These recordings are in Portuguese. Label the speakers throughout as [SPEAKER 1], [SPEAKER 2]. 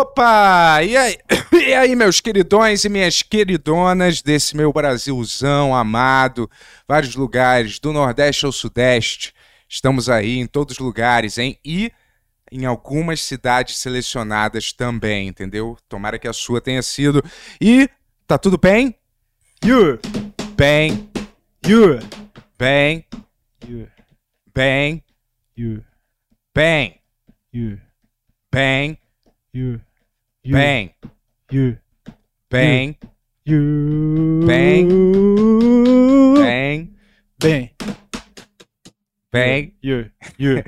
[SPEAKER 1] Opa! E aí, e aí, meus queridões e minhas queridonas desse meu Brasilzão amado, vários lugares, do Nordeste ao Sudeste, estamos aí em todos os lugares, hein? E em algumas cidades selecionadas também, entendeu? Tomara que a sua tenha sido. E tá tudo bem?
[SPEAKER 2] You,
[SPEAKER 1] Bem,
[SPEAKER 2] you,
[SPEAKER 1] bem,
[SPEAKER 2] you,
[SPEAKER 1] bem,
[SPEAKER 2] you,
[SPEAKER 1] bem,
[SPEAKER 2] you,
[SPEAKER 1] bem,
[SPEAKER 2] you, you,
[SPEAKER 1] bem,
[SPEAKER 2] you,
[SPEAKER 1] bem,
[SPEAKER 2] you,
[SPEAKER 1] Bem.
[SPEAKER 2] bem,
[SPEAKER 1] bem,
[SPEAKER 2] bem,
[SPEAKER 1] bem.
[SPEAKER 2] you, you.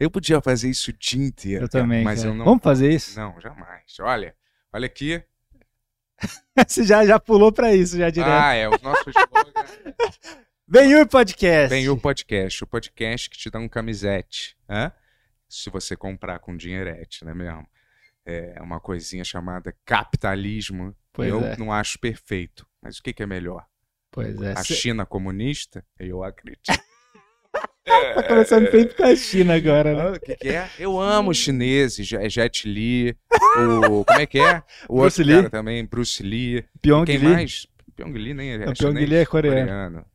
[SPEAKER 1] Eu podia fazer isso o dia inteiro.
[SPEAKER 2] Eu
[SPEAKER 1] cara,
[SPEAKER 2] também.
[SPEAKER 1] Mas
[SPEAKER 2] cara.
[SPEAKER 1] eu não.
[SPEAKER 2] Vamos fazer isso?
[SPEAKER 1] Não, jamais. Olha, olha aqui.
[SPEAKER 2] Você já, já pulou pra isso, já direto.
[SPEAKER 1] Ah, é. O nosso slogan
[SPEAKER 2] Vem o podcast.
[SPEAKER 1] tem o podcast. O podcast que te dá um camisete. Hã? Se você comprar com dinheirete, não é mesmo? É uma coisinha chamada capitalismo.
[SPEAKER 2] Pois
[SPEAKER 1] eu
[SPEAKER 2] é,
[SPEAKER 1] não acho perfeito. Mas o que, que é melhor?
[SPEAKER 2] pois é.
[SPEAKER 1] A
[SPEAKER 2] Você
[SPEAKER 1] China comunista? Eu acredito.
[SPEAKER 2] tá
[SPEAKER 1] é,
[SPEAKER 2] começando sempre com a China agora, né?
[SPEAKER 1] O que, que é? Eu amo os chineses. Je- Jet Li. O, como é que é? O
[SPEAKER 2] Bruce
[SPEAKER 1] outro
[SPEAKER 2] Lee.
[SPEAKER 1] cara também, Bruce Lee.
[SPEAKER 2] Pyong
[SPEAKER 1] Quem
[SPEAKER 2] Lee.
[SPEAKER 1] mais? Pyong Lee nem é
[SPEAKER 2] Não,
[SPEAKER 1] chinês,
[SPEAKER 2] Pyong Lee é coreano.
[SPEAKER 1] coreano.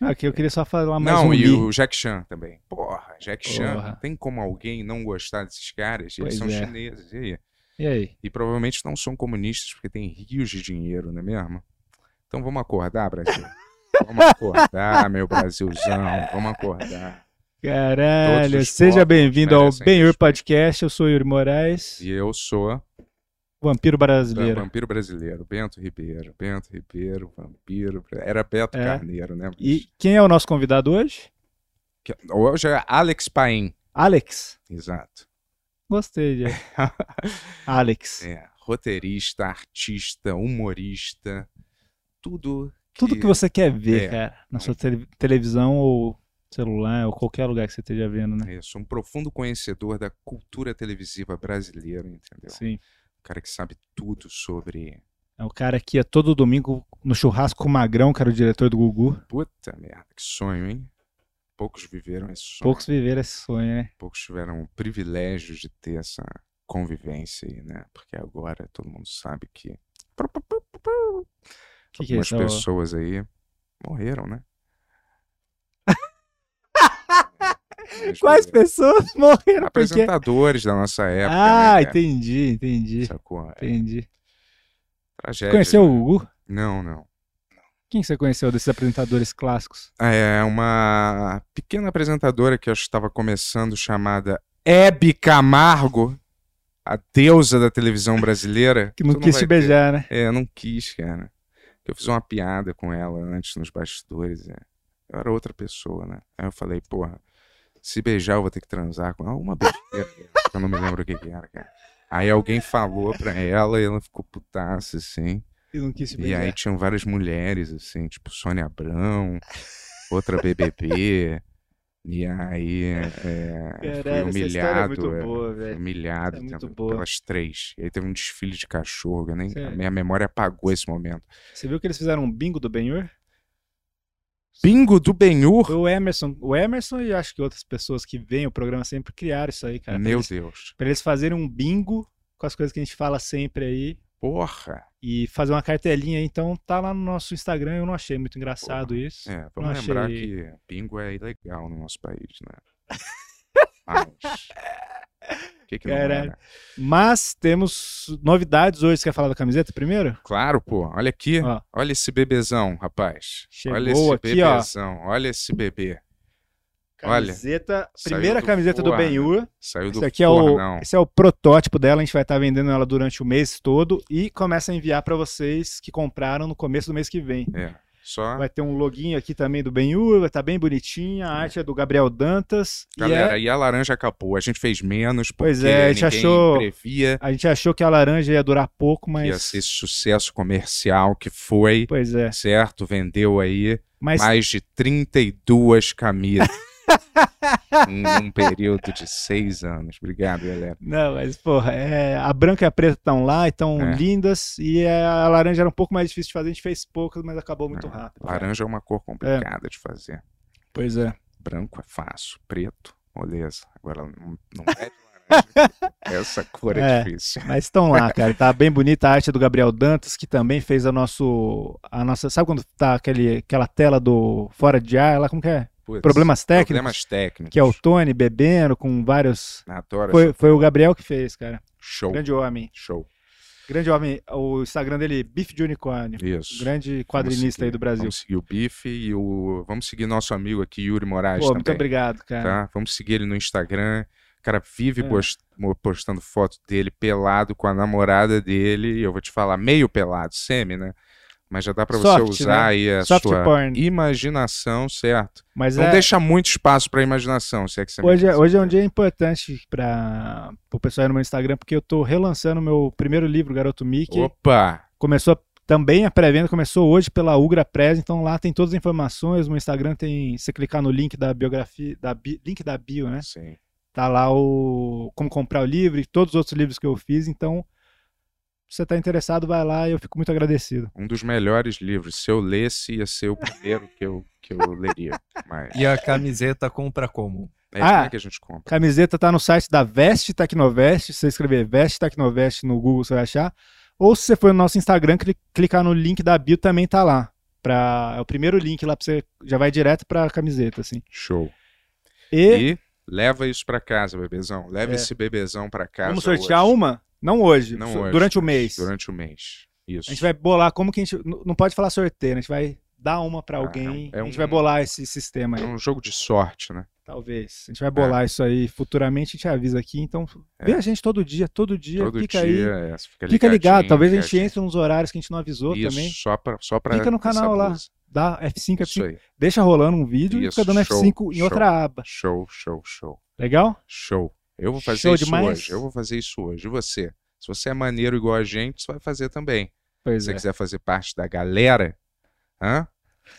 [SPEAKER 2] Ah, que eu queria só falar mais
[SPEAKER 1] Não,
[SPEAKER 2] um
[SPEAKER 1] e
[SPEAKER 2] Lee.
[SPEAKER 1] o Jack Chan também. Porra, Jack Chan.
[SPEAKER 2] Porra.
[SPEAKER 1] não Tem como alguém não gostar desses caras? Eles
[SPEAKER 2] Pois
[SPEAKER 1] são
[SPEAKER 2] é.
[SPEAKER 1] chineses. E, aí?
[SPEAKER 2] E aí?
[SPEAKER 1] e provavelmente não são comunistas porque tem rios de dinheiro, não é mesmo? Então vamos acordar, Brasil. Vamos acordar, meu Brasilzão. Vamos acordar.
[SPEAKER 2] Caralho,
[SPEAKER 1] Todos os
[SPEAKER 2] seja
[SPEAKER 1] povos
[SPEAKER 2] bem-vindo ao
[SPEAKER 1] merecem né?
[SPEAKER 2] Bem Ur
[SPEAKER 1] respeito.
[SPEAKER 2] Podcast. Eu sou Yuri Moraes,
[SPEAKER 1] E eu sou
[SPEAKER 2] vampiro brasileiro.
[SPEAKER 1] vampiro brasileiro, Bento Ribeiro. Bento Ribeiro, vampiro. Era Beto
[SPEAKER 2] É.
[SPEAKER 1] Carneiro, né?
[SPEAKER 2] E quem é o nosso convidado hoje?
[SPEAKER 1] Que- Hoje é Alex Paim.
[SPEAKER 2] Alex.
[SPEAKER 1] Exato.
[SPEAKER 2] Gostei de Alex.
[SPEAKER 1] É, roteirista, artista, humorista, tudo.
[SPEAKER 2] Tudo que você quer ver,
[SPEAKER 1] É.
[SPEAKER 2] cara, na sua tele- televisão ou celular ou qualquer lugar que você esteja vendo, né?
[SPEAKER 1] Isso, um profundo conhecedor da cultura televisiva brasileira, entendeu?
[SPEAKER 2] Sim.
[SPEAKER 1] Um cara que sabe tudo sobre.
[SPEAKER 2] É o cara que ia todo domingo no churrasco com o Magrão, que era o diretor do Gugu.
[SPEAKER 1] Puta merda, que sonho, hein? Poucos viveram esse sonho.
[SPEAKER 2] Poucos viveram esse sonho, né?
[SPEAKER 1] poucos tiveram o privilégio de ter essa convivência aí, né? Porque agora todo mundo sabe que.
[SPEAKER 2] Que que é
[SPEAKER 1] Algumas
[SPEAKER 2] isso?
[SPEAKER 1] pessoas aí morreram, né? Mas
[SPEAKER 2] Quais
[SPEAKER 1] beleza.
[SPEAKER 2] pessoas morreram porque...
[SPEAKER 1] Apresentadores da nossa época.
[SPEAKER 2] Ah,
[SPEAKER 1] né, cara?
[SPEAKER 2] entendi, entendi,
[SPEAKER 1] Sacou? É
[SPEAKER 2] entendi.
[SPEAKER 1] tragédia.
[SPEAKER 2] Conheceu
[SPEAKER 1] né?
[SPEAKER 2] o Gugu?
[SPEAKER 1] Não, não.
[SPEAKER 2] Quem você conheceu desses apresentadores clássicos?
[SPEAKER 1] É uma pequena apresentadora que eu acho que estava começando chamada Hebe Camargo, a deusa da televisão brasileira.
[SPEAKER 2] Que não
[SPEAKER 1] Tu
[SPEAKER 2] quis
[SPEAKER 1] vai ter.
[SPEAKER 2] te beijar, né?
[SPEAKER 1] É, eu não quis, cara. Eu fiz uma piada com ela antes nos bastidores. é. Eu era outra pessoa, né? Aí eu falei, porra, se beijar eu vou ter que transar com ela. Uma besteira. que eu não me lembro o que que era, cara. Aí alguém falou pra ela e ela ficou putaça, assim.
[SPEAKER 2] E não quis te
[SPEAKER 1] E
[SPEAKER 2] beijar.
[SPEAKER 1] aí tinham várias mulheres, assim, tipo Sônia Abrão, outra BBB. E aí é, fui
[SPEAKER 2] Caralho, essa história é
[SPEAKER 1] humilhado.
[SPEAKER 2] muito
[SPEAKER 1] é,
[SPEAKER 2] boa,
[SPEAKER 1] fui
[SPEAKER 2] velho.
[SPEAKER 1] humilhado
[SPEAKER 2] Essa é muito
[SPEAKER 1] também
[SPEAKER 2] boa.
[SPEAKER 1] pelas três. E aí teve um desfile de cachorro, eu nem,
[SPEAKER 2] Sim.
[SPEAKER 1] a minha memória apagou esse momento.
[SPEAKER 2] Você viu que eles fizeram um bingo do Benhur?
[SPEAKER 1] Bingo do Benhur?
[SPEAKER 2] Foi o Emerson. O Emerson e acho que outras pessoas que veem o programa sempre criaram isso aí, cara. Pra
[SPEAKER 1] Meu
[SPEAKER 2] eles,
[SPEAKER 1] Deus.
[SPEAKER 2] pra eles fazerem um bingo com as coisas que a gente fala sempre aí
[SPEAKER 1] Porra.
[SPEAKER 2] e fazer uma cartelinha. Então tá lá no nosso Instagram. Eu não achei muito engraçado isso.
[SPEAKER 1] É, vamos
[SPEAKER 2] Não
[SPEAKER 1] lembrar
[SPEAKER 2] achei.
[SPEAKER 1] que bingo é ilegal no nosso país, né? Mas... O que que não é,
[SPEAKER 2] Caralho.
[SPEAKER 1] né?
[SPEAKER 2] Mas temos novidades hoje. Você quer falar da camiseta primeiro?
[SPEAKER 1] Claro, pô. Olha aqui.
[SPEAKER 2] Ó.
[SPEAKER 1] Olha esse bebezão, rapaz. olha esse
[SPEAKER 2] Chegou aqui, ó.
[SPEAKER 1] bebezão. Olha esse bebê. Olha,
[SPEAKER 2] Camiseta,
[SPEAKER 1] saiu
[SPEAKER 2] primeira
[SPEAKER 1] do
[SPEAKER 2] camiseta do
[SPEAKER 1] forno.
[SPEAKER 2] Benhur.
[SPEAKER 1] Saiu do
[SPEAKER 2] Esse aqui é o,
[SPEAKER 1] fornão.
[SPEAKER 2] esse é o protótipo dela, a gente vai estar vendendo ela durante o mês todo e começa a enviar para vocês que compraram no começo do mês que vem.
[SPEAKER 1] É. Só,
[SPEAKER 2] Vai ter um loginho aqui também do Benhur, vai estar bem bonitinha, a arte é do Gabriel Dantas e é-
[SPEAKER 1] galera, e a laranja acabou. A gente fez menos porque
[SPEAKER 2] Pois é, a gente
[SPEAKER 1] ninguém
[SPEAKER 2] achou-
[SPEAKER 1] previa
[SPEAKER 2] a gente achou que a laranja ia durar pouco,
[SPEAKER 1] que
[SPEAKER 2] mas
[SPEAKER 1] ia ser esse sucesso comercial que foi,
[SPEAKER 2] pois é.
[SPEAKER 1] certo? Vendeu aí
[SPEAKER 2] Mas,
[SPEAKER 1] mais de 32 camisas em um período de seis anos. Obrigado, galera.
[SPEAKER 2] não, mas porra, é, a branca e a preta estão lá, estão
[SPEAKER 1] É.
[SPEAKER 2] lindas e a laranja era um pouco mais difícil de fazer, a gente fez poucas, mas acabou muito
[SPEAKER 1] É,
[SPEAKER 2] rápido.
[SPEAKER 1] Laranja é uma cor complicada de fazer.
[SPEAKER 2] Pois é.
[SPEAKER 1] Branco é fácil, preto, moleza. Agora não, não é de laranja. Essa cor é
[SPEAKER 2] É.
[SPEAKER 1] difícil.
[SPEAKER 2] Mas estão lá, cara. Tá bem bonita a arte do Gabriel Dantas, que também fez a, nosso, a nossa. Sabe quando tá aquele, aquela tela do Fora de Ar? Lá, como que é?
[SPEAKER 1] Putz,
[SPEAKER 2] Problemas técnicos.
[SPEAKER 1] Problemas técnicos.
[SPEAKER 2] Que é o Tony bebendo com vários.
[SPEAKER 1] Adoro
[SPEAKER 2] Foi,
[SPEAKER 1] essa-
[SPEAKER 2] foi o Gabriel que fez, cara.
[SPEAKER 1] Show.
[SPEAKER 2] Grande homem.
[SPEAKER 1] Show.
[SPEAKER 2] Grande homem. O Instagram dele, Bife de Unicórnio.
[SPEAKER 1] Isso.
[SPEAKER 2] Grande
[SPEAKER 1] Vamos
[SPEAKER 2] quadrinista
[SPEAKER 1] seguir-
[SPEAKER 2] aí do Brasil.
[SPEAKER 1] Vamos seguir o Bife e o. Vamos seguir nosso amigo aqui, Yuri Moraes
[SPEAKER 2] Pô, muito
[SPEAKER 1] também.
[SPEAKER 2] obrigado, cara.
[SPEAKER 1] tá? Vamos seguir ele no Instagram. O cara vive
[SPEAKER 2] É.
[SPEAKER 1] post- mo- postando foto dele pelado com a namorada dele. E eu vou te falar, meio pelado, semi, né? Mas já dá pra você
[SPEAKER 2] Soft,
[SPEAKER 1] usar
[SPEAKER 2] né?
[SPEAKER 1] aí é a
[SPEAKER 2] Soft
[SPEAKER 1] sua
[SPEAKER 2] porn.
[SPEAKER 1] imaginação, certo?
[SPEAKER 2] Mas
[SPEAKER 1] Não
[SPEAKER 2] é,
[SPEAKER 1] deixa muito espaço pra imaginação, se é que você me
[SPEAKER 2] hoje, é,
[SPEAKER 1] diz.
[SPEAKER 2] hoje é um dia importante para o pessoal ir no meu Instagram, porque eu tô relançando meu primeiro livro, Garoto Mickey.
[SPEAKER 1] Opa!
[SPEAKER 2] Começou também a pré-venda, começou hoje pela Ugra Press, então lá tem todas as informações. No Instagram tem, se clicar no link da biografia, da bi- link da bio, né?
[SPEAKER 1] Sim.
[SPEAKER 2] Tá lá o como comprar o livro e todos os outros livros que eu fiz, então se você tá interessado, vai lá, eu fico muito agradecido.
[SPEAKER 1] Um dos melhores livros. Se eu lesse, ia ser o primeiro que eu, que eu leria. Mas
[SPEAKER 3] E a camiseta compra como?
[SPEAKER 1] é
[SPEAKER 2] Ah.
[SPEAKER 1] como é que a gente compra.
[SPEAKER 2] Camiseta tá no site da Veste Tecnovest, se você escrever Veste Tecnovest no Google, você vai achar. Ou se você for no nosso Instagram, cli- clicar no link da bio também tá lá. Pra, é o primeiro link lá, pra você já vai direto pra camiseta, assim.
[SPEAKER 1] Show.
[SPEAKER 2] E...
[SPEAKER 1] E, leva isso pra casa, bebezão. Leva
[SPEAKER 2] É.
[SPEAKER 1] esse bebezão pra casa.
[SPEAKER 2] Vamos sortear
[SPEAKER 1] hoje.
[SPEAKER 2] uma? Não hoje,
[SPEAKER 1] Não
[SPEAKER 2] so-
[SPEAKER 1] hoje,
[SPEAKER 2] durante o
[SPEAKER 1] mas
[SPEAKER 2] mês.
[SPEAKER 1] Durante o mês. Isso.
[SPEAKER 2] A gente vai bolar como que a gente. n- Não pode falar sorteio, né? a gente vai dar uma pra
[SPEAKER 1] Ah,
[SPEAKER 2] alguém.
[SPEAKER 1] é um-
[SPEAKER 2] A gente vai bolar esse sistema aí,
[SPEAKER 1] É um jogo de sorte, né?
[SPEAKER 2] talvez. A gente vai
[SPEAKER 1] É.
[SPEAKER 2] bolar isso aí futuramente, a gente avisa aqui. Então, vê a gente todo dia, todo dia.
[SPEAKER 1] Todo
[SPEAKER 2] clica aí.
[SPEAKER 1] dia. é, você fica,
[SPEAKER 2] Fica ligado,
[SPEAKER 1] ligadinho,
[SPEAKER 2] talvez a gente
[SPEAKER 1] ligadinho.
[SPEAKER 2] entre nos horários que a gente não avisou
[SPEAKER 1] Isso,
[SPEAKER 2] também.
[SPEAKER 1] Só pra, só pra
[SPEAKER 2] Clica no
[SPEAKER 1] essa
[SPEAKER 2] canal lá.
[SPEAKER 1] blusa.
[SPEAKER 2] Dá F5,
[SPEAKER 1] Isso
[SPEAKER 2] F5.
[SPEAKER 1] aí.
[SPEAKER 2] Deixa rolando um vídeo
[SPEAKER 1] Isso,
[SPEAKER 2] e fica dando
[SPEAKER 1] show,
[SPEAKER 2] F5 em
[SPEAKER 1] show.
[SPEAKER 2] outra aba.
[SPEAKER 1] Show, show, show.
[SPEAKER 2] Legal?
[SPEAKER 1] Show. Eu vou fazer
[SPEAKER 2] Show
[SPEAKER 1] isso
[SPEAKER 2] demais.
[SPEAKER 1] hoje. Eu vou fazer isso hoje. E você? Se você é maneiro igual a gente, você vai fazer também. Se
[SPEAKER 2] Pois
[SPEAKER 1] você
[SPEAKER 2] é.
[SPEAKER 1] quiser fazer parte da galera, hã?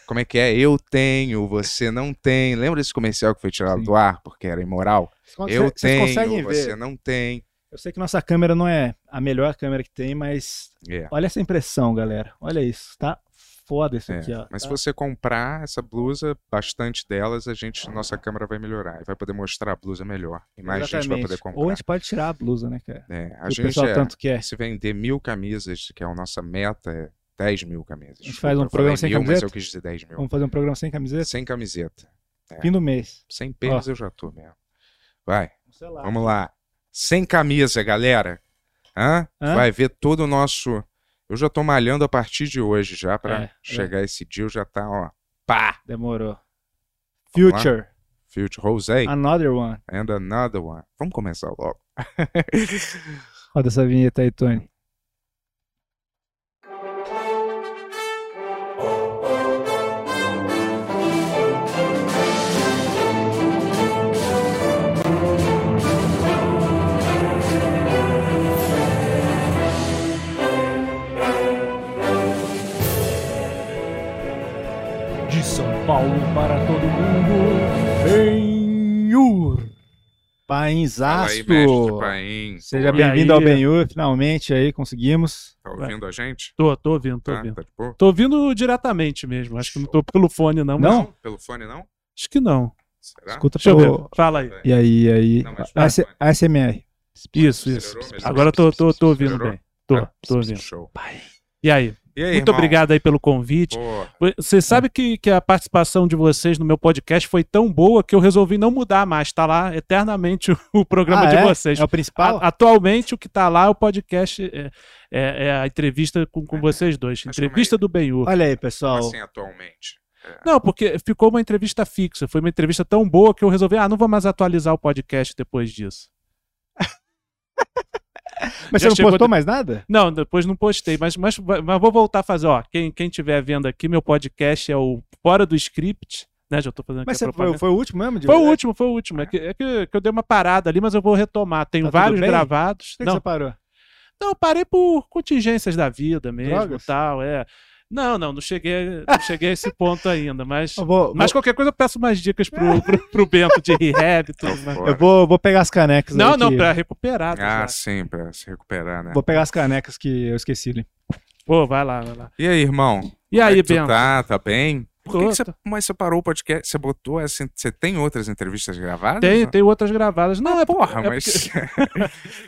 [SPEAKER 1] Como é que é? Eu tenho, você não tem. Lembra desse comercial que foi tirado
[SPEAKER 2] Sim.
[SPEAKER 1] do ar porque era imoral?
[SPEAKER 2] Quando
[SPEAKER 1] eu
[SPEAKER 2] cê- vocês
[SPEAKER 1] tenho,
[SPEAKER 2] conseguem ver.
[SPEAKER 1] você não tem.
[SPEAKER 2] Eu sei que nossa câmera não é a melhor câmera que tem, mas
[SPEAKER 1] É.
[SPEAKER 2] Olha essa impressão, galera. Olha isso. Tá foda isso
[SPEAKER 1] É,
[SPEAKER 2] aqui, ó.
[SPEAKER 1] Mas se
[SPEAKER 2] Tá-
[SPEAKER 1] você comprar essa blusa, bastante delas, a gente, nossa câmera vai melhorar e vai poder mostrar a blusa melhor. E mais gente vai
[SPEAKER 2] Exatamente.
[SPEAKER 1] poder comprar.
[SPEAKER 2] Ou a gente pode tirar a blusa, né, cara?
[SPEAKER 1] É, a
[SPEAKER 2] Que o
[SPEAKER 1] gente
[SPEAKER 2] pessoal tá
[SPEAKER 1] é-
[SPEAKER 2] tanto quer.
[SPEAKER 1] se vender mil camisas, que é a nossa meta, é 10 mil camisas.
[SPEAKER 2] A gente faz um
[SPEAKER 1] Desculpa, eu falei
[SPEAKER 2] programa sem
[SPEAKER 1] mil,
[SPEAKER 2] camiseta?
[SPEAKER 1] Mas eu quis dizer 10 mil.
[SPEAKER 2] Vamos fazer um programa sem camiseta?
[SPEAKER 1] Sem camiseta.
[SPEAKER 2] Fim do mês.
[SPEAKER 1] Sem pênis eu já tô mesmo. Vai,
[SPEAKER 2] Sei lá.
[SPEAKER 1] vamos lá. Sem camisa, galera. Hã?
[SPEAKER 2] Hã?
[SPEAKER 1] Vai ver todo o nosso. Eu já tô malhando a partir de hoje já pra
[SPEAKER 2] É, é.
[SPEAKER 1] chegar esse dia, eu já tá, ó. Pá!
[SPEAKER 2] Demorou.
[SPEAKER 1] Vamos lá?
[SPEAKER 2] Future. Ah.
[SPEAKER 1] Future Rosé.
[SPEAKER 2] Another one.
[SPEAKER 1] And another one. Vamos começar logo.
[SPEAKER 2] Roda essa vinheta aí, Tony.
[SPEAKER 3] De São Paulo para todo mundo, Benhur.
[SPEAKER 1] Fala
[SPEAKER 2] Painzaço.
[SPEAKER 1] aí, mestre Paim.
[SPEAKER 2] Seja
[SPEAKER 1] Pô,
[SPEAKER 3] bem-
[SPEAKER 2] bem-vindo
[SPEAKER 3] E
[SPEAKER 2] ao
[SPEAKER 3] aí?
[SPEAKER 2] Benhur, finalmente aí, conseguimos.
[SPEAKER 1] Tá ouvindo a gente?
[SPEAKER 4] Tô, tô ouvindo, tô
[SPEAKER 1] Tá,
[SPEAKER 4] ouvindo.
[SPEAKER 1] tá de boa?
[SPEAKER 4] Tô ouvindo diretamente mesmo. Acho que não tô pelo fone, não. mas-
[SPEAKER 2] Não?
[SPEAKER 1] Pelo fone, não?
[SPEAKER 4] Acho que não.
[SPEAKER 1] Será?
[SPEAKER 2] Escuta
[SPEAKER 4] Deixa
[SPEAKER 3] Tá
[SPEAKER 4] eu
[SPEAKER 2] pelo...
[SPEAKER 4] ver. Fala aí.
[SPEAKER 2] E aí, e aí?
[SPEAKER 1] Tá. Não, mas-
[SPEAKER 2] AS- ASMR.
[SPEAKER 4] Isso, isso.
[SPEAKER 1] Acelerou mesmo?
[SPEAKER 4] Agora tô, tô, tô ouvindo
[SPEAKER 1] Acelerou?
[SPEAKER 4] bem. Tô,
[SPEAKER 1] Ah,
[SPEAKER 4] tô ouvindo.
[SPEAKER 1] Show.
[SPEAKER 4] E aí?
[SPEAKER 1] E aí,
[SPEAKER 4] Muito
[SPEAKER 1] irmão?
[SPEAKER 4] obrigado aí pelo convite.
[SPEAKER 1] Pô,
[SPEAKER 4] Você sabe que, que a participação de vocês no meu podcast foi tão boa que eu resolvi não mudar mais. Tá lá eternamente o, o programa
[SPEAKER 2] Ah,
[SPEAKER 4] de
[SPEAKER 2] é?
[SPEAKER 4] vocês.
[SPEAKER 2] É o principal?
[SPEAKER 4] A- atualmente, o que tá lá é o podcast, é, é- é a entrevista com, com vocês dois.
[SPEAKER 1] Mas calma
[SPEAKER 4] Entrevista do Benhur.
[SPEAKER 2] Olha aí, pessoal.
[SPEAKER 1] assim atualmente.
[SPEAKER 4] Não, porque ficou uma entrevista fixa. Foi uma entrevista tão boa que eu resolvi, ah, não vou mais atualizar o podcast depois disso.
[SPEAKER 2] Mas
[SPEAKER 4] já
[SPEAKER 2] você não
[SPEAKER 4] chegou
[SPEAKER 2] postou
[SPEAKER 4] de-
[SPEAKER 2] mais nada?
[SPEAKER 4] Não, depois não postei, mas, mas, mas vou voltar a fazer. Ó, quem, quem tiver vendo aqui, meu podcast é o Fora do Script, né? Já tô fazendo aqui
[SPEAKER 2] Mas
[SPEAKER 4] a
[SPEAKER 2] você foi,
[SPEAKER 4] propaganda.
[SPEAKER 2] foi o último mesmo? de
[SPEAKER 4] Foi o
[SPEAKER 2] verdade?
[SPEAKER 4] último, foi o último. É que, é que- que eu dei uma parada ali, mas eu vou retomar. Tenho
[SPEAKER 2] Tá tudo
[SPEAKER 4] vários
[SPEAKER 2] bem? Por
[SPEAKER 4] gravados.
[SPEAKER 2] que que
[SPEAKER 4] não,
[SPEAKER 2] você parou?
[SPEAKER 4] não, Então, parei por contingências da vida mesmo e
[SPEAKER 2] Drogas?
[SPEAKER 4] tal, é. Não, não, não cheguei, não cheguei a esse ponto ainda, mas...
[SPEAKER 2] Eu vou,
[SPEAKER 4] Mas qualquer coisa eu peço umas dicas pro, pro, pro Bento de rehab e tudo mais.
[SPEAKER 2] vou, eu vou, vou pegar as canecas.
[SPEAKER 4] Não,
[SPEAKER 2] aí
[SPEAKER 4] não,
[SPEAKER 2] que-
[SPEAKER 4] pra recuperar. tá
[SPEAKER 1] Ah,
[SPEAKER 4] já.
[SPEAKER 1] sim, pra se recuperar, né?
[SPEAKER 2] Vou pegar as canecas que eu esqueci ali.
[SPEAKER 4] Pô, vai lá, vai lá.
[SPEAKER 1] E aí, irmão?
[SPEAKER 4] E
[SPEAKER 1] Como é
[SPEAKER 4] aí,
[SPEAKER 1] que tu
[SPEAKER 4] Bento?
[SPEAKER 1] tá? Tá bem? Por que
[SPEAKER 4] Tô,
[SPEAKER 1] que você,
[SPEAKER 4] tô.
[SPEAKER 1] mas você parou o podcast? Você botou essa. Você tem outras entrevistas gravadas?
[SPEAKER 4] Tem, tem outras gravadas. Não, é por-
[SPEAKER 1] Ah, Porra,
[SPEAKER 4] é porque-
[SPEAKER 1] mas.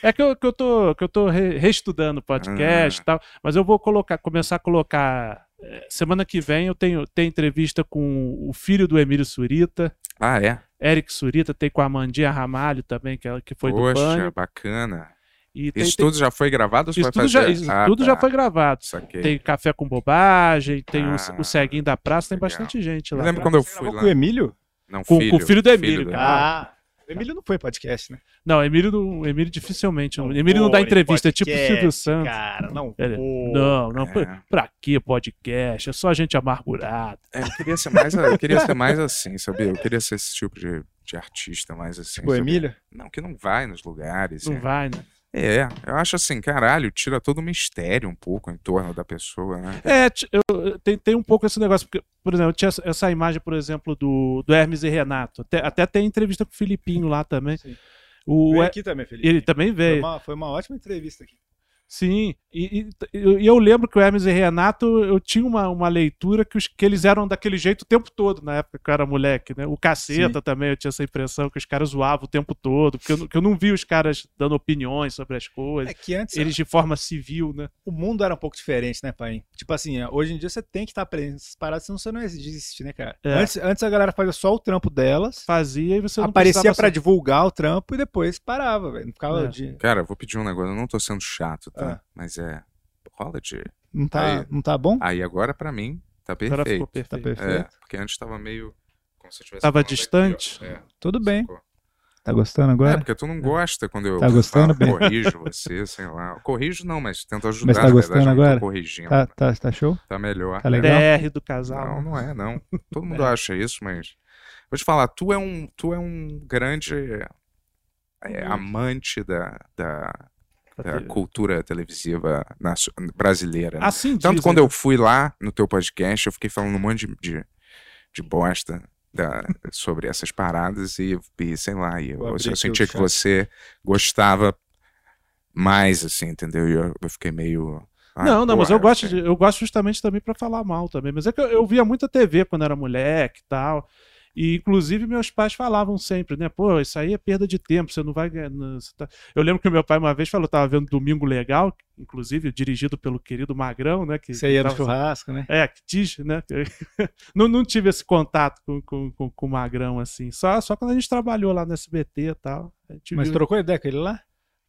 [SPEAKER 4] É que eu, que eu tô, que eu tô re- reestudando podcast
[SPEAKER 1] Ah.
[SPEAKER 4] e tal, mas eu vou colocar, começar a colocar. eh, Semana que vem eu tenho, tenho entrevista com o filho do Emílio Surita,
[SPEAKER 1] Ah, é?
[SPEAKER 4] Eric Surita, tem com a Mandinha Ramalho também, que, ela, que foi do
[SPEAKER 1] Poxa,
[SPEAKER 4] Pânico.
[SPEAKER 1] bacana.
[SPEAKER 4] E tem,
[SPEAKER 1] Isso
[SPEAKER 4] tem-
[SPEAKER 1] tudo já foi gravado ou você
[SPEAKER 4] isso
[SPEAKER 1] vai
[SPEAKER 4] tudo, já,
[SPEAKER 1] fazer?
[SPEAKER 4] isso
[SPEAKER 1] Ah,
[SPEAKER 4] tudo
[SPEAKER 1] tá.
[SPEAKER 4] já foi gravado.
[SPEAKER 1] Saquei.
[SPEAKER 4] Tem Café com Bobagem, tem o,
[SPEAKER 1] Ah,
[SPEAKER 4] o Ceguinho da Praça, tem
[SPEAKER 1] legal.
[SPEAKER 4] bastante gente
[SPEAKER 1] Eu
[SPEAKER 4] lá.
[SPEAKER 1] lembro quando eu fui
[SPEAKER 2] Gravou
[SPEAKER 1] lá.
[SPEAKER 2] com o Emílio?
[SPEAKER 1] Não,
[SPEAKER 4] Com- com o filho do Emílio,
[SPEAKER 1] do-
[SPEAKER 4] cara.
[SPEAKER 2] Ah, o Emílio não foi podcast, né?
[SPEAKER 4] Não, Emílio, não- Emílio dificilmente. não-
[SPEAKER 2] Não
[SPEAKER 4] Emílio não dá
[SPEAKER 2] foi
[SPEAKER 4] entrevista, é tipo o
[SPEAKER 2] podcast,
[SPEAKER 4] Silvio Santos.
[SPEAKER 2] Cara, não.
[SPEAKER 4] Ele-
[SPEAKER 2] foi.
[SPEAKER 4] Não, não.
[SPEAKER 1] É.
[SPEAKER 4] Pra, pra que podcast? É só gente amargurada.
[SPEAKER 1] É, eu, queria ser mais, eu queria ser mais assim, sabia? Eu queria ser esse tipo de, de artista mais assim.
[SPEAKER 2] Tipo, o
[SPEAKER 1] sabia?
[SPEAKER 2] Emílio?
[SPEAKER 1] Não, que não vai nos lugares.
[SPEAKER 4] Não
[SPEAKER 1] é.
[SPEAKER 4] vai, né?
[SPEAKER 1] É, eu acho assim, caralho, tira todo o mistério um pouco em torno da pessoa, né?
[SPEAKER 4] É, ti- eu- eu- tem, tem um pouco esse negócio, porque, por exemplo, eu tinha essa- essa imagem, por exemplo, do, do Hermes e Renato. Até, até tem entrevista com o Filipinho lá também.
[SPEAKER 2] Sim.
[SPEAKER 4] O,
[SPEAKER 2] Veio
[SPEAKER 4] He-
[SPEAKER 2] aqui também, Felipe.
[SPEAKER 4] ele também
[SPEAKER 2] Foi
[SPEAKER 4] veio.
[SPEAKER 2] uma, foi uma ótima entrevista aqui.
[SPEAKER 4] Sim. E, e t- eu- e eu lembro que o Hermes e Renato, eu tinha uma, uma leitura que, os, que eles eram daquele jeito o tempo todo, na época que eu era moleque, né? O caceta também, eu tinha essa impressão que os caras zoavam o tempo todo, porque eu, não- que eu não vi os caras dando opiniões sobre as coisas.
[SPEAKER 2] É que antes
[SPEAKER 4] Eles de forma civil, né?
[SPEAKER 2] o mundo era um pouco diferente, né, pai? Tipo assim, é, hoje em dia você tem que estar presente nessas paradas, senão você não existe, né, cara?
[SPEAKER 4] É.
[SPEAKER 2] Antes, antes a galera fazia só o trampo delas,
[SPEAKER 4] Fazia e você não
[SPEAKER 2] aparecia
[SPEAKER 4] precisava
[SPEAKER 2] pra
[SPEAKER 4] ser-
[SPEAKER 2] divulgar o trampo e depois parava, velho. Não ficava
[SPEAKER 4] É.
[SPEAKER 2] de.
[SPEAKER 1] Cara, eu vou pedir um negócio, eu não tô sendo chato, tá?
[SPEAKER 2] Ah.
[SPEAKER 1] Mas é. Rola de.
[SPEAKER 2] Não tá,
[SPEAKER 1] Aí.
[SPEAKER 2] não tá
[SPEAKER 4] Ah,
[SPEAKER 2] bom?
[SPEAKER 1] Aí agora, pra mim, tá
[SPEAKER 4] Agora
[SPEAKER 1] perfeito.
[SPEAKER 4] ficou
[SPEAKER 2] Tá
[SPEAKER 4] perfeito.
[SPEAKER 1] É,
[SPEAKER 2] perfeito.
[SPEAKER 1] porque antes tava meio. Como se eu tivesse
[SPEAKER 4] Tava
[SPEAKER 1] falando aqui,
[SPEAKER 4] distante?
[SPEAKER 1] ó. É,
[SPEAKER 2] Tudo bem.
[SPEAKER 1] sacou?
[SPEAKER 2] Tá gostando
[SPEAKER 1] É,
[SPEAKER 2] agora?
[SPEAKER 1] porque tu não gosta quando eu
[SPEAKER 2] Tá gostando,
[SPEAKER 1] falo,
[SPEAKER 2] Ben?
[SPEAKER 1] corrijo você, sei lá. Corrijo não, mas tento ajudar.
[SPEAKER 2] Mas tá
[SPEAKER 1] na
[SPEAKER 2] gostando
[SPEAKER 1] verdade, eu não tô
[SPEAKER 2] agora?
[SPEAKER 1] corrigindo.
[SPEAKER 2] tá,
[SPEAKER 1] Tá,
[SPEAKER 2] tá, tá show?
[SPEAKER 1] melhor.
[SPEAKER 2] Tá legal?
[SPEAKER 4] DR do casal. né?
[SPEAKER 1] Não, não é, não. Todo mundo acha isso, mas. Vou te falar, tu é um, tu é um grande é, amante da, da,
[SPEAKER 2] é
[SPEAKER 1] da cultura televisiva nacio- brasileira. né?
[SPEAKER 4] Assim
[SPEAKER 1] Tanto
[SPEAKER 4] dizem.
[SPEAKER 1] quando eu fui lá no teu podcast, eu fiquei falando um monte de, de, de bosta da- sobre essas paradas e, e sei lá, e eu,
[SPEAKER 2] Vou abrir
[SPEAKER 1] eu
[SPEAKER 2] aqui
[SPEAKER 1] sentia
[SPEAKER 2] o
[SPEAKER 1] que
[SPEAKER 2] chat.
[SPEAKER 1] você gostava mais, assim, entendeu? E eu, eu fiquei meio. ah,
[SPEAKER 4] não, não, mas
[SPEAKER 1] porra,
[SPEAKER 4] eu gosto,
[SPEAKER 1] assim.
[SPEAKER 4] de- eu gosto justamente também pra falar mal também. Mas é que eu, eu via muita TV quando era moleque e tal. E, inclusive, meus pais falavam sempre, né? Pô, isso aí é perda de tempo, você não vai ganhar. não, você tá- Eu lembro que meu pai uma vez falou, eu tava vendo Domingo Legal, inclusive, dirigido pelo querido Magrão, né? Que,
[SPEAKER 2] Você ia
[SPEAKER 4] que
[SPEAKER 2] no
[SPEAKER 4] tava-
[SPEAKER 2] churrasco, né?
[SPEAKER 4] É, que diz, né? não, não tive esse contato com, com, com, com o Magrão, assim. Só, só quando a gente trabalhou lá no SBT e tal. a gente
[SPEAKER 2] Mas
[SPEAKER 4] viu-
[SPEAKER 2] trocou ideia com ele lá?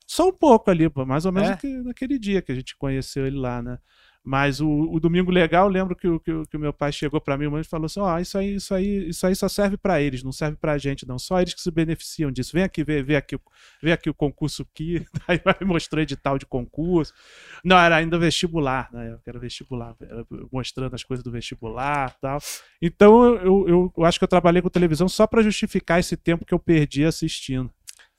[SPEAKER 4] Só um pouco ali, pô, mais ou menos
[SPEAKER 2] É?
[SPEAKER 4] naque- naquele dia que a gente conheceu ele lá, né? Mas o, o domingo legal, eu lembro que o, que, o- que o meu pai chegou pra mim uma vez e falou assim: ó, isso aí, isso aí, isso aí só serve pra eles, não serve pra gente, não. Só eles que se beneficiam disso. Vem aqui ver, ver aqui, o- vê aqui o concurso que aí me mostrou edital de concurso. Não, era ainda vestibular, né? Eu quero vestibular, era mostrando as coisas do vestibular, tal. Então eu, eu, eu acho que eu trabalhei com televisão só pra justificar esse tempo que eu perdi assistindo.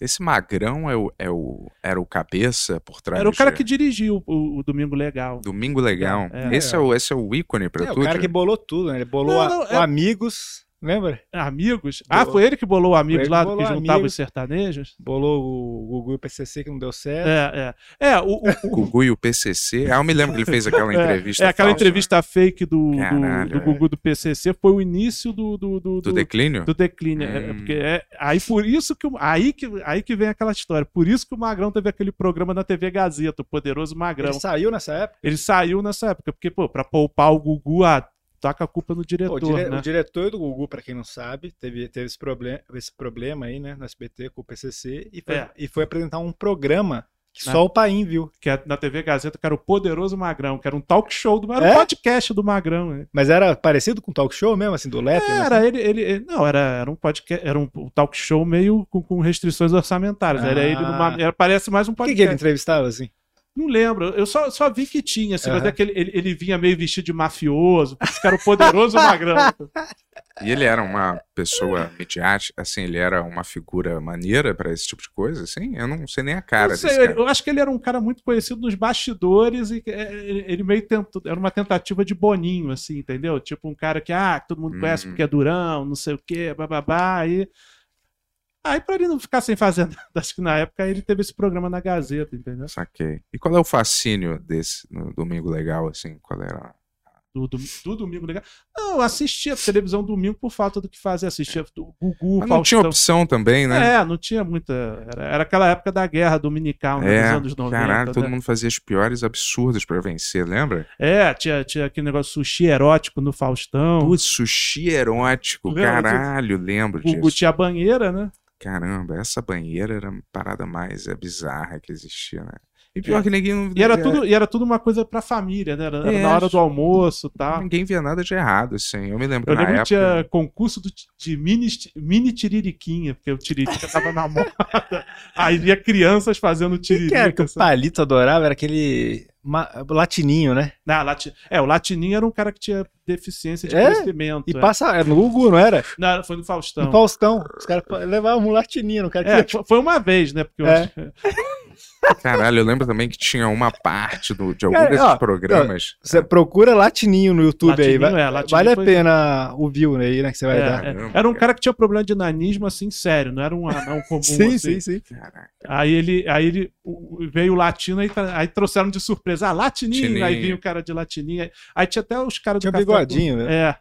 [SPEAKER 1] Esse magrão é o, é o, era o cabeça por trás
[SPEAKER 4] Era o
[SPEAKER 1] de-
[SPEAKER 4] cara que dirigiu o, o Domingo Legal.
[SPEAKER 1] Domingo Legal.
[SPEAKER 4] É.
[SPEAKER 1] Esse, é o, esse é o ícone pra
[SPEAKER 2] É,
[SPEAKER 1] tudo.
[SPEAKER 2] o cara que bolou tudo, né? Ele bolou
[SPEAKER 4] Não,
[SPEAKER 2] a-
[SPEAKER 4] não,
[SPEAKER 2] o
[SPEAKER 4] é-
[SPEAKER 2] Amigos, lembra?
[SPEAKER 4] Amigos? Ah,
[SPEAKER 2] Bolou.
[SPEAKER 4] foi ele que bolou o
[SPEAKER 2] Foi
[SPEAKER 4] Amigos
[SPEAKER 2] ele
[SPEAKER 4] lá,
[SPEAKER 2] que
[SPEAKER 4] que
[SPEAKER 2] bolou
[SPEAKER 4] juntava
[SPEAKER 2] Amigos.
[SPEAKER 4] os sertanejos?
[SPEAKER 2] Bolou o Gugu e o PCC que não deu certo.
[SPEAKER 4] É, é. É, o, o-
[SPEAKER 1] O Gugu e o PCC. Ah, eu me lembro que ele fez aquela
[SPEAKER 4] é,
[SPEAKER 1] entrevista.
[SPEAKER 4] é aquela
[SPEAKER 1] falsa,
[SPEAKER 4] entrevista fake do, do-
[SPEAKER 1] Caralho,
[SPEAKER 4] do,
[SPEAKER 2] é.
[SPEAKER 4] Gugu do PCC, foi o início do, do, do,
[SPEAKER 1] né? Do
[SPEAKER 4] do-
[SPEAKER 1] declínio?
[SPEAKER 4] do declínio. É,
[SPEAKER 1] Hum.
[SPEAKER 4] porque é- aí por isso que, o- aí que aí que vem aquela história. Por isso que o Magrão teve aquele programa na TV Gazeta, o poderoso Magrão.
[SPEAKER 2] Ele
[SPEAKER 4] Ele,
[SPEAKER 2] saiu nessa época.
[SPEAKER 4] saiu nessa época, porque, pô, pra poupar o Gugu, ah, toca a culpa no
[SPEAKER 2] Pô,
[SPEAKER 4] diretor,
[SPEAKER 2] O, dire-
[SPEAKER 4] né?
[SPEAKER 2] o diretor do Gugu, pra quem não sabe, teve, teve esse, problema, esse problema aí, né, no SBT com o PCC e foi,
[SPEAKER 4] É. Né?
[SPEAKER 2] e foi apresentar um programa que
[SPEAKER 4] Na-
[SPEAKER 2] só o Paim viu.
[SPEAKER 4] que é na TV Gazeta, que era o Poderoso Magrão, que era um talk show, do, era um
[SPEAKER 2] É?
[SPEAKER 4] podcast do Magrão. né?
[SPEAKER 2] Mas era parecido com talk show mesmo, assim, do Lepe?
[SPEAKER 4] Era ele, ele, ele- não, era, era um podcast, era um um talk show meio com, com restrições orçamentárias. Era
[SPEAKER 2] Ah.
[SPEAKER 4] ele numa, era, parece mais um
[SPEAKER 2] Por que, que ele
[SPEAKER 4] podcast.
[SPEAKER 2] entrevistava, assim?
[SPEAKER 4] Não lembro, eu só, só vi que tinha, assim, mas
[SPEAKER 2] Aham.
[SPEAKER 4] é que ele, ele, ele vinha meio vestido de mafioso, porque esse cara era o Poderoso Magrão.
[SPEAKER 1] E ele era uma pessoa midiática, assim, ele era uma figura maneira pra esse tipo de coisa, assim? Eu não sei nem a cara
[SPEAKER 4] não sei,
[SPEAKER 1] desse cara.
[SPEAKER 4] eu acho que ele era um cara muito conhecido nos bastidores e que, é, ele ele meio tentou, era uma tentativa de boninho, assim, entendeu? Tipo um cara que, ah, todo mundo conhece
[SPEAKER 1] Hum.
[SPEAKER 4] porque é durão, não sei o quê, bababá, aí... Aí pra ele não ficar sem fazer nada, acho que na época ele teve esse programa na Gazeta, entendeu?
[SPEAKER 1] Saquei. E qual é o fascínio desse no Domingo Legal, assim? Qual era
[SPEAKER 4] Do, do, do domingo legal. Não, eu assistia televisão domingo por falta do que fazer. Assistia do Gugu,
[SPEAKER 1] Mas Ah, não tinha
[SPEAKER 4] Faustão.
[SPEAKER 1] opção também, né?
[SPEAKER 4] É, não tinha muita. Era, era aquela época da guerra dominical, né,
[SPEAKER 1] É,
[SPEAKER 4] nos anos 90.
[SPEAKER 1] Caralho,
[SPEAKER 4] né?
[SPEAKER 1] todo mundo fazia os piores absurdos pra vencer, lembra?
[SPEAKER 4] É, tinha, tinha aquele negócio de sushi erótico no Faustão.
[SPEAKER 1] Putz, sushi erótico,
[SPEAKER 4] Lembra disso?
[SPEAKER 1] caralho, lembro
[SPEAKER 4] O Gugu
[SPEAKER 1] disso.
[SPEAKER 4] tinha banheira, né?
[SPEAKER 1] Caramba, essa banheira era a parada mais é, bizarra que existia, né? E pior que ninguém não-
[SPEAKER 4] É. E
[SPEAKER 2] É.
[SPEAKER 4] era, tudo, e era tudo uma coisa pra família, né? Era, era
[SPEAKER 1] É,
[SPEAKER 4] na hora
[SPEAKER 1] acho-
[SPEAKER 4] do almoço e tal.
[SPEAKER 1] Ninguém via nada de errado, assim. Eu me lembro
[SPEAKER 4] Eu
[SPEAKER 1] na
[SPEAKER 4] lembro que
[SPEAKER 1] época.
[SPEAKER 4] tinha concurso do- de mini, mini tiririquinha, porque o tiririca tava na moda. Aí via crianças fazendo
[SPEAKER 2] que, que era que
[SPEAKER 4] tiririca.
[SPEAKER 2] o
[SPEAKER 4] sabe?
[SPEAKER 2] Palito adorava? Era aquele ma- latininho, né?
[SPEAKER 4] Na lati- É, o Latininho era um cara que tinha deficiência de
[SPEAKER 2] É?
[SPEAKER 4] crescimento.
[SPEAKER 2] E Então,
[SPEAKER 4] é.
[SPEAKER 2] passa. Era no Gugu, não era?
[SPEAKER 4] Não, foi no Faustão.
[SPEAKER 2] No Faustão. Os caras fa- levavam um latininho no cara.
[SPEAKER 4] É,
[SPEAKER 2] que-
[SPEAKER 4] fo- foi uma vez, né? Porque eu-
[SPEAKER 2] É.
[SPEAKER 1] Caralho, eu lembro também que tinha uma parte do-
[SPEAKER 4] É,
[SPEAKER 1] de algum
[SPEAKER 2] Cara,
[SPEAKER 1] desses
[SPEAKER 2] ó,
[SPEAKER 1] programas.
[SPEAKER 2] Você procura latininho no YouTube aí.
[SPEAKER 4] Latininho,
[SPEAKER 2] vai-
[SPEAKER 4] é, Latininho
[SPEAKER 2] vale a
[SPEAKER 4] foi-
[SPEAKER 2] pena o view aí, né? Que você vai
[SPEAKER 4] É,
[SPEAKER 2] dar.
[SPEAKER 4] é.
[SPEAKER 1] Caramba,
[SPEAKER 4] Era um
[SPEAKER 1] cara.
[SPEAKER 4] cara que tinha problema de nanismo, assim, sério, não era um anão comum.
[SPEAKER 2] Sim,
[SPEAKER 4] assim.
[SPEAKER 2] sim, sim.
[SPEAKER 1] Caraca.
[SPEAKER 4] Aí ele, aí ele o- o- veio o latino, aí, tra- aí trouxeram de surpresa. Ah, latininho!
[SPEAKER 1] Latininho.
[SPEAKER 4] Aí vinha o cara de latininha. Aí tinha até os caras do
[SPEAKER 2] Tinha
[SPEAKER 4] café
[SPEAKER 2] bigodinho,
[SPEAKER 4] com...
[SPEAKER 2] né?
[SPEAKER 4] É.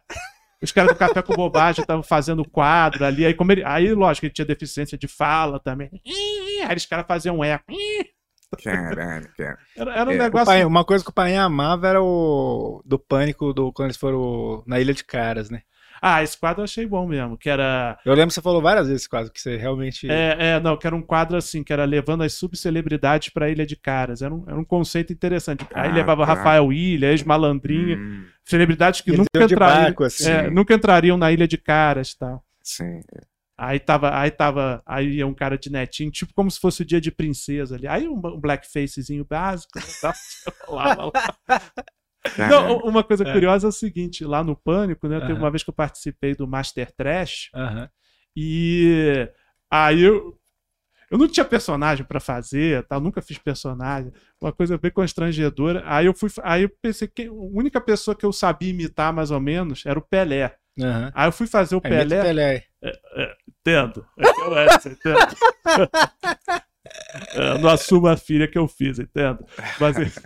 [SPEAKER 4] Os caras do café com bobagem estavam fazendo quadro ali. Aí, como ele... aí, lógico, ele tinha deficiência de fala também. Aí os caras faziam um eco.
[SPEAKER 1] Caralho, cara.
[SPEAKER 4] Era, era um
[SPEAKER 1] É,
[SPEAKER 2] O
[SPEAKER 4] negócio.
[SPEAKER 2] Paim- uma coisa que o pai amava era o do pânico do quando eles foram na Ilha de Caras, né?
[SPEAKER 4] Ah, esse quadro eu achei bom mesmo. Que era.
[SPEAKER 2] Eu lembro que você falou várias vezes quase que você realmente
[SPEAKER 4] É, é, não, que era um quadro assim, que era levando as subcelebridades pra Ilha de Caras. Era um, era um conceito interessante. Aí
[SPEAKER 1] Ah,
[SPEAKER 4] levava
[SPEAKER 1] tá.
[SPEAKER 4] Rafael Ilha, ex-malandrinha,
[SPEAKER 1] Hum,
[SPEAKER 4] celebridades que
[SPEAKER 2] Eles
[SPEAKER 4] nunca
[SPEAKER 2] iam de
[SPEAKER 4] entrariam,
[SPEAKER 2] barco, assim.
[SPEAKER 4] é, nunca entrariam na Ilha de Caras e tal.
[SPEAKER 1] sim.
[SPEAKER 4] Aí tava, aí tava, aí ia um cara de netinho, tipo como se fosse o dia de princesa ali. Aí um, um blackfacezinho básico, né, tal, lá, lá, lá. Não,
[SPEAKER 1] Caralho.
[SPEAKER 4] uma coisa
[SPEAKER 2] É.
[SPEAKER 4] curiosa é o seguinte, lá no Pânico, né, teve
[SPEAKER 2] Aham.
[SPEAKER 4] uma vez que eu participei do Master Trash,
[SPEAKER 2] Aham.
[SPEAKER 4] e aí eu, eu não tinha personagem pra fazer, tal, nunca fiz personagem. Uma coisa bem constrangedora. Aí eu fui, aí eu pensei que a única pessoa que eu sabia imitar mais ou menos era o Pelé.
[SPEAKER 2] Aham.
[SPEAKER 4] Aí eu fui fazer o
[SPEAKER 2] Aí mete o
[SPEAKER 4] Pelé.
[SPEAKER 2] Pelé aí.
[SPEAKER 4] Entendo. Eu, é, você entende? Eu É, não assumo a filha que eu fiz, entendo. Mas, mas,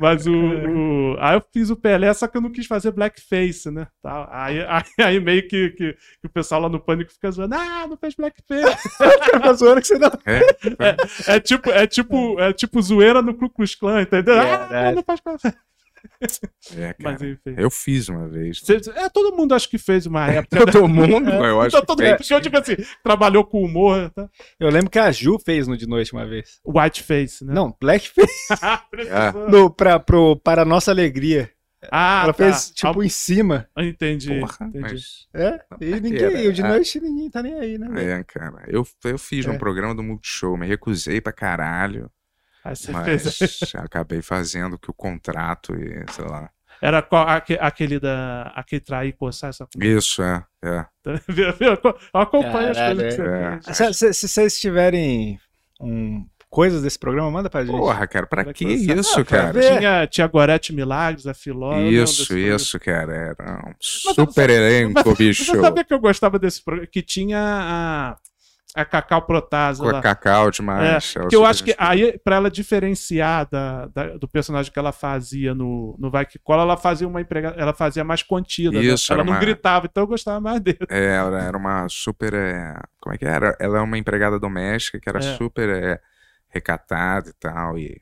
[SPEAKER 4] mas o, o- Aí eu fiz o Pelé, só que eu não quis fazer blackface, né? Tá, Aí, aí, aí meio que, que, que o pessoal lá no pânico fica zoando: ah, não fez blackface.
[SPEAKER 2] Tá zoando que você não.
[SPEAKER 4] É tipo, é tipo, é tipo zoeira no Ku Klux Klan, entendeu? Ah,
[SPEAKER 2] Verdade.
[SPEAKER 4] não faz blackface.
[SPEAKER 1] É, cara.
[SPEAKER 4] Mas enfim.
[SPEAKER 1] Eu fiz uma vez.
[SPEAKER 4] Cê- É, todo mundo acho que fez uma época.
[SPEAKER 1] Todo mundo, eu acho
[SPEAKER 4] Então, todo
[SPEAKER 1] que
[SPEAKER 4] mundo,
[SPEAKER 1] fez.
[SPEAKER 4] porque eu digo assim, trabalhou com humor, tá?
[SPEAKER 2] Eu lembro que a Ju fez no de noite uma vez.
[SPEAKER 4] whiteface, né?
[SPEAKER 2] Não, Blackface
[SPEAKER 1] Ah.
[SPEAKER 4] Precisou.
[SPEAKER 2] no, pra, pro, para a nossa alegria.
[SPEAKER 4] Ah,
[SPEAKER 2] Ela
[SPEAKER 4] tá.
[SPEAKER 2] fez tipo
[SPEAKER 4] Ah,
[SPEAKER 2] em cima.
[SPEAKER 4] Entendi.
[SPEAKER 1] Porra,
[SPEAKER 4] entendi.
[SPEAKER 1] mas...
[SPEAKER 2] É, e ninguém,
[SPEAKER 1] Era,
[SPEAKER 2] o de
[SPEAKER 1] é.
[SPEAKER 2] noite ninguém tá nem aí, né? velho?
[SPEAKER 1] É, cara. Eu, eu fiz
[SPEAKER 2] É.
[SPEAKER 1] num programa do Multishow, me recusei pra caralho,
[SPEAKER 4] Aí você fez-
[SPEAKER 1] mas acabei fazendo que o contrato e sei lá.
[SPEAKER 4] Era qual, aque- aquele da. Aquele trair e coçar essa coisa.
[SPEAKER 1] Isso, é. é.
[SPEAKER 4] Viu? Viu? Eu acompanho as
[SPEAKER 2] Caralho,
[SPEAKER 4] coisas que você
[SPEAKER 1] é.
[SPEAKER 4] fez.
[SPEAKER 2] Se, se- se vocês tiverem um, coisas desse programa, manda pra gente.
[SPEAKER 1] Porra, cara, pra
[SPEAKER 4] Pra
[SPEAKER 1] que
[SPEAKER 4] começar.
[SPEAKER 1] isso,
[SPEAKER 2] Ah, pra
[SPEAKER 1] cara?
[SPEAKER 2] ver. É.
[SPEAKER 4] Tinha, tinha Gorete Milagres, a Filó. eu lembro desse
[SPEAKER 1] Isso,
[SPEAKER 4] programa.
[SPEAKER 1] isso, cara. Era um
[SPEAKER 4] mas-
[SPEAKER 1] super
[SPEAKER 4] mas-
[SPEAKER 1] elenco, bicho.
[SPEAKER 4] Você sabia que eu gostava desse programa? Que tinha a, a Cacau Protasa
[SPEAKER 1] Com a
[SPEAKER 4] lá.
[SPEAKER 1] cacau demais.
[SPEAKER 4] É,
[SPEAKER 1] é
[SPEAKER 4] Porque eu acho que aí, pra ela diferenciar da, da- do personagem que ela fazia no, no Vai Que Cola, ela fazia uma empregada, ela fazia mais contida, né?
[SPEAKER 1] Isso,
[SPEAKER 4] ela
[SPEAKER 1] era
[SPEAKER 4] não
[SPEAKER 1] uma-
[SPEAKER 4] gritava, então eu gostava mais dele.
[SPEAKER 1] É, ela era uma super. é, Como é que era? Ela é uma empregada doméstica que era
[SPEAKER 4] É.
[SPEAKER 1] super é, recatada e tal, e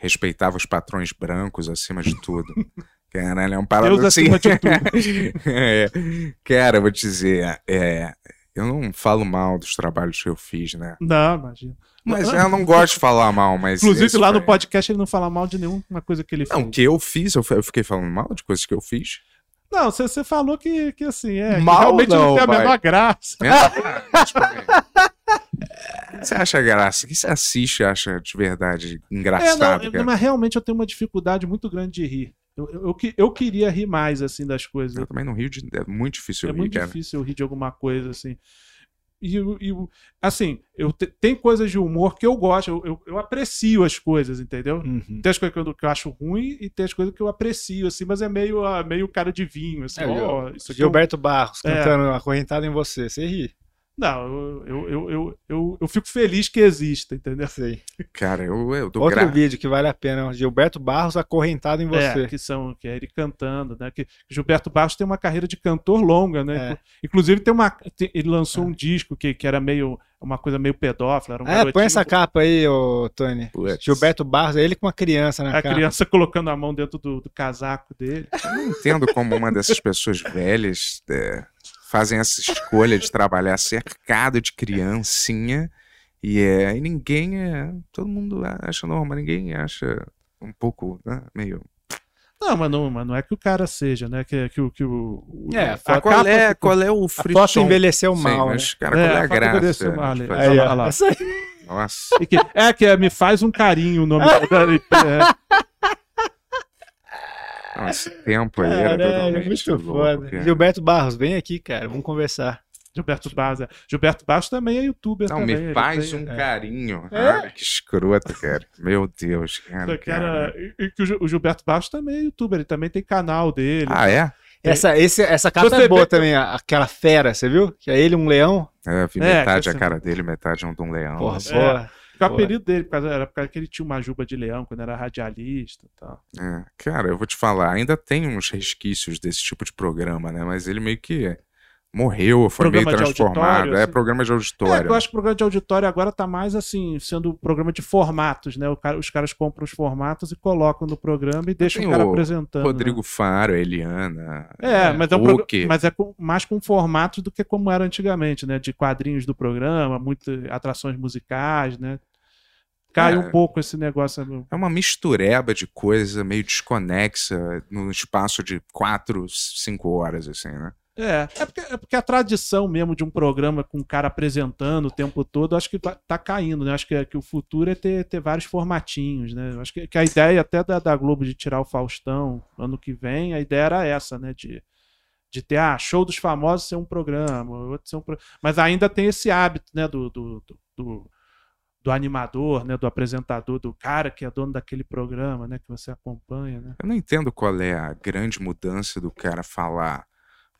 [SPEAKER 1] respeitava os patrões brancos acima de tudo. Caralho, é um parado
[SPEAKER 4] Deus
[SPEAKER 1] assim.
[SPEAKER 4] acima de
[SPEAKER 1] É. Cara, eu vou te dizer, é, eu não falo mal dos trabalhos que eu fiz, né?
[SPEAKER 4] Não, imagina.
[SPEAKER 1] Mas eu não gosto de falar mal, mas. esse
[SPEAKER 4] Inclusive, lá
[SPEAKER 1] foi-
[SPEAKER 4] no podcast ele não fala mal de nenhuma coisa que ele
[SPEAKER 1] Não, o
[SPEAKER 4] fez.
[SPEAKER 1] que eu fiz, eu f- eu fiquei falando mal de coisas que eu fiz.
[SPEAKER 4] Não, você você falou que, que assim, é. que
[SPEAKER 1] Mal
[SPEAKER 4] realmente
[SPEAKER 1] não,
[SPEAKER 4] tem a
[SPEAKER 1] vai.
[SPEAKER 4] menor graça.
[SPEAKER 1] Né? Ah, tipo, é. O que você acha graça? O que você assiste e acha de verdade
[SPEAKER 4] É, não,
[SPEAKER 1] engraçado,
[SPEAKER 4] eu-
[SPEAKER 1] Ah, cara?
[SPEAKER 4] mas realmente eu tenho uma dificuldade muito grande de rir. Eu, eu, eu que- eu queria rir mais, assim, das coisas.
[SPEAKER 1] Eu também no Rio de... é muito difícil
[SPEAKER 4] é
[SPEAKER 1] rir,
[SPEAKER 4] muito
[SPEAKER 1] cara.
[SPEAKER 4] difícil eu rir de alguma coisa, assim. E, o- e o- assim, eu te- tem coisas de humor que eu gosto, eu, eu, eu aprecio as coisas, entendeu?
[SPEAKER 2] Uhum.
[SPEAKER 4] Tem as coisas que eu, que eu acho ruim e tem as coisas que eu aprecio, assim, mas é meio, ah, meio cara de vinho, assim,
[SPEAKER 2] É,
[SPEAKER 4] ó, isso aqui é um-
[SPEAKER 2] Gilberto Barros
[SPEAKER 4] É.
[SPEAKER 2] cantando Acorrentado em Você. Você ri.
[SPEAKER 4] Não, eu, eu, eu, eu, eu, eu fico feliz que exista, entendeu?
[SPEAKER 2] Sei.
[SPEAKER 1] Cara, eu, eu dou
[SPEAKER 2] Outro
[SPEAKER 1] graça.
[SPEAKER 2] vídeo que vale a pena, ó, Gilberto Barros acorrentado em você.
[SPEAKER 4] É, que são que é ele cantando, né? Que Gilberto Barros tem uma carreira de cantor longa, né?
[SPEAKER 2] É.
[SPEAKER 4] Inclu- Inclusive tem uma tem- ele lançou um disco que, que era meio uma coisa meio pedófila, era um
[SPEAKER 2] Ah, põe essa capa aí, ô Tony.
[SPEAKER 1] Putz.
[SPEAKER 2] Gilberto Barros, é ele com uma criança na
[SPEAKER 4] a
[SPEAKER 2] capa.
[SPEAKER 4] criança colocando a mão dentro do, do casaco dele.
[SPEAKER 1] Não entendo como uma dessas pessoas velhas é, fazem essa escolha de trabalhar cercado de criancinha e, é, e ninguém é. Todo mundo acha normal, ninguém acha um pouco né, meio.
[SPEAKER 4] Não, mas não, mas não é que o cara seja, né? Que, que, o- que o. o-
[SPEAKER 2] É, a
[SPEAKER 1] Ah,
[SPEAKER 4] capa
[SPEAKER 1] qual, é,
[SPEAKER 4] ficou-
[SPEAKER 1] qual é o
[SPEAKER 2] A foto
[SPEAKER 1] frisson?
[SPEAKER 2] envelheceu mal, né?
[SPEAKER 1] mas, cara, qual é, a
[SPEAKER 4] a foto
[SPEAKER 1] graça?
[SPEAKER 4] envelheceu mal,
[SPEAKER 1] Tipo,
[SPEAKER 4] é.
[SPEAKER 2] Aí,
[SPEAKER 4] Olha
[SPEAKER 2] ó,
[SPEAKER 4] lá.
[SPEAKER 2] essa aí.
[SPEAKER 1] Nossa,
[SPEAKER 4] E que- é que é, me faz um carinho o nome dele. É,
[SPEAKER 1] não, Ah, esse tempo aí era
[SPEAKER 4] é
[SPEAKER 2] Caralho,
[SPEAKER 1] totalmente
[SPEAKER 2] é muito
[SPEAKER 1] louco,
[SPEAKER 2] foda.
[SPEAKER 1] cara.
[SPEAKER 2] Gilberto Barros, vem aqui, cara, vamos conversar.
[SPEAKER 4] Gilberto Barros. é. Gilberto Barros também é youtuber
[SPEAKER 1] Não,
[SPEAKER 4] também.
[SPEAKER 1] me
[SPEAKER 4] ele
[SPEAKER 1] faz
[SPEAKER 4] tem- é.
[SPEAKER 1] um carinho. Ai, que escroto, cara. Meu Deus, cara.
[SPEAKER 4] Que era- e- e que o Gil- o Gilberto Barros também é youtuber, ele também tem canal dele.
[SPEAKER 1] Ah, é?
[SPEAKER 2] Essa, esse, essa capa
[SPEAKER 4] Você
[SPEAKER 2] é boa
[SPEAKER 4] vê-
[SPEAKER 2] também, a- aquela fera, você viu? Que é ele um leão.
[SPEAKER 1] É, vi
[SPEAKER 4] É,
[SPEAKER 1] metade
[SPEAKER 4] que
[SPEAKER 1] a
[SPEAKER 4] assim-
[SPEAKER 1] cara dele, metade um de um leão.
[SPEAKER 2] Porra,
[SPEAKER 1] assim.
[SPEAKER 2] boa.
[SPEAKER 4] Que o
[SPEAKER 2] Pô.
[SPEAKER 4] apelido dele por causa- era por causa que ele tinha uma juba de leão quando era radialista e tal.
[SPEAKER 1] É, cara, eu vou te falar, ainda tem uns resquícios desse tipo de programa, né? Mas ele meio que morreu, foi
[SPEAKER 4] Programa
[SPEAKER 1] meio
[SPEAKER 4] de
[SPEAKER 1] transformado.
[SPEAKER 4] auditório,
[SPEAKER 1] É
[SPEAKER 4] assim.
[SPEAKER 1] programa de
[SPEAKER 4] É,
[SPEAKER 1] auditório.
[SPEAKER 4] eu acho que o programa de auditório agora tá mais assim, sendo um programa de formatos, né? O cara- os caras compram os formatos e colocam no programa e deixam
[SPEAKER 1] Tem
[SPEAKER 4] o cara
[SPEAKER 1] o
[SPEAKER 4] apresentando.
[SPEAKER 1] Rodrigo Faro, Eliana.
[SPEAKER 4] né? É, mas é, um
[SPEAKER 1] o
[SPEAKER 4] programa-
[SPEAKER 1] quê?
[SPEAKER 4] mas é com- mais com formatos do que como era antigamente, né? De quadrinhos do programa, muito atrações musicais, né? Cai
[SPEAKER 1] É.
[SPEAKER 4] um pouco esse negócio.
[SPEAKER 1] É uma mistureba de coisa meio desconexa num espaço de quatro, cinco horas, assim, né?
[SPEAKER 4] É, é porque, é porque a tradição mesmo de um programa com o cara apresentando o tempo todo, acho que tá, tá caindo, né? Acho que, que o futuro é ter, ter vários formatinhos, né? Eu Acho que, que a ideia até da, da Globo de tirar o Faustão ano que vem, a ideia era essa, né? De, de ter, ah, show dos famosos ser um programa, outro ser um pro... Mas ainda tem esse hábito, né? Do, do, do, do- do animador, né? Do apresentador, do cara que é dono daquele programa, né? Que você acompanha, né?
[SPEAKER 1] Eu não entendo qual é a grande mudança do cara falar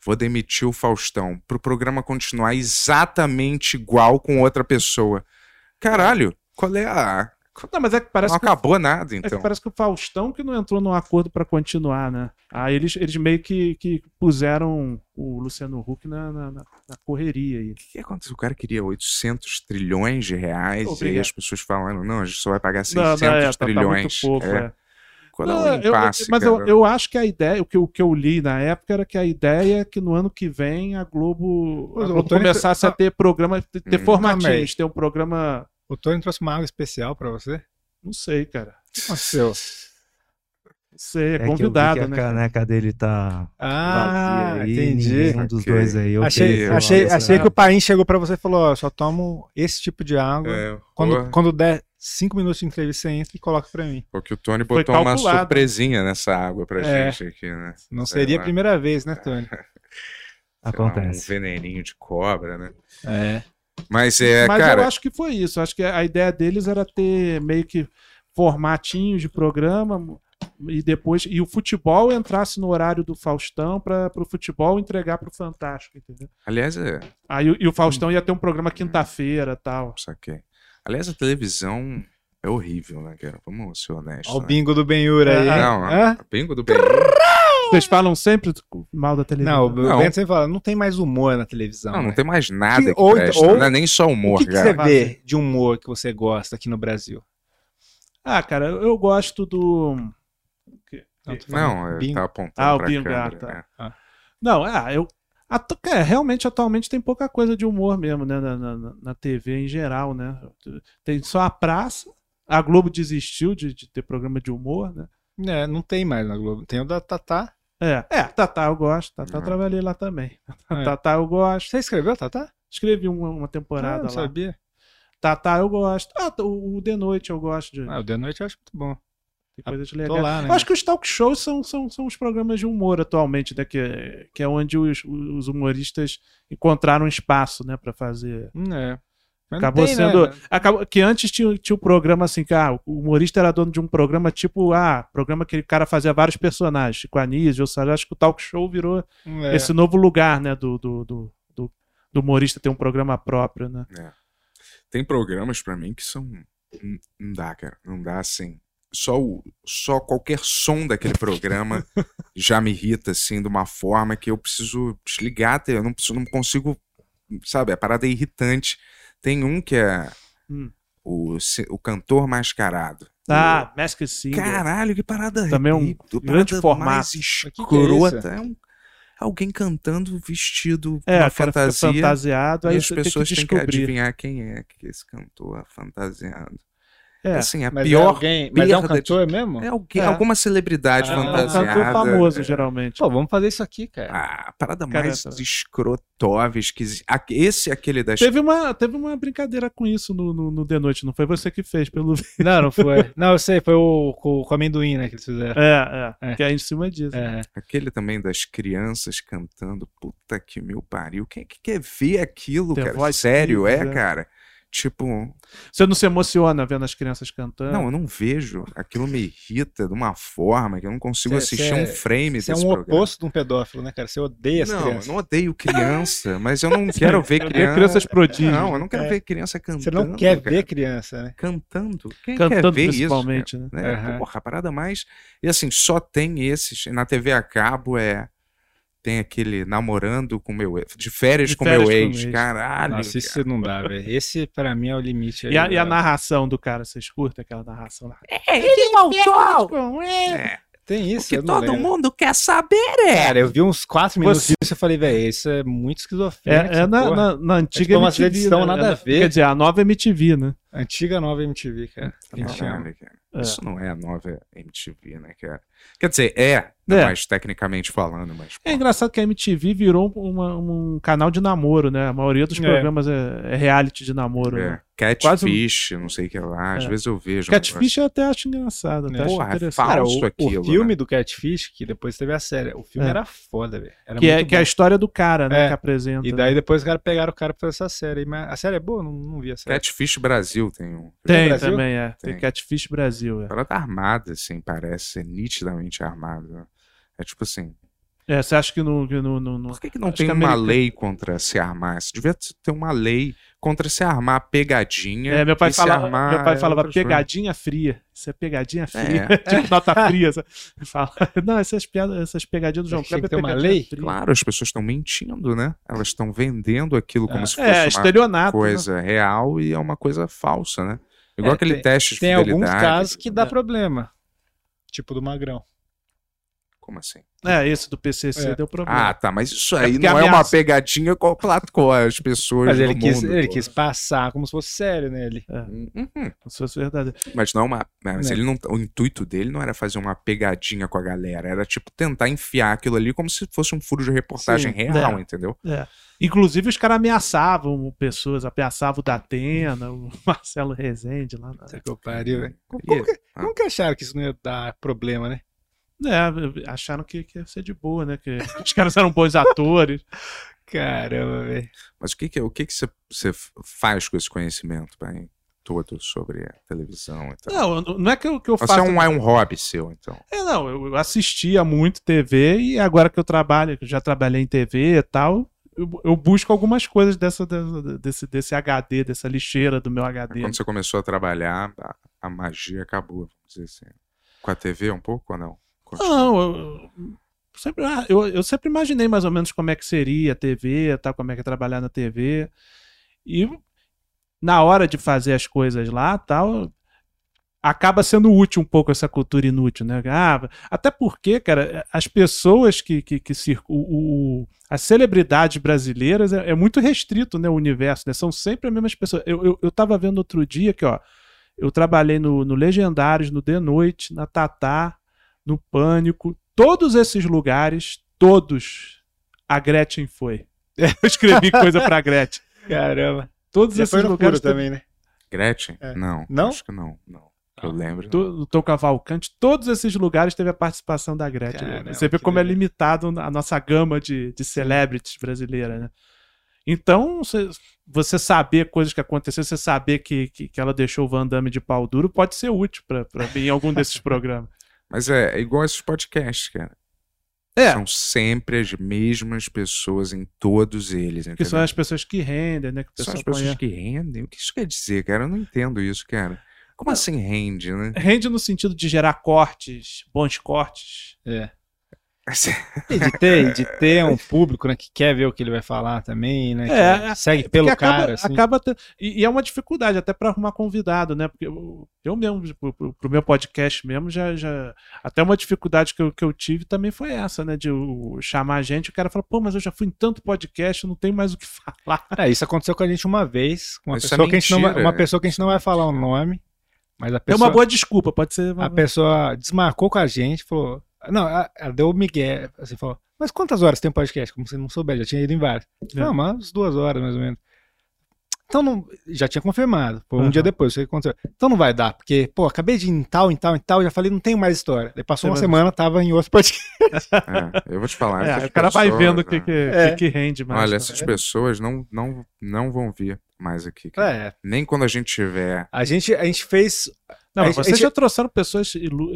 [SPEAKER 1] vou demitir o Faustão pro programa continuar exatamente igual com outra pessoa. Caralho, qual é a...
[SPEAKER 4] Não, mas é que parece
[SPEAKER 1] não
[SPEAKER 4] que o
[SPEAKER 1] acabou nada,
[SPEAKER 4] É que
[SPEAKER 1] então.
[SPEAKER 4] parece que o Faustão que não entrou num acordo pra continuar, né? Aí eles, eles meio que, que puseram o Luciano Huck na, na, na- na correria aí.
[SPEAKER 1] O que aconteceu? O cara queria 800 trilhões de reais e aí
[SPEAKER 4] Obrigado.
[SPEAKER 1] as pessoas falando, não, a gente só vai pagar
[SPEAKER 4] Não,
[SPEAKER 1] 600
[SPEAKER 4] não, é, tá- tá
[SPEAKER 1] trilhões.
[SPEAKER 4] muito pouco,
[SPEAKER 1] É,
[SPEAKER 4] é.
[SPEAKER 1] Qual
[SPEAKER 4] Não,
[SPEAKER 1] é o
[SPEAKER 4] eu- eu-
[SPEAKER 1] impasse,
[SPEAKER 4] mas eu,
[SPEAKER 1] cara?
[SPEAKER 4] eu acho que a ideia, o que, o que eu li na época era que a ideia é que no ano que vem a Globo, a
[SPEAKER 2] Mas o
[SPEAKER 4] Globo
[SPEAKER 2] Tony-
[SPEAKER 3] ah,
[SPEAKER 4] começasse a ter programa, ter, ter
[SPEAKER 1] Hum.
[SPEAKER 2] Calma aí.
[SPEAKER 4] formatinhos, ter um programa.
[SPEAKER 2] O Tony trouxe uma água especial pra você.
[SPEAKER 4] Não sei, cara.
[SPEAKER 2] O que aconteceu?
[SPEAKER 4] Não sei, é,
[SPEAKER 3] que eu vi
[SPEAKER 4] convidado,
[SPEAKER 3] que a
[SPEAKER 4] né? cara?
[SPEAKER 3] caneca dele tá
[SPEAKER 2] Ah,
[SPEAKER 3] vazia aí,
[SPEAKER 2] entendi.
[SPEAKER 3] Nenhum dos
[SPEAKER 1] Ok.
[SPEAKER 3] dois aí. eu é,
[SPEAKER 2] Achei,
[SPEAKER 3] queria falar
[SPEAKER 2] achei,
[SPEAKER 3] dessa-
[SPEAKER 2] achei que o Paim chegou pra você e falou: ó, eu só tomo esse tipo de água.
[SPEAKER 1] É,
[SPEAKER 2] Quando,
[SPEAKER 1] porra.
[SPEAKER 2] quando der cinco minutos de entrevista, você entra e coloca pra mim.
[SPEAKER 1] Porque o Tony
[SPEAKER 4] Foi
[SPEAKER 1] botou uma
[SPEAKER 4] calculado.
[SPEAKER 1] surpresinha nessa água pra
[SPEAKER 2] É.
[SPEAKER 1] gente aqui, né?
[SPEAKER 2] Não
[SPEAKER 1] Sei
[SPEAKER 2] seria
[SPEAKER 1] lá.
[SPEAKER 2] a primeira vez, né, Tony?
[SPEAKER 1] Sei lá,
[SPEAKER 3] Acontece.
[SPEAKER 1] Um veneninho de cobra, né?
[SPEAKER 2] É.
[SPEAKER 1] Mas é,
[SPEAKER 4] Mas
[SPEAKER 1] cara.
[SPEAKER 4] eu acho que foi isso. Acho que a ideia deles era ter meio que formatinhos de programa e depois e o futebol entrasse no horário do Faustão para o futebol entregar para o Fantástico, entendeu?
[SPEAKER 1] Aliás, é.
[SPEAKER 4] Aí o- e o Faustão ia ter um programa quinta-feira, tal.
[SPEAKER 1] Saquei. Aliás, a televisão é horrível, né, cara? Vamos ser honestos.
[SPEAKER 2] Olha o
[SPEAKER 1] né?
[SPEAKER 2] bingo do Benhur aí.
[SPEAKER 4] É,
[SPEAKER 2] hein?
[SPEAKER 1] Não,
[SPEAKER 2] Hã?
[SPEAKER 1] a bingo do bem.
[SPEAKER 4] Vocês falam sempre mal da
[SPEAKER 2] Não,
[SPEAKER 4] televisão.
[SPEAKER 2] o
[SPEAKER 1] Não.
[SPEAKER 2] Bento sempre fala: não tem mais humor na televisão.
[SPEAKER 1] Não, não
[SPEAKER 2] né?
[SPEAKER 1] tem mais nada que,
[SPEAKER 2] Que- ou-
[SPEAKER 1] presta.
[SPEAKER 4] então,
[SPEAKER 2] ou-
[SPEAKER 1] não é nem só
[SPEAKER 2] O
[SPEAKER 1] humor,
[SPEAKER 2] que, que você
[SPEAKER 1] cara.
[SPEAKER 2] vê de humor que você gosta aqui no Brasil?
[SPEAKER 4] Ah, cara, eu eu gosto do
[SPEAKER 2] Não, tô falando
[SPEAKER 1] Não,
[SPEAKER 2] bingo.
[SPEAKER 1] tá apontando
[SPEAKER 4] Ah, o
[SPEAKER 1] pra
[SPEAKER 4] bingo,
[SPEAKER 1] câmera,
[SPEAKER 4] ah, tá.
[SPEAKER 1] né?
[SPEAKER 4] Não, ah, eu. atu- é, realmente, atualmente tem pouca coisa de humor mesmo, né? Na, na- na- na TV em geral, né? Tem só a praça. A Globo desistiu de, de ter programa de humor, né?
[SPEAKER 2] É, não tem mais na Globo. Tem o da Tatá.
[SPEAKER 4] É, é, Tatá eu gosto. Tatá eu
[SPEAKER 1] Hum.
[SPEAKER 4] trabalhei lá também.
[SPEAKER 2] Uhum. É.
[SPEAKER 4] Tatá eu gosto.
[SPEAKER 2] Você escreveu, Tatá?
[SPEAKER 4] Escrevi uma, uma
[SPEAKER 2] Ah,
[SPEAKER 4] temporada
[SPEAKER 2] não
[SPEAKER 4] lá.
[SPEAKER 2] sabia.
[SPEAKER 4] Tatá eu gosto. Ah, o, o De Noite eu gosto de,
[SPEAKER 2] Ah, o de noite eu acho muito bom.
[SPEAKER 4] de coisas
[SPEAKER 2] Tô
[SPEAKER 4] legais.
[SPEAKER 2] lá, né?
[SPEAKER 4] Eu acho que os talk shows são, são, são os programas de humor atualmente, né? Que, é- que é onde os, os humoristas encontraram espaço, né? Pra fazer
[SPEAKER 2] Hum, É. Mas não
[SPEAKER 4] Acabou
[SPEAKER 2] tem, né,
[SPEAKER 4] sendo.
[SPEAKER 2] mano?
[SPEAKER 4] acabou- que antes tinha, tinha o programa assim, que ah, o humorista era dono de um programa tipo, ah, programa que o cara fazia vários personagens, tipo Chico Anísio, ou seja, acho que o talk show virou
[SPEAKER 2] Hum, é.
[SPEAKER 4] esse novo lugar, né, do, do, do, do, do humorista ter um programa próprio, né?
[SPEAKER 1] Tem programas pra mim que são. N- Não dá, cara. Não dá assim. Só, o, só qualquer som daquele programa já me irrita, assim, de uma forma que eu preciso desligar. até Eu não, preciso, não consigo. Sabe, a parada é irritante. Tem um que é
[SPEAKER 4] Hum.
[SPEAKER 1] o, ci- o cantor mascarado.
[SPEAKER 4] Ah, Masked Singer.
[SPEAKER 1] Caralho, que parada
[SPEAKER 4] Também é um
[SPEAKER 1] horrível,
[SPEAKER 4] grande
[SPEAKER 1] parada
[SPEAKER 4] formato.
[SPEAKER 1] mais
[SPEAKER 2] que que é
[SPEAKER 1] escrota. é um- alguém cantando vestido com uma
[SPEAKER 4] é, o cara fica
[SPEAKER 1] fantasia.
[SPEAKER 4] fantasiado, aí
[SPEAKER 1] e as
[SPEAKER 4] você
[SPEAKER 1] pessoas
[SPEAKER 4] tem Então é
[SPEAKER 1] têm que
[SPEAKER 4] que descobrir.
[SPEAKER 1] adivinhar quem é que esse cantor fantasiado.
[SPEAKER 4] é.
[SPEAKER 1] Assim, a
[SPEAKER 2] Mas é
[SPEAKER 1] pior
[SPEAKER 2] alguém, mas é um
[SPEAKER 1] perda de-
[SPEAKER 2] cantor mesmo?
[SPEAKER 1] é alguém,
[SPEAKER 4] É.
[SPEAKER 1] alguma celebridade
[SPEAKER 2] Ah,
[SPEAKER 4] É um
[SPEAKER 1] fantasiada.
[SPEAKER 4] cantor famoso,
[SPEAKER 1] É.
[SPEAKER 4] geralmente.
[SPEAKER 2] Pô, vamos fazer isso aqui, cara.
[SPEAKER 1] Ah, a parada
[SPEAKER 4] Cara,
[SPEAKER 1] mais
[SPEAKER 4] tá.
[SPEAKER 1] escrotóveis que exi- a- esse é aquele das
[SPEAKER 4] Teve uma, teve uma brincadeira com isso no, no, no The Noite, não foi você que fez, pelo
[SPEAKER 2] Não, não foi. Não, eu sei, foi o com, com amendoim, né, que eles fizeram.
[SPEAKER 4] É, é,
[SPEAKER 2] É.
[SPEAKER 4] Que é em cima disso.
[SPEAKER 2] É.
[SPEAKER 1] aquele também das crianças cantando. Puta que meu pariu. Quem é que quer ver aquilo,
[SPEAKER 4] The
[SPEAKER 1] cara?
[SPEAKER 4] Voice
[SPEAKER 1] Sério,
[SPEAKER 4] Kids,
[SPEAKER 1] é,
[SPEAKER 4] é.
[SPEAKER 1] cara? Tipo,
[SPEAKER 4] Você não se emociona vendo as crianças cantando?
[SPEAKER 1] não, eu não vejo. Aquilo me irrita de uma forma que eu não consigo
[SPEAKER 2] Cê-
[SPEAKER 1] assistir
[SPEAKER 2] cê é-
[SPEAKER 1] um frame
[SPEAKER 2] Você é
[SPEAKER 1] desse
[SPEAKER 2] um
[SPEAKER 1] programa.
[SPEAKER 2] oposto de um pedófilo, né, cara? Você odeia as
[SPEAKER 1] não,
[SPEAKER 2] crianças.
[SPEAKER 1] eu não odeio criança, mas eu não quero ver
[SPEAKER 4] Quero ver
[SPEAKER 1] criança.
[SPEAKER 4] é crianças prodígio.
[SPEAKER 1] Não, eu não quero
[SPEAKER 2] É.
[SPEAKER 1] ver criança cantando.
[SPEAKER 2] Você não quer
[SPEAKER 1] um cara.
[SPEAKER 2] ver criança, né?
[SPEAKER 1] Cantando? Quem
[SPEAKER 4] Cantando
[SPEAKER 1] quer ver
[SPEAKER 4] principalmente,
[SPEAKER 1] isso?
[SPEAKER 2] né?
[SPEAKER 1] cara?
[SPEAKER 2] Aham.
[SPEAKER 1] Porra, a parada mais. E assim, só tem esses. Na TV a cabo é. Tem aquele namorando com meu ex. De férias,
[SPEAKER 4] De
[SPEAKER 1] com,
[SPEAKER 4] férias
[SPEAKER 1] meu
[SPEAKER 4] com
[SPEAKER 1] ex.
[SPEAKER 4] meu ex.
[SPEAKER 1] Caralho.
[SPEAKER 2] Nossa, isso
[SPEAKER 1] cara.
[SPEAKER 2] não dá, velho. Esse, pra mim, é o limite.
[SPEAKER 4] E a,
[SPEAKER 2] aí,
[SPEAKER 4] e a
[SPEAKER 2] velho.
[SPEAKER 4] narração do cara, vocês curtem aquela narração? lá?
[SPEAKER 2] Tem
[SPEAKER 1] O
[SPEAKER 2] isso,
[SPEAKER 1] é um que
[SPEAKER 2] eu não
[SPEAKER 1] todo
[SPEAKER 2] lembro.
[SPEAKER 1] mundo quer saber é.
[SPEAKER 2] Cara, eu vi uns 4 minutos
[SPEAKER 4] Você-
[SPEAKER 2] disso e falei, velho, isso é muito
[SPEAKER 4] É,
[SPEAKER 2] esquizofrênico.
[SPEAKER 4] é
[SPEAKER 2] essa
[SPEAKER 4] na,
[SPEAKER 2] porra.
[SPEAKER 4] na, na antiga
[SPEAKER 2] tipo uma
[SPEAKER 4] MTV.
[SPEAKER 2] edição,
[SPEAKER 4] né?
[SPEAKER 2] nada a ver.
[SPEAKER 4] Quer dizer, a nova MTV, né?
[SPEAKER 2] Antiga nova MTV, cara. Quem
[SPEAKER 1] Caralho,
[SPEAKER 2] chama?
[SPEAKER 1] cara.
[SPEAKER 4] É.
[SPEAKER 1] Isso não é a nova MTV, né, cara? Quer dizer, é, né,
[SPEAKER 4] É.
[SPEAKER 1] mas tecnicamente falando, mas.
[SPEAKER 4] É engraçado que a MTV virou uma- um canal de namoro, né? A maioria dos
[SPEAKER 2] É.
[SPEAKER 4] programas é, é reality de namoro.
[SPEAKER 1] É,
[SPEAKER 4] né?
[SPEAKER 1] Catfish, não sei o que lá. Às
[SPEAKER 4] É.
[SPEAKER 1] vezes eu vejo. um negócio-
[SPEAKER 4] Catfish eu até acho engraçado, até
[SPEAKER 2] É.
[SPEAKER 4] acho
[SPEAKER 1] Porra, é
[SPEAKER 4] interessante.
[SPEAKER 2] Cara,
[SPEAKER 1] falso
[SPEAKER 2] o,
[SPEAKER 1] aquilo,
[SPEAKER 2] o filme
[SPEAKER 1] né?
[SPEAKER 2] do Catfish, que depois teve a série, o filme
[SPEAKER 4] É.
[SPEAKER 2] era foda, velho. Era
[SPEAKER 4] que, é,
[SPEAKER 2] muito
[SPEAKER 4] que é a
[SPEAKER 2] bom.
[SPEAKER 4] história do cara, né?
[SPEAKER 2] É.
[SPEAKER 4] Que apresenta.
[SPEAKER 2] E daí depois os caras pegaram o cara pra fazer essa série. aí, Mas a série é boa? Não, não vi a série.
[SPEAKER 1] Catfish Brasil tem um.
[SPEAKER 4] Tem
[SPEAKER 2] Brasil?
[SPEAKER 4] também, é. Tem
[SPEAKER 1] Tem.
[SPEAKER 4] Catfish Brasil, é.
[SPEAKER 1] Ela tá armada, assim, parece. É nitidamente armada. É tipo assim.
[SPEAKER 4] É, você acha que no. Que no, no- no-
[SPEAKER 1] Por que, que não
[SPEAKER 4] Acho
[SPEAKER 1] tem
[SPEAKER 4] que
[SPEAKER 1] uma
[SPEAKER 4] americano-
[SPEAKER 1] lei contra se armar? Se devia ter uma lei contra se armar pegadinha.
[SPEAKER 4] É, meu pai,
[SPEAKER 1] e se
[SPEAKER 4] fala,
[SPEAKER 1] armar,
[SPEAKER 4] meu pai
[SPEAKER 1] é,
[SPEAKER 4] falava
[SPEAKER 1] outras coisas.
[SPEAKER 4] pegadinha fria. Isso é pegadinha fria.
[SPEAKER 1] É,
[SPEAKER 4] Tipo nota fria. sabe? Fala, não, essas, piadas, essas pegadinhas do João
[SPEAKER 2] Tinha
[SPEAKER 4] Kleber
[SPEAKER 2] que
[SPEAKER 4] é
[SPEAKER 2] ter uma
[SPEAKER 4] pegadinha
[SPEAKER 2] lei?
[SPEAKER 4] fria.
[SPEAKER 1] claro, as pessoas estão mentindo, né? Elas estão vendendo aquilo como
[SPEAKER 2] Ah.
[SPEAKER 1] se fosse
[SPEAKER 4] É,
[SPEAKER 1] uma
[SPEAKER 4] estelionato. né?
[SPEAKER 1] coisa real e é uma coisa falsa, né? Igual
[SPEAKER 2] É,
[SPEAKER 1] aquele
[SPEAKER 2] tem-
[SPEAKER 1] teste de
[SPEAKER 2] Tem alguns
[SPEAKER 1] fidelidade.
[SPEAKER 2] casos que dá
[SPEAKER 4] É.
[SPEAKER 2] problema. Tipo do Magrão.
[SPEAKER 1] Como assim?
[SPEAKER 4] É, esse do PCC
[SPEAKER 2] É.
[SPEAKER 4] deu problema.
[SPEAKER 1] Ah, tá, mas isso aí
[SPEAKER 4] porque
[SPEAKER 1] não é uma
[SPEAKER 4] ameaça.
[SPEAKER 1] pegadinha com, com as pessoas
[SPEAKER 2] Mas ele,
[SPEAKER 1] do
[SPEAKER 2] quis,
[SPEAKER 1] mundo.
[SPEAKER 2] ele
[SPEAKER 1] pô.
[SPEAKER 2] quis passar como se fosse sério, né? Ele.
[SPEAKER 1] Uhum.
[SPEAKER 4] Se fosse verdadeiro.
[SPEAKER 1] Mas não é uma. Mas
[SPEAKER 2] Né.
[SPEAKER 1] ele não, o intuito dele não era fazer uma pegadinha com a galera, era tipo tentar enfiar aquilo ali como se fosse um furo de reportagem
[SPEAKER 2] Sim,
[SPEAKER 1] real,
[SPEAKER 4] é.
[SPEAKER 1] entendeu?
[SPEAKER 4] Inclusive, os caras ameaçavam pessoas, ameaçavam o Datena, o Marcelo Rezende lá. na-
[SPEAKER 2] Puta que eu pariu, velho. Como,
[SPEAKER 1] E-
[SPEAKER 2] que, como que acharam que isso não ia dar problema, né?
[SPEAKER 4] É, acharam que, que ia ser de boa, né? Que os caras eram bons atores.
[SPEAKER 2] Caramba, velho.
[SPEAKER 1] Mas o que que o que que você você faz com esse conhecimento pai, todo sobre a televisão e tal?
[SPEAKER 4] Não, eu- não é que eu, que eu
[SPEAKER 1] Tá. Você
[SPEAKER 4] faço.
[SPEAKER 1] é um, é um hobby seu, então.
[SPEAKER 4] É, não, eu eu assistia muito TV e agora que eu trabalho, que eu já trabalhei em TV e tal, eu, eu busco algumas coisas dessa, dessa- desse, desse HD, dessa lixeira do meu HD.
[SPEAKER 1] Quando você começou a trabalhar, a, a magia acabou, vamos dizer assim. Com a TV um pouco ou não? Continua.
[SPEAKER 4] Não, eu, eu sempre, ah, eu, eu sempre imaginei mais ou menos como é que seria a TV, tá, como é que é trabalhar na TV. E na hora de fazer as coisas lá, tal, acaba sendo útil um pouco essa cultura inútil, né? Ah, até porque, cara, as pessoas que, que, que circu- o, o- as celebridades brasileiras é, é muito restrito, né? O universo, né? São sempre as mesmas pessoas. Eu, eu, eu tava vendo outro dia que, ó, eu trabalhei no, no Legendários, no De Noite, na Tatá, no Pânico, todos esses lugares, todos, a Gretchen foi. Eu escrevi coisa pra Gretchen.
[SPEAKER 2] Caramba.
[SPEAKER 4] Todos
[SPEAKER 2] Você
[SPEAKER 4] esses
[SPEAKER 2] foi no
[SPEAKER 4] lugares
[SPEAKER 2] Curo
[SPEAKER 4] também.
[SPEAKER 2] também, né?
[SPEAKER 1] Gretchen?
[SPEAKER 2] É.
[SPEAKER 1] Não.
[SPEAKER 2] Não?
[SPEAKER 1] Acho que não. Não. Que eu lembro.
[SPEAKER 4] do, do Tom Cavalcante, todos esses lugares teve a participação da Gretchen.
[SPEAKER 2] Caramba,
[SPEAKER 4] Você vê
[SPEAKER 2] que
[SPEAKER 4] como é
[SPEAKER 2] doideira.
[SPEAKER 4] limitado a nossa gama de, de celebrities brasileira, né? Então, você- você saber coisas que aconteceram, você saber que, que, que ela deixou o Van Damme de pau duro, pode ser útil pra, pra, em algum desses programas.
[SPEAKER 1] Mas é, é igual esses podcasts, cara.
[SPEAKER 4] É.
[SPEAKER 1] São sempre as mesmas pessoas em todos eles,
[SPEAKER 4] Que
[SPEAKER 1] entendeu?
[SPEAKER 4] são as pessoas que rendem, né? Que o
[SPEAKER 1] É São
[SPEAKER 4] pessoal
[SPEAKER 1] as pessoas
[SPEAKER 4] conhece.
[SPEAKER 1] que rendem. O que isso quer dizer, cara? Eu não entendo isso, cara. Como assim rende, né?
[SPEAKER 4] Rende no sentido de gerar cortes, bons cortes.
[SPEAKER 2] É.
[SPEAKER 1] é.
[SPEAKER 2] E de ter, de ter um público né, que quer ver o que ele vai falar também, né? que
[SPEAKER 4] É, é,
[SPEAKER 2] segue pelo
[SPEAKER 4] Porque acaba,
[SPEAKER 2] cara, assim.
[SPEAKER 4] acaba te- e, e é uma dificuldade até para arrumar convidado, né? Porque eu, eu mesmo, pro, pro- pro meu podcast mesmo, já, já. Até uma dificuldade que eu, que eu tive também foi essa, né? De eu chamar a gente, o cara fala, pô, mas eu já fui em tanto podcast, não tem mais o que falar.
[SPEAKER 2] Cara, É, isso aconteceu com a gente uma vez, com uma,
[SPEAKER 1] Isso é
[SPEAKER 2] pessoa, que a gente não, vai-
[SPEAKER 1] mentira.
[SPEAKER 2] uma pessoa que a gente não vai falar o nome, mas a
[SPEAKER 4] É
[SPEAKER 2] pessoa,
[SPEAKER 4] uma boa desculpa, pode ser. uma-
[SPEAKER 2] a pessoa desmarcou com a gente, falou. Não, ela ela deu o Miguel, assim, falou, mas quantas horas tem podcast? Como se não souber, já tinha ido em vários.
[SPEAKER 4] É.
[SPEAKER 2] Não, mas duas horas, mais ou menos. Então não. Já tinha confirmado. Foi um
[SPEAKER 4] Aham.
[SPEAKER 2] dia depois, isso que aconteceu. Então não vai dar, porque, pô, acabei de ir em tal, em tal, em tal, já falei, não tenho mais história. Daí passou
[SPEAKER 4] Tem
[SPEAKER 2] uma
[SPEAKER 4] mais-
[SPEAKER 2] semana, tava em outro podcast.
[SPEAKER 1] É, eu vou te falar.
[SPEAKER 4] É,
[SPEAKER 1] essas
[SPEAKER 4] o cara vai
[SPEAKER 1] pessoas,
[SPEAKER 4] vendo o que,
[SPEAKER 1] né?
[SPEAKER 4] que,
[SPEAKER 2] É.
[SPEAKER 4] que que rende mais.
[SPEAKER 1] Olha,
[SPEAKER 4] né?
[SPEAKER 1] essas pessoas não, não, não vão vir mais aqui. cara.
[SPEAKER 2] É,
[SPEAKER 1] Nem quando a gente tiver.
[SPEAKER 2] a gente, a gente fez.
[SPEAKER 4] Não,
[SPEAKER 2] a
[SPEAKER 4] mas
[SPEAKER 2] gente-
[SPEAKER 4] vocês
[SPEAKER 2] a gente-
[SPEAKER 4] já trouxeram pessoas. ilu-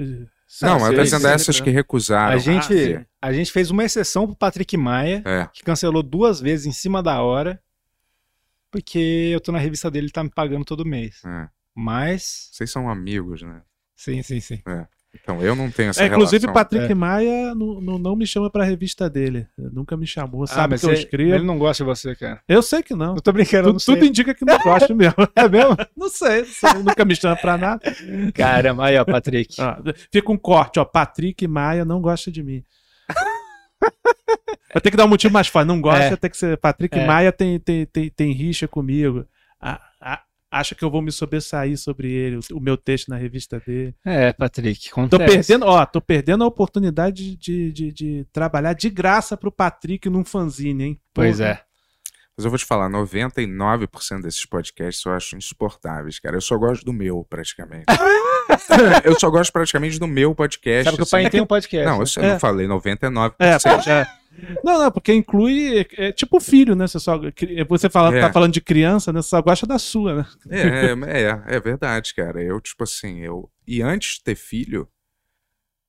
[SPEAKER 1] não, eu tô
[SPEAKER 4] sim,
[SPEAKER 1] dizendo
[SPEAKER 4] sim,
[SPEAKER 1] essas
[SPEAKER 4] né?
[SPEAKER 1] que recusaram.
[SPEAKER 2] A gente,
[SPEAKER 1] vir.
[SPEAKER 2] a gente fez uma exceção pro Patrick Maia,
[SPEAKER 1] É.
[SPEAKER 2] que cancelou duas vezes em cima da hora, porque eu tô na revista dele e tá me pagando todo mês.
[SPEAKER 1] é.
[SPEAKER 2] Mas.
[SPEAKER 1] Vocês são amigos, né?
[SPEAKER 2] Sim, sim, sim.
[SPEAKER 1] Então, eu não tenho essa
[SPEAKER 4] É, inclusive,
[SPEAKER 1] relação.
[SPEAKER 4] Patrick Maia não, não, não me chama pra revista dele. Nunca me chamou, sabe que eu
[SPEAKER 2] você-
[SPEAKER 4] escrevo.
[SPEAKER 2] Ah, Ele não gosta de você, cara.
[SPEAKER 4] Eu sei que não.
[SPEAKER 2] Eu tô brincando, eu
[SPEAKER 4] Tu-
[SPEAKER 2] não
[SPEAKER 4] tudo
[SPEAKER 2] sei.
[SPEAKER 4] indica que não gosta mesmo.
[SPEAKER 2] É mesmo?
[SPEAKER 4] não sei, não sei, nunca me chama pra nada.
[SPEAKER 2] Caramba, aí, ó, Patrick.
[SPEAKER 4] Ó, fica um corte, ó. Patrick Maia não gosta de mim. Vai ter que dar um motivo mais fácil. Não gosta,
[SPEAKER 2] É.
[SPEAKER 4] tem que ser. Patrick
[SPEAKER 2] É.
[SPEAKER 4] Maia tem, tem, tem, tem rixa comigo. A- a- acha que eu vou me sobressair sobre ele, o- o meu texto na revista dele.
[SPEAKER 2] É, Patrick,
[SPEAKER 4] Tô
[SPEAKER 2] acontece.
[SPEAKER 4] perdendo, ó, tô perdendo a oportunidade de, de, de trabalhar de graça pro Patrick num fanzine, hein?
[SPEAKER 2] Pois
[SPEAKER 4] Porra.
[SPEAKER 2] é.
[SPEAKER 1] Mas eu vou te falar, 99% desses podcasts eu acho insuportáveis, cara. Eu só gosto do meu, praticamente. eu só gosto praticamente do meu podcast.
[SPEAKER 2] Sabe que o
[SPEAKER 1] assim.
[SPEAKER 2] pai tem um podcast.
[SPEAKER 1] Não,
[SPEAKER 2] né?
[SPEAKER 1] eu, sei, eu
[SPEAKER 4] É.
[SPEAKER 1] não falei 99%.
[SPEAKER 4] É, pô, já. Não, não, porque inclui. É, é tipo filho, né? Você, só, cri- você fala,
[SPEAKER 1] É.
[SPEAKER 4] tá falando de criança, né? Você só gosta da sua, né?
[SPEAKER 1] É, é, é verdade, cara. Eu, tipo assim, eu. E antes de ter filho,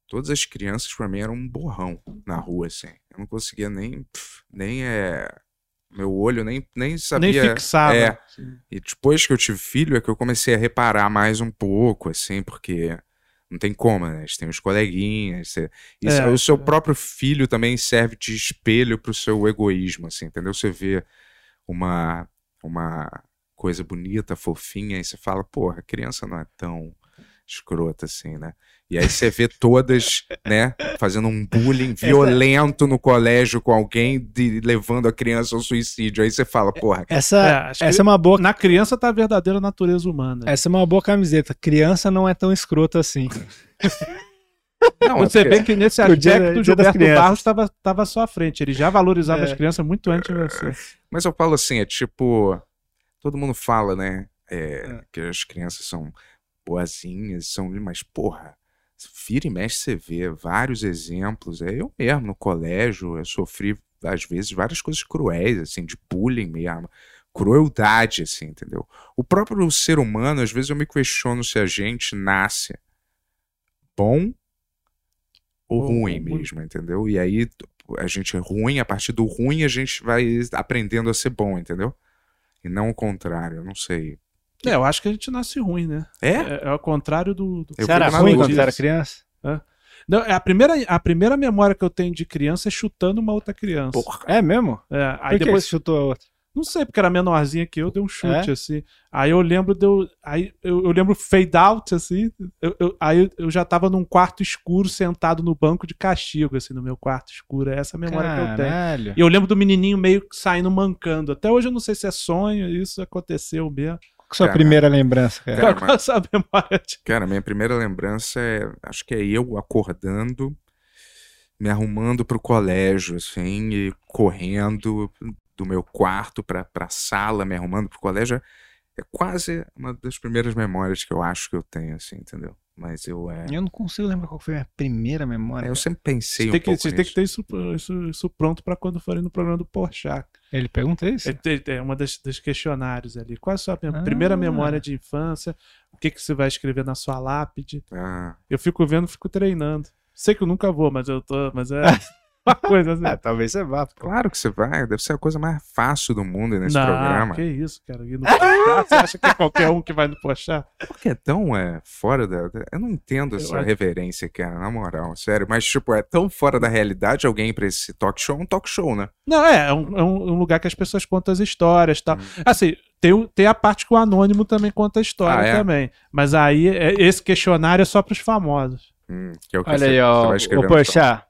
[SPEAKER 1] todas as crianças pra mim eram um borrão na rua, assim. Eu não conseguia nem. pf, nem é. Meu olho nem, nem sabia.
[SPEAKER 4] Nem fixava.
[SPEAKER 1] É. E depois que eu tive filho é que eu comecei a reparar mais um pouco, assim, porque não tem como, né? Você tem os coleguinhas. você- e
[SPEAKER 4] É,
[SPEAKER 1] o seu
[SPEAKER 4] é.
[SPEAKER 1] próprio filho também serve de espelho pro seu egoísmo, assim, entendeu? Você vê uma, uma coisa bonita, fofinha, e você fala, porra, a criança não é tão escrota assim, né? E aí você vê todas, né, fazendo um bullying violento no colégio com alguém, de- levando a criança ao suicídio. Aí você fala, porra,
[SPEAKER 4] É,
[SPEAKER 2] Essa,
[SPEAKER 4] acho que
[SPEAKER 2] essa é uma boa.
[SPEAKER 4] Na criança tá a verdadeira natureza humana.
[SPEAKER 2] Essa é uma boa camiseta. Criança não é tão escrota assim.
[SPEAKER 1] não, é
[SPEAKER 4] Você
[SPEAKER 1] porque-
[SPEAKER 4] vê que nesse
[SPEAKER 2] O dia- dia
[SPEAKER 4] aspecto o
[SPEAKER 2] das
[SPEAKER 4] Gilberto
[SPEAKER 2] crianças.
[SPEAKER 4] Barros estava tava à sua frente. Ele já valorizava
[SPEAKER 2] É.
[SPEAKER 4] as crianças muito antes de você.
[SPEAKER 1] Mas eu falo assim, é tipo. Todo mundo fala, né? é,
[SPEAKER 2] É.
[SPEAKER 1] Que as crianças são boazinhas, são. Mas, porra, vira e mexe, você vê vários exemplos. É, eu mesmo, no colégio, eu sofri, às vezes, várias coisas cruéis, assim, de bullying mesmo. Crueldade, assim, entendeu? O próprio ser humano, às vezes, eu me questiono se a gente nasce bom ou
[SPEAKER 4] Ou
[SPEAKER 1] ruim
[SPEAKER 4] ruim.
[SPEAKER 1] mesmo, entendeu? E aí a gente é ruim, a partir do ruim a gente vai aprendendo a ser bom, entendeu? E não o contrário, eu não sei.
[SPEAKER 4] É, eu acho que a gente nasce ruim, né?
[SPEAKER 1] É?
[SPEAKER 4] É, é ao contrário do. do-
[SPEAKER 1] Eu
[SPEAKER 2] você era
[SPEAKER 1] fico na
[SPEAKER 2] ruim
[SPEAKER 1] dúvida.
[SPEAKER 2] quando você era criança?
[SPEAKER 4] Não, é a, primeira, a primeira memória que eu tenho de criança é chutando uma outra criança.
[SPEAKER 1] Porra.
[SPEAKER 2] É mesmo? Aí
[SPEAKER 4] É, aí
[SPEAKER 2] Por
[SPEAKER 4] depois
[SPEAKER 2] depois chutou a outra.
[SPEAKER 4] Não sei, porque era menorzinha que eu, dei um chute, assim. Aí eu lembro deu. Aí eu, eu lembro fade out, assim. Eu, eu- aí eu- eu já tava num quarto escuro, sentado no banco de castigo, assim, no meu quarto escuro. É essa a memória que eu tenho.
[SPEAKER 2] Caralho.
[SPEAKER 4] E eu lembro do menininho meio que saindo mancando. Até hoje eu não sei se é sonho, isso aconteceu mesmo.
[SPEAKER 2] Qual que é a sua
[SPEAKER 1] Caralho.
[SPEAKER 2] primeira lembrança, cara?
[SPEAKER 1] Cara,
[SPEAKER 4] Qual é essa memória? de-
[SPEAKER 1] Cara, minha primeira lembrança é. Acho que é eu acordando, me arrumando pro colégio, assim, e correndo do meu quarto pra, pra sala, me arrumando pro colégio. É quase uma das primeiras memórias que eu acho que eu tenho, assim, entendeu? Mas eu é.
[SPEAKER 2] Eu não consigo lembrar qual foi a minha primeira memória.
[SPEAKER 1] Eu sempre pensei
[SPEAKER 4] Vocês
[SPEAKER 1] um
[SPEAKER 4] têm que,
[SPEAKER 1] pouco
[SPEAKER 4] vocês têm que
[SPEAKER 1] nisso.
[SPEAKER 4] ter isso, isso- isso pronto pra quando forem no programa do Porchat.
[SPEAKER 2] Ele pergunta isso?
[SPEAKER 4] É, tem- tem uma das, dos questionários ali. Qual é a sua mem-
[SPEAKER 2] Ah.
[SPEAKER 4] primeira memória de infância? O que, que você vai escrever na sua lápide?
[SPEAKER 1] Ah,
[SPEAKER 4] Eu fico vendo, fico treinando. Sei que eu nunca vou, mas eu tô. Mas é. Uma coisa assim.
[SPEAKER 2] É, talvez você vá, pô.
[SPEAKER 1] Claro que você vai, deve ser a coisa mais fácil do mundo nesse
[SPEAKER 4] não,
[SPEAKER 1] programa.
[SPEAKER 4] que isso, cara. Ir no Pochá, você acha que é qualquer um que vai no Pochá?
[SPEAKER 1] Por que é tão é, fora da. da- Eu não entendo essa
[SPEAKER 4] acho-
[SPEAKER 1] reverência, cara, na moral, sério. Mas, tipo, é tão fora da realidade alguém ir pra esse talk show, é um talk show, né?
[SPEAKER 4] Não, é, é um, é um- é um lugar que as pessoas contam as histórias e tal.
[SPEAKER 2] Hum.
[SPEAKER 4] Assim, tem, o- tem a parte que o anônimo também conta a história
[SPEAKER 1] Ah, é?
[SPEAKER 4] também. Mas aí, é- esse questionário é só pros famosos.
[SPEAKER 1] Hum, que é o que
[SPEAKER 2] Olha
[SPEAKER 1] você,
[SPEAKER 2] aí,
[SPEAKER 1] você
[SPEAKER 2] ó.
[SPEAKER 1] vai escrever.
[SPEAKER 2] Ô,
[SPEAKER 1] no
[SPEAKER 2] Porchat,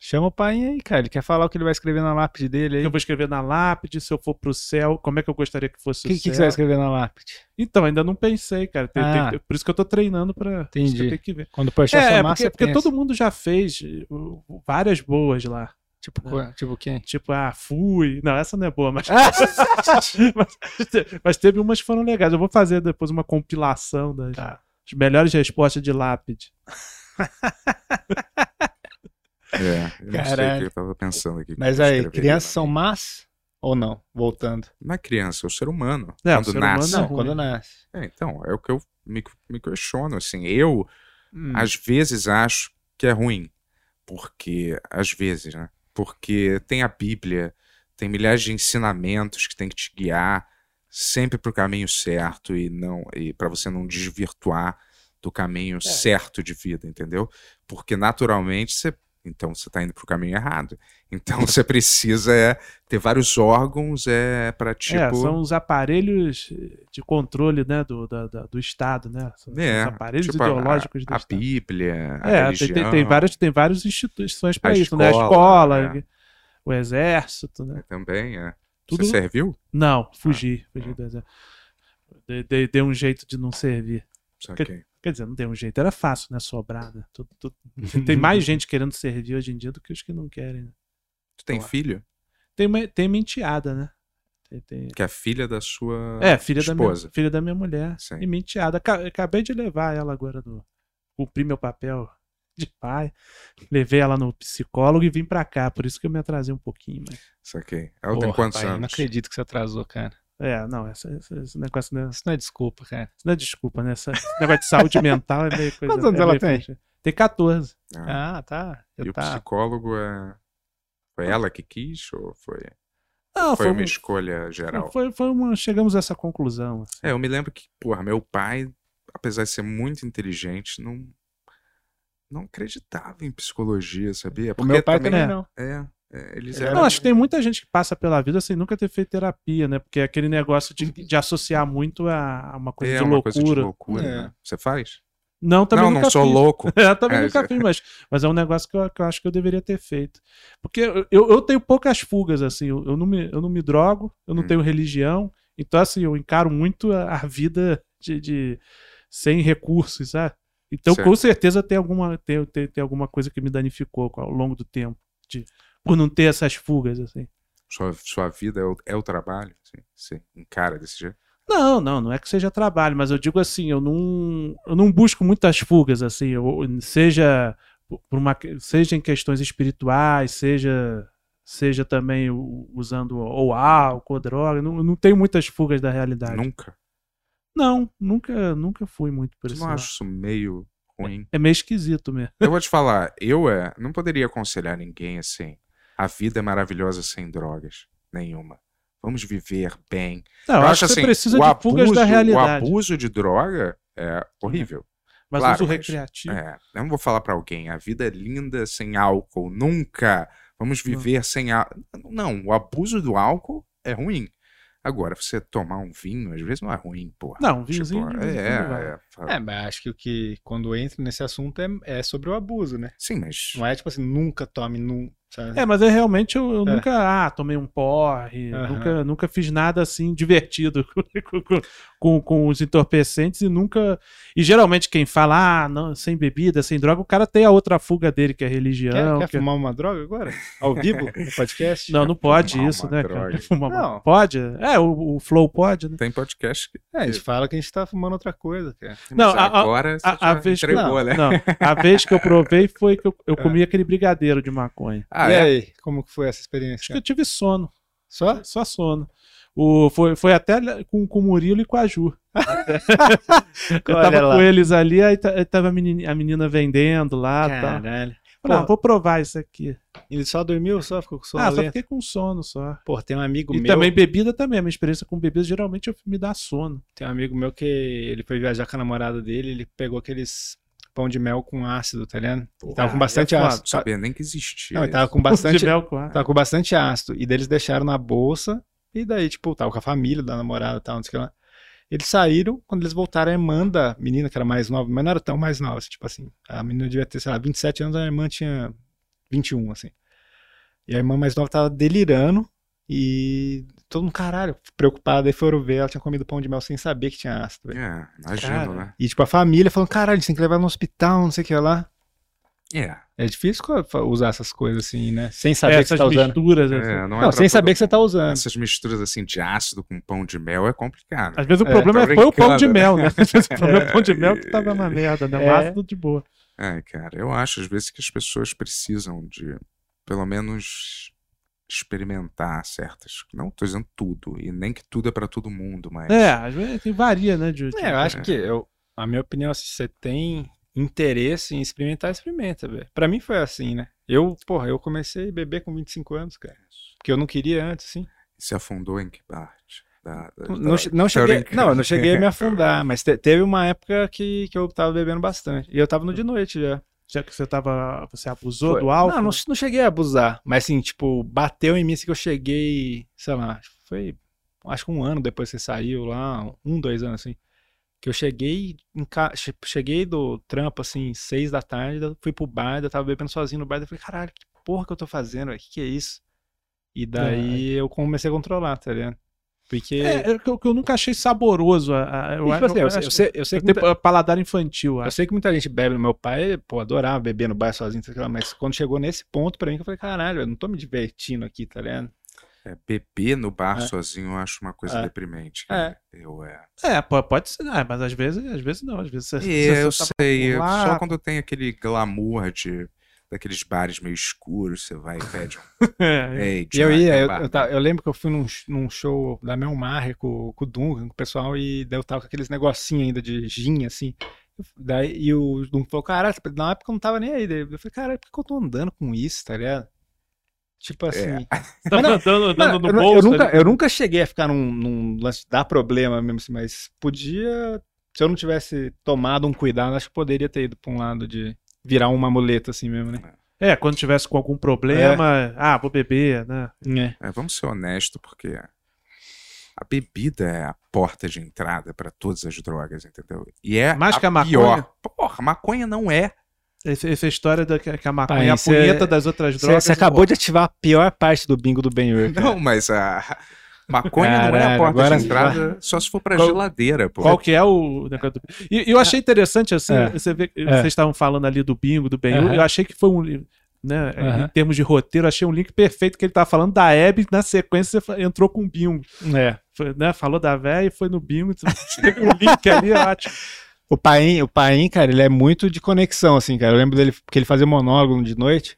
[SPEAKER 2] chama o pai aí, cara. Ele quer falar o que ele vai escrever na lápide dele aí.
[SPEAKER 4] Eu
[SPEAKER 2] O
[SPEAKER 4] vou escrever na lápide, se eu for pro céu, como é que eu gostaria que fosse
[SPEAKER 2] que,
[SPEAKER 4] o
[SPEAKER 2] que
[SPEAKER 4] céu?
[SPEAKER 2] que você vai escrever na lápide?
[SPEAKER 4] Então, ainda não pensei, cara. Tem- tem-
[SPEAKER 2] Ah.
[SPEAKER 4] tem- por isso que eu tô treinando pra. por isso que eu
[SPEAKER 2] Entendi.
[SPEAKER 4] tenho que ver.
[SPEAKER 2] Quando o Porchat
[SPEAKER 4] É, é,
[SPEAKER 2] chamar,
[SPEAKER 4] porque,
[SPEAKER 2] você
[SPEAKER 4] porque
[SPEAKER 2] pensa.
[SPEAKER 4] todo mundo já fez uh, várias boas lá.
[SPEAKER 2] Tipo,
[SPEAKER 4] É.
[SPEAKER 2] co- tipo quem?
[SPEAKER 4] Tipo, ah, fui. Não, essa não é boa, mas. mas, mas teve umas que foram legais. Eu vou fazer depois uma compilação das
[SPEAKER 2] Tá.
[SPEAKER 4] as melhores respostas de lápide.
[SPEAKER 1] É, eu não sei o
[SPEAKER 2] Caralho.
[SPEAKER 1] que eu tava pensando aqui. que
[SPEAKER 2] Mas
[SPEAKER 1] eu
[SPEAKER 2] aí,
[SPEAKER 1] escreveria
[SPEAKER 2] crianças
[SPEAKER 1] na
[SPEAKER 2] são
[SPEAKER 1] minha.
[SPEAKER 2] más ou não? Voltando.
[SPEAKER 1] Não é criança, é o ser humano.
[SPEAKER 4] É, o
[SPEAKER 1] quando
[SPEAKER 4] ser humano
[SPEAKER 1] nasce.
[SPEAKER 4] é
[SPEAKER 2] Não,
[SPEAKER 4] ruim.
[SPEAKER 2] quando nasce.
[SPEAKER 1] É, então, é o que eu me, me questiono, assim. Eu,
[SPEAKER 2] Hum.
[SPEAKER 1] às vezes, acho que é ruim. Porque, às vezes, né? Porque tem a Bíblia, tem milhares de ensinamentos que tem que te guiar sempre pro caminho certo e não e para você não desvirtuar do caminho
[SPEAKER 4] É.
[SPEAKER 1] certo de vida, entendeu? Porque naturalmente você então você tá indo pro caminho errado. Então você precisa é, ter vários órgãos é para tipo
[SPEAKER 4] É, são os aparelhos de controle né, do, da- da- do Estado, né? São, são
[SPEAKER 1] É,
[SPEAKER 4] os aparelhos
[SPEAKER 1] tipo, a-
[SPEAKER 4] ideológicos do
[SPEAKER 1] a,
[SPEAKER 4] Estado.
[SPEAKER 1] Bíblia, a
[SPEAKER 4] É, tem,
[SPEAKER 1] religião. né?
[SPEAKER 4] tem, tem, várias, tem várias instituições para
[SPEAKER 1] A
[SPEAKER 4] isso, né? A
[SPEAKER 1] escola,
[SPEAKER 4] escola, o exército, né?
[SPEAKER 1] Também, é.
[SPEAKER 4] Tudo-
[SPEAKER 1] Você serviu?
[SPEAKER 4] Não, fugi,
[SPEAKER 1] Ah.
[SPEAKER 4] fugi do exército. Dei, dei- dei um jeito de não servir.
[SPEAKER 1] Só
[SPEAKER 4] Que-
[SPEAKER 1] que-
[SPEAKER 4] Quer dizer, não dei um jeito, era fácil, né? Sobrar, né? Tudo- tudo- Tem mais gente querendo servir hoje em dia do que os que não querem. né?
[SPEAKER 1] Tu tem filho?
[SPEAKER 4] Tem uma, tem uma enteada, né? Tem- tem-
[SPEAKER 1] Que é filha da sua.
[SPEAKER 4] É, filha da, minha,
[SPEAKER 1] né, esposa.
[SPEAKER 4] filha da minha mulher.
[SPEAKER 1] Sim.
[SPEAKER 4] E minha enteada. Aca- Acabei de levar ela agora no. Cumpri meu papel de pai. Levei ela no psicólogo e vim pra cá. Por isso que eu me atrasei um pouquinho. Mas...
[SPEAKER 1] Saquei. Ela tem
[SPEAKER 2] Porra,
[SPEAKER 1] quantos
[SPEAKER 2] pai, eu não
[SPEAKER 1] anos?
[SPEAKER 2] acredito que você atrasou, cara.
[SPEAKER 4] É, não, essa- essa- esse negócio não é,
[SPEAKER 2] Isso não é desculpa, cara.
[SPEAKER 4] isso não é desculpa, né? Essa- Esse negócio de saúde mental é meio coisa.
[SPEAKER 2] Quantos anos
[SPEAKER 4] é
[SPEAKER 2] ela
[SPEAKER 4] meio
[SPEAKER 2] tem?
[SPEAKER 4] frouxa. Tem 14.
[SPEAKER 1] Ah,
[SPEAKER 2] Ah, tá.
[SPEAKER 1] e
[SPEAKER 2] Eu
[SPEAKER 1] o
[SPEAKER 2] tá.
[SPEAKER 1] psicólogo é. Foi ela que quis ou foi,
[SPEAKER 4] Não,
[SPEAKER 1] foi
[SPEAKER 4] foi,
[SPEAKER 1] uma
[SPEAKER 4] um-
[SPEAKER 1] escolha geral?
[SPEAKER 4] foi, foi uma. Chegamos a essa conclusão. assim.
[SPEAKER 1] É, eu me lembro que, porra, meu pai, apesar de ser muito inteligente, não. Não acreditava em psicologia, sabia?
[SPEAKER 2] O meu pai
[SPEAKER 1] também-
[SPEAKER 2] também
[SPEAKER 4] é.
[SPEAKER 2] não.
[SPEAKER 1] É, é, eles
[SPEAKER 2] Ele
[SPEAKER 1] eram.
[SPEAKER 4] Não, acho que tem muita gente que passa pela vida sem nunca ter feito terapia, né? Porque é aquele negócio de, de associar muito a, a uma coisa
[SPEAKER 1] é
[SPEAKER 4] de
[SPEAKER 1] uma
[SPEAKER 4] loucura.
[SPEAKER 1] coisa de loucura.
[SPEAKER 2] É.
[SPEAKER 1] né? Você faz?
[SPEAKER 4] Não, também
[SPEAKER 1] não,
[SPEAKER 4] nunca
[SPEAKER 1] não sou
[SPEAKER 4] fiz.
[SPEAKER 1] louco.
[SPEAKER 4] Eu também
[SPEAKER 1] É,
[SPEAKER 4] nunca
[SPEAKER 1] isso-
[SPEAKER 4] fiz, mas, mas é um negócio que eu, que eu acho que eu deveria ter feito. Porque eu, eu tenho poucas fugas, assim, eu, eu não, me, eu não me drogo, eu não
[SPEAKER 1] Hum.
[SPEAKER 4] tenho religião, então assim, eu encaro muito a, a vida de, de- sem recursos, sabe? Então,
[SPEAKER 1] Certo.
[SPEAKER 4] com certeza, tem alguma, tem, tem, tem alguma coisa que me danificou ao longo do tempo, de, por não ter essas fugas, assim.
[SPEAKER 1] Sua, sua vida é o, é o trabalho? Assim, você encara desse jeito?
[SPEAKER 4] Não, não, não é que seja trabalho, mas eu digo assim, eu não, eu não busco muitas fugas, assim, eu- seja por uma, seja em questões espirituais, seja seja também u- usando ou álcool, ou droga, eu não, eu não tenho muitas fugas da realidade. Não,
[SPEAKER 1] Nunca?
[SPEAKER 4] nunca, nunca fui muito por
[SPEAKER 1] Eu
[SPEAKER 4] isso.
[SPEAKER 1] não acho isso meio ruim.
[SPEAKER 4] É meio esquisito mesmo.
[SPEAKER 1] Eu vou te falar, eu é, não poderia aconselhar ninguém assim. A vida é maravilhosa sem drogas. Nenhuma. Vamos viver bem.
[SPEAKER 4] Não, eu acho que você
[SPEAKER 1] assim,
[SPEAKER 4] precisa
[SPEAKER 1] o
[SPEAKER 4] de fugas da
[SPEAKER 1] O
[SPEAKER 4] realidade,
[SPEAKER 1] abuso de droga é horrível.
[SPEAKER 4] mas
[SPEAKER 1] claro,
[SPEAKER 4] uso
[SPEAKER 1] mas-
[SPEAKER 4] recreativo.
[SPEAKER 1] É, eu não vou falar pra alguém, a vida é linda sem álcool, nunca. Vamos viver sem álcool. Não, o abuso do álcool é ruim. Agora, você tomar um vinho, às vezes não é ruim, porra.
[SPEAKER 4] Não, um vinhozinho de vez em
[SPEAKER 1] é,
[SPEAKER 4] quando vai.
[SPEAKER 1] é, é,
[SPEAKER 2] É, mas acho que o que quando entra nesse assunto é, é sobre o abuso, né?
[SPEAKER 1] Sim, mas.
[SPEAKER 2] Não é tipo assim, nunca tome, nunca. Sabe?
[SPEAKER 1] né?
[SPEAKER 4] É, mas é realmente eu, eu
[SPEAKER 2] É.
[SPEAKER 4] nunca ah, tomei um porre,
[SPEAKER 2] Aham.
[SPEAKER 4] nunca, nunca fiz nada assim divertido com, com- com, com os entorpecentes e nunca. E geralmente quem fala, ah, não, sem bebida, sem droga, o cara tem a outra fuga dele, que é
[SPEAKER 2] Quer,
[SPEAKER 4] religião.
[SPEAKER 2] quer
[SPEAKER 4] que é-
[SPEAKER 2] fumar uma droga agora? Ao vivo? No podcast?
[SPEAKER 4] Não, não pode
[SPEAKER 1] Fumar
[SPEAKER 4] isso,
[SPEAKER 1] uma
[SPEAKER 4] né,
[SPEAKER 1] droga.
[SPEAKER 4] cara? Fumar uma-
[SPEAKER 2] Não.
[SPEAKER 4] Pode? É, o, o Flow pode, né?
[SPEAKER 1] Tem podcast que.
[SPEAKER 2] É, a gente fala que a gente tá fumando outra coisa, cara.
[SPEAKER 4] Não,
[SPEAKER 1] mas
[SPEAKER 4] a- a-
[SPEAKER 1] agora você
[SPEAKER 4] A, a
[SPEAKER 1] já
[SPEAKER 4] vez que,
[SPEAKER 1] entregou,
[SPEAKER 4] não,
[SPEAKER 1] né? É.
[SPEAKER 4] não, a vez que eu provei foi que eu, eu comi aquele brigadeiro de maconha.
[SPEAKER 1] Ah,
[SPEAKER 2] e
[SPEAKER 1] é?
[SPEAKER 2] aí, como que foi essa
[SPEAKER 4] Acho
[SPEAKER 2] experiência?
[SPEAKER 4] que eu tive sono.
[SPEAKER 2] Só?
[SPEAKER 4] Só sono. O, foi, foi até le- com, com o Murilo e com a Ju. eu
[SPEAKER 2] Olha
[SPEAKER 4] tava
[SPEAKER 2] lá.
[SPEAKER 4] com eles ali, aí, ta- aí tava a menini- a menina, vendendo lá. tal.
[SPEAKER 2] Caralho.
[SPEAKER 4] Falei,
[SPEAKER 2] Pô.
[SPEAKER 4] ah, vou provar isso aqui.
[SPEAKER 2] Ah, tá. Ele só dormiu, só ficou com sono
[SPEAKER 4] ah, só
[SPEAKER 2] lento.
[SPEAKER 4] fiquei com sono só.
[SPEAKER 2] Pô, tem um amigo
[SPEAKER 4] e
[SPEAKER 2] meu.
[SPEAKER 4] também bebida também. A minha experiência com bebida geralmente eu- me dá sono.
[SPEAKER 2] Tem um amigo meu que ele foi viajar com a namorada dele, ele pegou aqueles pão de mel com ácido, tá ligado?
[SPEAKER 1] é?
[SPEAKER 2] Ele
[SPEAKER 4] é
[SPEAKER 2] tava com bastante
[SPEAKER 1] Não
[SPEAKER 2] ácido.
[SPEAKER 1] Ah, sabia nem que existia.
[SPEAKER 2] Não, ele tava com
[SPEAKER 4] De
[SPEAKER 2] bastante. Tá.
[SPEAKER 4] mel com água.
[SPEAKER 2] Tava com bastante ácido. E daí eles deixaram na bolsa. E daí, tipo, tava com a família da namorada e tal, não sei o que lá. Eles saíram, quando eles voltaram, a irmã da menina, que era mais nova, mas não era tão mais nova, assim, tipo assim. A menina devia ter, sei lá, 27 anos, a irmã tinha 21, assim. E a irmã mais nova tava delirando e todo mundo, caralho, preocupado. Aí foram ver, ela tinha comido pão de mel sem saber que tinha ácido, velho.
[SPEAKER 1] É, imagino,
[SPEAKER 4] Cara.
[SPEAKER 1] né?
[SPEAKER 2] E, tipo, a família falando, caralho, a gente tem que levar no hospital, não sei o que lá.
[SPEAKER 1] É.
[SPEAKER 2] É difícil co- usar essas coisas assim, né? Sem
[SPEAKER 4] É,
[SPEAKER 2] saber que você
[SPEAKER 4] essas
[SPEAKER 2] tá usando.
[SPEAKER 4] misturas. assim.
[SPEAKER 1] é,
[SPEAKER 2] Não,
[SPEAKER 1] é pra
[SPEAKER 2] sem saber
[SPEAKER 1] todo
[SPEAKER 2] que você tá usando.
[SPEAKER 1] Essas misturas assim de ácido com pão de mel é complicado.
[SPEAKER 4] Às vezes o
[SPEAKER 2] É,
[SPEAKER 4] problema
[SPEAKER 1] tá
[SPEAKER 4] é, foi o pão
[SPEAKER 1] brincando,
[SPEAKER 4] de
[SPEAKER 1] né?
[SPEAKER 4] mel, né? Às vezes o problema é o pão de mel que tava uma merda, né?
[SPEAKER 2] É.
[SPEAKER 4] Mas tudo de boa.
[SPEAKER 1] É, cara, eu acho às vezes que as pessoas precisam de, pelo menos, experimentar certas. Não tô dizendo tudo, e nem que tudo é pra todo mundo, mas.
[SPEAKER 4] É, às vezes tem varia, né, de,
[SPEAKER 1] Tipo,
[SPEAKER 2] É, eu acho que eu, a minha opinião, se você tem interesse em experimentar, experimenta, velho. Pra mim foi assim, né? Eu, porra, eu comecei a beber com 25 anos, cara. Porque eu não queria antes, assim.
[SPEAKER 1] Se afundou em que parte? Da- da-
[SPEAKER 2] Não,
[SPEAKER 1] da-
[SPEAKER 2] che- não
[SPEAKER 1] tá
[SPEAKER 2] cheguei,
[SPEAKER 1] brincando.
[SPEAKER 2] não, eu não cheguei a me afundar, mas te- teve uma época que, que eu tava bebendo bastante. E eu tava no de noite já.
[SPEAKER 4] Já que você tava. Você abusou
[SPEAKER 2] Foi-
[SPEAKER 4] do álcool.
[SPEAKER 2] Não, não, não cheguei a abusar. Mas assim, tipo, bateu em mim assim que eu cheguei, sei lá, foi acho que um ano depois que você saiu lá, um, dois anos assim. Que eu cheguei em ca... che- cheguei do trampo assim, seis da tarde, eu fui pro bar, eu tava bebendo sozinho no bar, daí eu falei, caralho, que porra que eu tô fazendo, velho? que que é isso? E daí eu comecei a controlar, tá ligado? Porque.
[SPEAKER 4] É, é que eu, que eu nunca achei saboroso. a- a- eu
[SPEAKER 2] E, tipo
[SPEAKER 4] acho-
[SPEAKER 2] assim, eu,
[SPEAKER 4] eu
[SPEAKER 2] sei-
[SPEAKER 4] acho-
[SPEAKER 2] eu sei, eu sei
[SPEAKER 4] eu
[SPEAKER 2] que muita-
[SPEAKER 4] tenho paladar infantil,
[SPEAKER 2] eu
[SPEAKER 4] acho.
[SPEAKER 2] sei que muita gente bebe. Meu pai, pô, adorava beber no bar sozinho, sei lá, mas quando chegou nesse ponto pra mim, que eu falei, caralho, eu não tô me divertindo aqui, tá ligado?
[SPEAKER 1] É, beber no bar
[SPEAKER 2] É.
[SPEAKER 1] sozinho eu acho uma coisa
[SPEAKER 2] É.
[SPEAKER 1] deprimente. cara. Eu é.
[SPEAKER 4] É, pô, pode ser, ah, mas às vezes, às vezes não, às vezes você,
[SPEAKER 1] É,
[SPEAKER 4] você
[SPEAKER 1] eu
[SPEAKER 4] só tá
[SPEAKER 1] sei. eu-
[SPEAKER 4] lá.
[SPEAKER 1] Só quando tem aquele glamour de daqueles bares meio escuros, você vai e pede um
[SPEAKER 4] É,
[SPEAKER 1] leite.
[SPEAKER 2] E eu
[SPEAKER 1] né,
[SPEAKER 2] ia,
[SPEAKER 1] que é
[SPEAKER 2] eu,
[SPEAKER 1] bar-
[SPEAKER 2] eu, tava- eu lembro que eu fui num, sh- num show da Mel Maher com, com o Duncan, com o pessoal, e daí eu tava com aqueles negocinhos ainda de gin, assim. Daí, e o Duncan falou, caralho, na época eu não tava nem aí. Daí eu falei, caralho, por que que eu tô andando com isso, tá ligado? Tipo assim.
[SPEAKER 4] tá
[SPEAKER 2] Mas não,
[SPEAKER 4] andando,
[SPEAKER 2] Mano,
[SPEAKER 4] andando
[SPEAKER 2] eu, nu-
[SPEAKER 4] no
[SPEAKER 2] eu
[SPEAKER 4] bolso.
[SPEAKER 2] nunca,
[SPEAKER 4] ali.
[SPEAKER 2] eu nunca cheguei a ficar num, num lance de dar problema mesmo, assim, mas podia. Se eu não tivesse tomado um cuidado, acho que poderia ter ido pra um lado de virar uma muleta assim mesmo, né?
[SPEAKER 4] É, quando tivesse com algum problema, ah, vou beber, né?
[SPEAKER 2] É.
[SPEAKER 1] É, vamos ser honestos, porque a bebida é a porta de entrada pra todas as drogas, entendeu? E é
[SPEAKER 4] Mais que a maconha?
[SPEAKER 1] pior. Porra, maconha não é.
[SPEAKER 4] Esse- essa história da que que a maconha
[SPEAKER 2] Pai,
[SPEAKER 4] é a
[SPEAKER 2] cê-
[SPEAKER 4] punheta das outras drogas.
[SPEAKER 2] Você acabou de ativar a pior parte do bingo do Ben Hur.
[SPEAKER 1] Não, mas a maconha não é a
[SPEAKER 2] É. Caralho,
[SPEAKER 1] porta
[SPEAKER 2] agora-
[SPEAKER 1] de entrada só se for pra
[SPEAKER 2] Qual-
[SPEAKER 1] geladeira, pô.
[SPEAKER 4] Qual que é o negócio do E e eu achei interessante, assim,
[SPEAKER 2] É.
[SPEAKER 4] você vê, que
[SPEAKER 2] É.
[SPEAKER 4] vocês estavam falando ali do bingo, do Ben,
[SPEAKER 2] Aham.
[SPEAKER 4] eu achei que foi um. li- Né,
[SPEAKER 2] Aham.
[SPEAKER 4] Em termos de roteiro, eu achei um link perfeito que ele tava falando da Hebe, na sequência você fa- entrou com o bingo.
[SPEAKER 2] É.
[SPEAKER 4] Foi, né, falou da véia e foi no bingo. Teve um link ali, ótimo.
[SPEAKER 2] O Paim, o Paim, cara, ele é muito de conexão, assim, cara. Eu lembro dele porque ele fazia monólogo de noite.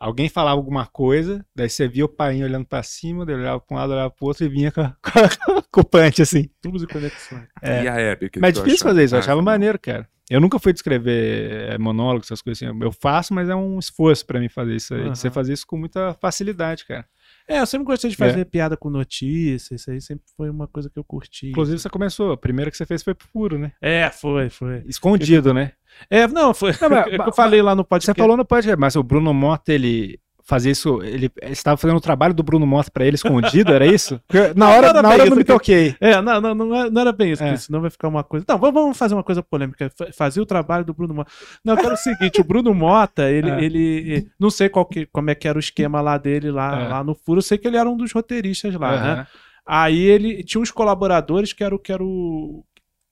[SPEAKER 2] Alguém falava alguma coisa, daí você via o Paim olhando pra cima, daí ele olhava pra um lado, olhava pro outro e vinha com, a- com o punch, assim.
[SPEAKER 4] Tubos e conexões.
[SPEAKER 2] É.
[SPEAKER 1] E a Hebe, que
[SPEAKER 2] Mas é
[SPEAKER 1] tu
[SPEAKER 2] difícil
[SPEAKER 1] achava?
[SPEAKER 2] fazer isso, eu
[SPEAKER 1] Ah,
[SPEAKER 2] achava
[SPEAKER 1] tá bom.
[SPEAKER 2] maneiro, cara. Eu nunca fui descrever eh, monólogo, essas coisas assim. Eu faço, mas é um esforço pra mim fazer isso aí.
[SPEAKER 4] Aham.
[SPEAKER 2] Você fazer isso com muita facilidade, cara.
[SPEAKER 4] É, eu sempre gostei de fazer piada com notícias, isso aí sempre foi uma coisa que eu curti.
[SPEAKER 2] Inclusive, você começou. A primeira que você fez foi pro furo, né?
[SPEAKER 4] É, foi, foi.
[SPEAKER 2] Escondido, né?
[SPEAKER 4] É, não, foi.
[SPEAKER 2] Não, mas-
[SPEAKER 4] é que eu
[SPEAKER 2] mas-
[SPEAKER 4] falei lá no
[SPEAKER 2] Você
[SPEAKER 4] podcast.
[SPEAKER 2] falou no podcast, mas o Bruno Mota, ele fazia isso. Ele estava fazendo o trabalho do Bruno Mota pra ele escondido, era isso? Porque na hora,
[SPEAKER 4] Não,
[SPEAKER 2] na
[SPEAKER 4] não,
[SPEAKER 2] hora eu
[SPEAKER 4] isso
[SPEAKER 2] não me
[SPEAKER 4] aqui.
[SPEAKER 2] toquei.
[SPEAKER 4] É, não, não, não, é- não era bem isso,
[SPEAKER 2] É.
[SPEAKER 4] porque senão vai ficar uma coisa. Não, vamos, vamos fazer uma coisa polêmica. fa- Fazer o trabalho do Bruno Mota. Não, eu quero o seguinte: o Bruno Mota, ele.
[SPEAKER 2] É.
[SPEAKER 4] ele eh, não sei qual que, como é que era o esquema lá dele, lá,
[SPEAKER 2] É.
[SPEAKER 4] lá no Furo. Eu sei que ele era um dos roteiristas lá, né?
[SPEAKER 2] Aham.
[SPEAKER 4] Aí ele tinha uns colaboradores que era o que era o.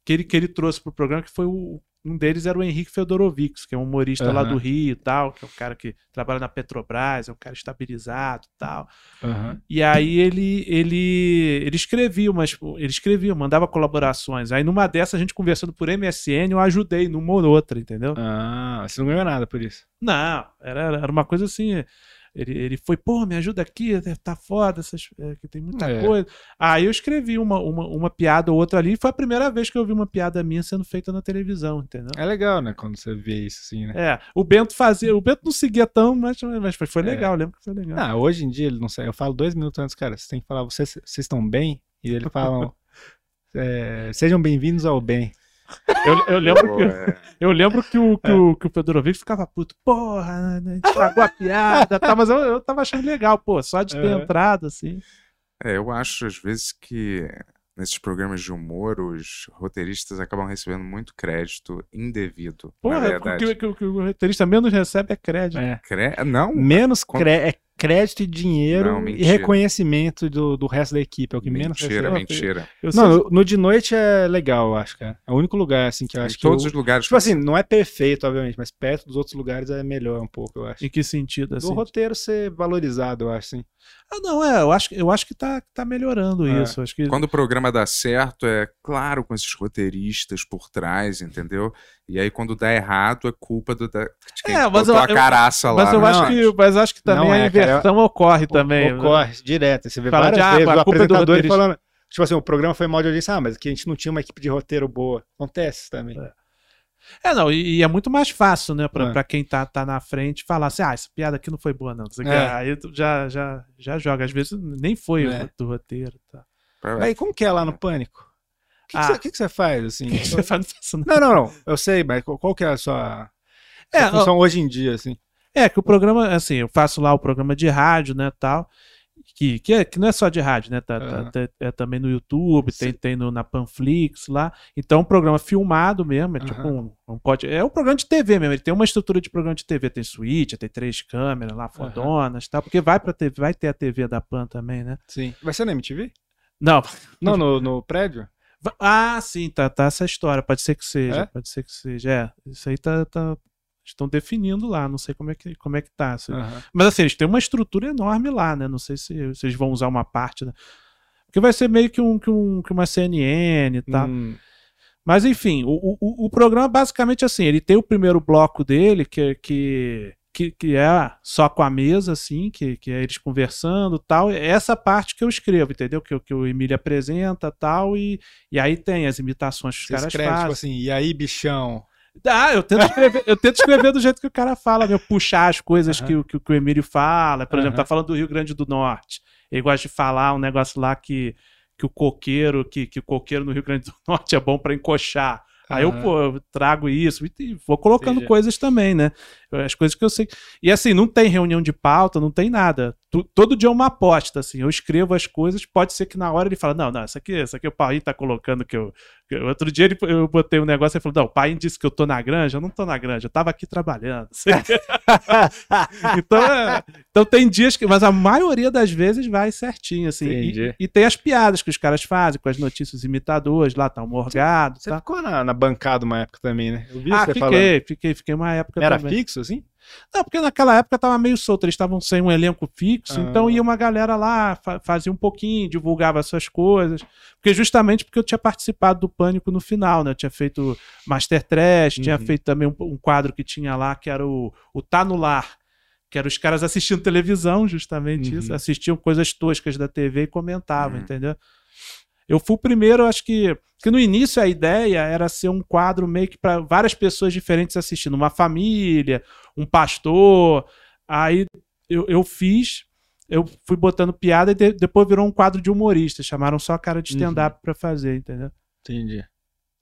[SPEAKER 4] Que ele, que ele trouxe pro programa, que foi o. Um deles era o Henrique Fedorovix, que é um humorista lá
[SPEAKER 2] Aham.
[SPEAKER 4] do Rio e tal, que é um cara que trabalha na Petrobras, é um cara estabilizado e tal.
[SPEAKER 2] aham.
[SPEAKER 4] E aí ele, ele, ele escrevia, umas, ele escrevia, mandava colaborações. Aí numa dessa, a gente conversando por MSN, eu ajudei numa ou outra, entendeu?
[SPEAKER 2] Ah, você não ganhou nada por isso.
[SPEAKER 4] Não, era, era uma coisa assim. Ele, ele foi, pô, me ajuda aqui, tá foda, essas, é, que tem muita
[SPEAKER 3] É.
[SPEAKER 4] coisa. Aí eu escrevi uma, uma, uma piada ou outra ali, e foi a primeira vez que eu vi uma piada minha sendo feita na televisão, entendeu?
[SPEAKER 2] É legal, né? Quando você vê isso assim, né?
[SPEAKER 4] É, o Bento fazia, o Bento não seguia tão, mas, mas foi, foi legal, eu lembro que foi legal.
[SPEAKER 2] Ah, hoje em dia ele não sai. Eu falo dois minutos antes, cara. Você tem que falar, vocês, vocês estão bem? E eles falam, é, sejam bem-vindos ao bem.
[SPEAKER 4] Eu, eu lembro que,
[SPEAKER 1] é.
[SPEAKER 4] eu lembro que o, que o, que o Pedrovic ficava puto, porra, né, estragou a piada, tá, mas eu, eu tava achando legal, pô, só de ter
[SPEAKER 2] É.
[SPEAKER 4] entrado, assim.
[SPEAKER 1] É, eu acho às vezes que nesses programas de humor os roteiristas acabam recebendo muito crédito indevido, na
[SPEAKER 4] Porra, o
[SPEAKER 1] É verdade.
[SPEAKER 4] que, que- que o roteirista menos recebe é crédito.
[SPEAKER 2] É.
[SPEAKER 1] Cre- Não,
[SPEAKER 2] Menos
[SPEAKER 1] Com-
[SPEAKER 2] cre- é crédito e dinheiro
[SPEAKER 1] Não,
[SPEAKER 2] e
[SPEAKER 1] mentira.
[SPEAKER 2] reconhecimento do, do resto da equipe. É o que menos
[SPEAKER 1] mentira,
[SPEAKER 2] recebe.
[SPEAKER 1] mentira.
[SPEAKER 4] Eu sei-
[SPEAKER 2] Não, no, no de noite é legal, eu acho, cara. É o único lugar, assim, que eu acho
[SPEAKER 1] em
[SPEAKER 2] que.
[SPEAKER 1] todos
[SPEAKER 2] eu-
[SPEAKER 1] os lugares.
[SPEAKER 2] Tipo assim, não é perfeito, obviamente, mas perto dos outros lugares é melhor um pouco, eu acho.
[SPEAKER 4] Em que sentido, assim?
[SPEAKER 2] Do roteiro ser valorizado, eu acho, sim.
[SPEAKER 4] Ah, não, é, eu acho, que- eu acho que tá, tá melhorando
[SPEAKER 2] É.
[SPEAKER 4] isso. Acho que
[SPEAKER 1] Quando o programa dá certo, é claro, com esses roteiristas por trás, entendeu? E aí, quando dá errado, é culpa do, da, de quem
[SPEAKER 4] É, mas
[SPEAKER 1] botou
[SPEAKER 4] eu-
[SPEAKER 1] a
[SPEAKER 4] eu-
[SPEAKER 1] caraça lá.
[SPEAKER 4] Mas eu,
[SPEAKER 1] né,
[SPEAKER 4] acho
[SPEAKER 1] gente?
[SPEAKER 4] que, mas acho que também
[SPEAKER 2] Não
[SPEAKER 4] a
[SPEAKER 2] é, cara,
[SPEAKER 4] inversão ocorre também. né?
[SPEAKER 2] Ocorre, direto. assim, Você vê
[SPEAKER 4] Fala
[SPEAKER 2] várias
[SPEAKER 4] de, ah,
[SPEAKER 2] vezes
[SPEAKER 4] a
[SPEAKER 2] o
[SPEAKER 4] culpa é do
[SPEAKER 2] apresentador ele
[SPEAKER 4] roteirista.
[SPEAKER 2] falando. Tipo assim, o programa foi mal de audiência, ah, mas que a gente não tinha uma equipe de roteiro boa. Acontece também.
[SPEAKER 4] É, não, e, e é muito mais fácil, né, pra,
[SPEAKER 2] É.
[SPEAKER 4] pra quem tá, tá na frente falar assim, ah, essa piada aqui não foi boa, não. não sei o quê.
[SPEAKER 2] É.
[SPEAKER 4] Aí tu já, já, já joga. Às vezes nem foi
[SPEAKER 2] É.
[SPEAKER 4] o do roteiro. Tá.
[SPEAKER 1] Pra-
[SPEAKER 2] Aí, como que é lá no pânico? O que,
[SPEAKER 4] Ah.
[SPEAKER 2] que, você- que que você faz, assim?
[SPEAKER 4] Você faz- não faz isso, não.
[SPEAKER 2] não, não, não. Eu sei, mas qual, qual que é a sua,
[SPEAKER 4] É,
[SPEAKER 2] sua função hoje em dia, assim?
[SPEAKER 4] É, que o programa, assim, eu faço lá o programa de rádio, né, tal, que, que, é- que não é só de rádio, né, tá, tá-
[SPEAKER 2] Aham.
[SPEAKER 4] tá- é também no YouTube, tem,
[SPEAKER 2] Sim.
[SPEAKER 4] tem no, na Panflix lá, então é um programa filmado mesmo, é tipo um, um pod- é um programa de TV mesmo, ele tem uma estrutura de programa de TV, tem suíte, tem três câmeras lá, fodonas, tal, porque vai pra TV, vai ter a TV da Pan também, né,
[SPEAKER 2] Sim. Vai ser na MTV?
[SPEAKER 4] não,
[SPEAKER 2] Não, no, no prédio?
[SPEAKER 4] va- ah, sim, tá, tá essa história, pode ser que seja,
[SPEAKER 2] É?
[SPEAKER 4] pode ser que seja, é, isso aí tá... tá- Estão definindo lá, não sei como é que, como é que tá. se-
[SPEAKER 2] Aham.
[SPEAKER 4] mas assim, eles têm uma estrutura enorme lá, né? Não sei se vocês vão usar uma parte, né? Porque vai ser meio que, um, que, um, que uma CNN e tal.
[SPEAKER 2] Hum,
[SPEAKER 4] Mas enfim, o, o- o, o programa basicamente assim, ele tem o primeiro bloco dele, que, é- que, que, que é só com a mesa, assim, que, que é eles conversando e tal. É essa parte que eu escrevo, entendeu? Que, o- que o Emílio apresenta tal, e, e aí tem as imitações que os
[SPEAKER 2] você
[SPEAKER 4] caras
[SPEAKER 2] escreve,
[SPEAKER 4] fazem.
[SPEAKER 2] tipo assim, e aí, bichão?
[SPEAKER 4] Ah, eu tento escrever, eu tento escrever do jeito que o cara fala, meu, puxar as coisas
[SPEAKER 2] Aham.
[SPEAKER 4] que, o- que, o- que o Emílio fala. Por exemplo,
[SPEAKER 2] Aham.
[SPEAKER 4] tá falando do Rio Grande do Norte. Ele gosta de falar um negócio lá que, que o coqueiro, que, que o coqueiro no Rio Grande do Norte é bom pra encoxar. Aí eu,
[SPEAKER 2] Aham.
[SPEAKER 4] pô, eu trago isso e- e vou colocando
[SPEAKER 2] Uhum. Entendi.
[SPEAKER 4] coisas também, né? As coisas que eu sei. E assim, não tem reunião de pauta, não tem nada. Tu- todo dia é uma aposta, assim. Eu escrevo as coisas, pode ser que na hora ele fala, não, não, isso aqui, isso aqui o Paulinho tá colocando que eu. que eu-" Outro dia ele, eu botei um negócio e falou, não, o Paulinho disse que eu tô na granja, eu não tô na granja, eu tava aqui trabalhando. então, é- então tem dias que. Mas a maioria das vezes vai certinho, assim. E-
[SPEAKER 2] Entendi.
[SPEAKER 4] E, tem as piadas que os caras fazem, com as notícias imitadores, lá tá o Morgado,
[SPEAKER 2] Você
[SPEAKER 4] tá.
[SPEAKER 2] ficou na, na bancada uma época também, né? Eu vi
[SPEAKER 4] Ah,
[SPEAKER 2] você
[SPEAKER 4] fiquei,
[SPEAKER 2] falando.
[SPEAKER 4] fiquei, fiquei uma época
[SPEAKER 2] Era
[SPEAKER 4] também.
[SPEAKER 2] fixo, assim?
[SPEAKER 4] Não, porque naquela época tava meio solto, eles estavam sem um elenco fixo,
[SPEAKER 2] Ah.
[SPEAKER 4] então ia uma galera lá, fa- fazia um pouquinho, divulgava suas coisas. Porque justamente porque eu tinha participado do Pânico no final, né? Eu tinha feito Master Trash, tinha
[SPEAKER 2] Uhum.
[SPEAKER 4] feito também um, um quadro que tinha lá, que era o, o Tá no Lar. Que era os caras assistindo televisão, justamente
[SPEAKER 2] Uhum. É.
[SPEAKER 4] isso. Assistiam coisas toscas da TV e comentavam,
[SPEAKER 1] Uhum.
[SPEAKER 4] entendeu? Eu fui o primeiro, eu acho que porque no início a ideia era ser um quadro meio que para várias pessoas diferentes assistindo, uma família, um pastor. Aí eu, eu fiz, eu fui botando piada e de- depois virou um quadro de humorista. Chamaram só a cara de stand-up pra fazer, entendeu?
[SPEAKER 2] Entendi.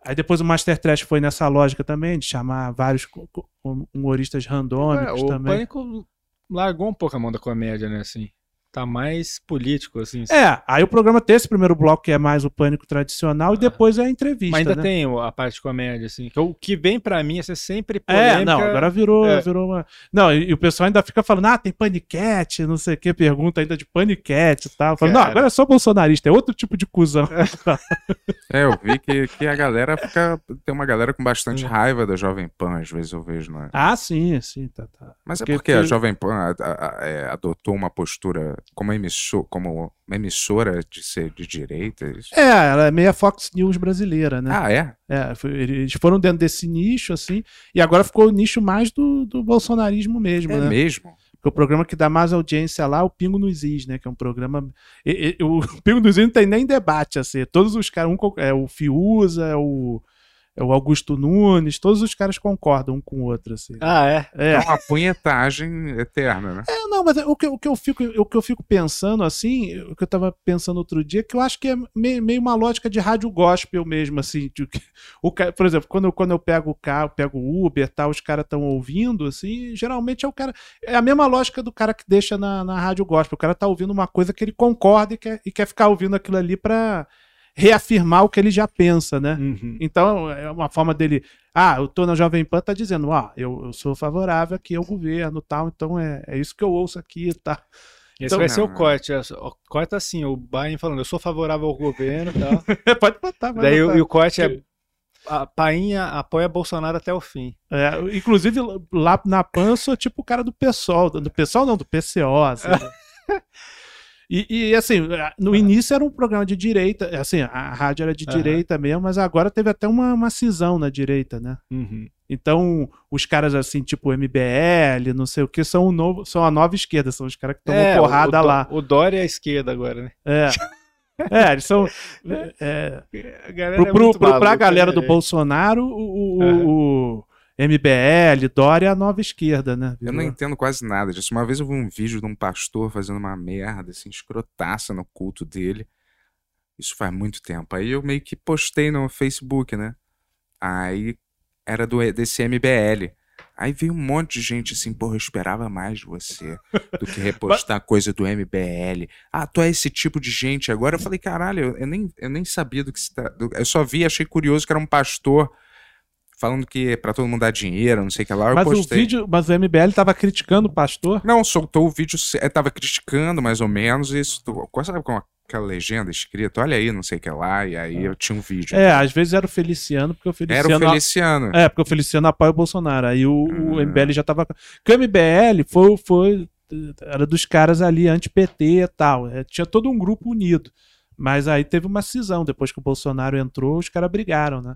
[SPEAKER 4] Aí depois o Master Trash foi nessa lógica também, de chamar vários co- co- hum, humoristas
[SPEAKER 2] É,
[SPEAKER 4] randômicos
[SPEAKER 2] o
[SPEAKER 4] também.
[SPEAKER 2] Pânico largou um pouco a mão da comédia, né, assim. Tá mais político, assim.
[SPEAKER 4] É, aí o programa tem esse primeiro bloco que é mais o pânico tradicional e depois é a entrevista.
[SPEAKER 2] Mas ainda
[SPEAKER 4] né?
[SPEAKER 2] tem o- a parte de comédia, assim. que o que vem pra mim é ser sempre polêmica.
[SPEAKER 4] É, não, agora virou,
[SPEAKER 2] É.
[SPEAKER 4] virou uma. Não, e, e o pessoal ainda fica falando, ah, tem paniquete, não sei o que, pergunta ainda de paniquete e tal. Falando, não,
[SPEAKER 2] Cara.
[SPEAKER 4] agora é só bolsonarista, é outro tipo de cuzão.
[SPEAKER 1] É, eu vi que, que a galera fica. Tem uma galera com bastante raiva da Jovem Pan, às vezes eu vejo, né?
[SPEAKER 4] ah, sim, sim, tá, tá.
[SPEAKER 1] Mas é
[SPEAKER 4] Porque-
[SPEAKER 1] porque a
[SPEAKER 4] porque-
[SPEAKER 1] Jovem Pan a- a- a- é, adotou uma postura como, emissor, como uma emissora de ser de direita. é Isso.
[SPEAKER 4] É, ela é meio a Fox News brasileira, né?
[SPEAKER 1] Ah, é?
[SPEAKER 4] É, foi- eles foram dentro desse nicho, assim, e agora ficou o nicho mais do, do bolsonarismo mesmo,
[SPEAKER 1] É
[SPEAKER 4] né?
[SPEAKER 1] mesmo?
[SPEAKER 4] Porque o programa que dá mais audiência lá é o Pingo nos Is, né? Que é um programa. e- e- o Pingo nos Is não tem nem debate, assim. Todos os caras. Um, co- é o Fiuza, é o, é o Augusto Nunes, todos os caras concordam um com o outro, assim.
[SPEAKER 2] Ah, é?
[SPEAKER 1] É
[SPEAKER 4] É.
[SPEAKER 1] uma punhetagem eterna, né?
[SPEAKER 4] É, não, mas o que, o que eu fico, o que eu fico pensando, assim, o que eu tava pensando outro dia, que eu acho que é meio, meio uma lógica de rádio gospel mesmo, assim. de que- o, ca- por exemplo, quando eu, quando eu pego o carro, pego o Uber e tal, os caras estão ouvindo, assim, geralmente é o cara. É a mesma lógica do cara que deixa na, na rádio gospel. O cara tá ouvindo uma coisa que ele concorda e quer, e quer ficar ouvindo aquilo ali pra reafirmar o que ele já pensa, né?
[SPEAKER 2] Uhum.
[SPEAKER 4] Então, é uma forma dele. Ah, eu tô na Jovem Pan, tá dizendo, ó, eu, eu sou favorável aqui ao governo e tal, então é, é isso que eu ouço aqui e tal.
[SPEAKER 2] Esse
[SPEAKER 4] Então-
[SPEAKER 2] vai ser o
[SPEAKER 1] Não.
[SPEAKER 2] corte. é só- o corte assim, o Biden falando, eu sou favorável ao governo e tal.
[SPEAKER 4] Pode botar, vai
[SPEAKER 2] Daí o,
[SPEAKER 4] botar.
[SPEAKER 2] e o corte é. A Painha apoia Bolsonaro até o fim.
[SPEAKER 4] É, inclusive, lá na PAN eu sou tipo o cara do PSOL. Do PSOL não, do PCO, assim. né? E, e, assim, no início era um programa de direita, assim, a rádio era de
[SPEAKER 2] Aham.
[SPEAKER 4] direita mesmo, mas agora teve até uma, uma cisão na direita, né?
[SPEAKER 2] Uhum.
[SPEAKER 4] Então, os caras assim, tipo MBL, não sei o que, são, o novo, são a nova esquerda, são os caras que tomam
[SPEAKER 2] É, o-
[SPEAKER 4] porrada
[SPEAKER 2] o, Dó-
[SPEAKER 4] lá.
[SPEAKER 2] O Dória é à esquerda agora, né?
[SPEAKER 4] É. É, eles são. É,
[SPEAKER 2] A galera
[SPEAKER 4] pro,
[SPEAKER 2] é
[SPEAKER 4] pro,
[SPEAKER 2] muito
[SPEAKER 4] pro, pra
[SPEAKER 2] maluca,
[SPEAKER 4] galera do
[SPEAKER 2] né?
[SPEAKER 4] Bolsonaro, o, o-
[SPEAKER 2] Aham.
[SPEAKER 4] o MBL, Dória é a nova esquerda, né?
[SPEAKER 1] Eu não entendo quase nada disso. Uma vez eu vi um vídeo de um pastor fazendo uma merda, assim, escrotaça no culto dele. Isso faz muito tempo. Aí eu meio que postei no Facebook, né? Aí era do desse MBL. Aí veio um monte de gente assim, porra, eu esperava mais de você do que repostar coisa do MBL. Ah, tu é esse tipo de gente agora? Eu falei, caralho, eu, eu nem, eu nem sabia do que se tá. do- eu só vi, achei curioso que era um pastor falando que é pra todo mundo dar dinheiro, não sei o que lá. Eu
[SPEAKER 4] Mas o
[SPEAKER 1] postei.
[SPEAKER 4] vídeo, mas o MBL tava criticando o pastor.
[SPEAKER 1] Não, soltou o vídeo, se- eh, tava criticando mais ou menos, e isso, qual- sabe com aquela legenda escrita, olha aí, não sei o que lá, e aí eu tinha um vídeo.
[SPEAKER 4] É, às vezes era o Feliciano, porque o
[SPEAKER 1] Era
[SPEAKER 4] Feliciano.
[SPEAKER 1] o Feliciano.
[SPEAKER 4] É, porque o Feliciano apoia o Bolsonaro. Aí o, o
[SPEAKER 1] Ah.
[SPEAKER 4] MBL já tava. Porque o MBL foi, foi, era dos caras ali anti-PT e tal. É, tinha todo um grupo unido. Mas aí teve uma cisão. Depois que o Bolsonaro entrou, os caras brigaram, né?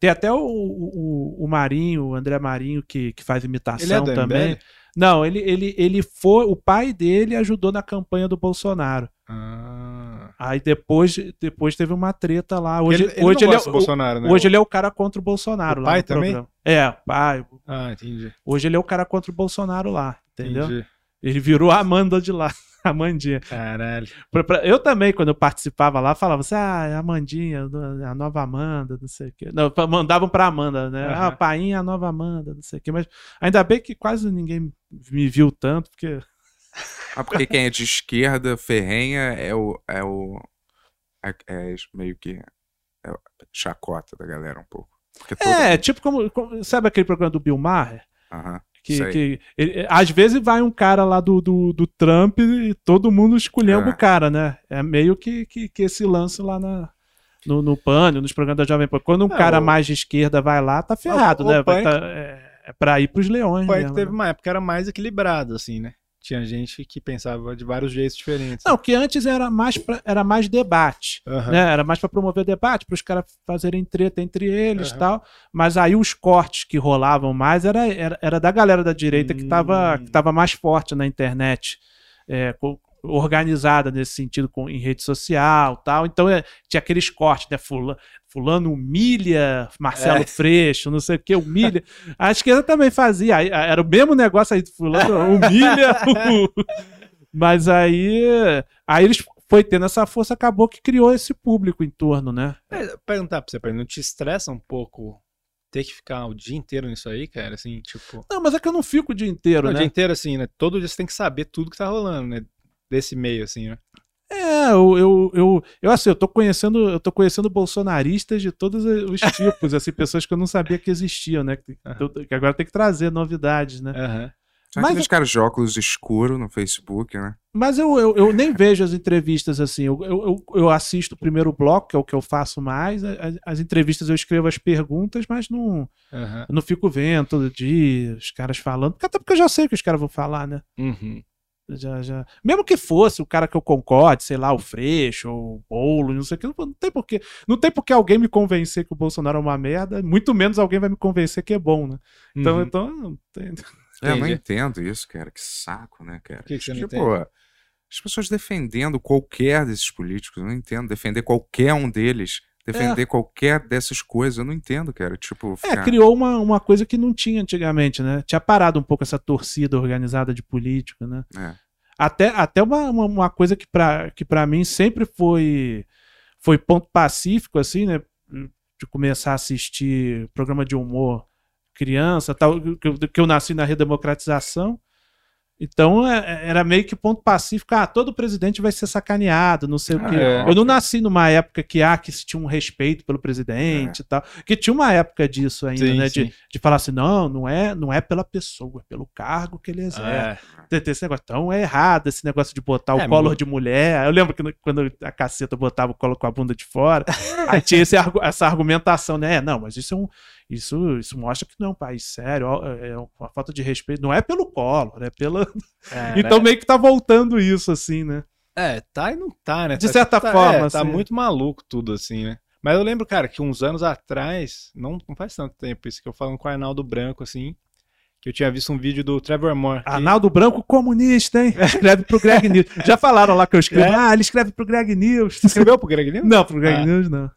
[SPEAKER 4] Tem até o, o, o Marinho, o André Marinho, que, que faz imitação
[SPEAKER 2] Ele é do
[SPEAKER 4] também.
[SPEAKER 2] MBL?
[SPEAKER 4] Não, ele, ele, ele foi. O pai dele ajudou na campanha do Bolsonaro.
[SPEAKER 2] Ah.
[SPEAKER 4] Aí depois, depois teve uma treta lá. Hoje
[SPEAKER 2] ele, ele
[SPEAKER 4] hoje
[SPEAKER 2] não
[SPEAKER 4] ele
[SPEAKER 2] gosta
[SPEAKER 4] é-
[SPEAKER 2] do Bolsonaro, né?
[SPEAKER 4] Hoje ele é o cara contra o Bolsonaro
[SPEAKER 2] O
[SPEAKER 4] lá
[SPEAKER 2] pai
[SPEAKER 4] no
[SPEAKER 2] também?
[SPEAKER 4] programa. É, pai.
[SPEAKER 2] Ah, entendi.
[SPEAKER 4] Hoje ele é o cara contra o Bolsonaro lá, entendeu?
[SPEAKER 2] entendi.
[SPEAKER 4] Ele virou a Amanda de lá. a Amandinha.
[SPEAKER 2] Caralho.
[SPEAKER 4] Pra- pra- Eu também, quando eu participava lá, falava assim: ah, é a Amandinha, a nova Amanda, não sei o quê. Não, pra- mandavam pra Amanda, né?
[SPEAKER 2] Aham.
[SPEAKER 4] Ah, painha, a nova Amanda, não sei o quê. Mas ainda bem que quase ninguém me viu tanto, porque.
[SPEAKER 1] Ah, porque quem é de esquerda, ferrenha, é o. É o. É, é meio que. É o chacota da galera um pouco. Porque todo-
[SPEAKER 4] É, tipo como. como- sabe aquele programa do Bill Maher?
[SPEAKER 1] Aham,
[SPEAKER 4] Que,
[SPEAKER 1] sei.
[SPEAKER 4] que- ele- às vezes vai um cara lá do, do, do Trump e todo mundo esculhamba
[SPEAKER 1] É.
[SPEAKER 4] o cara, né? É meio que, que, que esse lance lá na, no, no pânico, nos programas da Jovem Pan. Quando um
[SPEAKER 2] É,
[SPEAKER 4] cara
[SPEAKER 2] o-
[SPEAKER 4] mais de esquerda vai lá, tá ferrado,
[SPEAKER 2] o
[SPEAKER 4] né? Vai
[SPEAKER 2] Pânico-
[SPEAKER 4] tá- é, é pra ir pros leões.
[SPEAKER 2] O Pânico
[SPEAKER 4] mesmo,
[SPEAKER 2] teve
[SPEAKER 4] né?
[SPEAKER 2] uma época que era mais equilibrado, assim, né? Tinha gente que pensava de vários jeitos diferentes.
[SPEAKER 4] Não, que antes era mais, pra- era mais debate.
[SPEAKER 2] Aham.
[SPEAKER 4] né? Era mais pra promover debate, para os caras fazerem treta entre eles e
[SPEAKER 2] Aham.
[SPEAKER 4] tal. Mas aí os cortes que rolavam mais era, era, era da galera da direita que, tava,
[SPEAKER 2] Hum.
[SPEAKER 4] que tava mais forte na internet, é, co- organizada nesse sentido com, em rede social tal. Então é, tinha aqueles cortes, né? Fula, fulano humilha Marcelo Freixo, não sei o que, humilha. A esquerda também fazia. aí, Era o mesmo negócio aí, fulano humilha o- Mas aí, aí eles foi tendo essa força, acabou que criou esse público em torno, né?
[SPEAKER 2] É, Perguntar pra você, Pedro, não te estressa um pouco ter que ficar o dia inteiro nisso aí, cara? Assim, tipo.
[SPEAKER 4] Não, mas é que eu não fico o dia inteiro,
[SPEAKER 2] Não, O
[SPEAKER 4] né?
[SPEAKER 2] dia inteiro, assim, né? Todo dia você tem que saber tudo que tá rolando, né? Desse meio, assim, né?
[SPEAKER 4] É, eu, eu, eu, eu assim, eu tô conhecendo, eu tô conhecendo bolsonaristas de todos os tipos, assim, pessoas que eu não sabia que existiam, né? Que, que agora tem que trazer novidades, né?
[SPEAKER 2] Aham.
[SPEAKER 1] Só
[SPEAKER 4] mas é
[SPEAKER 1] aqueles caras de óculos escuro no Facebook, né?
[SPEAKER 4] Mas eu, eu, eu nem vejo as entrevistas assim. Eu, eu, eu- eu assisto o primeiro bloco, que é o que eu faço mais. a- As, as entrevistas eu escrevo as perguntas, mas não,
[SPEAKER 2] Aham.
[SPEAKER 4] eu não fico vendo todo dia os caras falando. porque- Até porque eu já sei o que os caras vão falar, né?
[SPEAKER 2] Uhum.
[SPEAKER 4] Já, já. Mesmo que fosse o cara que eu concorde, sei lá, o Freixo, ou o Bolo, não sei o que, não, não tem porquê. Não tem porquê alguém me convencer que o Bolsonaro é uma merda, muito menos alguém vai me convencer que é bom, né? Então,
[SPEAKER 2] Uhum.
[SPEAKER 4] então não tem-
[SPEAKER 1] É, eu não
[SPEAKER 2] Entendi.
[SPEAKER 1] entendo isso, cara. Que saco, né, cara?
[SPEAKER 2] que que você não
[SPEAKER 1] tipo,
[SPEAKER 2] entende?
[SPEAKER 1] as pessoas defendendo qualquer desses políticos, eu não entendo. Defender qualquer um deles, defender qualquer dessas coisas, eu não entendo, cara. Tipo,
[SPEAKER 4] É,
[SPEAKER 1] ficar-
[SPEAKER 4] criou uma, uma coisa que não tinha antigamente, né? Tinha parado um pouco essa torcida organizada de político, né?
[SPEAKER 1] É.
[SPEAKER 4] Até, até uma, uma, uma coisa que pra que pra mim sempre foi, foi ponto pacífico, assim, né? De começar a assistir programa de humor criança, tal, que, eu- que eu nasci na redemocratização. Então é- era meio que ponto pacífico. Ah, todo presidente vai ser sacaneado, não sei o
[SPEAKER 1] Ah,
[SPEAKER 4] quê.
[SPEAKER 1] é.
[SPEAKER 4] Eu não nasci numa época que, ah, que se tinha um respeito pelo presidente e tal. Que tinha uma época disso ainda,
[SPEAKER 2] É. Sim,
[SPEAKER 4] né?
[SPEAKER 2] sim.
[SPEAKER 4] De, de falar assim, não, não é, não é pela pessoa, é pelo cargo que ele exerce.
[SPEAKER 2] É.
[SPEAKER 4] Tem, tem esse negócio. Então é errado esse negócio de botar o
[SPEAKER 2] É,
[SPEAKER 4] colo
[SPEAKER 2] mu-
[SPEAKER 4] de mulher. Eu lembro que no- quando a caceta botava o colo com a bunda de fora, aí tinha esse argu- essa argumentação, né? É, Não, mas isso é um. Isso, isso mostra que não é um país sério, ó, é uma falta de respeito. Não é pelo colo, é pela.
[SPEAKER 2] É,
[SPEAKER 4] então
[SPEAKER 2] né?
[SPEAKER 4] meio que tá voltando isso, assim, né?
[SPEAKER 2] É, tá e não tá, né?
[SPEAKER 4] De
[SPEAKER 2] Tá-
[SPEAKER 4] certa
[SPEAKER 2] tá-
[SPEAKER 4] forma,
[SPEAKER 2] é, tá
[SPEAKER 4] assim.
[SPEAKER 2] muito maluco tudo assim, né? Mas eu lembro, cara, que uns anos atrás, não, não faz tanto tempo isso, que eu falando com o Arnaldo Branco, assim, que eu tinha visto um vídeo do Trevor Moore. que-
[SPEAKER 4] Ah, Arnaldo Branco comunista, hein? Escreve pro Greg News. Já falaram lá que eu escrevo. Ah, ele escreve pro Greg News.
[SPEAKER 2] Escreveu pro Greg News?
[SPEAKER 4] Não, pro Greg
[SPEAKER 2] É? Ah.
[SPEAKER 4] News não.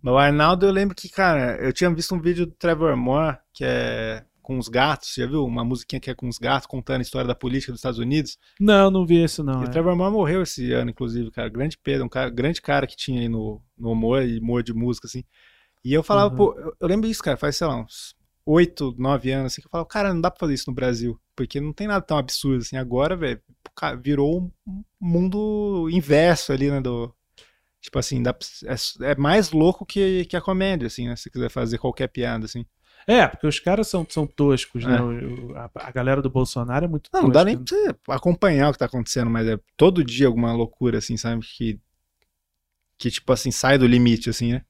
[SPEAKER 2] Mas o Arnaldo, eu lembro que, cara, eu tinha visto um vídeo do Trevor Moore, que é com os gatos, já viu? Uma musiquinha que é com os gatos, contando a história da política dos Estados Unidos.
[SPEAKER 4] Não, não vi isso não.
[SPEAKER 2] e o
[SPEAKER 4] é.
[SPEAKER 2] Trevor Moore morreu esse ano, inclusive, cara. Grande perda, um cara, grande cara que tinha aí no, no humor e humor de música, assim. E eu falava,
[SPEAKER 4] Uhum.
[SPEAKER 2] pô, eu, eu lembro isso, cara, faz, sei lá, uns oito, nove anos, assim, que eu falava, cara, não dá pra fazer isso no Brasil, porque não tem nada tão absurdo, assim. Agora, velho, ca- virou um mundo inverso ali, né, do... Tipo assim, dá, pra- é, é mais louco que, que a comédia, assim, né? Se você quiser fazer qualquer piada, assim.
[SPEAKER 4] É, porque os caras são, são toscos, né?
[SPEAKER 2] É.
[SPEAKER 4] O- o- a, a galera do Bolsonaro é muito
[SPEAKER 2] Não, não dá nem pra
[SPEAKER 4] tosca.
[SPEAKER 2] você acompanhar o que tá acontecendo, mas é todo dia alguma loucura, assim, sabe? Que, que tipo assim, sai do limite, assim, né?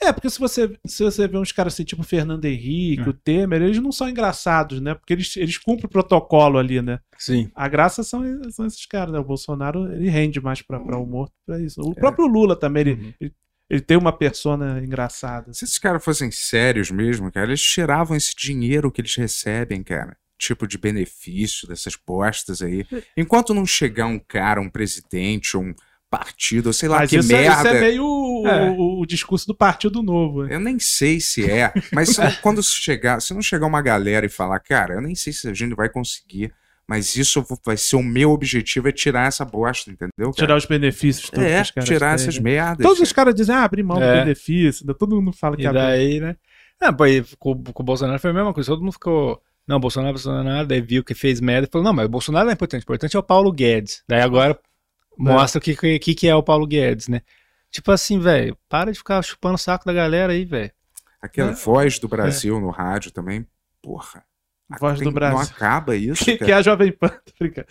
[SPEAKER 4] É, porque se você, se você vê uns caras assim, tipo o Fernando Henrique,
[SPEAKER 2] É.
[SPEAKER 4] o Temer, eles não são engraçados, né? Porque eles, eles cumprem o protocolo ali, né?
[SPEAKER 2] Sim.
[SPEAKER 4] A graça são, são esses caras, né? O Bolsonaro, ele rende mais pra, pra humor, pra isso.
[SPEAKER 2] É.
[SPEAKER 4] O próprio Lula também, ele,
[SPEAKER 2] Uhum.
[SPEAKER 4] ele, ele tem uma persona engraçada. assim.
[SPEAKER 1] Se esses caras fossem sérios mesmo, cara, eles tiravam esse dinheiro que eles recebem, cara. Tipo de benefício dessas postas aí.
[SPEAKER 4] É.
[SPEAKER 1] Enquanto não chegar um cara, um presidente, ou um partido, ou sei lá
[SPEAKER 4] Mas
[SPEAKER 1] que
[SPEAKER 4] isso, é- isso
[SPEAKER 1] merda.
[SPEAKER 4] é meio o,
[SPEAKER 2] É.
[SPEAKER 4] o- o discurso do Partido Novo. né?
[SPEAKER 1] Eu nem sei se é, mas se- quando chegar, se não chegar uma galera e falar, cara, eu nem sei se a gente vai conseguir, mas isso eu vou- vai ser o meu objetivo, é tirar essa bosta, entendeu? cara?
[SPEAKER 4] Tirar os benefícios todos que
[SPEAKER 1] é,
[SPEAKER 4] os caras
[SPEAKER 1] tirar
[SPEAKER 4] têm,
[SPEAKER 1] essas
[SPEAKER 4] né?
[SPEAKER 1] merdas.
[SPEAKER 4] Todos os
[SPEAKER 1] cara.
[SPEAKER 4] caras dizem, ah, abrir mão do
[SPEAKER 2] É.
[SPEAKER 4] benefício, né? todo mundo fala que
[SPEAKER 2] E
[SPEAKER 4] abre
[SPEAKER 2] daí, né? Ah, pô, e com, com o Bolsonaro foi a mesma coisa. Todo mundo ficou. Não, Bolsonaro, Bolsonaro, daí viu que fez merda e falou: não, mas o Bolsonaro não é importante, o importante é o Paulo Guedes. Daí
[SPEAKER 4] É.
[SPEAKER 2] agora mostra o que, que, que que é o Paulo Guedes, né? Tipo assim, velho, para de ficar chupando o saco da galera aí, velho.
[SPEAKER 1] Aquela
[SPEAKER 4] É.
[SPEAKER 1] voz do Brasil no rádio também, porra.
[SPEAKER 4] Voz do
[SPEAKER 1] Tem-
[SPEAKER 4] Brasil.
[SPEAKER 1] Não acaba isso,
[SPEAKER 4] Que,
[SPEAKER 1] cara.
[SPEAKER 4] que é a Jovem Pan. tô brincando.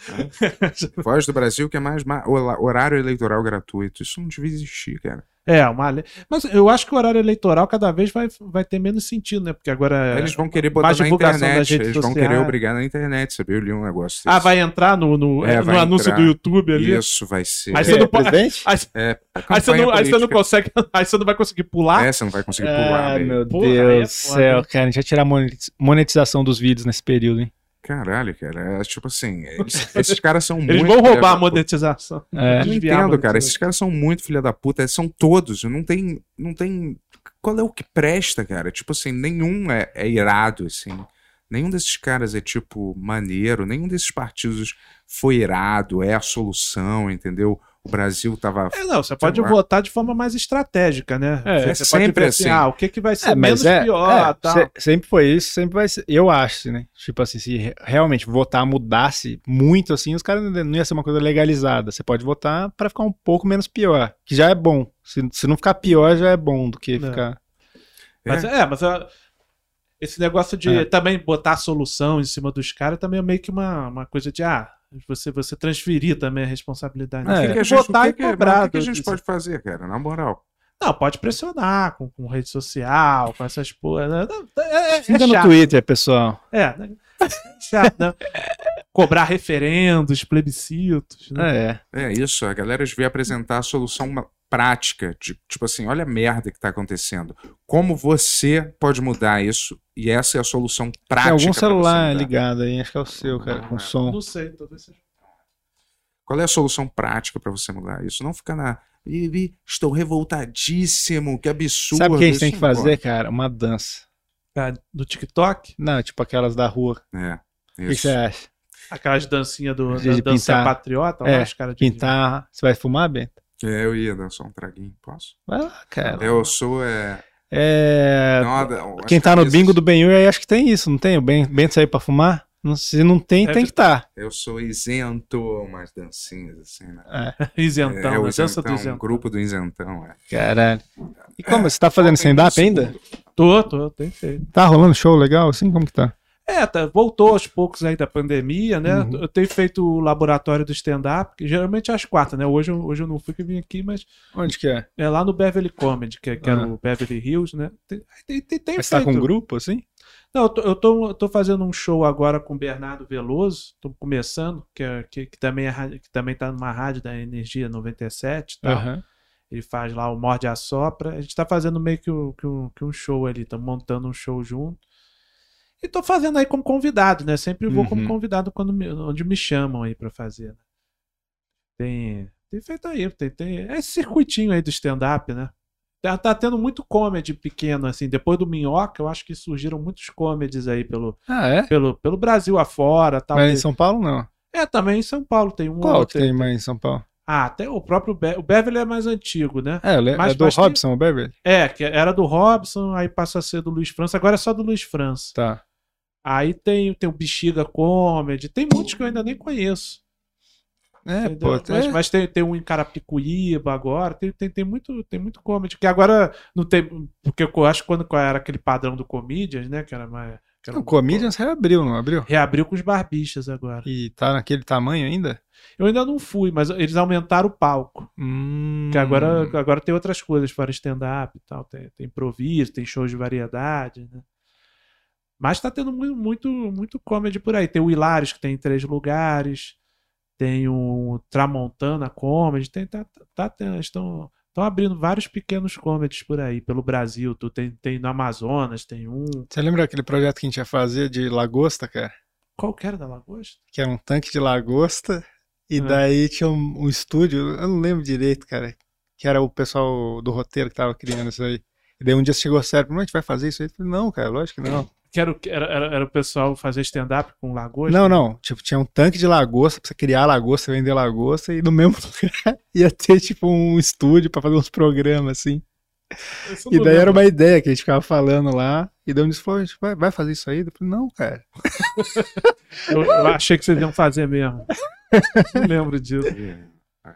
[SPEAKER 1] Voz do Brasil que é mais ma- ola- horário eleitoral gratuito. Isso não devia existir, cara.
[SPEAKER 4] É, uma lei. Mas eu acho que o horário eleitoral cada vez vai, vai ter menos sentido, né? Porque agora.
[SPEAKER 1] Eles vão querer botar
[SPEAKER 4] mais
[SPEAKER 1] na
[SPEAKER 4] divulgação das
[SPEAKER 1] internet.
[SPEAKER 4] redes
[SPEAKER 1] Eles vão
[SPEAKER 4] sociais.
[SPEAKER 1] querer obrigar na internet, sabe? Eu li um negócio
[SPEAKER 4] Ah, vai entrar no, no,
[SPEAKER 1] É,
[SPEAKER 4] no
[SPEAKER 1] vai
[SPEAKER 4] anúncio
[SPEAKER 1] entrar.
[SPEAKER 4] do YouTube ali.
[SPEAKER 1] Isso vai ser.
[SPEAKER 4] Aí você não pode-
[SPEAKER 2] É, presidente?
[SPEAKER 4] Aí, aí você
[SPEAKER 1] campanha
[SPEAKER 4] não, aí você não
[SPEAKER 1] política.
[SPEAKER 4] consegue. Aí você não vai conseguir pular.
[SPEAKER 1] É, você não vai conseguir pular,
[SPEAKER 2] Ah,
[SPEAKER 1] velho.
[SPEAKER 2] meu
[SPEAKER 4] Porra, aí Ah, é
[SPEAKER 2] Deus do
[SPEAKER 4] foda,
[SPEAKER 2] céu, cara. A gente vai tirar a monetiz- monetização dos vídeos nesse período, hein?
[SPEAKER 1] Caralho, cara. É, tipo assim, eles- esses caras são muito.
[SPEAKER 4] Eles vão
[SPEAKER 1] filha
[SPEAKER 4] roubar
[SPEAKER 1] da
[SPEAKER 4] a monetização.
[SPEAKER 1] puta. Eu
[SPEAKER 2] É.
[SPEAKER 1] não
[SPEAKER 4] desviar a
[SPEAKER 1] entendo, cara.
[SPEAKER 4] monetização.
[SPEAKER 1] Esses caras são muito filha da puta. São todos. Não tem. Não tem. Qual é o que presta, cara? Tipo assim, nenhum é, é irado, assim. Nenhum desses caras é, tipo, maneiro. Nenhum desses partidos foi irado, é a solução, entendeu? O Brasil tava.
[SPEAKER 4] É, não, você pode
[SPEAKER 1] lá.
[SPEAKER 4] votar de forma mais estratégica, né?
[SPEAKER 2] É,
[SPEAKER 4] você
[SPEAKER 1] é
[SPEAKER 4] você
[SPEAKER 1] sempre
[SPEAKER 4] ver
[SPEAKER 1] assim.
[SPEAKER 4] Ah, o que, que vai ser
[SPEAKER 2] É,
[SPEAKER 4] menos
[SPEAKER 2] mas é,
[SPEAKER 4] pior
[SPEAKER 2] é,
[SPEAKER 4] tal.
[SPEAKER 2] se- sempre foi isso, sempre vai ser. Eu acho, né? Tipo assim, se re- realmente votar mudasse muito assim, os caras não ia ser uma coisa legalizada. Você pode votar pra ficar um pouco menos pior, que já é bom. Se, se não ficar pior, já é bom do que
[SPEAKER 4] Não.
[SPEAKER 2] ficar.
[SPEAKER 4] Mas é, mas ah, esse negócio de
[SPEAKER 2] É.
[SPEAKER 4] também botar a solução em cima dos caras também é meio que uma, uma coisa de ah, você, você transferir também a responsabilidade.
[SPEAKER 1] O
[SPEAKER 2] Mas
[SPEAKER 4] Tem
[SPEAKER 2] é.
[SPEAKER 1] que
[SPEAKER 4] que
[SPEAKER 1] que a gente-
[SPEAKER 4] botar
[SPEAKER 1] o que que-
[SPEAKER 4] e
[SPEAKER 1] mas
[SPEAKER 4] cobrar.
[SPEAKER 1] O que, que a
[SPEAKER 4] do-
[SPEAKER 1] gente
[SPEAKER 4] do-
[SPEAKER 1] pode fazer, cara? Na moral.
[SPEAKER 4] Não, pode pressionar com, com rede social, com essas porra. né? É, é, é
[SPEAKER 2] Fica no
[SPEAKER 4] chato.
[SPEAKER 2] Twitter, pessoal.
[SPEAKER 4] É, né? É chato, né? Cobrar referendos, plebiscitos. Né?
[SPEAKER 2] É.
[SPEAKER 1] É isso, a galera devia apresentar a solução ma- prática, de, tipo assim, olha a merda que está acontecendo. Como você pode mudar isso? E essa é a solução prática.
[SPEAKER 2] Tem algum
[SPEAKER 1] pra você
[SPEAKER 2] celular
[SPEAKER 1] mudar.
[SPEAKER 2] ligado aí, acho que é o seu, cara, com som.
[SPEAKER 4] Não sei, talvez seja.
[SPEAKER 1] Qual é a solução prática para você mudar isso? Não ficar na. "Ih, ih, Estou revoltadíssimo, que absurdo.
[SPEAKER 2] Sabe o que a gente
[SPEAKER 1] isso
[SPEAKER 2] tem que
[SPEAKER 1] não
[SPEAKER 2] fazer, cara? Uma dança.
[SPEAKER 4] Cara, do Ah, TikTok,
[SPEAKER 2] Não, tipo aquelas da rua.
[SPEAKER 1] pode. É.
[SPEAKER 2] O que que
[SPEAKER 1] Isso.
[SPEAKER 2] você acha?
[SPEAKER 4] aquelas dancinhas do,
[SPEAKER 2] De
[SPEAKER 4] da dança
[SPEAKER 2] pintar.
[SPEAKER 4] patriota, lá,
[SPEAKER 2] É,
[SPEAKER 4] os caras de-
[SPEAKER 2] Pintar. Você vai fumar, Bento?
[SPEAKER 1] É, eu ia dançar um traguinho, posso?
[SPEAKER 2] Vai lá, cara.
[SPEAKER 1] Eu sou. É...
[SPEAKER 2] É.
[SPEAKER 1] não, a- as
[SPEAKER 2] Quem tá no
[SPEAKER 1] cabeças-
[SPEAKER 2] bingo do Benhur aí, acho que tem isso, não tem? O Ben- Bento saiu pra fumar? Não, se não tem,
[SPEAKER 4] É
[SPEAKER 2] tem que tá. estar.
[SPEAKER 1] Eu sou isento, umas dancinhas assim, né?
[SPEAKER 4] isentão,
[SPEAKER 1] é,
[SPEAKER 4] a
[SPEAKER 2] né?
[SPEAKER 1] o
[SPEAKER 4] dança do
[SPEAKER 1] isentão,
[SPEAKER 4] isentão.
[SPEAKER 1] um grupo do isentão, é.
[SPEAKER 2] Caralho. E como? Você tá fazendo
[SPEAKER 4] é
[SPEAKER 2] stand-up ainda?
[SPEAKER 4] Tô, tô, tem feito.
[SPEAKER 2] Tá rolando show legal assim? Como que tá?
[SPEAKER 4] É, tá, voltou aos poucos aí da pandemia, né?
[SPEAKER 2] Uhum.
[SPEAKER 4] Eu tenho feito o laboratório do stand-up, que geralmente é às quatro, né? Hoje, eu- hoje eu não fui que vim aqui, mas
[SPEAKER 2] Onde que é?
[SPEAKER 4] é lá no Beverly Comedy, que, é- que era
[SPEAKER 2] Ah.
[SPEAKER 4] o Beverly Hills, né? Tem, tem, tem, tem
[SPEAKER 2] Mas tá
[SPEAKER 4] feito.
[SPEAKER 2] com um grupo assim?
[SPEAKER 4] Não, eu tô, eu, tô, eu tô fazendo um show agora com o Bernardo Veloso, tô começando, que, é- que, que também é, rádio- que também tá numa rádio da Energia 97 e tá? tal.
[SPEAKER 2] Aham.
[SPEAKER 4] Ele faz lá o Morde a Sopra. A gente tá fazendo meio que, o- que um, que um show ali, tá montando um show junto. E tô fazendo aí como convidado, né? Sempre vou como
[SPEAKER 1] Uhum.
[SPEAKER 4] convidado quando me- onde me chamam aí pra fazer. né? Tem, tem feito aí, tem, tem é esse circuitinho aí do stand-up, né? Tá, tá tendo muito comedy pequeno, assim. Depois do Minhoca, eu acho que surgiram muitos comedies aí pelo,
[SPEAKER 2] Ah, é?
[SPEAKER 4] pelo, pelo Brasil afora. Tal.
[SPEAKER 2] Mas Tá em São Paulo não.
[SPEAKER 4] É, também em São Paulo tem um
[SPEAKER 2] Qual que
[SPEAKER 4] outro.
[SPEAKER 2] tem mais em São Paulo?
[SPEAKER 4] Ah, até o próprio Be o Beverly é mais antigo, né?
[SPEAKER 2] É, eu le-
[SPEAKER 4] Mas-
[SPEAKER 2] é do
[SPEAKER 4] mas tem-
[SPEAKER 2] Robson, o Beverly?
[SPEAKER 4] É, que era do Robson, aí passa a ser do Luiz França, agora é só do Luiz França.
[SPEAKER 2] Tá.
[SPEAKER 4] Aí tem, tem o Bexiga Comedy, tem muitos que eu ainda nem conheço.
[SPEAKER 2] É,
[SPEAKER 4] entendeu?
[SPEAKER 2] pô. tem-
[SPEAKER 4] mas mas tem, tem um em Carapicuíba agora, tem, tem, tem, muito, tem muito comedy. Que agora não tem. Porque eu acho que quando era aquele padrão do Comedians, né? Que era mais. que era
[SPEAKER 2] O
[SPEAKER 4] um-
[SPEAKER 2] Comedians reabriu, não abriu?
[SPEAKER 4] Reabriu com os barbichas agora.
[SPEAKER 2] E tá naquele tamanho ainda?
[SPEAKER 4] Eu ainda não fui, mas eles aumentaram o palco.
[SPEAKER 2] Hum.
[SPEAKER 4] Que agora, agora tem outras coisas fora stand-up e tal. Tem, tem improviso, tem shows de variedade, né? Mas tá tendo muito, muito, muito comedy por aí. Tem o Hilários, que tem em três lugares. Tem o Tramontana Comedy. Tem, tá, tá, tá- estão, estão abrindo vários pequenos comedies por aí, pelo Brasil. Tu tem, tem no Amazonas, tem um.
[SPEAKER 2] Você lembra aquele projeto que a gente ia fazer de lagosta, cara?
[SPEAKER 4] Qual que era da Lagosta?
[SPEAKER 2] Que era um tanque de lagosta. E
[SPEAKER 4] Ah.
[SPEAKER 2] daí tinha um, um estúdio, eu não lembro direito, cara. Que era o pessoal do roteiro que tava criando isso aí. E daí um dia chegou sério, mas a gente vai fazer isso aí? Eu falei, não, cara, lógico que não.
[SPEAKER 4] Que era, o- que era, era, era o pessoal fazer stand-up com Lagosta?
[SPEAKER 2] Não, não. Tipo, tinha um tanque de lagosta pra você criar lagosta, vender lagosta, e no mesmo lugar ia ter, tipo, um estúdio pra fazer uns programas, assim.
[SPEAKER 4] Isso eu
[SPEAKER 2] E
[SPEAKER 4] não
[SPEAKER 2] daí era
[SPEAKER 4] lembro.
[SPEAKER 2] uma ideia que a gente ficava falando lá, e daí um disse, falou, vai, vai fazer isso aí? Eu falei, não, cara.
[SPEAKER 4] Eu, eu achei que vocês iam fazer mesmo. não lembro disso.
[SPEAKER 1] é.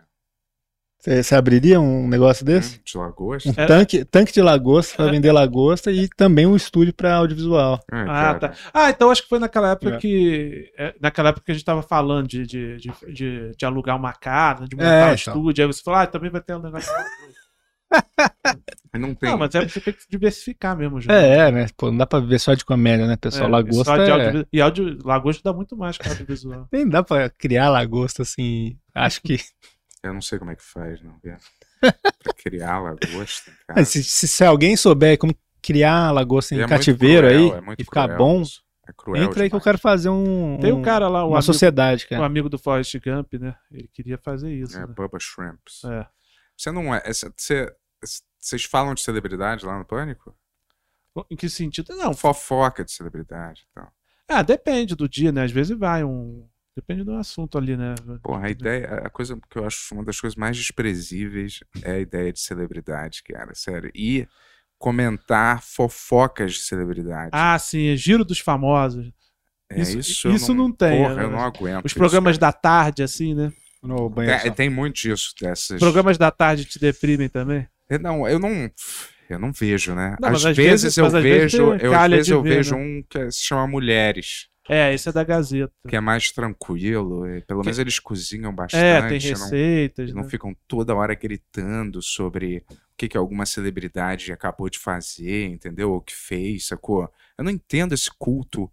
[SPEAKER 2] Você, você abriria um negócio desse?
[SPEAKER 1] De lagosta?
[SPEAKER 2] Um
[SPEAKER 4] Era-
[SPEAKER 2] tanque, tanque de lagosta pra vender lagosta e também um estúdio pra audiovisual.
[SPEAKER 1] É,
[SPEAKER 4] Ah,
[SPEAKER 1] cara.
[SPEAKER 4] tá. Ah, então acho que foi naquela época
[SPEAKER 2] É.
[SPEAKER 4] que. é, Naquela época que a gente tava falando de, de, de, de- de alugar uma casa, de montar
[SPEAKER 2] É,
[SPEAKER 4] um
[SPEAKER 2] então.
[SPEAKER 4] estúdio. Aí você falou, ah, também vai ter um negócio.
[SPEAKER 1] Mas Não tem.
[SPEAKER 4] não, mas é você tem que diversificar mesmo, Júlio.
[SPEAKER 2] É, é, né? Pô, não dá pra viver só de comédia, né, pessoal? lagosta
[SPEAKER 4] só de
[SPEAKER 2] é...
[SPEAKER 4] audiovisual- E áudio, lagosta dá muito mais que audiovisual.
[SPEAKER 2] Nem dá pra criar lagosta, assim, acho que...
[SPEAKER 1] Eu não sei como é que faz, não. Bia. pra criar lagosta, cara.
[SPEAKER 2] Mas se, se- se alguém souber como criar lagosta em
[SPEAKER 1] Ah. É muito
[SPEAKER 2] cativeiro
[SPEAKER 1] cruel,
[SPEAKER 2] aí
[SPEAKER 1] é muito
[SPEAKER 2] e ficar
[SPEAKER 1] cruel
[SPEAKER 2] bom,
[SPEAKER 1] isso. É cruel
[SPEAKER 2] entra aí que eu quero fazer um,
[SPEAKER 4] Tem
[SPEAKER 2] um-
[SPEAKER 4] o cara lá,
[SPEAKER 2] uma
[SPEAKER 4] o
[SPEAKER 2] é.
[SPEAKER 4] amigo,
[SPEAKER 2] sociedade,
[SPEAKER 4] o
[SPEAKER 2] cara.
[SPEAKER 4] amigo do Forrest Gump, né? Ele queria fazer isso.
[SPEAKER 1] demais. É,
[SPEAKER 4] né?
[SPEAKER 1] Bubba Shrimps.
[SPEAKER 4] É.
[SPEAKER 1] Você não é. essa- Você, vocês falam de celebridade lá no Pânico?
[SPEAKER 4] Em que sentido? Não.
[SPEAKER 1] Fofoca de celebridade então. e tal.
[SPEAKER 4] Ah, depende do dia, né? Às vezes vai um. Depende do assunto ali, né?
[SPEAKER 2] Uhum.
[SPEAKER 1] Porra, a ideia. A coisa que eu acho uma das coisas mais desprezíveis é a ideia de celebridade, cara. Sério. E comentar fofocas de celebridade.
[SPEAKER 4] Ah, sim, é Giro dos Famosos.
[SPEAKER 1] é
[SPEAKER 4] isso-
[SPEAKER 1] isso,
[SPEAKER 4] isso
[SPEAKER 1] eu
[SPEAKER 4] não tem,
[SPEAKER 1] Porra,
[SPEAKER 4] é,
[SPEAKER 1] eu não aguento.
[SPEAKER 4] Os
[SPEAKER 1] isso,
[SPEAKER 4] programas da tarde, assim, né?
[SPEAKER 1] cara.
[SPEAKER 2] No banheiro.
[SPEAKER 1] Tem, tem muito disso, dessas.
[SPEAKER 4] Os programas da tarde te deprimem também?
[SPEAKER 1] Eu não, eu não, eu não vejo, né?
[SPEAKER 4] Não,
[SPEAKER 1] às,
[SPEAKER 4] mas às
[SPEAKER 1] vezes,
[SPEAKER 4] vezes-
[SPEAKER 1] eu
[SPEAKER 4] mas às vezes
[SPEAKER 1] vejo,
[SPEAKER 4] você
[SPEAKER 1] eu, às
[SPEAKER 4] calha
[SPEAKER 1] vezes
[SPEAKER 4] de
[SPEAKER 1] eu
[SPEAKER 4] ver, né?
[SPEAKER 1] vejo um que se chama Mulheres,
[SPEAKER 4] É, esse é da Gazeta.
[SPEAKER 1] que é mais tranquilo, e pelo
[SPEAKER 4] Que-
[SPEAKER 1] menos eles cozinham bastante,
[SPEAKER 4] É, tem
[SPEAKER 1] não,
[SPEAKER 4] receitas.
[SPEAKER 1] eles não
[SPEAKER 4] né?
[SPEAKER 1] ficam toda hora gritando sobre o que, que alguma celebridade acabou de fazer, entendeu? Ou que fez, sacou? Eu não entendo esse culto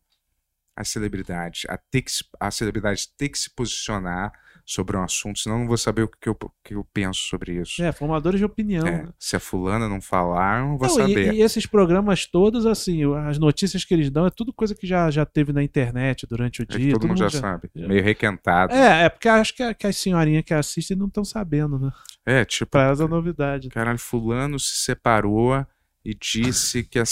[SPEAKER 1] à celebridade, a, ter que se- a celebridade ter que se posicionar sobre um assunto, senão eu não vou saber o que eu, o que eu penso sobre isso.
[SPEAKER 4] É, formadores de opinião.
[SPEAKER 1] É,
[SPEAKER 4] né?
[SPEAKER 1] se a fulana não falar, eu não vou
[SPEAKER 4] Não, e-
[SPEAKER 1] saber.
[SPEAKER 4] E, esses programas todos, assim, o- as notícias que eles dão é tudo coisa que já, já teve na internet durante o
[SPEAKER 1] É que
[SPEAKER 4] dia.
[SPEAKER 1] todo, mundo já, sabe. Meio requentado. É,
[SPEAKER 4] É, é porque acho que, a- que as senhorinhas que assistem não estão sabendo, né?
[SPEAKER 1] tipo,
[SPEAKER 4] Pra elas é novidade.
[SPEAKER 1] caralho, fulano se separou e disse que a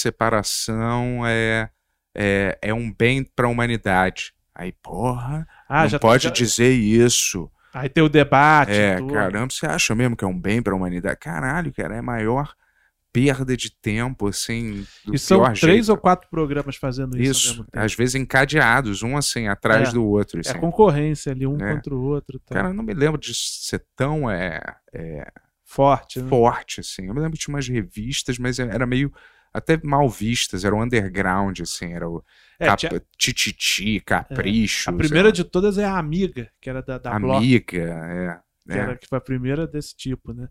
[SPEAKER 1] separação é, é, é um bem pra humanidade. Aí, porra,
[SPEAKER 4] Ah,
[SPEAKER 1] não
[SPEAKER 4] já
[SPEAKER 1] pode
[SPEAKER 4] já-
[SPEAKER 1] dizer isso.
[SPEAKER 4] Aí tem o debate.
[SPEAKER 1] É,
[SPEAKER 4] tudo.
[SPEAKER 1] caramba, você acha mesmo que é um bem pra humanidade? Caralho, cara, é a maior perda de tempo, assim, do
[SPEAKER 4] E são
[SPEAKER 1] pior
[SPEAKER 4] três
[SPEAKER 1] jeito.
[SPEAKER 4] ou quatro programas fazendo isso, ao
[SPEAKER 1] Isso, é
[SPEAKER 4] mesmo tempo.
[SPEAKER 1] às vezes encadeados, um assim, atrás
[SPEAKER 4] É.
[SPEAKER 1] do outro.
[SPEAKER 4] É
[SPEAKER 1] assim.
[SPEAKER 4] concorrência ali, um
[SPEAKER 1] É.
[SPEAKER 4] contra o outro. Tá.
[SPEAKER 1] Cara, eu não me lembro de ser tão é, é,
[SPEAKER 4] Forte, né?
[SPEAKER 1] forte, assim. Eu me lembro que tinha umas revistas, mas é, era meio até mal vistas, era o underground, assim, era o
[SPEAKER 4] É,
[SPEAKER 1] cap-
[SPEAKER 4] tinha-
[SPEAKER 1] tititi, capricho.
[SPEAKER 4] a
[SPEAKER 1] sei
[SPEAKER 4] primeira
[SPEAKER 1] lá,
[SPEAKER 4] de todas é a Amiga, que era da, da Block,
[SPEAKER 1] amiga, é.
[SPEAKER 4] que,
[SPEAKER 1] é.
[SPEAKER 4] era, que foi a primeira desse tipo, né?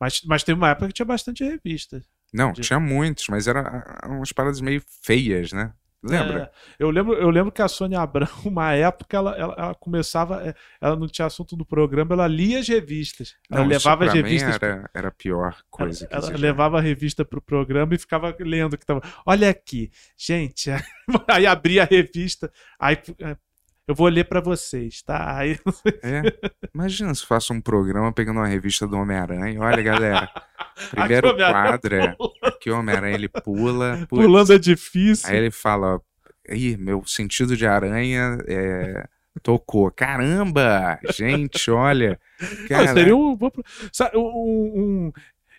[SPEAKER 4] Mas, mas teve uma época que tinha bastante revista.
[SPEAKER 1] Não,
[SPEAKER 4] de-
[SPEAKER 1] tinha muitos, mas eram umas paradas meio feias, né? Lembra?
[SPEAKER 4] É, eu, lembro, eu lembro que a Sônia Abrão, uma época, ela, ela, ela começava, é, ela não tinha assunto do programa, ela lia as revistas. Ela
[SPEAKER 1] Não, isso
[SPEAKER 4] É, levava as
[SPEAKER 1] pra mim
[SPEAKER 4] revistas.
[SPEAKER 1] Era, era a pior coisa que
[SPEAKER 4] ela, ela
[SPEAKER 1] existia.
[SPEAKER 4] levava a revista pro programa e ficava lendo que tava. Olha aqui, gente. Aí abria a revista. Aí é, eu vou ler pra vocês, tá? Aí
[SPEAKER 1] É. Imagina se faço um programa pegando uma revista do Homem-Aranha. Olha, galera. Primeiro
[SPEAKER 4] Aqui o Ah, Homem-Aranha
[SPEAKER 1] quadro é que o Homem-Aranha ele pula, pula,
[SPEAKER 4] pulando é difícil.
[SPEAKER 1] Aí ele fala: Ih, meu sentido de aranha é, tocou. Caramba! Gente, olha.
[SPEAKER 4] Não,
[SPEAKER 1] Cara,
[SPEAKER 4] seria um, bom pro- sabe, um- um- um-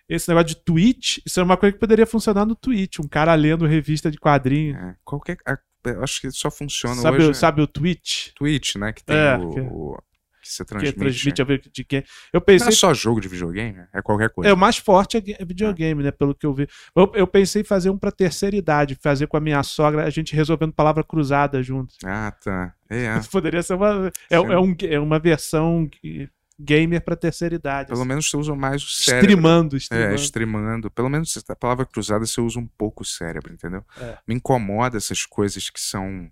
[SPEAKER 4] Esse negócio de tweet, isso é uma coisa que poderia funcionar no tweet. Um cara lendo revista de quadrinho.
[SPEAKER 1] é, qualquer, a- eu acho que só funciona
[SPEAKER 4] Sabe,
[SPEAKER 1] hoje. é
[SPEAKER 4] o- sabe o tweet?
[SPEAKER 1] Twitch, né? Que tem
[SPEAKER 4] É,
[SPEAKER 1] o,
[SPEAKER 4] que-
[SPEAKER 1] o- que você
[SPEAKER 4] Que
[SPEAKER 1] transmite. né?
[SPEAKER 4] transmite a ver de quem. Eu
[SPEAKER 1] Não é
[SPEAKER 4] pensei.
[SPEAKER 1] só jogo de videogame, é qualquer coisa.
[SPEAKER 4] É, o mais forte é gue- é videogame, né? Pelo que eu vi. Eu, eu pensei em fazer um pra terceira idade, fazer com a minha sogra, a gente resolvendo palavra cruzada juntos.
[SPEAKER 1] Ah, tá. É.
[SPEAKER 4] Isso poderia ser uma. É,
[SPEAKER 1] Sim.
[SPEAKER 4] é um, é uma versão que- gamer pra terceira idade.
[SPEAKER 1] Pelo
[SPEAKER 4] assim.
[SPEAKER 1] menos você usa mais o cérebro.
[SPEAKER 4] Streamando,
[SPEAKER 1] É,
[SPEAKER 4] streamando.
[SPEAKER 1] streamando. Pelo menos a palavra cruzada você usa um pouco o cérebro, entendeu?
[SPEAKER 4] É.
[SPEAKER 1] Me incomoda essas coisas que são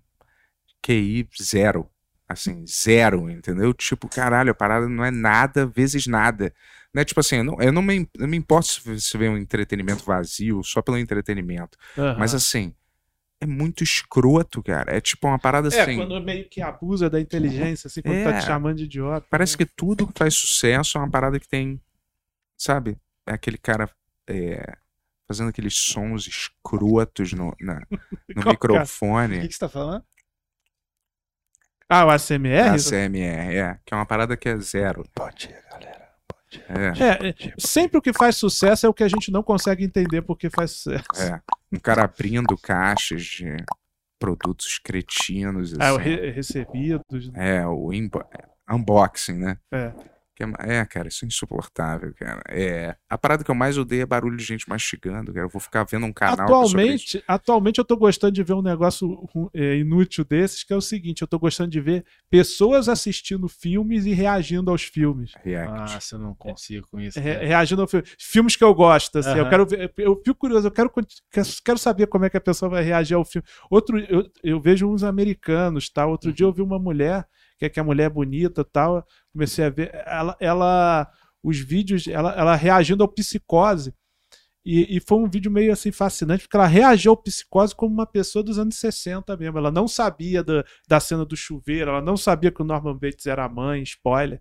[SPEAKER 1] QI zero. Assim, zero, entendeu? Tipo, caralho, a parada não é nada vezes nada. Né? Tipo assim, eu não, eu não me, eu me importo se, se vem um entretenimento vazio, só pelo entretenimento.
[SPEAKER 4] Aham.
[SPEAKER 1] Mas assim, é muito escroto, cara. É tipo uma parada
[SPEAKER 4] É,
[SPEAKER 1] assim.
[SPEAKER 4] quando meio que abusa da inteligência, assim, quando
[SPEAKER 1] É.
[SPEAKER 4] tá te chamando de idiota.
[SPEAKER 1] Parece que tudo que faz sucesso é uma parada que tem, sabe? É aquele cara é, fazendo aqueles sons escrotos no, na- no
[SPEAKER 4] Qual é?
[SPEAKER 2] O que,
[SPEAKER 1] microfone.
[SPEAKER 2] que você tá falando?
[SPEAKER 4] Ah, o ACMR?
[SPEAKER 1] ASMR, é. Que é uma parada que é zero. Pode, galera. É,
[SPEAKER 4] É, é, sempre o que faz sucesso é o que a gente não consegue entender porque faz sucesso.
[SPEAKER 1] é. Um cara abrindo caixas de produtos cretinos,
[SPEAKER 4] Ah, o
[SPEAKER 1] assim.
[SPEAKER 4] re- recebidos. né?
[SPEAKER 1] É, o imbo- unboxing, né?
[SPEAKER 4] É.
[SPEAKER 1] Que é ma- É, cara, isso é insuportável, cara. É, a parada que eu mais odeio é barulho de gente mastigando, cara. Eu vou ficar vendo um canal que é sobre isso.
[SPEAKER 4] Atualmente, atualmente eu tô gostando de ver um negócio ru- é, inútil desses, que é o seguinte, eu tô gostando de ver pessoas assistindo filmes e reagindo aos filmes.
[SPEAKER 1] React.
[SPEAKER 2] Nossa, eu não consigo com isso.
[SPEAKER 4] Re-
[SPEAKER 2] cara.
[SPEAKER 4] reagindo aos filmes. Filmes que eu gosto, assim, eu
[SPEAKER 2] Aham.
[SPEAKER 4] quero ver, eu fico curioso, eu quero, con- quero- quero saber como é que a pessoa vai reagir ao filme. Outro, eu, eu vejo uns americanos, tal, outro dia
[SPEAKER 2] Uhum.
[SPEAKER 4] eu vi uma mulher, que é que a mulher é bonita, tal, comecei a ver, ela, ela os vídeos, ela, ela reagindo ao Psicose, e, e foi um vídeo meio assim fascinante, porque ela reagiu ao Psicose como uma pessoa dos anos 60 mesmo. Ela não sabia da, da cena do chuveiro, ela não sabia que o Norman Bates era a mãe, spoiler.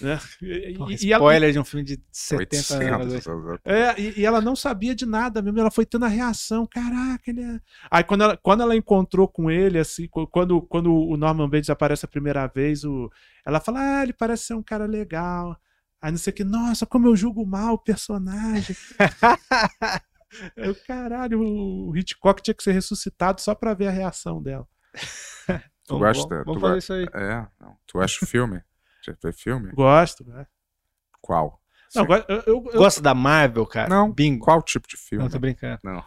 [SPEAKER 4] Né? E-
[SPEAKER 2] Porra,
[SPEAKER 4] e- e ela-
[SPEAKER 2] spoiler de um filme de 70 anos.
[SPEAKER 1] 800.
[SPEAKER 4] é, e, e ela não sabia de nada mesmo, ela foi tendo a reação, caraca, ele é... Aí quando ela, quando ela encontrou com ele, assim, qu- quando, quando o Norman Bates aparece a primeira vez, o... ela fala, ah, ele parece ser um cara legal. Aí não sei o que, nossa, como eu julgo mal o personagem. eu, caralho, o Hitchcock tinha que ser ressuscitado só pra ver a reação dela.
[SPEAKER 1] Tu
[SPEAKER 4] né?
[SPEAKER 2] Vamos-
[SPEAKER 1] gosta?
[SPEAKER 2] Vamos,
[SPEAKER 1] tu
[SPEAKER 2] vamos
[SPEAKER 1] gosta?
[SPEAKER 2] fazer isso aí.
[SPEAKER 1] É, não. Tu acha o filme? Já foi filme?
[SPEAKER 4] Gosto, né?
[SPEAKER 1] Qual?
[SPEAKER 4] Não,
[SPEAKER 1] Sim.
[SPEAKER 4] go- eu, eu- eu-
[SPEAKER 2] Gosta da Marvel, cara?
[SPEAKER 1] Não.
[SPEAKER 2] Bingo.
[SPEAKER 1] Qual tipo de filme?
[SPEAKER 2] Não, tô brincando.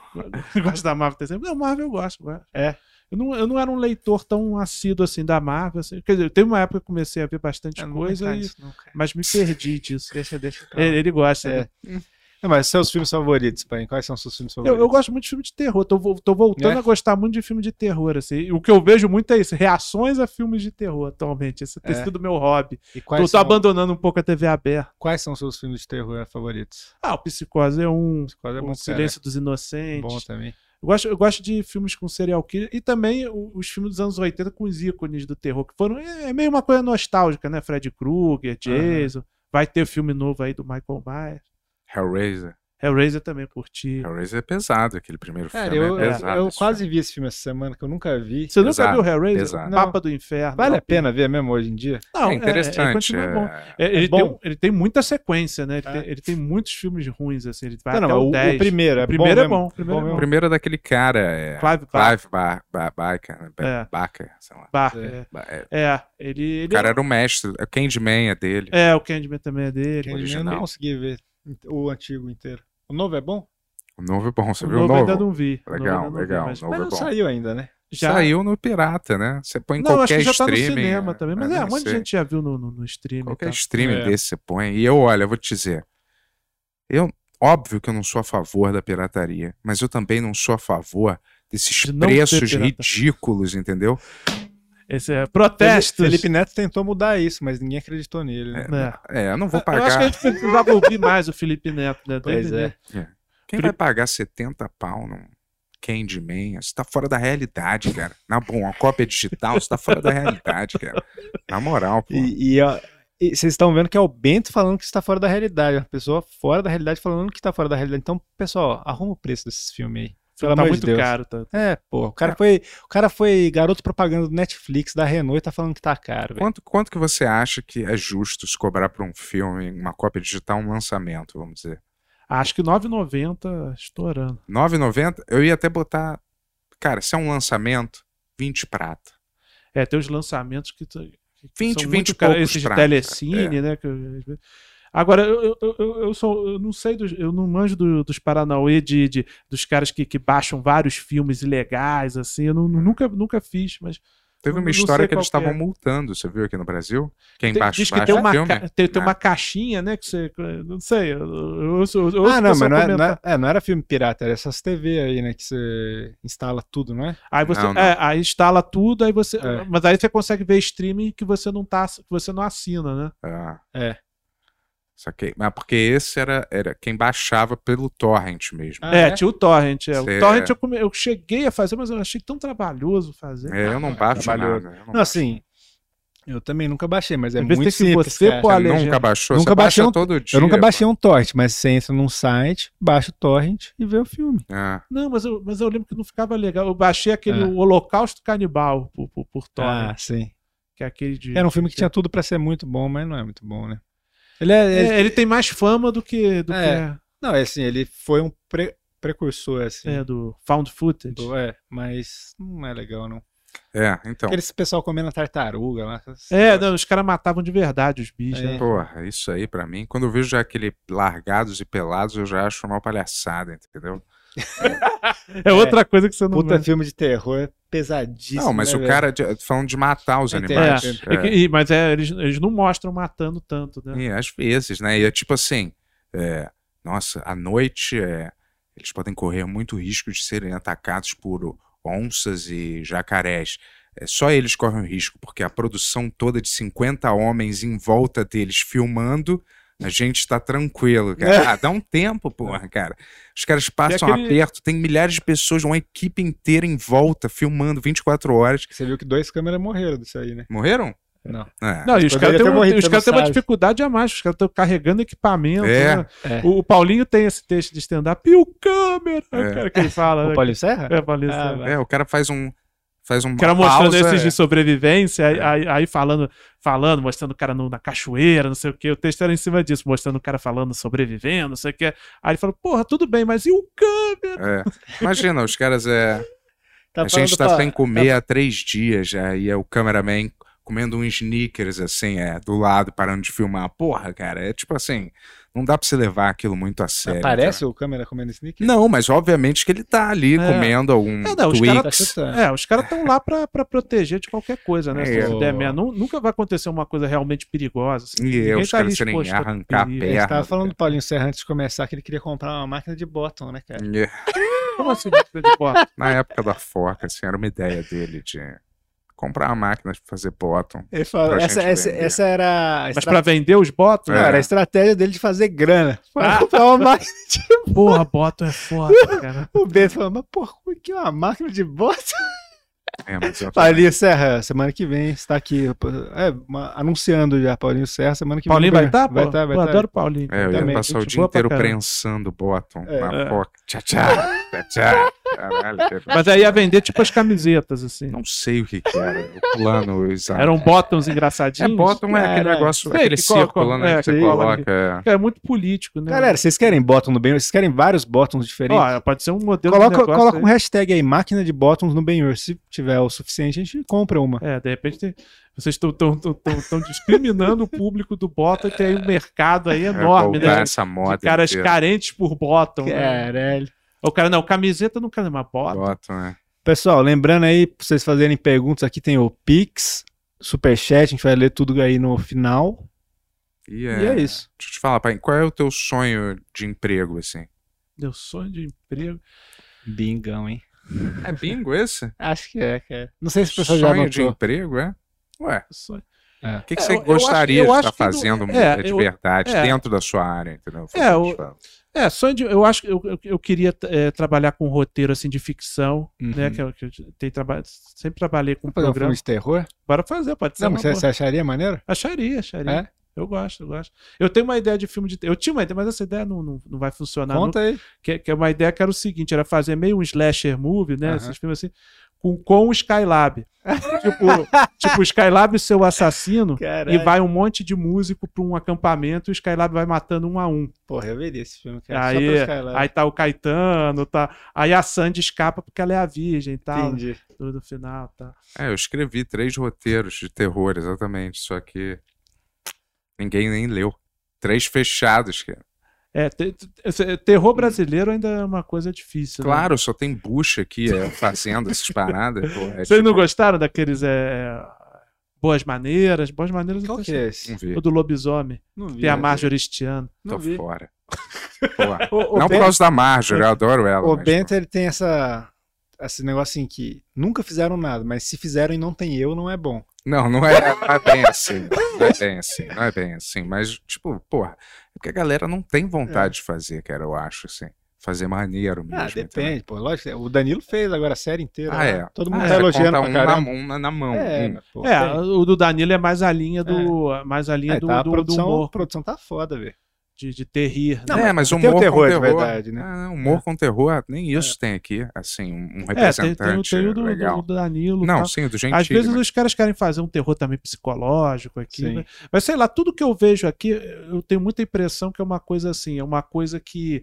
[SPEAKER 4] Eu gosto da Marvel desenho. Não, Marvel eu gosto. gosto.
[SPEAKER 2] É.
[SPEAKER 4] Eu não, eu não era um leitor tão assíduo assim da Marvel. assim. Quer dizer, teve uma época que eu comecei a ver bastante
[SPEAKER 2] Ah, não vou
[SPEAKER 4] coisa,
[SPEAKER 2] brincar
[SPEAKER 4] e-
[SPEAKER 2] disso não, cara.
[SPEAKER 4] mas me perdi disso.
[SPEAKER 2] Deixa, deixa. pra lá.
[SPEAKER 4] ele, ele gosta.
[SPEAKER 2] É.
[SPEAKER 4] né?
[SPEAKER 2] Não, mas seus filmes favoritos, Pai? Quais são os seus filmes
[SPEAKER 4] Eu,
[SPEAKER 2] favoritos?
[SPEAKER 4] eu gosto muito de filme de terror. Tô, vo- tô voltando
[SPEAKER 2] É?
[SPEAKER 4] a gostar muito de filme de terror. Assim. E O que eu vejo muito é isso: reações a filmes de terror atualmente. Esse tem
[SPEAKER 2] É.
[SPEAKER 4] sido meu hobby.
[SPEAKER 2] E
[SPEAKER 4] Tô,
[SPEAKER 2] quais,
[SPEAKER 4] tô
[SPEAKER 2] são,
[SPEAKER 4] abandonando um pouco a TV aberta.
[SPEAKER 2] quais são os seus filmes de terror favoritos?
[SPEAKER 4] Ah, o Psicose é um.
[SPEAKER 2] Quase é
[SPEAKER 4] o
[SPEAKER 2] bom,
[SPEAKER 4] Silêncio dos
[SPEAKER 2] cara.
[SPEAKER 4] Inocentes.
[SPEAKER 2] bom também.
[SPEAKER 4] Eu gosto, eu gosto de filmes com serial killer e também o- os filmes dos anos 80 com os ícones do terror, que foram. É, é meio uma coisa nostálgica, né? Fred Krueger, Jason. Vai ter filme novo aí do Michael Myers.
[SPEAKER 1] Hellraiser.
[SPEAKER 4] Hellraiser também curti.
[SPEAKER 1] Hellraiser é pesado, aquele primeiro filme.
[SPEAKER 2] Cara, eu,
[SPEAKER 1] é
[SPEAKER 2] eu-
[SPEAKER 1] pesado,
[SPEAKER 2] eu
[SPEAKER 1] esse
[SPEAKER 2] quase vi esse filme essa semana, que eu nunca vi.
[SPEAKER 4] Você nunca
[SPEAKER 1] Pesado,
[SPEAKER 4] viu Hellraiser?
[SPEAKER 1] pesado.
[SPEAKER 4] Papa do Inferno.
[SPEAKER 2] Vale a
[SPEAKER 4] Alpine.
[SPEAKER 2] pena ver mesmo hoje em dia?
[SPEAKER 4] Não,
[SPEAKER 1] filme. É interessante.
[SPEAKER 4] continua
[SPEAKER 1] é-
[SPEAKER 4] bom. É, ele,
[SPEAKER 2] bom.
[SPEAKER 4] Tem, um- ele tem muita sequência, né? Ele,
[SPEAKER 2] É.
[SPEAKER 4] tem, ele tem muitos filmes ruins, assim. Ele vai
[SPEAKER 2] não,
[SPEAKER 4] até
[SPEAKER 2] não,
[SPEAKER 4] o,
[SPEAKER 2] o, o
[SPEAKER 4] 10.
[SPEAKER 2] primeiro é
[SPEAKER 4] O primeiro é
[SPEAKER 2] bom.
[SPEAKER 4] bom, o
[SPEAKER 2] mesmo.
[SPEAKER 4] primeiro é
[SPEAKER 1] O
[SPEAKER 2] mesmo.
[SPEAKER 1] primeiro é daquele cara, é...
[SPEAKER 4] Clive Barker.
[SPEAKER 1] Clive Bar, Bar, Barker, né? Ba-
[SPEAKER 4] É.
[SPEAKER 1] Barker, sei lá.
[SPEAKER 4] Barker,
[SPEAKER 1] Ba- é,
[SPEAKER 4] É, É, ele...
[SPEAKER 1] o
[SPEAKER 4] ele
[SPEAKER 1] cara era o mestre, o Candyman é dele.
[SPEAKER 4] É, o Candyman também é dele.
[SPEAKER 2] Aquele Eu
[SPEAKER 1] original.
[SPEAKER 2] não consegui ver inte- o antigo inteiro. O novo é bom?
[SPEAKER 1] O novo é bom, você
[SPEAKER 4] O
[SPEAKER 1] viu o
[SPEAKER 4] novo ainda
[SPEAKER 1] novo?
[SPEAKER 4] não vi. O novo
[SPEAKER 1] Legal,
[SPEAKER 4] ainda não vi,
[SPEAKER 1] legal,
[SPEAKER 4] mas-
[SPEAKER 1] novo.
[SPEAKER 2] Mas não
[SPEAKER 1] é bom.
[SPEAKER 2] saiu ainda, né?
[SPEAKER 4] Já...
[SPEAKER 1] Saiu no Pirata, né? Você põe em
[SPEAKER 4] Não, acho
[SPEAKER 1] qualquer
[SPEAKER 4] que já tá no
[SPEAKER 1] streaming.
[SPEAKER 4] cinema também. Mas é, um
[SPEAKER 1] não
[SPEAKER 4] monte de
[SPEAKER 1] sei.
[SPEAKER 4] gente já viu no, no, no streaming.
[SPEAKER 1] Qualquer
[SPEAKER 4] e tal.
[SPEAKER 1] streaming
[SPEAKER 2] É.
[SPEAKER 1] desse você põe. E eu, olha, eu vou te dizer. Eu, óbvio que eu não sou a favor da pirataria, mas eu também não sou a favor desses
[SPEAKER 4] De não ter
[SPEAKER 1] preços
[SPEAKER 4] pirata.
[SPEAKER 1] ridículos, entendeu?
[SPEAKER 4] Esse é protestos.
[SPEAKER 2] Felipe Neto tentou mudar isso, mas ninguém acreditou nele. Né?
[SPEAKER 4] É.
[SPEAKER 1] É, eu não vou
[SPEAKER 4] Eu acho que a
[SPEAKER 1] pagar.
[SPEAKER 4] gente precisava ouvir mais o Felipe Neto, né?
[SPEAKER 2] Pois é.
[SPEAKER 1] Quem vai pagar 70 pau num Candyman? Você tá fora da realidade, cara. Na bom, uma cópia digital, você tá fora da realidade, cara. Na moral, pô.
[SPEAKER 2] E, e, ó, e vocês estão vendo que é o Bento falando que está fora da realidade. Uma pessoa fora da realidade falando que está fora da realidade. Então, pessoal, arruma o preço desses filmes aí. Pelo
[SPEAKER 4] Tá
[SPEAKER 2] amor de
[SPEAKER 4] muito
[SPEAKER 2] Deus.
[SPEAKER 4] caro. Tá.
[SPEAKER 2] É, pô. O cara, foi, o cara foi garoto propaganda do Netflix, da Renault e tá falando que tá caro, velho.
[SPEAKER 1] Quanto, quanto que você acha que é justo se cobrar por um filme, uma cópia digital, um lançamento, vamos dizer?
[SPEAKER 4] Acho que 9,90 tá estourando.
[SPEAKER 1] 9,90, eu ia até botar. Cara, se é um lançamento, 20 prata.
[SPEAKER 4] É, tem os lançamentos que, tu- que
[SPEAKER 1] 20, 20
[SPEAKER 4] são muito
[SPEAKER 1] e
[SPEAKER 4] caros,
[SPEAKER 1] poucos
[SPEAKER 4] esses de
[SPEAKER 1] pratos, é.
[SPEAKER 4] telecine, né? que eu- Agora, eu, eu, eu, eu sou, eu não sei, dos- eu não manjo do- dos Paranauê, de, de- dos caras que, que baixam vários filmes ilegais, assim, eu não- nunca, nunca fiz, mas
[SPEAKER 1] Teve
[SPEAKER 4] Eu
[SPEAKER 1] uma
[SPEAKER 4] não
[SPEAKER 1] história
[SPEAKER 4] sei
[SPEAKER 1] que eles
[SPEAKER 4] qual que é.
[SPEAKER 1] estavam multando, você viu aqui no Brasil? Quem
[SPEAKER 4] tem-
[SPEAKER 1] baixa,
[SPEAKER 4] diz que
[SPEAKER 1] baixa
[SPEAKER 4] tem uma,
[SPEAKER 1] filme?
[SPEAKER 4] ca- tem, tem
[SPEAKER 1] né?
[SPEAKER 4] uma caixinha, né, que você, não sei, eu, eu, eu, eu
[SPEAKER 2] Ah, não, mas não, é-
[SPEAKER 4] é,
[SPEAKER 2] não é- é, não era filme pirata, era essas TV aí, né? Que você instala tudo, não é?
[SPEAKER 4] Aí você
[SPEAKER 1] Não, não.
[SPEAKER 4] é, aí instala tudo, aí você,
[SPEAKER 2] É.
[SPEAKER 4] mas aí você consegue ver streaming que você não tá, que você não assina, né?
[SPEAKER 1] Ah.
[SPEAKER 2] É.
[SPEAKER 1] Saquei. Mas porque esse era, era quem baixava pelo torrent mesmo.
[SPEAKER 2] Ah,
[SPEAKER 4] é,
[SPEAKER 2] é?
[SPEAKER 4] tinha o Torrent. É. O
[SPEAKER 1] Cê-
[SPEAKER 4] Torrent eu, come- eu cheguei a fazer, mas eu achei tão trabalhoso fazer.
[SPEAKER 1] É, eu não baixo
[SPEAKER 2] trabalhoso.
[SPEAKER 1] nada. eu não
[SPEAKER 2] Não,
[SPEAKER 1] baixo.
[SPEAKER 2] assim, eu também nunca baixei, mas é
[SPEAKER 4] Às vezes
[SPEAKER 2] muito
[SPEAKER 4] tem que
[SPEAKER 2] simples,
[SPEAKER 4] você
[SPEAKER 2] cara.
[SPEAKER 4] pôr a
[SPEAKER 1] Você
[SPEAKER 4] legenda.
[SPEAKER 1] nunca baixou?
[SPEAKER 2] Nunca
[SPEAKER 1] você
[SPEAKER 2] baixei
[SPEAKER 1] baixa
[SPEAKER 2] um-
[SPEAKER 1] todo dia.
[SPEAKER 2] Eu nunca baixei
[SPEAKER 1] pô.
[SPEAKER 2] um torrent, mas você entra num site, baixa o torrent e vê o filme.
[SPEAKER 1] Ah,
[SPEAKER 4] Não, mas eu, mas eu lembro que não ficava legal. Eu baixei aquele
[SPEAKER 2] Ah.
[SPEAKER 4] Holocausto Canibal por, por, por Torrent,
[SPEAKER 2] Ah, sim.
[SPEAKER 4] que é aquele de.
[SPEAKER 2] Era um filme que tinha tudo pra ser muito bom, mas não é muito bom, né? Ele é, ele-
[SPEAKER 4] É, ele tem mais fama do que do,
[SPEAKER 2] É.
[SPEAKER 4] que,
[SPEAKER 2] não, é assim, ele foi um pre- precursor assim.
[SPEAKER 4] é, do Found Footage.
[SPEAKER 2] do- é, mas não é legal não.
[SPEAKER 1] é, então.
[SPEAKER 2] Aquele pessoal comendo tartaruga lá. essas-
[SPEAKER 4] É, não, os caras matavam de verdade os bichos.
[SPEAKER 2] É.
[SPEAKER 4] né?
[SPEAKER 1] Porra, isso aí pra mim, quando eu vejo já aquele largados e pelados, eu já acho uma palhaçada, entendeu?
[SPEAKER 4] É outra coisa que você não.
[SPEAKER 2] Puta
[SPEAKER 4] manja.
[SPEAKER 2] filme de terror é pesadíssimo.
[SPEAKER 1] Não, mas
[SPEAKER 2] né,
[SPEAKER 1] o
[SPEAKER 2] velho?
[SPEAKER 1] cara de- falando de matar os
[SPEAKER 2] É, tem-
[SPEAKER 1] animais.
[SPEAKER 4] É,
[SPEAKER 1] É.
[SPEAKER 4] que- e- mas é, eles, eles não mostram matando tanto, né?
[SPEAKER 1] E às vezes, né? E é tipo assim, é, nossa, à noite é, eles podem correr muito risco de serem atacados por onças e jacarés. É, só eles correm o risco, porque a produção toda de 50 homens em volta deles filmando, a gente tá tranquilo, cara.
[SPEAKER 2] É.
[SPEAKER 1] Ah, dá um tempo, porra, cara. Os caras passam
[SPEAKER 4] É. aquele-
[SPEAKER 1] aperto, tem milhares de pessoas, uma equipe inteira em volta, filmando 24 horas.
[SPEAKER 2] Você viu que dois câmeras morreram disso aí, né?
[SPEAKER 1] Morreram?
[SPEAKER 2] Não.
[SPEAKER 1] É.
[SPEAKER 4] Não, e os
[SPEAKER 2] Poderia
[SPEAKER 4] caras
[SPEAKER 2] ter
[SPEAKER 4] têm um-
[SPEAKER 2] morrido,
[SPEAKER 4] os
[SPEAKER 2] você
[SPEAKER 4] caras
[SPEAKER 2] não
[SPEAKER 4] têm uma
[SPEAKER 2] sabe.
[SPEAKER 4] dificuldade a mais, os caras estão carregando equipamento.
[SPEAKER 1] É.
[SPEAKER 4] né?
[SPEAKER 2] É.
[SPEAKER 4] O, o Paulinho tem esse texto de stand-up, e o câmera,
[SPEAKER 1] É.
[SPEAKER 4] o cara que ele fala. né?
[SPEAKER 2] O Paulinho Serra?
[SPEAKER 4] É, Paulinho,
[SPEAKER 2] Ah,
[SPEAKER 4] sabe?
[SPEAKER 2] vai.
[SPEAKER 1] É, o cara faz um. Faz um
[SPEAKER 4] O cara mostrando
[SPEAKER 1] pausa,
[SPEAKER 4] esses
[SPEAKER 1] é.
[SPEAKER 4] de sobrevivência, aí-
[SPEAKER 1] É.
[SPEAKER 4] aí, aí falando, falando, mostrando o cara no- na cachoeira, não sei o que. O texto era em cima disso, mostrando o cara falando, sobrevivendo, não sei o que. Aí ele falou, porra, tudo bem, mas e o câmera?
[SPEAKER 1] É. Imagina, os caras é.
[SPEAKER 2] Tá
[SPEAKER 1] a gente
[SPEAKER 2] falando
[SPEAKER 1] tá
[SPEAKER 2] pra-
[SPEAKER 1] sem comer há três dias já, e é o cameraman comendo um sneakers, assim, é, do lado, parando de filmar. Porra, cara, é tipo assim, Não dá pra se levar aquilo muito a sério.
[SPEAKER 2] Aparece o câmera comendo sneak?
[SPEAKER 1] cara. Não, mas obviamente que ele tá ali
[SPEAKER 4] É.
[SPEAKER 1] comendo algum
[SPEAKER 4] É, não, os
[SPEAKER 1] Twix.
[SPEAKER 2] tá
[SPEAKER 4] caras- É, os caras estão lá pra, pra proteger de qualquer coisa, né?
[SPEAKER 1] É.
[SPEAKER 4] Se der merda. Nu- Nunca vai acontecer uma coisa realmente perigosa. assim.
[SPEAKER 1] E
[SPEAKER 4] Ninguém
[SPEAKER 1] é, os
[SPEAKER 4] tá
[SPEAKER 1] caras
[SPEAKER 4] ali
[SPEAKER 1] querem
[SPEAKER 4] exposto ao
[SPEAKER 1] arrancar a
[SPEAKER 4] perigo.
[SPEAKER 2] A gente
[SPEAKER 1] perna.
[SPEAKER 2] tava falando do Paulinho Serra antes de começar que ele queria comprar uma máquina de bottom, né, cara?
[SPEAKER 1] É.
[SPEAKER 4] Como assim, máquina de bottom?
[SPEAKER 1] Na época da foca, assim, era uma ideia dele de comprar uma máquina de fazer bottom.
[SPEAKER 2] Ele falou,
[SPEAKER 1] Pra
[SPEAKER 2] essa,
[SPEAKER 1] gente né?
[SPEAKER 2] essa,
[SPEAKER 1] vender.
[SPEAKER 2] essa era a,
[SPEAKER 4] Mas
[SPEAKER 2] estra-
[SPEAKER 4] pra vender os botos?
[SPEAKER 1] É.
[SPEAKER 2] não, era a estratégia dele de fazer grana.
[SPEAKER 4] Ah.
[SPEAKER 2] Pra comprar uma máquina de...
[SPEAKER 4] Porra, boto é foda, cara.
[SPEAKER 2] O Bento falou, mas porra, como é que é uma máquina de bottom?
[SPEAKER 1] É, mas eu-
[SPEAKER 2] Paulinho Serra, semana que vem está aqui. É, uma- anunciando já, Paulinho Serra, semana que
[SPEAKER 4] Paulinho
[SPEAKER 2] vem.
[SPEAKER 4] vai estar, pô?
[SPEAKER 2] Vai estar, vai tá.
[SPEAKER 4] Pô,
[SPEAKER 2] estar.
[SPEAKER 4] adoro o Paulinho.
[SPEAKER 1] É, eu ia
[SPEAKER 2] Também,
[SPEAKER 1] passar o
[SPEAKER 4] gente
[SPEAKER 1] dia
[SPEAKER 4] boa pra
[SPEAKER 1] inteiro
[SPEAKER 4] caramba.
[SPEAKER 1] prensando bottom
[SPEAKER 2] É,
[SPEAKER 1] na
[SPEAKER 4] é.
[SPEAKER 1] foca. Tchá, tchá, tchá, tchá. Caralho, teve-
[SPEAKER 4] Mas aí ia vender tipo as camisetas, assim.
[SPEAKER 1] Não sei o que, que era. O plano exato.
[SPEAKER 4] Eram bottoms
[SPEAKER 1] É,
[SPEAKER 4] engraçadinhos.
[SPEAKER 1] bottom é aquele
[SPEAKER 2] Caralho.
[SPEAKER 1] negócio,
[SPEAKER 4] um Sei,
[SPEAKER 1] aquele
[SPEAKER 4] que colo-
[SPEAKER 1] círculo, né?
[SPEAKER 4] é,
[SPEAKER 1] que você
[SPEAKER 4] aquele-
[SPEAKER 1] coloca. é.
[SPEAKER 4] É muito político, né?
[SPEAKER 2] Galera, vocês querem bottom no bem? Vocês querem vários bottoms diferentes?
[SPEAKER 4] Ó, pode ser um modelo de
[SPEAKER 2] é Coloca,
[SPEAKER 4] negócio
[SPEAKER 2] coloca
[SPEAKER 4] aí.
[SPEAKER 2] um hashtag aí, máquina de bottoms no Benhur. Se tiver o suficiente, a gente compra uma.
[SPEAKER 4] É, de repente tem- vocês estão discriminando o público do bottom e tem aí um mercado aí
[SPEAKER 1] É,
[SPEAKER 4] enorme,
[SPEAKER 1] voltar
[SPEAKER 4] né?
[SPEAKER 1] essa moda.
[SPEAKER 4] De caras
[SPEAKER 1] inteira.
[SPEAKER 4] carentes por bottom. né?
[SPEAKER 2] Caralho.
[SPEAKER 4] O cara, não, camiseta não quer mais bottom.
[SPEAKER 1] Bottom, né?
[SPEAKER 2] Pessoal, lembrando aí, pra vocês fazerem perguntas, aqui tem o Pix, Superchat, a gente vai ler tudo aí no final.
[SPEAKER 1] E
[SPEAKER 2] E
[SPEAKER 1] é,
[SPEAKER 2] é isso.
[SPEAKER 1] Deixa eu te falar, pai, qual é o teu sonho de emprego, assim?
[SPEAKER 4] Meu sonho de emprego.
[SPEAKER 2] Bingão, hein?
[SPEAKER 1] É bingo esse?
[SPEAKER 2] Acho que é, cara. Não sei se o pessoal já
[SPEAKER 1] Sonho de
[SPEAKER 2] anotou.
[SPEAKER 1] emprego, é? Ué,
[SPEAKER 4] sonho-
[SPEAKER 1] o que, que
[SPEAKER 4] É,
[SPEAKER 1] você
[SPEAKER 4] eu- eu
[SPEAKER 1] gostaria
[SPEAKER 4] acho- eu
[SPEAKER 1] de
[SPEAKER 4] acho
[SPEAKER 1] estar
[SPEAKER 4] que não-
[SPEAKER 1] fazendo
[SPEAKER 4] é,
[SPEAKER 1] de
[SPEAKER 4] eu-
[SPEAKER 1] verdade
[SPEAKER 4] é.
[SPEAKER 1] dentro da sua área, entendeu? Foi
[SPEAKER 4] É,
[SPEAKER 1] o que eu te
[SPEAKER 4] o-
[SPEAKER 1] falo.
[SPEAKER 4] É, sonho de. Eu acho que eu, eu, eu queria é, trabalhar com roteiro assim de ficção,
[SPEAKER 2] Uhum.
[SPEAKER 4] né? Que eu, que eu tenho traba- sempre trabalhei com
[SPEAKER 2] Vamos fazer um
[SPEAKER 4] programa.
[SPEAKER 2] filme de terror?
[SPEAKER 4] Bora fazer, pode ser.
[SPEAKER 2] Não,
[SPEAKER 4] uma
[SPEAKER 2] mas você,
[SPEAKER 4] boa.
[SPEAKER 2] você acharia maneiro?
[SPEAKER 4] Acharia, acharia.
[SPEAKER 2] É?
[SPEAKER 4] Eu gosto, eu gosto. Eu tenho uma ideia de filme de. Eu tinha uma ideia, mas essa ideia não, não, não vai funcionar. não.
[SPEAKER 2] Conta aí.
[SPEAKER 4] Que, que é uma ideia que era o seguinte: era fazer meio um slasher movie, né?
[SPEAKER 2] Aham.
[SPEAKER 4] Esses filmes assim, com, com o Skylab. tipo, tipo, o Skylab e seu assassino. E
[SPEAKER 2] Caralho.
[SPEAKER 4] vai um monte de músico pra um acampamento e o Skylab vai matando um a um.
[SPEAKER 2] Porra, eu veria esse filme, cara. Só
[SPEAKER 4] Aí,
[SPEAKER 2] pelo Skylab.
[SPEAKER 4] aí tá o Caetano, tá. Aí a Sandy escapa porque ela é a virgem e tal.
[SPEAKER 2] Entendi.
[SPEAKER 4] Tudo no final, tá.
[SPEAKER 1] É, eu escrevi três roteiros de terror, exatamente, só que ninguém nem leu. Três fechados, cara.
[SPEAKER 4] É, te- te- esse- terror brasileiro ainda é uma coisa difícil. né?
[SPEAKER 1] Claro, só tem bucha aqui é, fazendo essas paradas. Pô, é
[SPEAKER 4] Vocês não
[SPEAKER 1] tipo-
[SPEAKER 4] gostaram daqueles é, Boas Maneiras? Boas Maneiras
[SPEAKER 2] Qual
[SPEAKER 4] eu
[SPEAKER 2] que é esse?
[SPEAKER 1] Não vi,
[SPEAKER 4] O do lobisomem.
[SPEAKER 2] Não vi. né?
[SPEAKER 4] Tem a Marjorie Stiano.
[SPEAKER 1] tô
[SPEAKER 2] Não vi.
[SPEAKER 1] fora. Porra.
[SPEAKER 2] O, o
[SPEAKER 1] Não por
[SPEAKER 2] Bento-
[SPEAKER 1] causa da Marjorie, eu adoro ela.
[SPEAKER 2] O
[SPEAKER 1] mas,
[SPEAKER 2] Bento, ele tem essa, esse negócio assim que nunca fizeram nada, mas se fizeram e não tem eu, não é bom.
[SPEAKER 1] Não, não é, não é bem assim. Não é bem assim, não é bem assim. Mas, tipo, porra, é porque a galera não tem vontade de fazer, cara, eu acho, assim. Fazer maneiro mesmo.
[SPEAKER 2] É. Ah,
[SPEAKER 1] entendeu?
[SPEAKER 2] depende, pô. Lógico, é. o Danilo fez agora a série inteira.
[SPEAKER 1] Ah,
[SPEAKER 2] né?
[SPEAKER 1] é.
[SPEAKER 2] Todo
[SPEAKER 1] Ah,
[SPEAKER 2] mundo
[SPEAKER 1] é,
[SPEAKER 2] tá elogiando
[SPEAKER 1] conta
[SPEAKER 2] pra
[SPEAKER 1] um
[SPEAKER 2] caramba.
[SPEAKER 1] na, um na, na mão.
[SPEAKER 2] É,
[SPEAKER 1] um.
[SPEAKER 2] mas, pô,
[SPEAKER 4] É,
[SPEAKER 2] tem.
[SPEAKER 4] o do Danilo é mais a linha do. Mais a linha
[SPEAKER 2] Aí
[SPEAKER 4] do,
[SPEAKER 2] tá, a
[SPEAKER 4] do- do
[SPEAKER 2] produção, a
[SPEAKER 4] humor,
[SPEAKER 2] produção tá foda, velho.
[SPEAKER 4] de, de ter rir. Né?
[SPEAKER 1] é, mas
[SPEAKER 2] Não
[SPEAKER 1] humor
[SPEAKER 2] tem o terror,
[SPEAKER 1] com
[SPEAKER 2] de
[SPEAKER 1] terror.
[SPEAKER 2] verdade, né? É.
[SPEAKER 1] Ah, humor com terror, nem isso tem aqui, assim, um um
[SPEAKER 4] É, tem, tem, o-
[SPEAKER 1] representante
[SPEAKER 4] tem o do,
[SPEAKER 1] legal.
[SPEAKER 4] do- do Danilo.
[SPEAKER 1] não,
[SPEAKER 4] tá.
[SPEAKER 1] sim, o do
[SPEAKER 4] Às
[SPEAKER 1] Gentili.
[SPEAKER 4] vezes
[SPEAKER 2] né?
[SPEAKER 1] mas-
[SPEAKER 4] os caras querem fazer um terror também psicológico aqui.
[SPEAKER 2] Sim.
[SPEAKER 4] né? Mas sei lá, tudo que eu vejo aqui, eu tenho muita impressão que é uma coisa assim, é uma coisa que.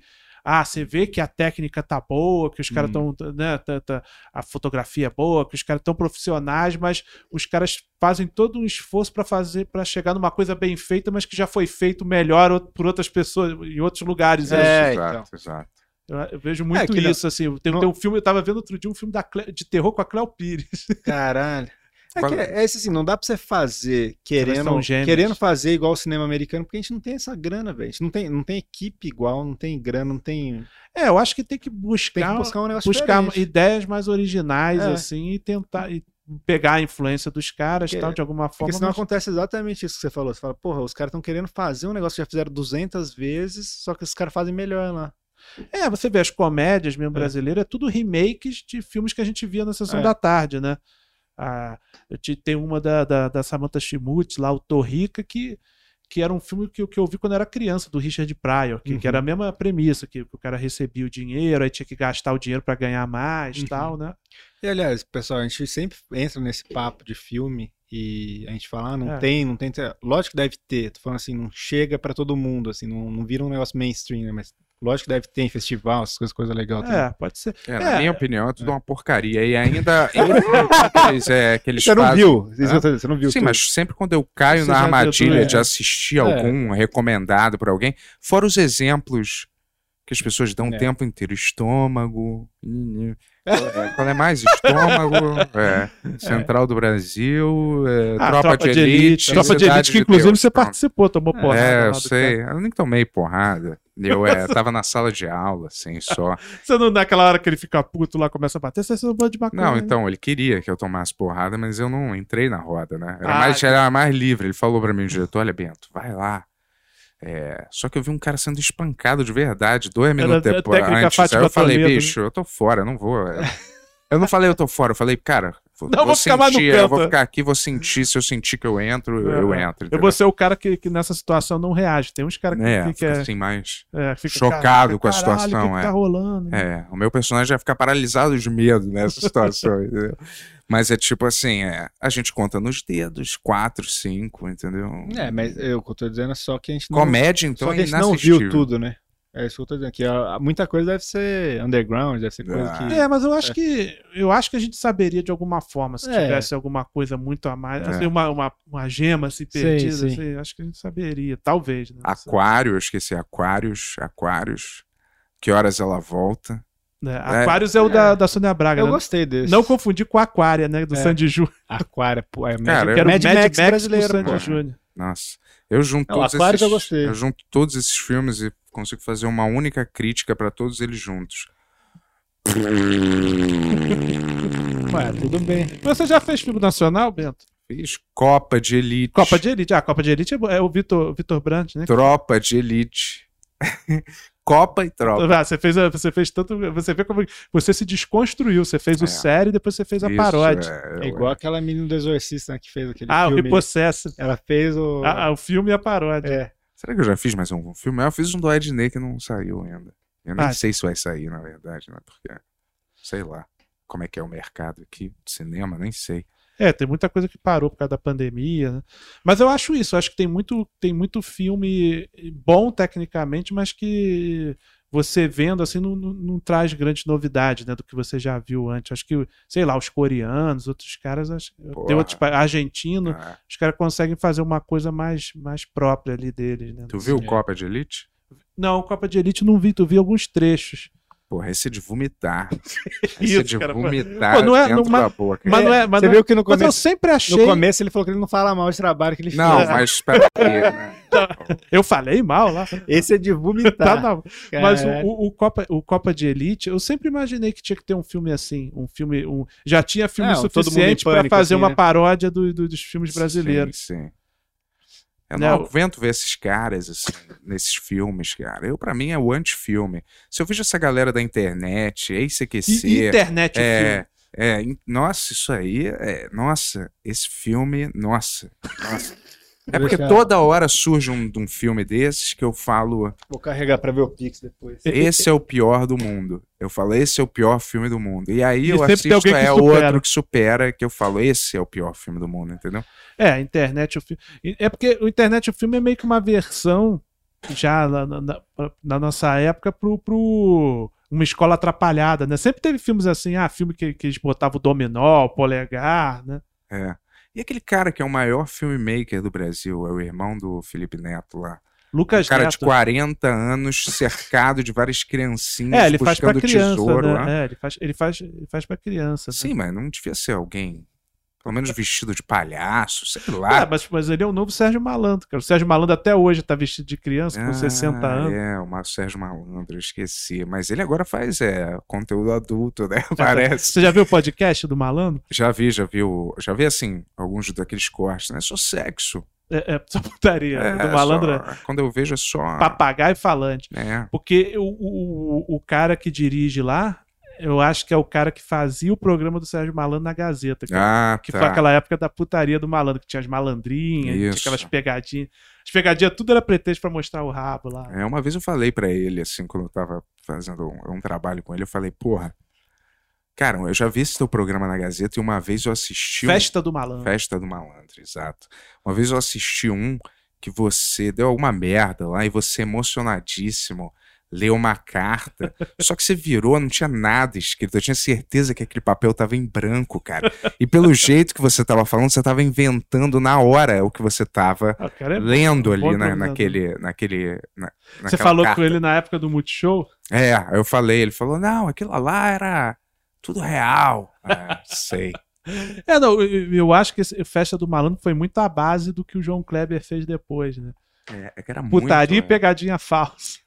[SPEAKER 4] Ah, você vê que a técnica tá boa, que os caras estão. Né, tá- tá- a fotografia é boa, que os caras estão profissionais, mas os caras fazem todo um esforço para fazer para chegar numa coisa bem feita, mas que já foi feito melhor ou- por outras pessoas em outros lugares. né?
[SPEAKER 2] É,
[SPEAKER 1] exato,
[SPEAKER 2] então.
[SPEAKER 1] exato.
[SPEAKER 4] Eu, eu vejo muito
[SPEAKER 2] que não-
[SPEAKER 4] isso, assim. Tem,
[SPEAKER 2] não-
[SPEAKER 4] tem um filme, eu tava vendo outro dia um filme da Cle- de terror com a Cléo Pires.
[SPEAKER 2] Caralho. É,
[SPEAKER 1] Qual-
[SPEAKER 2] que é, é isso assim, não dá pra você fazer querendo,
[SPEAKER 4] são gêmeos.
[SPEAKER 2] querendo fazer igual o cinema americano, porque a gente não tem essa grana, velho. A gente não tem, não tem equipe igual, não tem grana, não tem.
[SPEAKER 4] É, eu acho que tem que
[SPEAKER 2] Tem
[SPEAKER 4] buscar,
[SPEAKER 2] que buscar um negócio
[SPEAKER 4] buscar
[SPEAKER 2] diferente.
[SPEAKER 4] ideias mais originais,
[SPEAKER 2] É.
[SPEAKER 4] assim, e tentar e pegar a influência dos caras
[SPEAKER 2] Porque-
[SPEAKER 4] tal, de alguma
[SPEAKER 2] Porque
[SPEAKER 4] forma.
[SPEAKER 2] senão
[SPEAKER 4] mas-
[SPEAKER 2] acontece exatamente isso que você falou. Você fala, porra, os caras estão querendo fazer um negócio que já fizeram 200 vezes, só que os caras fazem melhor lá.
[SPEAKER 4] É, você vê as comédias mesmo
[SPEAKER 2] É.
[SPEAKER 4] brasileiras, é tudo remakes de filmes que a gente via na sessão
[SPEAKER 2] É.
[SPEAKER 4] da tarde, né? Ah, eu te- tem uma da, da, da Samantha Schmutz, lá, o Torrica, que, que era um filme que, eu- que eu vi quando era criança, do Richard Pryor, que, que
[SPEAKER 2] Uhum.
[SPEAKER 4] era a mesma premissa, que, que o cara recebia o dinheiro, aí tinha que gastar o dinheiro pra ganhar mais e
[SPEAKER 2] Uhum.
[SPEAKER 4] tal, né?
[SPEAKER 2] E aliás, pessoal, a gente sempre entra nesse papo de filme e a gente fala, ah, não
[SPEAKER 4] É.
[SPEAKER 2] tem, não tem. Lógico que deve ter, tô falando assim, não chega pra todo mundo, assim, não, não vira um negócio mainstream, né? Mas Lógico que deve ter em festival, essas coisas, coisa legal também.
[SPEAKER 4] É, pode ser.
[SPEAKER 1] É, na
[SPEAKER 4] É.
[SPEAKER 1] minha opinião, é tudo uma porcaria. E ainda. eles, é, que eles
[SPEAKER 2] Você não
[SPEAKER 1] fazem-
[SPEAKER 2] viu? Vocês
[SPEAKER 1] Hã?
[SPEAKER 2] viu- Você não viu?
[SPEAKER 1] Sim,
[SPEAKER 2] tudo.
[SPEAKER 1] mas sempre quando eu caio
[SPEAKER 4] Você
[SPEAKER 1] na
[SPEAKER 4] já viu
[SPEAKER 1] armadilha
[SPEAKER 4] tudo,
[SPEAKER 1] de
[SPEAKER 4] é.
[SPEAKER 1] assistir algum recomendado por alguém, fora os exemplos que as pessoas dão o
[SPEAKER 2] É.
[SPEAKER 1] tempo inteiro. Estômago. hum, hum. É, Qual é mais? Estômago, é, Central do Brasil, é,
[SPEAKER 4] Ah,
[SPEAKER 1] tropa, de, Elite.
[SPEAKER 4] Tropa de
[SPEAKER 1] Cidade
[SPEAKER 4] Elite, que inclusive
[SPEAKER 1] Deus.
[SPEAKER 4] você
[SPEAKER 1] Pronto.
[SPEAKER 4] participou, né, tomou porra.
[SPEAKER 1] É, eu sei. Eu nem tomei porrada. Eu é, tava na sala de aula, assim, só.
[SPEAKER 4] Você não, naquela hora que ele fica puto lá, começa a bater, você é um bando de bacana.
[SPEAKER 1] Não, então, ele queria que eu tomasse porrada, mas eu não entrei na roda, né? Era,
[SPEAKER 4] Ah,
[SPEAKER 1] mais, era mais livre. Ele falou pra mim, o diretor, olha, Bento, vai lá. É, só que eu vi um cara sendo espancado de verdade dois minutos
[SPEAKER 4] a
[SPEAKER 1] depois.
[SPEAKER 4] técnica
[SPEAKER 1] Antes, aí
[SPEAKER 4] Fátima
[SPEAKER 1] eu falei,
[SPEAKER 4] Toledo, né?
[SPEAKER 1] bicho, eu tô fora, eu não vou. Eu- Eu não falei eu tô fora, eu falei, cara, vou,
[SPEAKER 4] Não, vou ficar mais no
[SPEAKER 1] sentir,
[SPEAKER 4] canto.
[SPEAKER 1] eu vou ficar aqui, vou sentir, se eu sentir que eu entro, eu, eu
[SPEAKER 4] É,
[SPEAKER 1] entro.
[SPEAKER 4] Eu
[SPEAKER 1] entendeu?
[SPEAKER 4] vou ser o cara que, que nessa situação não reage. Tem uns caras que,
[SPEAKER 1] É,
[SPEAKER 4] que, que
[SPEAKER 1] fica
[SPEAKER 4] é,
[SPEAKER 1] assim, mais...
[SPEAKER 4] é, fica,
[SPEAKER 1] chocado
[SPEAKER 4] "Caraca,
[SPEAKER 1] com a
[SPEAKER 4] caralho,
[SPEAKER 1] situação,
[SPEAKER 4] O que,
[SPEAKER 1] é.
[SPEAKER 4] que tá rolando?
[SPEAKER 1] É, o meu personagem vai ficar paralisado de medo nessa situação, entendeu? Mas é tipo assim, é, a gente conta nos dedos, quatro, cinco, entendeu?
[SPEAKER 2] É, mas eu, o que eu tô dizendo é só que a gente não,
[SPEAKER 1] Comédia, então,
[SPEAKER 2] só que a
[SPEAKER 1] é
[SPEAKER 2] gente não viu
[SPEAKER 1] inassistível.
[SPEAKER 2] tudo, né? É isso que eu tô dizendo. Que ah, muita coisa deve ser underground, deve ser coisa
[SPEAKER 1] Ah.
[SPEAKER 2] que.
[SPEAKER 4] É, mas eu acho que eu acho que a gente saberia de alguma forma se
[SPEAKER 2] É.
[SPEAKER 4] tivesse alguma coisa muito a mais,
[SPEAKER 1] É.
[SPEAKER 4] assim, uma, uma, uma gema assim,
[SPEAKER 2] Sei,
[SPEAKER 4] perdida,
[SPEAKER 2] sei.
[SPEAKER 4] assim, acho que a gente saberia, talvez. Né? Não sei.
[SPEAKER 1] Aquário, eu esqueci, Aquários, Aquários. Que horas ela volta?
[SPEAKER 4] Né? Aquários é, o da, da Sônia Braga,
[SPEAKER 2] Eu
[SPEAKER 4] né?
[SPEAKER 2] gostei desse.
[SPEAKER 4] Não confundir com Aquária, né? Do
[SPEAKER 2] É.
[SPEAKER 4] Sandy Júnior.
[SPEAKER 2] Aquário, pô, é
[SPEAKER 1] Cara,
[SPEAKER 2] Mad,
[SPEAKER 4] Que era o
[SPEAKER 2] Mad Max, brasileiro.
[SPEAKER 4] com o Sandy
[SPEAKER 1] pô.
[SPEAKER 4] Júnior.
[SPEAKER 1] Nossa, eu junto
[SPEAKER 2] Não,
[SPEAKER 1] todos
[SPEAKER 2] Aquários
[SPEAKER 1] esses,
[SPEAKER 2] eu gostei.
[SPEAKER 1] junto todos esses filmes e consigo fazer uma única crítica pra todos eles juntos.
[SPEAKER 2] Ué, Ah, tudo bem.
[SPEAKER 4] Você já fez filme nacional, Bento?
[SPEAKER 1] Fiz Copa de Elite.
[SPEAKER 4] Copa de Elite. Ah, Copa de Elite é bo- é o Vitor, Vitor Brandt, né?
[SPEAKER 1] Tropa de Elite. Copa e Tropa.
[SPEAKER 4] Ah, Você fez, a- você fez tanto. Você vê como. Você se desconstruiu. Você fez
[SPEAKER 1] É.
[SPEAKER 4] o sério e depois você fez a
[SPEAKER 1] Isso,
[SPEAKER 4] paródia.
[SPEAKER 1] é,
[SPEAKER 2] É igual aquela menina do Exorcista né, que fez aquele
[SPEAKER 4] Ah, o
[SPEAKER 2] filme.
[SPEAKER 4] que possessa.
[SPEAKER 2] Ela fez o.
[SPEAKER 4] Ah, ah, o filme e a paródia.
[SPEAKER 2] é.
[SPEAKER 1] Será que eu já fiz mais um filme? Eu fiz um do Edney que não saiu ainda. Eu nem
[SPEAKER 4] Ah,
[SPEAKER 1] sei se vai sair, na verdade, né? Porque, sei lá, como é que é o mercado aqui de cinema, nem sei.
[SPEAKER 4] É, tem muita coisa que parou por causa da pandemia, né? Mas eu acho isso, eu acho que tem muito, tem muito filme bom tecnicamente, mas que você vendo assim não, não- não traz grande novidade, né, do que você já viu antes. Acho que, sei lá, os coreanos, outros caras, acho, tem
[SPEAKER 1] Porra.
[SPEAKER 4] outros, pa- argentino,
[SPEAKER 1] Ah,
[SPEAKER 4] os caras conseguem fazer uma coisa mais, mais própria ali deles, né?
[SPEAKER 1] tu viu
[SPEAKER 2] É.
[SPEAKER 1] Copa de Elite?
[SPEAKER 4] Não, Copa de Elite não vi, tu vi alguns trechos.
[SPEAKER 1] Porra, esse é de vomitar. Esse é
[SPEAKER 4] Isso,
[SPEAKER 1] de
[SPEAKER 4] cara,
[SPEAKER 1] vomitar
[SPEAKER 4] pô, não é-
[SPEAKER 1] dentro
[SPEAKER 4] não-
[SPEAKER 1] da boca.
[SPEAKER 4] Mas não é, mas,
[SPEAKER 2] Você
[SPEAKER 4] não é-
[SPEAKER 2] viu que no
[SPEAKER 4] mas eu
[SPEAKER 2] começo,
[SPEAKER 4] sempre achei.
[SPEAKER 2] no começo ele falou que ele não fala mal de trabalho que ele
[SPEAKER 1] Não,
[SPEAKER 2] fez.
[SPEAKER 1] mas peraí, né?
[SPEAKER 4] Eu falei mal lá.
[SPEAKER 2] Esse é de
[SPEAKER 4] Tá
[SPEAKER 2] vomitar.
[SPEAKER 4] na Mas o,
[SPEAKER 2] Caralho.
[SPEAKER 4] o- o Copa, o Copa de Elite, eu sempre imaginei que tinha que ter um filme assim. Um filme. Um, já tinha filme
[SPEAKER 2] É, um Todo Mundo em
[SPEAKER 4] suficiente pra
[SPEAKER 2] Pânico,
[SPEAKER 4] fazer
[SPEAKER 2] assim,
[SPEAKER 4] uma
[SPEAKER 2] né?
[SPEAKER 4] paródia do- do- dos filmes brasileiros.
[SPEAKER 1] Sim, sim. Eu
[SPEAKER 4] Né,
[SPEAKER 1] não
[SPEAKER 4] o-
[SPEAKER 1] aguento ver esses caras assim, nesses filmes, cara. Eu, pra mim, é o anti-filme. Se eu vejo essa galera da internet, ex-CQC,
[SPEAKER 4] E, e internet o um filme.
[SPEAKER 1] É, é, in- nossa, isso aí, é, nossa, esse filme, nossa, nossa. É porque
[SPEAKER 2] Deixa-
[SPEAKER 1] toda hora surge um, um filme desses que eu falo,
[SPEAKER 2] Vou carregar pra ver o Pix depois.
[SPEAKER 1] esse é o pior do mundo. Eu falo, esse é o pior filme do mundo. E aí
[SPEAKER 4] E
[SPEAKER 1] eu
[SPEAKER 4] sempre tem
[SPEAKER 1] assisto,
[SPEAKER 4] alguém que
[SPEAKER 1] é
[SPEAKER 4] supera.
[SPEAKER 1] outro que supera, que eu falo, esse é o pior filme do mundo, entendeu?
[SPEAKER 4] É, internet o filme. É porque o internet o filme é meio que uma versão, já na, na- na- na nossa época, pro, pro uma escola atrapalhada, né? Sempre teve filmes assim, ah, filme que, que eles botavam o dominó, o polegar, né?
[SPEAKER 1] É. E aquele cara que é o maior filmmaker do Brasil, é o irmão do Felipe Neto lá. Um
[SPEAKER 4] Lucas
[SPEAKER 1] cara de
[SPEAKER 4] Neto.
[SPEAKER 1] 40 anos, cercado de várias criancinhas,
[SPEAKER 4] é, ele faz pra
[SPEAKER 1] buscando
[SPEAKER 4] criança,
[SPEAKER 1] tesouro. lá.
[SPEAKER 4] né? É, ele faz, ele faz, ele faz pra criança. né?
[SPEAKER 1] Sim, mas não devia ser alguém, pelo menos vestido de palhaço, sei
[SPEAKER 4] Ah,
[SPEAKER 1] lá.
[SPEAKER 4] mas, mas ele é o novo Sérgio Malandro, cara. O Sérgio Malandro até hoje tá vestido de criança com
[SPEAKER 1] Ah,
[SPEAKER 4] 60 anos.
[SPEAKER 1] É, o Márcio Sérgio Malandro, eu esqueci. Mas ele agora faz é, conteúdo adulto, né? Parece.
[SPEAKER 4] Você já viu o podcast do Malandro?
[SPEAKER 1] Já vi, já vi, o, já vi assim, alguns daqueles cortes, né? Só sexo.
[SPEAKER 4] É, é só putaria.
[SPEAKER 1] É,
[SPEAKER 4] né? do Malandro é
[SPEAKER 1] só- Quando eu vejo é só.
[SPEAKER 4] papagaio falante.
[SPEAKER 1] né?
[SPEAKER 4] Porque o, o, o- o cara que dirige lá, eu acho que é o cara que fazia o programa do Sérgio Malandro na Gazeta. cara.
[SPEAKER 1] Ah,
[SPEAKER 4] Que foi
[SPEAKER 1] tá.
[SPEAKER 4] aquela época da putaria do malandro, que tinha as malandrinhas, tinha
[SPEAKER 1] Isso.
[SPEAKER 4] aquelas pegadinhas. As pegadinhas tudo era pretexto pra mostrar o rabo lá.
[SPEAKER 1] É, uma vez eu falei pra ele, assim, quando eu tava fazendo um, um trabalho com ele, eu falei, porra, cara, eu já vi esse teu programa na Gazeta e uma vez eu assisti. um-
[SPEAKER 4] Festa do malandro.
[SPEAKER 1] Festa do Malandro, exato. Uma vez eu assisti um que você deu alguma merda lá e você emocionadíssimo ler uma carta. Só que você virou, não tinha nada escrito. Eu tinha certeza que aquele papel tava em branco, cara. E pelo jeito que você tava falando, você tava inventando na hora o que você tava
[SPEAKER 4] Ah, o cara é-
[SPEAKER 1] lendo
[SPEAKER 4] bom
[SPEAKER 1] ali na-
[SPEAKER 4] improvisador.
[SPEAKER 1] naquele. naquele na-
[SPEAKER 4] né? Você
[SPEAKER 1] naquela
[SPEAKER 4] falou
[SPEAKER 1] carta.
[SPEAKER 4] com ele na época do Multishow?
[SPEAKER 1] É, aí eu falei, ele falou, não, aquilo lá era tudo real. Ah, sei.
[SPEAKER 4] É, não, eu eu acho que esse Festa do Malandro foi muito à base do que o João Kleber fez depois, né?
[SPEAKER 1] É, é que era
[SPEAKER 4] Putaria e
[SPEAKER 1] muito...
[SPEAKER 4] pegadinha falsa.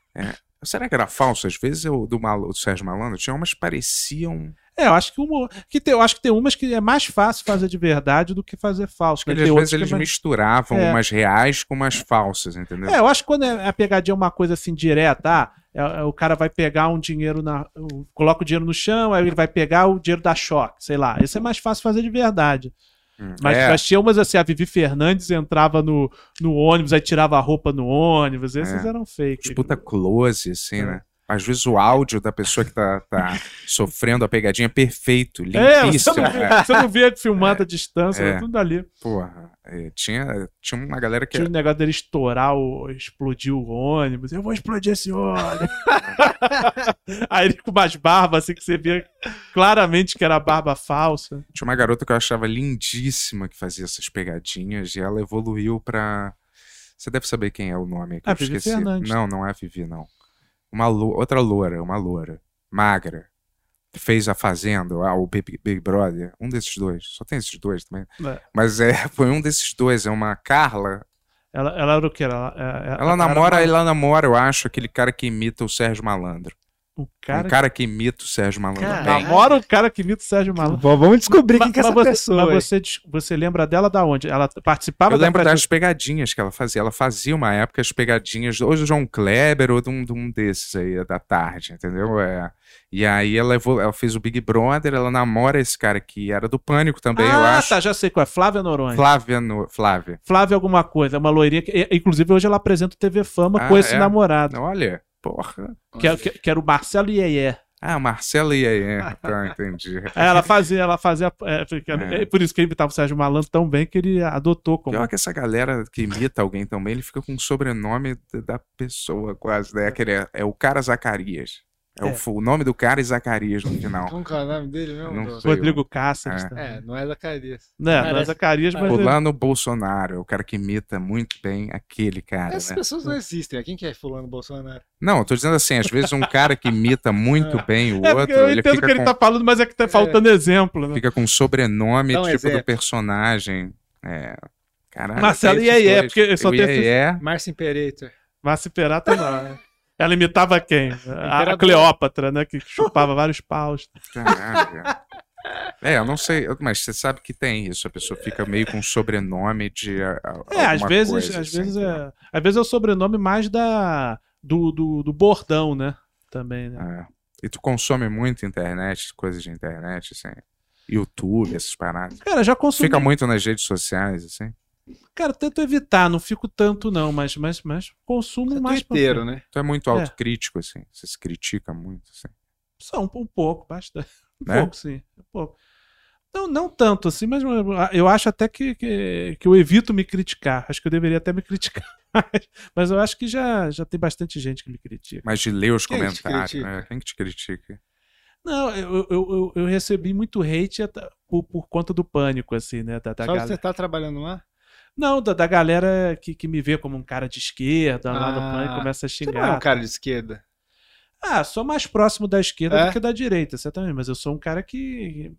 [SPEAKER 1] Será que era falso? Às vezes eu, do, Mal... do Sérgio Malandro, tinha umas que pareciam...
[SPEAKER 4] É, eu acho que, uma, que tem, eu acho que tem umas que é mais fácil fazer de verdade do que fazer falso. né?
[SPEAKER 1] Eles, às
[SPEAKER 4] Tem
[SPEAKER 1] vezes
[SPEAKER 4] outras que é
[SPEAKER 1] eles
[SPEAKER 4] mais-
[SPEAKER 1] misturavam
[SPEAKER 4] É.
[SPEAKER 1] umas reais com umas falsas, entendeu?
[SPEAKER 4] É, eu acho que quando é- a pegadinha é uma coisa assim direta, ah, é- é o cara vai pegar um dinheiro na. o- Coloca o dinheiro no chão, aí ele vai pegar o dinheiro da choque, sei lá. Isso é mais fácil fazer de verdade.
[SPEAKER 1] Hum,
[SPEAKER 4] Mas,
[SPEAKER 1] é.
[SPEAKER 4] mas tinha umas assim, a Vivi Fernandes entrava no, no ônibus, aí tirava a roupa no ônibus, esses
[SPEAKER 1] É.
[SPEAKER 4] eram fake.
[SPEAKER 1] disputa close, assim,
[SPEAKER 4] É.
[SPEAKER 1] né? Às vezes o áudio da pessoa que tá, tá sofrendo a pegadinha é perfeito,
[SPEAKER 4] É, você
[SPEAKER 1] limpíssimo.
[SPEAKER 4] não,
[SPEAKER 1] É,
[SPEAKER 4] via, você não via filmando a distância,
[SPEAKER 1] É.
[SPEAKER 4] era tudo ali.
[SPEAKER 1] Porra, é, tinha, tinha uma galera que...
[SPEAKER 4] Tinha o negócio dele estourar, o, explodir o ônibus. Eu vou explodir esse ônibus. Aí ele com umas barbas assim que você via claramente que era barba falsa.
[SPEAKER 1] Tinha uma garota que eu achava lindíssima que fazia essas pegadinhas e ela evoluiu pra. Você deve saber quem é o nome que
[SPEAKER 4] Ah,
[SPEAKER 1] eu
[SPEAKER 4] Vivi
[SPEAKER 1] esqueci.
[SPEAKER 4] Fernandes.
[SPEAKER 1] Não, não é a Vivi, não. Uma lo... Outra loura, uma loura. Magra. Fez a Fazenda, ah, o Big, Big Brother. Um desses dois. Só tem esses dois também.
[SPEAKER 4] É.
[SPEAKER 1] Mas é, foi um desses dois. É uma Carla.
[SPEAKER 4] Ela, ela era o que? Ela, é-
[SPEAKER 1] Ela
[SPEAKER 4] era
[SPEAKER 1] namora,
[SPEAKER 4] uma-
[SPEAKER 1] ela namora, eu acho, aquele cara que imita o Sérgio Malandro.
[SPEAKER 4] O
[SPEAKER 1] um
[SPEAKER 4] cara,
[SPEAKER 1] cara que imita o Sérgio Malandro
[SPEAKER 5] Cara.
[SPEAKER 1] bem.
[SPEAKER 4] namora o cara que imita o Sérgio Malandro.
[SPEAKER 2] V- Vamos descobrir quem que é
[SPEAKER 4] Mas-
[SPEAKER 2] essa
[SPEAKER 4] mas você,
[SPEAKER 2] pessoa.
[SPEAKER 4] mas
[SPEAKER 2] aí.
[SPEAKER 4] você, des- você lembra dela da onde? Ela participava
[SPEAKER 1] Eu lembro
[SPEAKER 4] festa-
[SPEAKER 1] das pegadinhas que ela fazia. Ela fazia uma época as pegadinhas, ou do João Kleber, ou de um, de um desses aí da tarde, entendeu? É. E aí ela, evol- ela fez o Big Brother, ela namora esse cara que era do Pânico também, eu
[SPEAKER 4] Ah,
[SPEAKER 1] acho.
[SPEAKER 4] tá, já sei qual é. Flávia Noronha.
[SPEAKER 1] Flávia, no... Flávia.
[SPEAKER 4] Flávia alguma coisa, é uma loirinha. Que, e- inclusive hoje ela apresenta o TV Fama
[SPEAKER 1] Ah,
[SPEAKER 4] com esse
[SPEAKER 1] é?
[SPEAKER 4] namorado.
[SPEAKER 1] Olha, porra.
[SPEAKER 4] Que, é- que- que era o Marcelo Iê.
[SPEAKER 1] Ah, Marcela e aí, é. tá, entendi.
[SPEAKER 4] É, Ela fazia, ela fazia. É, fica-
[SPEAKER 1] É.
[SPEAKER 4] é por isso que ele imitava o Sérgio Malandro tão bem que ele adotou como.
[SPEAKER 1] Pior que essa galera que imita alguém também, ele fica com o sobrenome d- da pessoa quase, né? Aquele é, é o cara Zacarias. É,
[SPEAKER 4] É.
[SPEAKER 1] O, fu- o nome do cara é Zacarias no final.
[SPEAKER 5] Como que é o nome dele mesmo?
[SPEAKER 1] Não
[SPEAKER 5] Do-
[SPEAKER 1] sei.
[SPEAKER 4] Rodrigo Cáceres.
[SPEAKER 1] É.
[SPEAKER 4] também.
[SPEAKER 5] É, não é Zacarias.
[SPEAKER 4] Né,
[SPEAKER 5] Parece-
[SPEAKER 4] não é Zacarias, mas. ele-
[SPEAKER 1] Fulano Bolsonaro é o cara que imita muito bem aquele cara,
[SPEAKER 5] Essas
[SPEAKER 1] né?
[SPEAKER 5] pessoas não existem. Quem que é fulano Bolsonaro?
[SPEAKER 1] Não, eu tô dizendo assim, às vezes um cara que imita muito bem o
[SPEAKER 4] É, porque
[SPEAKER 1] outro,
[SPEAKER 4] eu
[SPEAKER 1] ele
[SPEAKER 4] entendo o
[SPEAKER 1] fica
[SPEAKER 4] que ele
[SPEAKER 1] com,
[SPEAKER 4] tá falando, mas é que tá faltando exemplo, né?
[SPEAKER 1] fica com sobrenome,
[SPEAKER 5] Dá um
[SPEAKER 1] tipo do
[SPEAKER 5] exemplo.
[SPEAKER 1] personagem. É. Caralho.
[SPEAKER 4] Marcelo
[SPEAKER 1] tem esses
[SPEAKER 4] Iê,
[SPEAKER 1] dois.
[SPEAKER 4] porque só
[SPEAKER 1] O é?
[SPEAKER 4] tem esses-
[SPEAKER 1] Iê,
[SPEAKER 5] Márcio Imperator.
[SPEAKER 4] Mas se Perata não. né? Ela imitava quem? A, a Cleópatra, né? Que chupava vários paus.
[SPEAKER 1] caralho. É, eu não sei, eu- mas você sabe que tem isso, a pessoa fica meio com sobrenome de. a- a-
[SPEAKER 4] É, às
[SPEAKER 1] alguma
[SPEAKER 4] vezes,
[SPEAKER 1] coisa,
[SPEAKER 4] às
[SPEAKER 1] assim,
[SPEAKER 4] vezes
[SPEAKER 1] entendeu?
[SPEAKER 4] é. Às vezes é o sobrenome mais da. Do, do, do bordão, né? Também, né?
[SPEAKER 1] É. E tu consome muito internet, coisas de internet, assim. YouTube, essas paradas.
[SPEAKER 4] Cara, já consumi.
[SPEAKER 1] Fica muito nas redes sociais, assim.
[SPEAKER 4] Cara, tento evitar, não fico tanto, não, mas, mas, mas consumo
[SPEAKER 5] Você é
[SPEAKER 4] mais. pra
[SPEAKER 5] inteiro, né?
[SPEAKER 1] Tu é muito
[SPEAKER 4] É.
[SPEAKER 1] autocrítico, assim. Você se critica muito, assim.
[SPEAKER 4] Só um, um pouco, bastante. Um
[SPEAKER 1] Né?
[SPEAKER 4] pouco, sim. Um pouco. Não, não tanto assim, mas eu- eu acho até que, que, que eu evito me criticar. Acho que eu deveria até me criticar. mais, Mas eu acho que já, já tem bastante gente que me critica.
[SPEAKER 1] Mas de ler os
[SPEAKER 5] Quem que te
[SPEAKER 1] comentários,
[SPEAKER 5] critica?
[SPEAKER 1] né? Quem que te critica?
[SPEAKER 4] Não, eu, eu, eu, eu recebi muito hate até por, por conta do pânico, assim, né? Da, da
[SPEAKER 5] Só
[SPEAKER 4] galera.
[SPEAKER 5] você tá trabalhando lá?
[SPEAKER 4] Não, da, da galera que, que me vê como um cara de esquerda lá no
[SPEAKER 5] Ah,
[SPEAKER 4] pânico começa a
[SPEAKER 5] Você não é
[SPEAKER 4] xingar.
[SPEAKER 5] um cara de esquerda.
[SPEAKER 4] Ah, sou mais próximo da esquerda
[SPEAKER 5] É?
[SPEAKER 4] do que da direita, certamente, mas eu sou um cara que.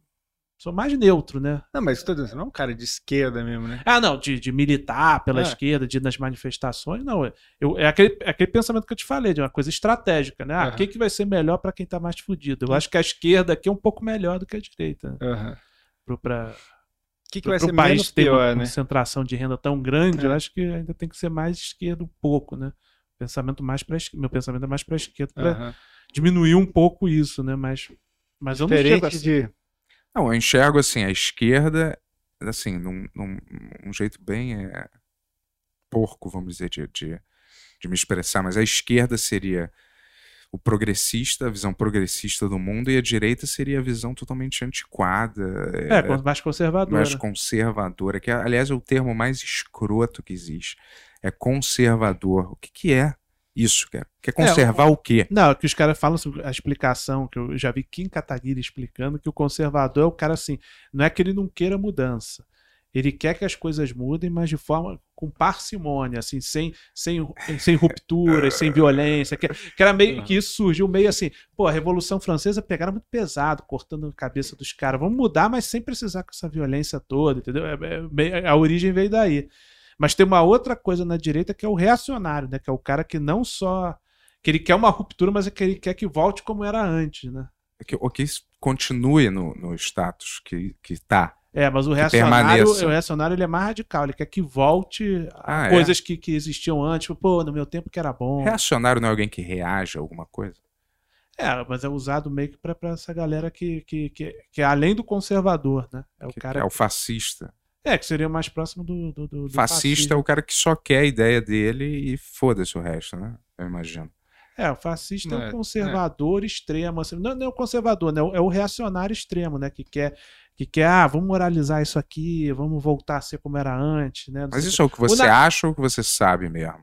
[SPEAKER 4] Sou mais neutro, né?
[SPEAKER 5] Não, mas eu tô dizendo, você não é um cara de esquerda mesmo, né?
[SPEAKER 4] Ah, não, de, de militar pela
[SPEAKER 5] É.
[SPEAKER 4] esquerda, de ir nas manifestações, não. é- Eu, é, aquele, é aquele pensamento que eu te falei, de uma coisa estratégica, né? Ah, o
[SPEAKER 5] Aham.
[SPEAKER 4] que, que vai ser melhor pra quem tá mais fudido? Eu acho que a esquerda aqui é um pouco melhor do que a direita. Né?
[SPEAKER 5] Aham.
[SPEAKER 4] Pro, pra,
[SPEAKER 5] O que, que
[SPEAKER 4] pro,
[SPEAKER 5] vai ser
[SPEAKER 4] pro país
[SPEAKER 5] menos
[SPEAKER 4] ter
[SPEAKER 5] pior,
[SPEAKER 4] uma
[SPEAKER 5] né?
[SPEAKER 4] concentração de renda tão grande,
[SPEAKER 5] É.
[SPEAKER 4] eu acho que ainda tem que ser mais esquerda um pouco, né? Pensamento mais pra, esquer- meu pensamento é mais pra esquerda, pra
[SPEAKER 5] Aham.
[SPEAKER 4] diminuir um pouco isso, né? Mas, mas eu não chego a
[SPEAKER 2] Diferente de.
[SPEAKER 1] Não, eu enxergo, assim, a esquerda, assim, num, num- um jeito bem é, porco, vamos dizer, de, de, de me expressar. Mas a esquerda seria o progressista, a visão progressista do mundo, e a direita seria a visão totalmente antiquada, é,
[SPEAKER 4] É, quanto mais conservadora.
[SPEAKER 1] mais conservadora, que aliás é o termo mais escroto que existe. É conservador. O que, que é? isso, cara? Quer conservar o quê?
[SPEAKER 4] Não, é que os caras falam sobre a explicação, que eu já vi Kim Kataguiri explicando, que o conservador é o cara assim, não é que ele não queira mudança. Ele quer que as coisas mudem, mas de forma com parcimônia, assim, sem, sem, sem rupturas, sem violência. Que, que era meio que isso surgiu meio assim, pô, a Revolução Francesa pegaram muito pesado, cortando a cabeça dos caras. Vamos mudar, mas sem precisar com essa violência toda, entendeu? É- é meio- a origem veio daí. Mas tem uma outra coisa na direita que é o reacionário, né? Que é o cara que não só que ele quer uma ruptura, mas é que ele quer que volte como era antes, né?
[SPEAKER 1] É Que, o que isso continue no, no status que, que tá.
[SPEAKER 4] É, mas o reacionário,
[SPEAKER 1] permaneça.
[SPEAKER 4] o reacionário ele é mais radical, ele quer que volte a
[SPEAKER 1] Ah, é?
[SPEAKER 4] coisas que, que existiam antes, tipo, pô, no meu tempo que era bom.
[SPEAKER 1] Reacionário não é alguém que reage a alguma coisa?
[SPEAKER 4] É, mas é usado meio que pra, pra essa galera que, que, que, que é além do conservador, né? É o
[SPEAKER 1] Que-
[SPEAKER 4] cara.
[SPEAKER 1] É o fascista.
[SPEAKER 4] É, que seria mais próximo do. do, do- do
[SPEAKER 1] Fascista é o cara que só quer a ideia dele e foda-se o resto, né? Eu imagino.
[SPEAKER 4] É, o fascista é
[SPEAKER 5] É,
[SPEAKER 4] o conservador extremo. assim, não, não é o conservador, né? É o reacionário extremo, né? Que quer, que quer ah, vamos moralizar isso aqui, vamos voltar a ser como era antes, né? Não
[SPEAKER 1] Mas
[SPEAKER 4] sei o
[SPEAKER 1] isso é o que você
[SPEAKER 4] O na-
[SPEAKER 1] acha ou o que você sabe mesmo?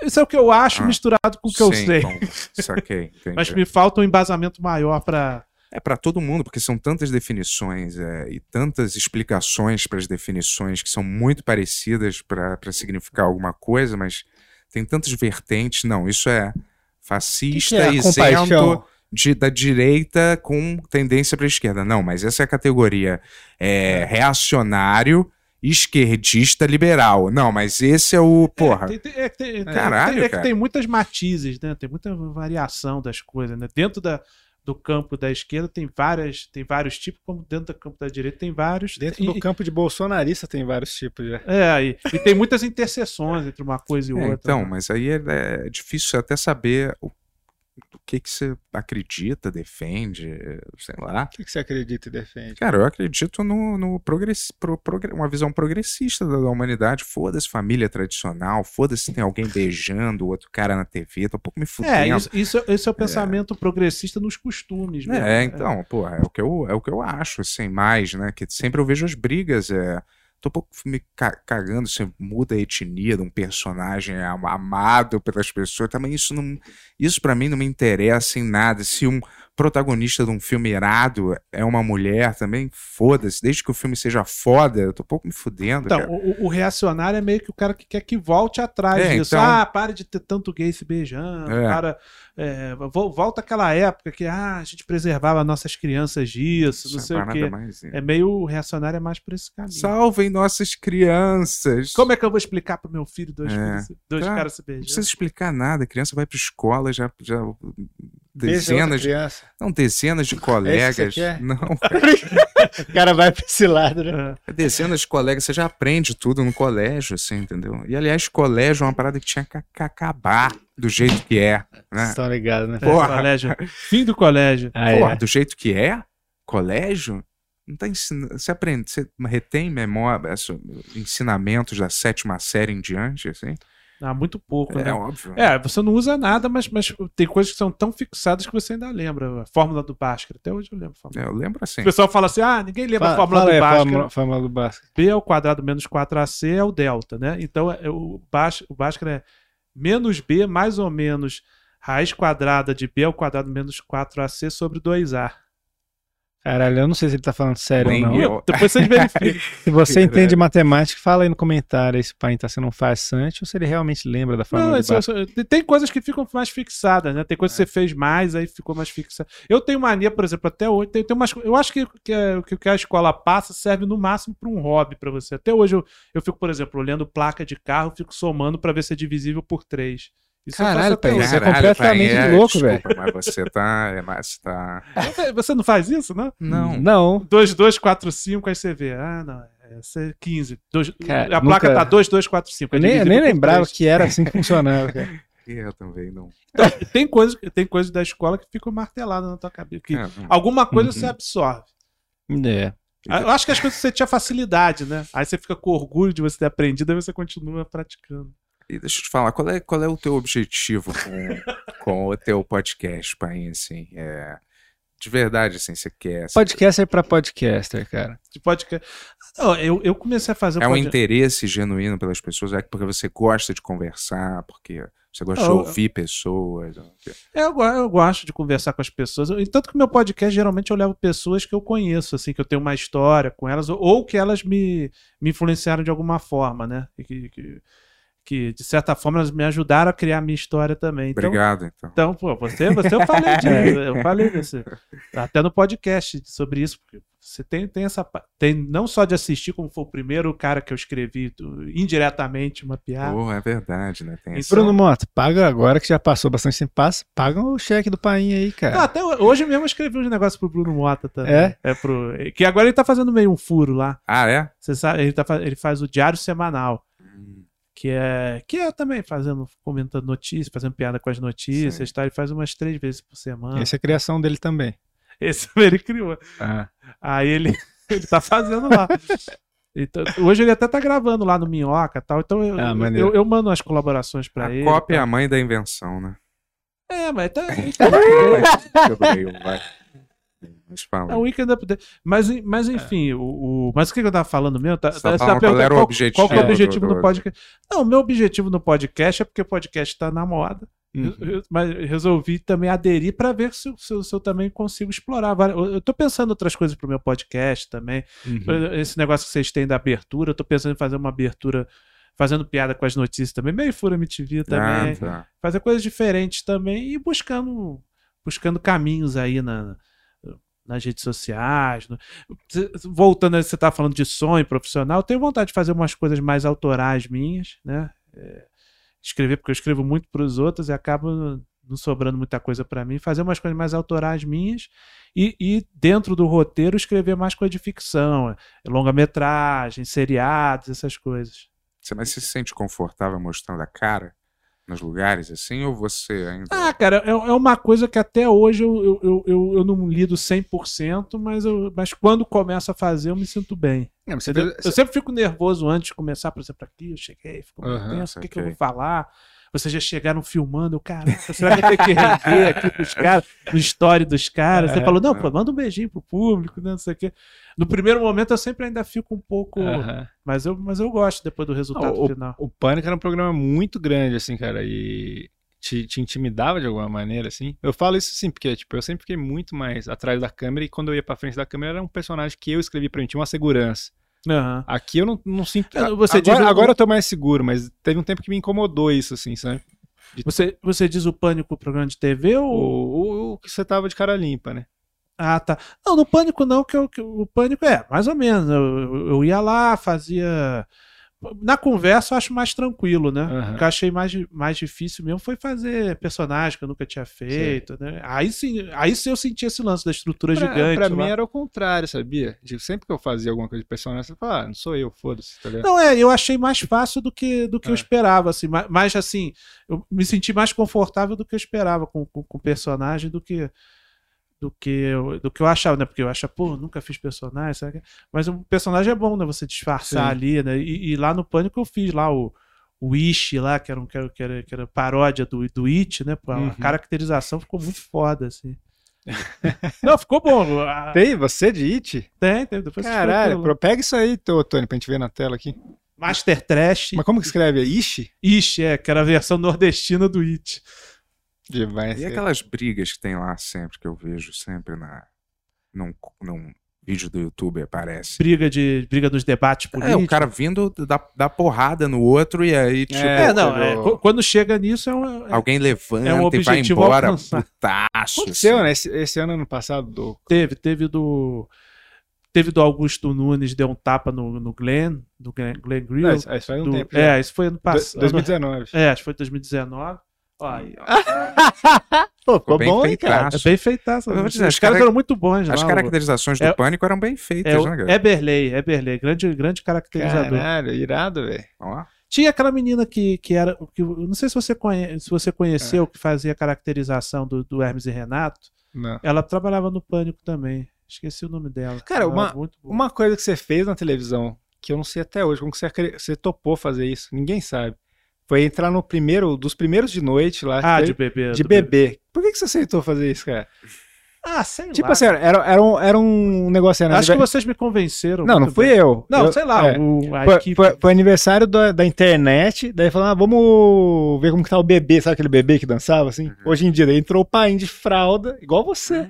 [SPEAKER 4] que. Isso é o que eu acho
[SPEAKER 1] Ah,
[SPEAKER 4] misturado com o que eu
[SPEAKER 1] Sim,
[SPEAKER 4] sei.
[SPEAKER 1] então, saquei, entendi.
[SPEAKER 4] Mas me falta um embasamento maior pra.
[SPEAKER 1] É para todo mundo, porque são tantas definições é, e tantas explicações para as definições que são muito parecidas para significar alguma coisa, mas tem tantas vertentes. Não, isso é fascista,
[SPEAKER 2] é a
[SPEAKER 1] isento,
[SPEAKER 2] compaixão?
[SPEAKER 1] de- da direita com tendência para esquerda. Não, mas essa é a categoria é, reacionário, esquerdista, liberal. Não, mas esse é o porra.
[SPEAKER 4] É, tem- tem- é que tem- tem-
[SPEAKER 1] Caralho,
[SPEAKER 4] tem- é que
[SPEAKER 1] cara.
[SPEAKER 4] tem muitas matizes, né? Tem muita variação das coisas, né? Dentro da, do campo da esquerda tem várias, tem vários tipos, como dentro do campo da direita tem vários.
[SPEAKER 5] Dentro
[SPEAKER 4] e-
[SPEAKER 5] do campo de bolsonarista tem vários tipos
[SPEAKER 2] né?
[SPEAKER 5] já.
[SPEAKER 4] É, e, e tem muitas interseções entre uma coisa e
[SPEAKER 1] É,
[SPEAKER 4] outra.
[SPEAKER 1] então,
[SPEAKER 4] né?
[SPEAKER 1] mas aí é, é difícil até saber o, o que que você acredita, defende, sei lá.
[SPEAKER 5] O que que você acredita e defende?
[SPEAKER 1] Cara, eu acredito no, no progressi- pro- progre- uma visão progressista da, da humanidade. Foda-se família tradicional, foda-se se tem alguém beijando o outro cara na TV, tô um pouco me
[SPEAKER 4] É,
[SPEAKER 1] fudendo.
[SPEAKER 4] isso, isso- esse é o pensamento progressista nos costumes, mesmo,
[SPEAKER 1] É,
[SPEAKER 4] né?
[SPEAKER 1] então, pô, é o que eu, é o que eu acho, assim, mais, né? Que sempre eu vejo as brigas, é. Tô um pouco me ca- cagando, você muda a etnia de um personagem am- amado pelas pessoas. Também isso não. Isso para mim não me interessa em nada. Se um protagonista de um filme irado é uma mulher também, foda-se. Desde que o filme seja foda, eu tô um pouco me fudendo.
[SPEAKER 4] Então,
[SPEAKER 1] cara.
[SPEAKER 4] o, o- o reacionário é meio que o cara que quer que volte atrás
[SPEAKER 1] É,
[SPEAKER 4] disso.
[SPEAKER 1] então-
[SPEAKER 4] Ah, para de ter tanto gay se beijando.
[SPEAKER 1] É.
[SPEAKER 4] Para, é, vo- volta àquela época que ah, a gente preservava nossas crianças disso, não
[SPEAKER 1] Essa
[SPEAKER 4] sei o
[SPEAKER 1] parada
[SPEAKER 4] quê.
[SPEAKER 1] mais- né?
[SPEAKER 4] É meio o reacionário é mais por esse caminho.
[SPEAKER 1] Salvem nossas crianças.
[SPEAKER 4] Como é que eu vou explicar pro meu filho dois,
[SPEAKER 1] É.
[SPEAKER 4] filhos se- dois
[SPEAKER 1] Tá.
[SPEAKER 4] caras se
[SPEAKER 1] Não
[SPEAKER 4] beijando?
[SPEAKER 1] precisa explicar nada. A criança vai pra escola, já, já
[SPEAKER 5] Beija outra
[SPEAKER 1] dezenas de
[SPEAKER 5] criança.
[SPEAKER 1] Não, dezenas de
[SPEAKER 5] É
[SPEAKER 1] colegas.
[SPEAKER 5] isso que você quer?
[SPEAKER 1] não,
[SPEAKER 2] O cara vai pra esse lado, né?
[SPEAKER 4] É.
[SPEAKER 1] dezenas de colegas. Você já aprende tudo no colégio, assim, entendeu? E, aliás, colégio é uma parada que tinha que ac- acabar do jeito que é,
[SPEAKER 2] Vocês
[SPEAKER 1] né?
[SPEAKER 2] estão ligados, né?
[SPEAKER 4] É,
[SPEAKER 1] Porra.
[SPEAKER 4] colégio. Fim do colégio.
[SPEAKER 2] Ah,
[SPEAKER 1] Porra,
[SPEAKER 2] é.
[SPEAKER 1] do jeito que é? Colégio? Não tá ensinando. Você aprende, você retém memória, assim, ensinamentos da sétima série em diante, assim?
[SPEAKER 4] Ah, muito pouco,
[SPEAKER 1] É,
[SPEAKER 4] né?
[SPEAKER 1] óbvio.
[SPEAKER 4] É, você não usa nada, mas, mas tem coisas que são tão fixadas que você ainda lembra. A fórmula do Bhaskara. Até hoje eu lembro. a fórmula.
[SPEAKER 1] É, eu lembro assim.
[SPEAKER 4] O pessoal fala assim: ah, ninguém lembra
[SPEAKER 2] Fala-
[SPEAKER 4] a fórmula
[SPEAKER 2] fala
[SPEAKER 4] do
[SPEAKER 2] aí
[SPEAKER 4] né?
[SPEAKER 2] a
[SPEAKER 4] Bhaskara.
[SPEAKER 2] fórmula-
[SPEAKER 5] Fórmula do Basco.
[SPEAKER 4] B ao quadrado menos 4AC é o delta, né? Então é, o, Bhaskara, o Bhaskara é menos B mais ou menos raiz quadrada de B ao quadrado menos 4AC sobre 2A.
[SPEAKER 2] Caralho, eu não sei se ele tá falando sério ou
[SPEAKER 1] Nem
[SPEAKER 2] não.
[SPEAKER 1] eu.
[SPEAKER 4] Depois vocês verificam.
[SPEAKER 2] Se você
[SPEAKER 1] Caralho.
[SPEAKER 2] entende matemática, fala aí no comentário aí se o Paim tá sendo um farsante ou se ele realmente lembra da
[SPEAKER 4] Não,
[SPEAKER 2] fórmula
[SPEAKER 4] é
[SPEAKER 2] do
[SPEAKER 4] só-
[SPEAKER 2] Bhaskara. É.
[SPEAKER 4] só- tem- tem coisas que ficam mais fixadas, né? Tem coisas que você fez mais, aí ficou mais fixada. Eu tenho mania, por exemplo, até hoje. Tem, tem umas, co- eu acho que, que, é- que o que a escola passa serve no máximo para um hobby para você. Até hoje eu, eu fico, por exemplo, olhando placa de carro, fico somando para ver se é divisível por três. Isso eu faço
[SPEAKER 2] Caralho,
[SPEAKER 4] até
[SPEAKER 2] Paim,
[SPEAKER 4] hoje.
[SPEAKER 2] você é
[SPEAKER 1] Caralho,
[SPEAKER 2] completamente
[SPEAKER 1] Paim, é,
[SPEAKER 2] louco,
[SPEAKER 1] desculpa,
[SPEAKER 2] velho.
[SPEAKER 1] Mas você tá. É, mas você tá.
[SPEAKER 4] Você- É, Você não faz isso, né?
[SPEAKER 2] Hum.
[SPEAKER 1] Não.
[SPEAKER 2] Não.
[SPEAKER 4] 2, 2, 4, 5, aí você vê. Ah, não. Essa é 15. Dois-
[SPEAKER 2] Cara,
[SPEAKER 4] a placa
[SPEAKER 2] nunca-
[SPEAKER 4] tá 2, 2, 4, 5.
[SPEAKER 2] Eu nem, eu nem lembrava que era assim que funcionava, cara.
[SPEAKER 1] Eu também não.
[SPEAKER 4] Então, Tem coisas tem coisas da escola que ficam marteladas na tua cabeça. que
[SPEAKER 1] É, não.
[SPEAKER 4] Alguma coisa
[SPEAKER 2] Uhum.
[SPEAKER 4] você absorve.
[SPEAKER 2] É.
[SPEAKER 4] Ah, Eu acho que as coisas você tinha facilidade, né? Aí você fica com orgulho de você ter aprendido, aí você continua praticando.
[SPEAKER 1] E deixa eu te falar, qual é, qual é o teu objetivo com, com o teu podcast, Paim, assim? É, de verdade, assim, você quer... assim,
[SPEAKER 2] Podcaster pra podcaster, cara.
[SPEAKER 4] De podcast. Não, eu, eu comecei a fazer
[SPEAKER 1] é um
[SPEAKER 4] podcast-
[SPEAKER 1] interesse genuíno pelas pessoas, é porque você gosta de conversar, porque Você gosta de
[SPEAKER 4] Não, Oh, eu-
[SPEAKER 1] ouvir pessoas?
[SPEAKER 4] É, Eu, go- eu gosto de conversar com as pessoas. Eu- Tanto que meu podcast, geralmente, eu levo pessoas que eu conheço, assim, que eu tenho uma história com elas, ou, ou que elas me, me influenciaram de alguma forma, né? E que, que, que, de certa forma, elas me ajudaram a criar a minha história também. Então,
[SPEAKER 1] Obrigado, então.
[SPEAKER 4] então, pô, você, você eu falei disso, eu falei disso. Até no podcast sobre isso, porque você tem, tem essa. pa- Tem não só de assistir, como foi o primeiro cara que eu escrevi do- indiretamente uma piada.
[SPEAKER 1] Porra, é verdade, né? Tem esse-
[SPEAKER 4] Então-
[SPEAKER 2] Bruno Mota, paga agora que já passou bastante tempo. passa- Paga o cheque do painho aí,
[SPEAKER 4] Ah,
[SPEAKER 2] cara.
[SPEAKER 4] até hoje mesmo eu escrevi uns negócios pro Bruno Mota também.
[SPEAKER 2] É?
[SPEAKER 4] pro, que agora ele tá fazendo meio um furo lá.
[SPEAKER 1] Ah, é?
[SPEAKER 4] Você sabe, ele, tá, fa- ele faz o diário semanal. Que é, que é também fazendo, comentando notícias, fazendo piada com as notícias, tá? Ele faz umas três vezes por semana. Esse,
[SPEAKER 2] Essa é a criação dele também.
[SPEAKER 4] ele criou.
[SPEAKER 2] Ah.
[SPEAKER 4] Aí ele, ele tá fazendo lá. Então, hoje ele até tá gravando lá no Minhoca e tal. Então eu,
[SPEAKER 2] Ah, maneiro.
[SPEAKER 4] eu, eu mando as colaborações pra
[SPEAKER 1] a
[SPEAKER 4] ele.
[SPEAKER 1] cópia é
[SPEAKER 4] tá?
[SPEAKER 1] a mãe da invenção, né?
[SPEAKER 4] É, mas tá,
[SPEAKER 1] Eu leio, vai. Mas fala.
[SPEAKER 4] É o Weekend Update. Mas, en- mas enfim, o, o- mas o que que eu tava falando mesmo? Tá,
[SPEAKER 1] É. Você
[SPEAKER 4] tá-
[SPEAKER 1] tá
[SPEAKER 4] você tá
[SPEAKER 1] falando qual
[SPEAKER 4] perguntando
[SPEAKER 1] era o
[SPEAKER 4] qual,
[SPEAKER 1] objetivo
[SPEAKER 4] qual que é o
[SPEAKER 1] do-
[SPEAKER 4] objetivo
[SPEAKER 1] do-
[SPEAKER 4] do podcast. Não, o meu objetivo no podcast é porque o podcast tá na moda.
[SPEAKER 2] uhum,
[SPEAKER 1] Uhum.
[SPEAKER 4] Eu- eu- mas eu resolvi também aderir para ver se, eu- se eu- se eu também consigo explorar. várias- Eu, eu tô pensando outras coisas pro meu podcast também.
[SPEAKER 2] uhum.
[SPEAKER 1] Uhum.
[SPEAKER 4] Esse negócio que vocês têm da abertura, eu tô pensando em fazer uma abertura fazendo piada com as notícias também, meio fura MTV também
[SPEAKER 1] Ah, tá.
[SPEAKER 4] fazer coisas diferentes também e buscando buscando caminhos aí na, nas redes sociais. no- Cê- Voltando a você tá falando de sonho profissional, eu tenho vontade de fazer umas coisas mais autorais minhas, né? É, escrever, porque eu escrevo muito para os outros e acabo não sobrando muita coisa para mim. Fazer umas coisas mais autorais minhas e, e dentro do roteiro escrever mais coisa de ficção, é, longa-metragem, seriados, essas coisas.
[SPEAKER 1] Você, mas você se sente confortável mostrando a cara nos lugares assim? Ou você ainda.
[SPEAKER 4] Ah, cara, é, é uma coisa que até hoje eu, eu, eu, eu, eu não lido 100%, mas, eu, mas quando começo a fazer eu me sinto bem.
[SPEAKER 2] É, mas você
[SPEAKER 4] entendeu?
[SPEAKER 2] fez-
[SPEAKER 4] Eu sempre fico nervoso antes de começar, por exemplo, aqui, eu cheguei, ficou meio
[SPEAKER 2] Aham,
[SPEAKER 4] tenso, o que, que eu
[SPEAKER 1] saquei.
[SPEAKER 4] vou falar? Vocês já chegaram filmando, eu, caraca, será que eu tenho que render aqui pros caras, no story dos caras?
[SPEAKER 2] É,
[SPEAKER 4] Você falou, não, pô, manda um beijinho pro público, né, não sei o quê. No primeiro momento eu sempre ainda fico um pouco,
[SPEAKER 2] Aham.
[SPEAKER 4] mas, eu, mas eu gosto depois do resultado
[SPEAKER 2] o-
[SPEAKER 4] final.
[SPEAKER 2] O Pânico era um programa muito grande, assim, cara, e te, te intimidava de alguma maneira, assim. Eu falo isso sim, porque, tipo, eu sempre fiquei muito mais atrás da câmera e quando eu ia pra frente da câmera era um personagem que eu escrevi pra mim, tinha uma segurança.
[SPEAKER 4] Aham.
[SPEAKER 2] Aqui eu não, não sinto.
[SPEAKER 4] Eu- você
[SPEAKER 2] agora,
[SPEAKER 4] diz o-
[SPEAKER 2] agora eu tô mais seguro, mas teve um tempo que me incomodou isso, assim, sabe?
[SPEAKER 4] Você, você diz o pânico programa de TV
[SPEAKER 2] O,
[SPEAKER 4] ou
[SPEAKER 2] o- o que você tava de cara limpa, né?
[SPEAKER 4] Ah, tá. Não, no pânico não, que, eu, que o pânico é, mais ou menos. Eu, eu- eu ia lá, fazia. Na conversa eu acho mais tranquilo, né?
[SPEAKER 2] Aham.
[SPEAKER 4] O que eu achei mais, di- mais difícil mesmo foi fazer personagem que eu nunca tinha feito, né? Aí sim, aí sim eu senti esse lance da estrutura
[SPEAKER 2] Pra,
[SPEAKER 4] gigante.
[SPEAKER 2] pra
[SPEAKER 4] lá.
[SPEAKER 2] mim era o contrário, sabia? De- sempre que eu fazia alguma coisa de personagem, eu falava, ah, não sou eu, foda-se, tá ligado?
[SPEAKER 4] Não, é, eu achei mais fácil do que, do que eu
[SPEAKER 2] É.
[SPEAKER 4] esperava, assim. ma- Mas, assim, eu me senti mais confortável do que eu esperava com, com, com o personagem do que do que, eu, do que eu achava, né? Porque eu achava, pô, nunca fiz personagem, sabe? Mas o personagem é bom, né? Você disfarçar
[SPEAKER 2] Sim.
[SPEAKER 4] ali, né? E, e lá no Pânico eu fiz lá o, o Ishi lá, que era, um, que era, que era, que era paródia do, do It, né? Pô, A
[SPEAKER 2] Uhum.
[SPEAKER 4] caracterização ficou muito foda, assim. Não, ficou bom. Ah,
[SPEAKER 2] Tem você de It?
[SPEAKER 4] Tem, tem. Depois vocês
[SPEAKER 2] Caralho,
[SPEAKER 4] procuram
[SPEAKER 2] pro-
[SPEAKER 4] lá.
[SPEAKER 2] pega isso aí, tô, Tony, pra gente ver na tela aqui.
[SPEAKER 4] Master Trash.
[SPEAKER 2] Mas como que escreve? É Ishi?
[SPEAKER 4] Ixi, é, que era a versão nordestina do It. É
[SPEAKER 2] Demais.
[SPEAKER 1] E aquelas brigas que tem lá sempre, que eu vejo sempre na, num, num vídeo do YouTube aparece.
[SPEAKER 4] Briga, de, briga dos debates
[SPEAKER 1] É,
[SPEAKER 4] políticos.
[SPEAKER 1] o cara vindo da, da porrada no outro e aí, tipo,
[SPEAKER 4] É, não, é,
[SPEAKER 1] o-
[SPEAKER 4] qu- quando chega nisso é um. é-
[SPEAKER 1] alguém levanta
[SPEAKER 4] é um
[SPEAKER 1] e vai
[SPEAKER 4] objetivo
[SPEAKER 1] embora,
[SPEAKER 4] alcançado.
[SPEAKER 1] putaço.
[SPEAKER 2] Aconteceu,
[SPEAKER 1] assim.
[SPEAKER 2] né? Esse, esse ano, ano passado, do...
[SPEAKER 4] Teve, teve do. Teve do Augusto Nunes, deu um tapa no, no Glenn, do Glenn, Glenn Grill.
[SPEAKER 2] Não, isso isso faz um
[SPEAKER 4] do-
[SPEAKER 1] né?
[SPEAKER 2] tempo. já.
[SPEAKER 4] é, isso foi ano
[SPEAKER 2] Do-
[SPEAKER 4] passado.
[SPEAKER 2] 2019.
[SPEAKER 4] É, acho que foi 2019. Ó, aí, ó,
[SPEAKER 2] Pô,
[SPEAKER 1] Ficou
[SPEAKER 2] ficou
[SPEAKER 1] bem
[SPEAKER 2] bom, hein, cara?
[SPEAKER 1] feitaço.
[SPEAKER 4] é bem feitaço.
[SPEAKER 1] Eu vou
[SPEAKER 4] Os
[SPEAKER 1] dizer, as
[SPEAKER 4] caras
[SPEAKER 1] cara-
[SPEAKER 4] eram muito bons,
[SPEAKER 1] As
[SPEAKER 4] lá, o-
[SPEAKER 1] caracterizações do
[SPEAKER 4] É-
[SPEAKER 1] pânico eram bem feitas,
[SPEAKER 4] é, o
[SPEAKER 1] né, cara?
[SPEAKER 4] Eberley, Eberley, grande, grande caracterizador.
[SPEAKER 2] Caralho, é irado, velho.
[SPEAKER 1] Ó,
[SPEAKER 4] Tinha aquela menina que, que era. Que, eu não sei se você, conhe, se você
[SPEAKER 2] É.
[SPEAKER 4] conheceu, que fazia a caracterização do, do Hermes e Renato.
[SPEAKER 2] Não.
[SPEAKER 4] Ela trabalhava no Pânico também. Esqueci o nome dela.
[SPEAKER 2] Cara,
[SPEAKER 4] Ela
[SPEAKER 2] uma-
[SPEAKER 4] era muito boa.
[SPEAKER 2] Uma coisa que você fez na televisão, que eu não sei até hoje, como que você, acre- você topou fazer isso, ninguém sabe. Foi entrar no primeiro, dos primeiros de noite lá,
[SPEAKER 4] Ah,
[SPEAKER 2] que
[SPEAKER 4] de
[SPEAKER 2] foi-
[SPEAKER 4] bebê.
[SPEAKER 2] de
[SPEAKER 4] do
[SPEAKER 2] bebê. Por que, que você aceitou fazer isso, cara?
[SPEAKER 4] Ah, sei
[SPEAKER 2] Tipo
[SPEAKER 4] lá.
[SPEAKER 2] assim, era, era, um, era um negócio. Era
[SPEAKER 4] Acho que
[SPEAKER 2] anive-
[SPEAKER 4] vocês me convenceram.
[SPEAKER 2] Não, não
[SPEAKER 4] muito
[SPEAKER 2] fui
[SPEAKER 4] bem.
[SPEAKER 2] eu.
[SPEAKER 4] Não,
[SPEAKER 2] Eu-
[SPEAKER 4] sei lá,
[SPEAKER 2] é.
[SPEAKER 4] o, a
[SPEAKER 2] Foi,
[SPEAKER 4] equipe.
[SPEAKER 2] foi- foi aniversário da, da internet, daí falaram, ah, vamos ver como que tá o bebê, sabe aquele bebê que dançava assim?
[SPEAKER 1] Uhum.
[SPEAKER 2] Hoje em dia, daí entrou o pai de fralda, igual você,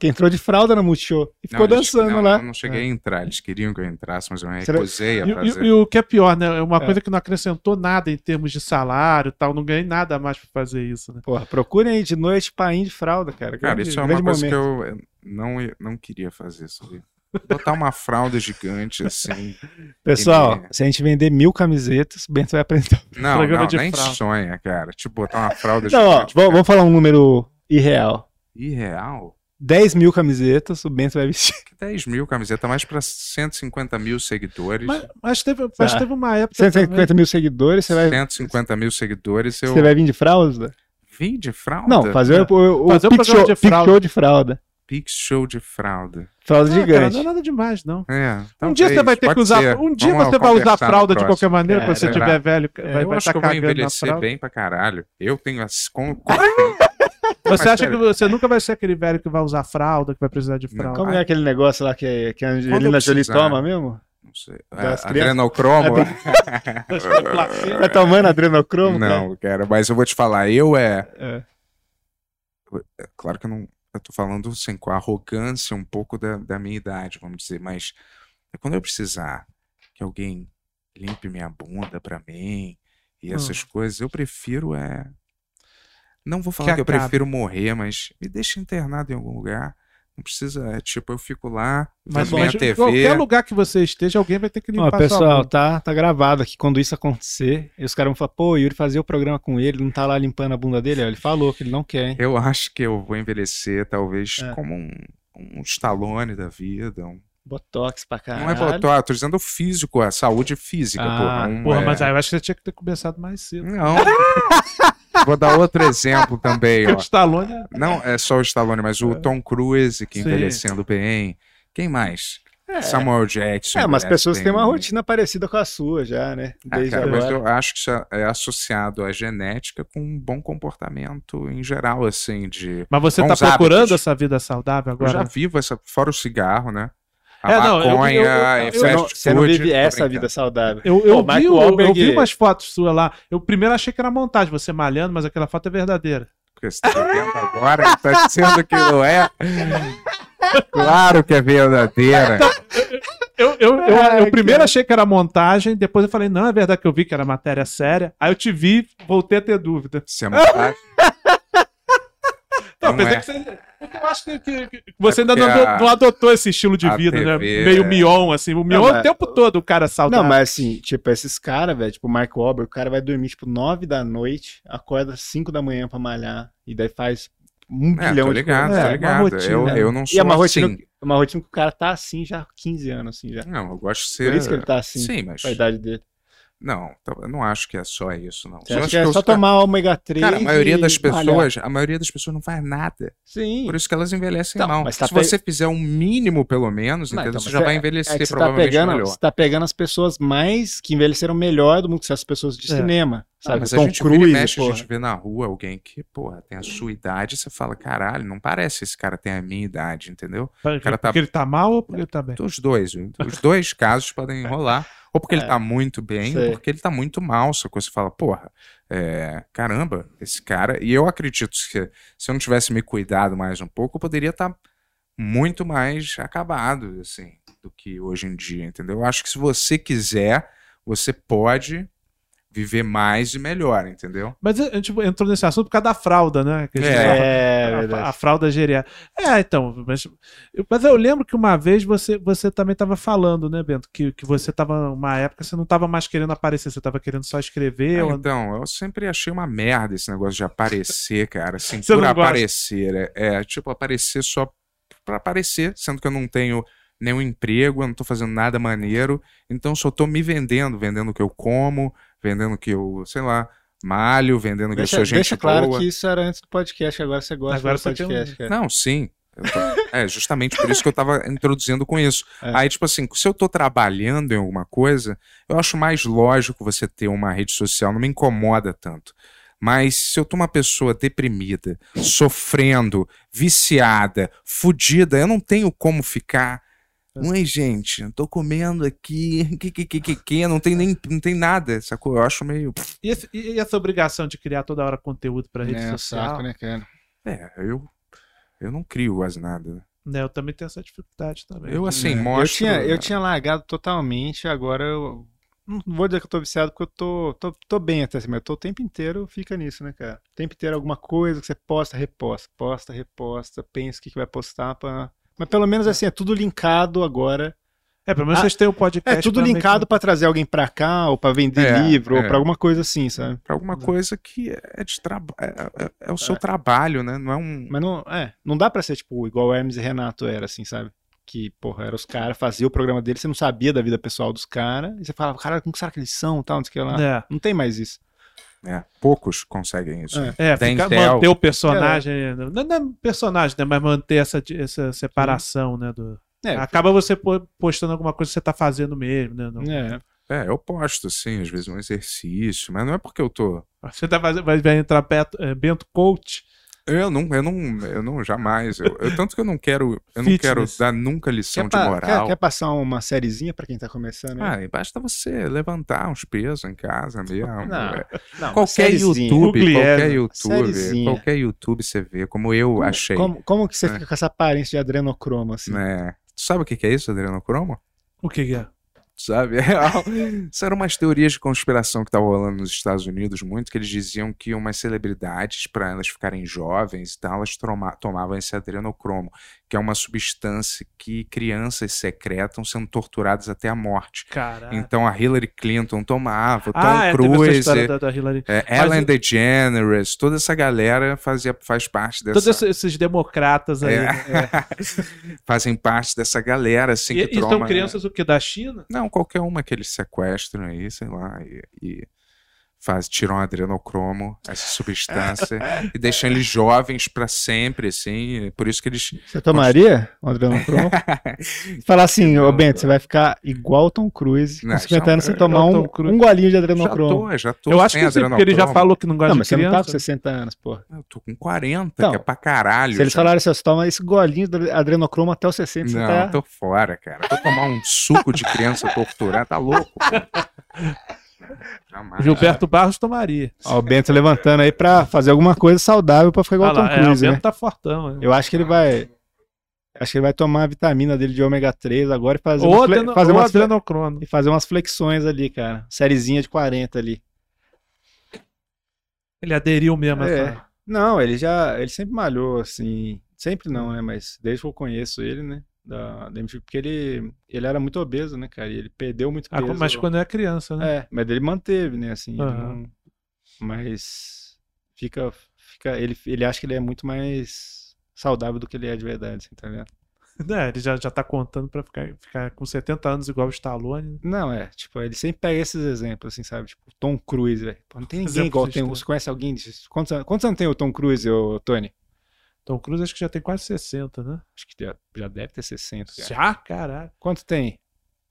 [SPEAKER 2] que entrou de fralda no Multishow e ficou
[SPEAKER 1] Ah, Não, eles- tipo,
[SPEAKER 2] dançando
[SPEAKER 1] não,
[SPEAKER 2] lá.
[SPEAKER 1] Eu não cheguei a entrar, eles queriam que eu entrasse, mas eu me
[SPEAKER 2] Será-
[SPEAKER 1] recusei a
[SPEAKER 4] É. E, e-
[SPEAKER 1] fazer.
[SPEAKER 4] e o que é pior, né? É uma coisa que não acrescentou nada em termos de salário e tal. Não ganhei nada mais pra fazer isso, né?
[SPEAKER 2] Porra, procurem aí de noite painho de fralda, cara.
[SPEAKER 1] Cara,
[SPEAKER 2] Grande-
[SPEAKER 1] isso é uma
[SPEAKER 2] grande
[SPEAKER 1] coisa
[SPEAKER 2] momento.
[SPEAKER 1] que eu eh, não, ia- não queria fazer, sabe? Botar uma fralda gigante assim.
[SPEAKER 2] Pessoal,
[SPEAKER 1] Ele-
[SPEAKER 2] se a gente vender mil camisetas, o Bento vai apresentar.
[SPEAKER 1] Não,
[SPEAKER 4] Programa
[SPEAKER 1] não
[SPEAKER 4] de
[SPEAKER 1] nem
[SPEAKER 4] fralda.
[SPEAKER 1] sonha, cara. Tipo, botar uma fralda
[SPEAKER 2] Não, ó,
[SPEAKER 1] gigante.
[SPEAKER 2] vamos,
[SPEAKER 1] cara.
[SPEAKER 2] vamos falar um número irreal.
[SPEAKER 1] Irreal?
[SPEAKER 2] 10 mil camisetas, o Bento vai vestir.
[SPEAKER 1] Que 10 mil camiseta, mais pra 150 mil seguidores.
[SPEAKER 4] Mas, mas teve, mas
[SPEAKER 2] Tá.
[SPEAKER 4] teve uma época. também-
[SPEAKER 2] 150 mil seguidores, você vai,
[SPEAKER 1] 150 mil seguidores, eu
[SPEAKER 2] você vai vir de fralda?
[SPEAKER 1] vim de fralda?
[SPEAKER 2] Não, fazer o, o, o
[SPEAKER 4] Fazer o
[SPEAKER 2] Pic
[SPEAKER 4] programa
[SPEAKER 2] show,
[SPEAKER 4] de
[SPEAKER 2] Pic
[SPEAKER 4] fralda.
[SPEAKER 2] Show de fralda.
[SPEAKER 1] Pix show de fralda.
[SPEAKER 2] Fralda
[SPEAKER 4] Ah, cara,
[SPEAKER 2] gigante.
[SPEAKER 4] não é nada demais, não.
[SPEAKER 1] É,
[SPEAKER 4] um dia você
[SPEAKER 1] talvez,
[SPEAKER 4] vai ter que
[SPEAKER 1] pode
[SPEAKER 4] usar.
[SPEAKER 1] ser.
[SPEAKER 4] Um dia
[SPEAKER 1] Vamos
[SPEAKER 4] você vai usar
[SPEAKER 1] conversar no
[SPEAKER 4] fralda de
[SPEAKER 1] próximo.
[SPEAKER 4] qualquer maneira, quando você
[SPEAKER 1] Cara,
[SPEAKER 4] tiver velho. Vai,
[SPEAKER 1] eu
[SPEAKER 4] vai
[SPEAKER 1] acho
[SPEAKER 4] estar
[SPEAKER 1] que eu vou
[SPEAKER 4] cagando na
[SPEAKER 1] envelhecer
[SPEAKER 4] fralda.
[SPEAKER 1] bem pra caralho. Eu tenho as. Com, Ah, Mas, é
[SPEAKER 4] Você acha que
[SPEAKER 1] cara,
[SPEAKER 4] você nunca vai ser aquele velho que vai usar fralda, que vai precisar de
[SPEAKER 1] Não.
[SPEAKER 4] fralda?
[SPEAKER 2] Como é aquele negócio lá que, que a
[SPEAKER 1] Quando eu
[SPEAKER 2] Angelina Jolie
[SPEAKER 1] precisar.
[SPEAKER 2] toma mesmo?
[SPEAKER 1] Não sei.
[SPEAKER 2] Das
[SPEAKER 1] É,
[SPEAKER 2] crianças?
[SPEAKER 1] adrenocromo?
[SPEAKER 2] Tá tomando adrenocromo?
[SPEAKER 1] É não, cara, mas eu vou te falar, eu é.
[SPEAKER 2] É.
[SPEAKER 1] É Claro que eu não. Eu tô falando assim, com a arrogância um pouco da, da minha idade, vamos dizer, mas é quando eu precisar que alguém limpe minha bunda pra mim e essas coisas, eu prefiro é. Não vou falar que,
[SPEAKER 4] Que
[SPEAKER 1] eu
[SPEAKER 4] acabe.
[SPEAKER 1] prefiro morrer, mas me deixa internado em algum lugar. Não precisa, é tipo, eu fico lá,
[SPEAKER 4] Mas
[SPEAKER 1] vendo minha
[SPEAKER 4] mas em
[SPEAKER 1] TV.
[SPEAKER 4] qualquer lugar que você esteja, alguém vai ter que
[SPEAKER 2] Ó,
[SPEAKER 4] limpar sua
[SPEAKER 2] pessoal,
[SPEAKER 4] mão.
[SPEAKER 2] tá, tá gravado aqui. Quando isso acontecer, e os caras vão falar, pô, o Yuri fazia o programa com ele, não tá lá limpando a bunda dele? Ó, Ele falou que ele não quer, hein?
[SPEAKER 1] Eu acho que eu vou envelhecer, talvez,
[SPEAKER 2] É.
[SPEAKER 1] como um, um Stallone da vida. um-
[SPEAKER 2] Botox pra caralho.
[SPEAKER 1] Não é botox, tô dizendo o físico, a saúde física,
[SPEAKER 2] Ah,
[SPEAKER 1] porra. um,
[SPEAKER 4] Porra,
[SPEAKER 1] é-
[SPEAKER 4] mas aí eu acho que você tinha que ter começado mais cedo.
[SPEAKER 1] Não. Vou dar outro exemplo também,
[SPEAKER 4] Porque
[SPEAKER 1] ó.
[SPEAKER 4] o Stallone é-
[SPEAKER 1] Não é só o Stallone, mas o Tom Cruise, que
[SPEAKER 4] Sim.
[SPEAKER 1] envelhecendo bem. Quem mais? Samuel Jackson.
[SPEAKER 2] É, mas
[SPEAKER 1] envelhece
[SPEAKER 2] as pessoas têm
[SPEAKER 1] bem.
[SPEAKER 2] uma rotina parecida com a sua já, né?
[SPEAKER 1] Ah,
[SPEAKER 2] Desde
[SPEAKER 1] cara, mas
[SPEAKER 2] agora.
[SPEAKER 1] eu acho que isso é associado à genética com um bom comportamento em geral, assim, de...
[SPEAKER 4] Mas você tá
[SPEAKER 1] Bons
[SPEAKER 4] procurando
[SPEAKER 1] hábitos.
[SPEAKER 4] essa vida saudável
[SPEAKER 1] Eu já
[SPEAKER 4] agora?
[SPEAKER 1] vivo essa, fora o cigarro, né? A
[SPEAKER 4] É, não, eu-
[SPEAKER 1] maconha,
[SPEAKER 4] eu- eu-
[SPEAKER 1] e
[SPEAKER 4] eu-
[SPEAKER 2] Você
[SPEAKER 1] fast
[SPEAKER 2] não, você não
[SPEAKER 1] food,
[SPEAKER 2] vive
[SPEAKER 1] tô
[SPEAKER 2] essa
[SPEAKER 1] brincando.
[SPEAKER 2] vida saudável.
[SPEAKER 4] Eu,
[SPEAKER 2] Pô,
[SPEAKER 4] eu, vi,
[SPEAKER 2] Michael
[SPEAKER 4] o- eu
[SPEAKER 2] Wahlberg-
[SPEAKER 4] vi umas fotos suas lá. Eu primeiro achei que era montagem, você malhando, mas aquela foto é verdadeira.
[SPEAKER 1] Porque você tá vendo agora, tá dizendo que não é. Claro que é verdadeira.
[SPEAKER 4] Eu, eu, eu,
[SPEAKER 2] Ai,
[SPEAKER 4] eu primeiro
[SPEAKER 2] cara.
[SPEAKER 4] achei que era montagem, depois eu falei, não, é verdade que eu vi que era matéria séria. Aí eu te vi, voltei a ter dúvida.
[SPEAKER 1] Isso é
[SPEAKER 2] Ah,
[SPEAKER 1] montagem.
[SPEAKER 4] Não,
[SPEAKER 1] Não
[SPEAKER 4] pensei
[SPEAKER 1] é.
[SPEAKER 4] que você. porque Eu acho que, que- que você
[SPEAKER 1] É
[SPEAKER 4] ainda
[SPEAKER 1] porque
[SPEAKER 4] não,
[SPEAKER 1] a-
[SPEAKER 4] ado- não adotou esse estilo de
[SPEAKER 1] a
[SPEAKER 4] vida, né?
[SPEAKER 1] TV,
[SPEAKER 4] Meio
[SPEAKER 1] é.
[SPEAKER 4] Mion, assim. O Mion
[SPEAKER 2] mas-
[SPEAKER 4] o tempo todo, o cara saudável.
[SPEAKER 2] Não, mas assim, tipo, esses caras, velho, tipo, o Mark Wahlberg, o cara vai dormir, tipo, 9 da noite, acorda 5 da manhã pra malhar, e daí faz um
[SPEAKER 1] É,
[SPEAKER 2] bilhão
[SPEAKER 1] tô
[SPEAKER 2] de
[SPEAKER 1] ligado,
[SPEAKER 2] coisas.
[SPEAKER 1] tô
[SPEAKER 2] É,
[SPEAKER 1] ligado. eu, eu não sou
[SPEAKER 2] E é uma
[SPEAKER 1] assim.
[SPEAKER 2] rotina, uma rotina que o cara tá assim já há 15 anos, assim, já.
[SPEAKER 1] Não, eu gosto de ser.
[SPEAKER 2] Por isso que ele tá assim,
[SPEAKER 1] Sim, mas.
[SPEAKER 2] com a idade dele.
[SPEAKER 1] Não, tá- eu não acho que é só isso, não.
[SPEAKER 2] Você
[SPEAKER 1] Eu
[SPEAKER 2] acha
[SPEAKER 1] acho
[SPEAKER 2] que é
[SPEAKER 1] eu-
[SPEAKER 2] só tomar ômega 3
[SPEAKER 1] Cara, a maioria
[SPEAKER 2] e
[SPEAKER 1] das
[SPEAKER 2] malhar?
[SPEAKER 1] pessoas, a maioria das pessoas não faz nada.
[SPEAKER 2] Sim.
[SPEAKER 1] Por isso que elas envelhecem
[SPEAKER 2] Então,
[SPEAKER 1] mal.
[SPEAKER 2] mas tá
[SPEAKER 1] Se
[SPEAKER 2] pe-
[SPEAKER 1] você fizer um mínimo, pelo menos,
[SPEAKER 2] Não,
[SPEAKER 1] entendeu?
[SPEAKER 2] então,
[SPEAKER 1] você
[SPEAKER 2] mas
[SPEAKER 1] já
[SPEAKER 2] é-
[SPEAKER 1] vai
[SPEAKER 2] É
[SPEAKER 1] envelhecer
[SPEAKER 2] que você tá,
[SPEAKER 1] provavelmente
[SPEAKER 2] pegando,
[SPEAKER 1] melhor.
[SPEAKER 2] você tá pegando as pessoas mais que envelheceram melhor do mundo, que são as pessoas de
[SPEAKER 4] É.
[SPEAKER 2] cinema.
[SPEAKER 1] Ah,
[SPEAKER 2] Sabe?
[SPEAKER 1] mas a
[SPEAKER 2] Tom
[SPEAKER 1] gente vira e
[SPEAKER 2] Cruise,
[SPEAKER 1] mexe, a
[SPEAKER 2] porra.
[SPEAKER 1] gente vê na rua alguém que, porra, tem a sua idade, você fala, caralho, não parece que esse cara tem a minha idade, entendeu?
[SPEAKER 4] Porque,
[SPEAKER 1] cara tá-
[SPEAKER 4] porque ele tá mal ou porque ele tá bem?
[SPEAKER 1] Então, os dois, os dois casos podem rolar. Ou porque ele tá muito bem,
[SPEAKER 2] É, sei.
[SPEAKER 1] ou porque ele tá muito mal, só que você fala, porra, é, caramba, esse cara. E eu acredito que se eu não tivesse me cuidado mais um pouco, eu poderia estar muito mais acabado, assim, do que hoje em dia, entendeu? Eu acho que se você quiser, você pode viver mais e melhor, entendeu?
[SPEAKER 4] Mas a gente entrou nesse assunto por causa da fralda, né? Que a gente
[SPEAKER 1] É.
[SPEAKER 4] tava-
[SPEAKER 2] É,
[SPEAKER 4] a-
[SPEAKER 2] verdade.
[SPEAKER 4] a, fralda geriátrica. É, então, mas eu, mas eu lembro que uma vez você, você também estava falando, né, Bento? Que, que você estava, uma época, você não estava mais querendo aparecer, você estava querendo só escrever.
[SPEAKER 1] Ah,
[SPEAKER 4] ou-
[SPEAKER 1] Então, eu sempre achei uma merda esse negócio de aparecer, cara. Assim,
[SPEAKER 4] Você
[SPEAKER 1] por
[SPEAKER 4] não gosta?
[SPEAKER 1] aparecer. É, é, tipo, aparecer só pra aparecer, sendo que eu não tenho nenhum emprego, eu não tô fazendo nada maneiro. Então, só tô me vendendo, vendendo o que eu como, vendendo o que eu, sei lá, malho, vendendo o que
[SPEAKER 2] Deixa,
[SPEAKER 1] eu sou gente
[SPEAKER 2] deixa claro
[SPEAKER 1] boa.
[SPEAKER 2] que isso era antes do podcast, agora você gosta
[SPEAKER 4] Agora
[SPEAKER 2] do
[SPEAKER 4] você tem um-
[SPEAKER 2] podcast. cara.
[SPEAKER 1] Não, sim. Eu tô- É justamente por isso que eu tava introduzindo com isso.
[SPEAKER 2] É.
[SPEAKER 1] Aí, tipo assim, se eu tô trabalhando em alguma coisa, eu acho mais lógico você ter uma rede social, não me incomoda tanto. Mas se eu tô uma pessoa deprimida, sofrendo, viciada, fudida, eu não tenho como ficar.
[SPEAKER 2] É.
[SPEAKER 1] Ui, gente, tô comendo aqui, que, que, que, que, que, não tem nem, não tem nada, sacou? Eu acho meio,
[SPEAKER 4] E, esse- e- e essa obrigação de criar toda hora conteúdo pra rede
[SPEAKER 2] É, um
[SPEAKER 4] social?
[SPEAKER 2] saco, né, cara?
[SPEAKER 1] é, eu, eu não crio quase nada.
[SPEAKER 4] né? Eu também tenho essa dificuldade também.
[SPEAKER 1] Eu assim,
[SPEAKER 2] É,
[SPEAKER 1] mostro...
[SPEAKER 2] Eu tinha, eu tinha largado totalmente, agora eu. Não vou dizer que eu tô viciado, porque eu tô, tô, tô bem até assim, mas eu tô o tempo inteiro fica nisso, né, cara? O tempo inteiro alguma coisa que você posta, reposta, posta, reposta, pensa o que, que vai postar pra. Mas pelo menos assim, é tudo linkado agora.
[SPEAKER 4] É, pelo menos
[SPEAKER 2] Ah,
[SPEAKER 4] vocês têm o podcast.
[SPEAKER 2] É tudo
[SPEAKER 4] pra meio que-
[SPEAKER 2] linkado pra trazer alguém pra cá, ou pra vender
[SPEAKER 1] tipo, É,
[SPEAKER 2] livro,
[SPEAKER 1] é.
[SPEAKER 2] ou pra alguma coisa assim, sabe?
[SPEAKER 1] pra alguma coisa que é de trabalho, é, é- é o seu trabalho, né? Não é um...
[SPEAKER 2] Mas não, é, não dá pra ser, tipo, igual o Hermes e Renato era, assim, sabe? Que, porra, eram os caras, fazia o programa deles, você não sabia da vida pessoal dos caras, e você falava, cara, como será que eles são, tal, não sei o que lá.
[SPEAKER 4] É,
[SPEAKER 2] Não tem mais isso.
[SPEAKER 1] é, poucos conseguem isso.
[SPEAKER 2] É.
[SPEAKER 4] é
[SPEAKER 1] Tem
[SPEAKER 4] ficar-
[SPEAKER 1] tel.
[SPEAKER 4] manter o personagem. Não, não é personagem, né? Mas manter essa, di- essa separação, né? Do...
[SPEAKER 2] É.
[SPEAKER 1] Ah,
[SPEAKER 4] Acaba você po- postando alguma coisa que você tá fazendo mesmo, né? Não-
[SPEAKER 2] É,
[SPEAKER 1] É, eu posto, assim, às vezes um exercício, mas não é porque eu tô.
[SPEAKER 4] Você tá fazendo, vai, vai entrar Beto, é, Bento Coach.
[SPEAKER 1] Eu não, eu não, eu não jamais. Eu, eu- tanto que eu não quero, eu não
[SPEAKER 4] Fitness.
[SPEAKER 1] quero dar nunca lição
[SPEAKER 2] quer,
[SPEAKER 1] de
[SPEAKER 2] pa-
[SPEAKER 1] moral.
[SPEAKER 2] quer- quer passar uma sériezinha pra quem tá começando? aí?
[SPEAKER 1] Ah, e basta você levantar uns pesos em casa mesmo.
[SPEAKER 2] Não,
[SPEAKER 1] É.
[SPEAKER 2] não,
[SPEAKER 1] qualquer
[SPEAKER 2] sériezinha.
[SPEAKER 1] YouTube,
[SPEAKER 4] Google
[SPEAKER 1] qualquer
[SPEAKER 4] Ads,
[SPEAKER 1] YouTube,
[SPEAKER 2] sériezinha.
[SPEAKER 1] qualquer YouTube você vê, como eu achei.
[SPEAKER 2] Como, como que você
[SPEAKER 1] É.
[SPEAKER 2] fica com essa aparência de adrenocromo, assim?
[SPEAKER 1] né? Tu sabe o que que é isso, Adriano Cromo?
[SPEAKER 4] O que, que é?
[SPEAKER 1] sabe? É real. Isso eram umas teorias de conspiração que estavam rolando nos Estados Unidos muito, que eles diziam que umas celebridades, para elas ficarem jovens e tal, elas troma- tomavam esse adrenocromo, que é uma substância que crianças secretam sendo torturadas até a morte.
[SPEAKER 4] Cara.
[SPEAKER 1] Então a Hillary Clinton tomava, o Tom
[SPEAKER 4] ah, é, teve essa
[SPEAKER 1] Cruise,
[SPEAKER 4] história da, da Hillary.
[SPEAKER 1] é,
[SPEAKER 4] Mas
[SPEAKER 1] Ellen
[SPEAKER 4] o-
[SPEAKER 1] DeGeneres, toda essa galera fazia, faz parte dessa...
[SPEAKER 4] Todos esses- esses democratas aí.
[SPEAKER 1] É.
[SPEAKER 4] né?
[SPEAKER 1] fazem parte dessa galera, assim,
[SPEAKER 4] E,
[SPEAKER 1] que
[SPEAKER 4] e são
[SPEAKER 1] troma-
[SPEAKER 4] crianças o que? Da China?
[SPEAKER 1] Não, qualquer uma que eles sequestram aí, sei lá, e, e faz, tiram adrenocromo, essa substância, e deixam eles jovens pra sempre, assim. e Por isso que eles.
[SPEAKER 2] Você tomaria um adrenocromo? Falar assim, ô Bento, você vai ficar igual o Tom Cruise, com
[SPEAKER 1] Não,
[SPEAKER 2] 50
[SPEAKER 1] já- é,
[SPEAKER 2] anos, sem
[SPEAKER 1] já
[SPEAKER 2] tomar
[SPEAKER 4] o
[SPEAKER 2] um,
[SPEAKER 4] Tom Cruise.
[SPEAKER 2] um golinho de
[SPEAKER 1] Já
[SPEAKER 2] adrenocromo.
[SPEAKER 1] tô, é, já tô.
[SPEAKER 4] Eu acho
[SPEAKER 1] sem
[SPEAKER 4] que sim, porque ele já
[SPEAKER 1] adrenocromo.
[SPEAKER 4] falou que não gosta
[SPEAKER 2] Não,
[SPEAKER 4] de
[SPEAKER 2] mas você não tá com
[SPEAKER 4] criança.
[SPEAKER 2] 60 anos, pô.
[SPEAKER 1] Eu tô com 40,
[SPEAKER 2] Então,
[SPEAKER 1] que é pra caralho.
[SPEAKER 2] Se eles
[SPEAKER 1] já.
[SPEAKER 2] falaram assim, ó, você toma esse golinho de adrenocromo até os 60, você
[SPEAKER 1] Não,
[SPEAKER 2] tá...
[SPEAKER 1] eu tô fora, cara. Vou tomar um suco de criança torturada, tá louco? Jamais.
[SPEAKER 4] Gilberto Barros tomaria.
[SPEAKER 2] Ó, o Bento tá levantando aí pra fazer alguma coisa saudável pra ficar igual
[SPEAKER 4] Ah
[SPEAKER 2] o Tom
[SPEAKER 4] lá, é, o
[SPEAKER 2] Cruise, né?
[SPEAKER 4] vento tá fortão. né?
[SPEAKER 2] Eu acho que ele vai... Acho que ele vai tomar a vitamina dele de ômega 3 agora e fazer,
[SPEAKER 4] Ou
[SPEAKER 2] umas fle-
[SPEAKER 4] adeno-
[SPEAKER 2] fazer
[SPEAKER 4] ou
[SPEAKER 2] umas fle-
[SPEAKER 4] adenocrono.
[SPEAKER 2] e fazer umas flexões ali, cara. Sériezinha de 40 ali.
[SPEAKER 4] Ele aderiu mesmo. a
[SPEAKER 2] É.
[SPEAKER 4] essa-
[SPEAKER 2] Não, ele já. Ele sempre malhou, assim. Sempre não, né? Mas desde que eu conheço ele, né? Da, da MTV, porque ele, ele era muito obeso, né, cara? E ele perdeu muito
[SPEAKER 4] Ah,
[SPEAKER 2] peso.
[SPEAKER 4] mas quando é criança, né?
[SPEAKER 2] É, mas ele manteve, né, assim. ele
[SPEAKER 4] Aham.
[SPEAKER 2] não- mas fica. fica ele, ele acha que ele é muito mais saudável do que ele é de verdade, assim, tá ligado?
[SPEAKER 4] É, ele já, já tá contando pra ficar, ficar com 70 anos igual o Stallone. né?
[SPEAKER 2] Não, é, tipo, ele sempre pega esses exemplos, assim, sabe? Tipo, Tom Cruise, velho. Pô, Não tem ninguém
[SPEAKER 4] Exemplo
[SPEAKER 2] igual. Tem,
[SPEAKER 4] extremo.
[SPEAKER 2] você conhece alguém? de- Quantos, anos- quantos anos tem o Tom Cruise, ô, Tony?
[SPEAKER 4] Tom Cruise acho que já tem quase 60, né?
[SPEAKER 2] Acho que já, já deve ter 60,
[SPEAKER 1] É.
[SPEAKER 2] cara.
[SPEAKER 4] Já? Caralho.
[SPEAKER 2] Quanto tem?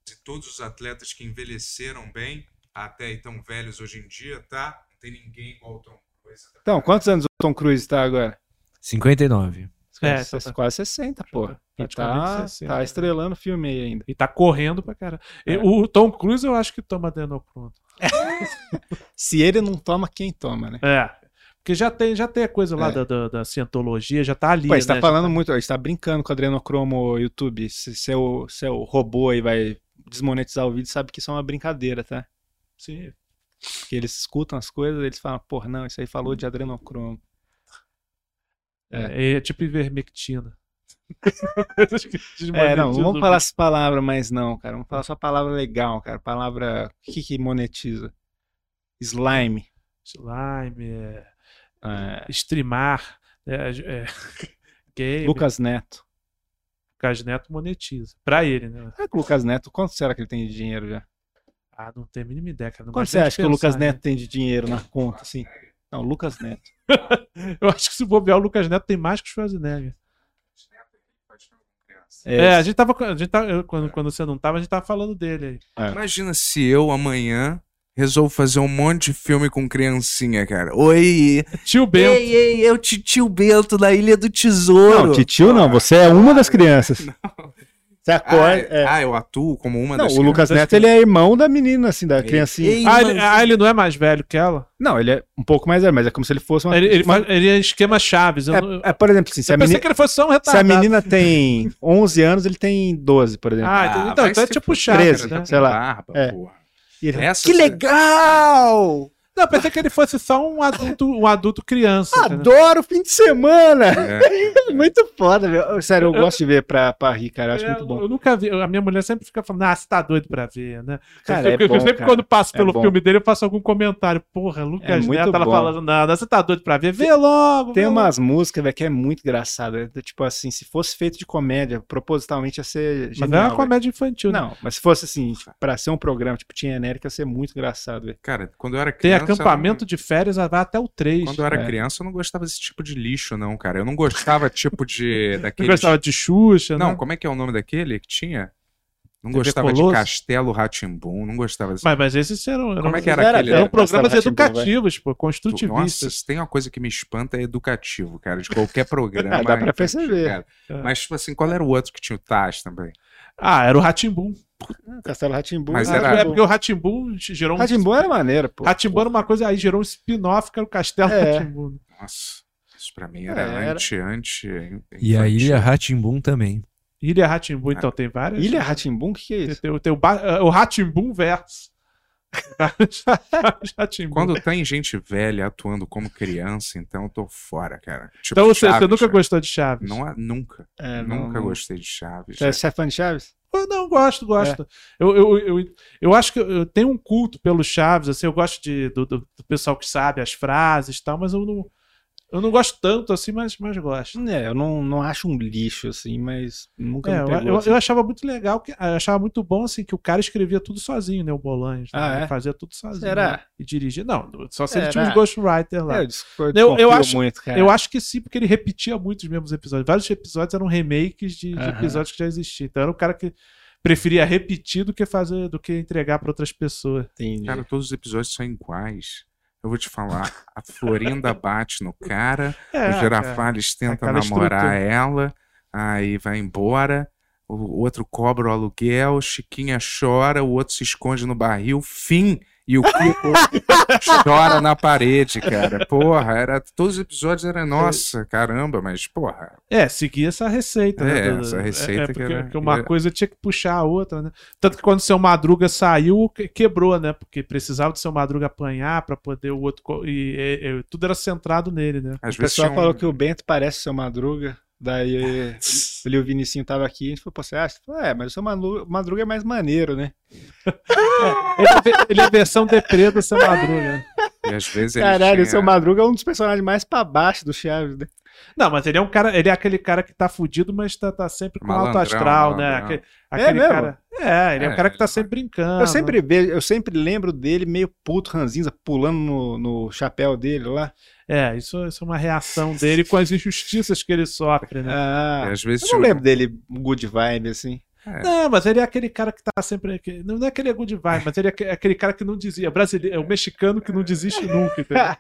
[SPEAKER 1] de todos os atletas que envelheceram bem, até então velhos hoje em dia, tá? Não tem ninguém igual o Tom Cruise. tá?
[SPEAKER 2] Então, quantos anos o Tom Cruise tá agora?
[SPEAKER 6] 59.
[SPEAKER 4] É,
[SPEAKER 2] Quase-
[SPEAKER 4] tá- tá-
[SPEAKER 2] quase 60, pô. E
[SPEAKER 4] praticamente
[SPEAKER 2] tá,
[SPEAKER 4] 60,
[SPEAKER 2] tá
[SPEAKER 4] né?
[SPEAKER 2] estrelando o filme aí ainda.
[SPEAKER 4] E tá correndo pra caralho. E
[SPEAKER 2] É.
[SPEAKER 4] O Tom Cruise eu acho que toma adenocrono.
[SPEAKER 2] Se ele não toma, quem toma, né?
[SPEAKER 4] É. Porque já tem, já tem a coisa lá
[SPEAKER 2] É.
[SPEAKER 4] da, da, da cientologia, já tá ali.
[SPEAKER 2] Pô, você
[SPEAKER 4] né?
[SPEAKER 2] tá falando muito, a gente tá brincando com o Adrenocromo YouTube. Se seu, seu robô aí vai desmonetizar o vídeo, sabe que isso é uma brincadeira, tá?
[SPEAKER 4] Sim.
[SPEAKER 2] Porque eles escutam as coisas eles falam, porra, não, isso aí falou de adrenocromo.
[SPEAKER 4] É, é tipo ivermectina. Coisas que
[SPEAKER 2] É, não,
[SPEAKER 4] desmonetizam.
[SPEAKER 2] vamos falar essas palavras, mas não, cara. Vamos falar só palavra legal, cara. Palavra. O que que monetiza? Slime.
[SPEAKER 4] Slime, é,
[SPEAKER 2] É,
[SPEAKER 4] streamar, é, é, game.
[SPEAKER 2] Lucas Neto.
[SPEAKER 4] Lucas Neto monetiza. Pra ele, né?
[SPEAKER 2] Será que o Lucas Neto, quanto será que ele tem de dinheiro já?
[SPEAKER 4] Ah, não tem a mínima ideia, cara. Não
[SPEAKER 2] Quanto
[SPEAKER 4] gosto
[SPEAKER 2] você
[SPEAKER 4] nem de
[SPEAKER 2] acha que o Lucas
[SPEAKER 4] pensar, né?
[SPEAKER 2] Neto tem de dinheiro na conta, assim? Não, Lucas Neto.
[SPEAKER 4] né? Eu acho que se bobear, o Lucas Neto tem mais que o Schwarzenegger. É, a gente tava. A gente tava eu- quando, quando você não tava, a gente tava falando dele aí.
[SPEAKER 1] Imagina se eu amanhã resolvo fazer um monte de filme com criancinha, cara. Oi!
[SPEAKER 4] Tio Bento.
[SPEAKER 7] Ei, ei, eu titio Bento na Ilha do Tesouro.
[SPEAKER 2] Não, titio não, você é uma das crianças. Você
[SPEAKER 1] Ah,
[SPEAKER 2] acorda. é.
[SPEAKER 1] ah, eu atuo como uma
[SPEAKER 2] Não,
[SPEAKER 1] das
[SPEAKER 2] o Lucas
[SPEAKER 4] crianças
[SPEAKER 2] Neto ele é irmão da menina, assim, da criancinha.
[SPEAKER 7] Ei,
[SPEAKER 4] Ah, ele,
[SPEAKER 7] mano,
[SPEAKER 4] ah, ele não é mais velho que ela?
[SPEAKER 2] Não, ele é um pouco mais velho, mas é como se ele fosse uma.
[SPEAKER 4] Ele, ele,
[SPEAKER 2] uma-
[SPEAKER 4] faz- ele é esquema Chaves. Eu, não- eu
[SPEAKER 2] é, é, por exemplo, assim, se, a
[SPEAKER 4] pensei
[SPEAKER 2] menina,
[SPEAKER 4] que ele fosse só um
[SPEAKER 2] se a
[SPEAKER 4] retardado.
[SPEAKER 2] menina tem 11 anos, ele tem 12, por exemplo.
[SPEAKER 4] Ah,
[SPEAKER 1] Ah,
[SPEAKER 4] então, então,
[SPEAKER 1] vai
[SPEAKER 4] então é
[SPEAKER 1] se
[SPEAKER 4] tipo
[SPEAKER 1] fuder,
[SPEAKER 4] Chaves,
[SPEAKER 2] 13,
[SPEAKER 4] né?
[SPEAKER 2] sei lá.
[SPEAKER 1] tá Barba,
[SPEAKER 2] É.
[SPEAKER 1] porra.
[SPEAKER 2] E ele-
[SPEAKER 1] Essa-
[SPEAKER 7] que
[SPEAKER 4] é
[SPEAKER 7] legal!
[SPEAKER 4] Não, eu pensei que ele fosse só um adulto, um adulto criança.
[SPEAKER 2] Ah,
[SPEAKER 4] entendeu?
[SPEAKER 2] Adoro fim de semana!
[SPEAKER 1] É.
[SPEAKER 2] muito foda, velho. Sério, eu gosto de ver pra, pra rir, cara. Eu acho
[SPEAKER 4] É,
[SPEAKER 2] muito bom.
[SPEAKER 4] Eu nunca vi. A minha mulher sempre fica falando, ah, você tá doido pra ver, né?
[SPEAKER 2] Cara,
[SPEAKER 4] eu,
[SPEAKER 2] é
[SPEAKER 4] eu- eu
[SPEAKER 2] bom,
[SPEAKER 4] sempre
[SPEAKER 2] cara.
[SPEAKER 4] quando passo
[SPEAKER 2] É
[SPEAKER 4] pelo
[SPEAKER 2] bom. É
[SPEAKER 4] filme dele, eu faço algum comentário. Porra, Lucas
[SPEAKER 2] muito
[SPEAKER 4] Neto, ela
[SPEAKER 2] bom.
[SPEAKER 4] falando, nada, você tá doido pra ver? Vê logo.
[SPEAKER 2] Tem
[SPEAKER 4] vê logo."
[SPEAKER 2] umas músicas, velho, que é muito engraçada. É do Tipo assim, se fosse feito de comédia, propositalmente ia ser
[SPEAKER 4] Mas não é
[SPEAKER 2] genial.
[SPEAKER 4] uma comédia infantil,
[SPEAKER 2] velho.
[SPEAKER 4] né?
[SPEAKER 2] Não, mas se fosse assim, tipo, pra ser um programa, tipo, tinha Enérica, ia ser muito engraçado, velho.
[SPEAKER 1] Cara, quando eu era
[SPEAKER 4] Tem
[SPEAKER 1] criança. eu
[SPEAKER 4] acampamento de férias, vai até o 3.
[SPEAKER 1] não- Quando eu era
[SPEAKER 2] É.
[SPEAKER 1] criança, eu não gostava desse tipo de lixo, não, cara. Eu não gostava, tipo, de.
[SPEAKER 4] Não
[SPEAKER 1] Daqueles...
[SPEAKER 4] gostava de Xuxa,
[SPEAKER 1] Não,
[SPEAKER 4] né?
[SPEAKER 1] como é que é o nome daquele que tinha? Não
[SPEAKER 4] TV
[SPEAKER 1] gostava
[SPEAKER 4] Colosso?
[SPEAKER 1] de Castelo Ratimbum, não gostava desse.
[SPEAKER 4] Mas, mas esses eram, eram,
[SPEAKER 1] Como é que era aquele?
[SPEAKER 4] eram
[SPEAKER 1] Era
[SPEAKER 4] programas
[SPEAKER 2] Castelo Rá-Tim-Bum,
[SPEAKER 4] educativos, pô,
[SPEAKER 1] Nossa,
[SPEAKER 4] construtivistas.
[SPEAKER 1] se tem uma coisa que me espanta é educativo, cara, de qualquer programa.
[SPEAKER 2] Ah, dá pra
[SPEAKER 1] infantil,
[SPEAKER 2] perceber.
[SPEAKER 1] cara.
[SPEAKER 4] É.
[SPEAKER 1] Mas, tipo assim, qual era o outro que tinha o Taz também?
[SPEAKER 4] Ah, era o Ratimbum.
[SPEAKER 2] Castelo Ratimbu.
[SPEAKER 1] Mas era-
[SPEAKER 4] É porque o Ratimbum gerou um.
[SPEAKER 2] Ratimbu era maneiro, pô.
[SPEAKER 4] Ratimbum era uma coisa, aí gerou um spin-off que era o Castelo
[SPEAKER 2] É.
[SPEAKER 4] Ratimbum.
[SPEAKER 1] Nossa, isso pra mim era,
[SPEAKER 2] É, era-
[SPEAKER 1] anti, anti.
[SPEAKER 3] E a
[SPEAKER 1] infantil.
[SPEAKER 3] Ilha Ratimbum também.
[SPEAKER 4] Ilha Ratimbum,
[SPEAKER 1] Ah.
[SPEAKER 4] então tem várias.
[SPEAKER 2] Ilha Ratimbu? O que, que é
[SPEAKER 4] Tem,
[SPEAKER 2] isso?
[SPEAKER 4] tem o- tem o, ba- o Ratimbum verso. Rá-Tim-Bum.
[SPEAKER 1] Quando tem gente velha atuando como criança, então eu tô fora, cara. Tipo,
[SPEAKER 4] Então você, você
[SPEAKER 1] Chaves,
[SPEAKER 4] nunca
[SPEAKER 1] cara.
[SPEAKER 4] gostou de Chaves?
[SPEAKER 1] Não, há- nunca.
[SPEAKER 2] É, não-
[SPEAKER 1] nunca
[SPEAKER 2] não-
[SPEAKER 1] gostei de Chaves.
[SPEAKER 2] Você é fã de Chaves?
[SPEAKER 4] Eu não gosto, gosto. É. Eu, eu, eu, eu acho que eu- eu tenho um culto pelo Chaves, assim, eu gosto de, do, do- do pessoal que sabe as frases e tal, mas eu não, eu não gosto tanto assim, mas, mas gosto.
[SPEAKER 2] É, eu não, não acho um lixo, assim, mas nunca
[SPEAKER 4] É,
[SPEAKER 2] me
[SPEAKER 4] eu,
[SPEAKER 2] pegou.
[SPEAKER 4] eu,
[SPEAKER 2] assim.
[SPEAKER 4] eu achava muito legal, que, eu achava muito bom assim, que o cara escrevia tudo sozinho, né? O Bolanhos. né?
[SPEAKER 2] Ah, é?
[SPEAKER 4] Ele fazia tudo sozinho.
[SPEAKER 2] Será?
[SPEAKER 4] né? E dirigia. Não, só se
[SPEAKER 2] Será?
[SPEAKER 4] ele tinha uns ghostwriter lá.
[SPEAKER 2] É, eu é. discordo,
[SPEAKER 4] Eu- eu
[SPEAKER 2] confio
[SPEAKER 4] acho-
[SPEAKER 2] muito, cara.
[SPEAKER 4] Eu acho que sim, porque ele repetia muito os mesmos episódios. Vários episódios eram remakes de, de
[SPEAKER 2] Aham.
[SPEAKER 4] episódios que já existiam. Então era um cara que preferia repetir do que fazer, do que entregar para outras pessoas.
[SPEAKER 2] Entendi.
[SPEAKER 1] Cara, todos os episódios são iguais. Eu vou te falar. A Florinda bate no cara,
[SPEAKER 4] É,
[SPEAKER 1] o Girafales tenta
[SPEAKER 4] Aquela
[SPEAKER 1] namorar
[SPEAKER 4] estrutura.
[SPEAKER 1] ela, aí vai embora. O outro cobra o aluguel, Chiquinha chora, o outro se esconde no barril, fim. E o Kiko chora na parede, cara. Porra, era, todos os episódios eram, nossa, caramba, mas porra,
[SPEAKER 4] É, seguir essa receita, né?
[SPEAKER 1] É,
[SPEAKER 4] do-
[SPEAKER 1] essa
[SPEAKER 4] é-
[SPEAKER 1] receita
[SPEAKER 4] é
[SPEAKER 1] que
[SPEAKER 4] porque,
[SPEAKER 1] era-
[SPEAKER 4] porque uma
[SPEAKER 1] era-
[SPEAKER 4] coisa tinha que puxar a outra, né? Tanto que quando o seu Madruga saiu, que- quebrou, né? Porque precisava do seu Madruga apanhar para poder o outro. co- E, e- e tudo era centrado nele, né?
[SPEAKER 1] Às
[SPEAKER 2] O
[SPEAKER 1] vezes
[SPEAKER 2] pessoal
[SPEAKER 1] tinha um- É.
[SPEAKER 2] falou que o Bento parece o seu Madruga. Daí ele- ele e o Vinicinho tava aqui e a gente falou, pô, você acha? Falou, é, mas o seu Manu- Madruga é mais maneiro, né?
[SPEAKER 4] Ele, é ve- ele é a versão deprê do seu Madruga. né?
[SPEAKER 1] E às vezes ele
[SPEAKER 2] Caralho,
[SPEAKER 1] tinha...
[SPEAKER 2] o seu Madruga é um dos personagens mais pra baixo do Chaves, né?
[SPEAKER 4] Não, mas ele é um cara, ele é aquele cara que tá fudido, mas tá, tá sempre com alto
[SPEAKER 1] Malandrão,
[SPEAKER 4] astral, né?
[SPEAKER 1] malandrão.
[SPEAKER 4] Aquele, aquele
[SPEAKER 2] mesmo?
[SPEAKER 4] cara. É, ele é, um
[SPEAKER 1] É,
[SPEAKER 4] cara que tá
[SPEAKER 1] ele-
[SPEAKER 4] sempre
[SPEAKER 1] Ah,
[SPEAKER 4] brincando. né?
[SPEAKER 2] eu sempre vejo, eu sempre lembro dele meio puto, ranzinza, pulando no, no chapéu dele lá.
[SPEAKER 4] É, isso, isso é uma reação dele com as injustiças que ele sofre, né?
[SPEAKER 1] E
[SPEAKER 2] Ah,
[SPEAKER 1] às vezes
[SPEAKER 2] eu
[SPEAKER 1] tinha
[SPEAKER 2] não
[SPEAKER 1] um-
[SPEAKER 2] lembro dele good vibe, assim.
[SPEAKER 4] Não, mas ele é aquele cara que tá sempre. que- Não é aquele é good vibe, mas ele é aque- é aquele cara que não dizia. Brasileiro, é o mexicano que não desiste nunca, entendeu?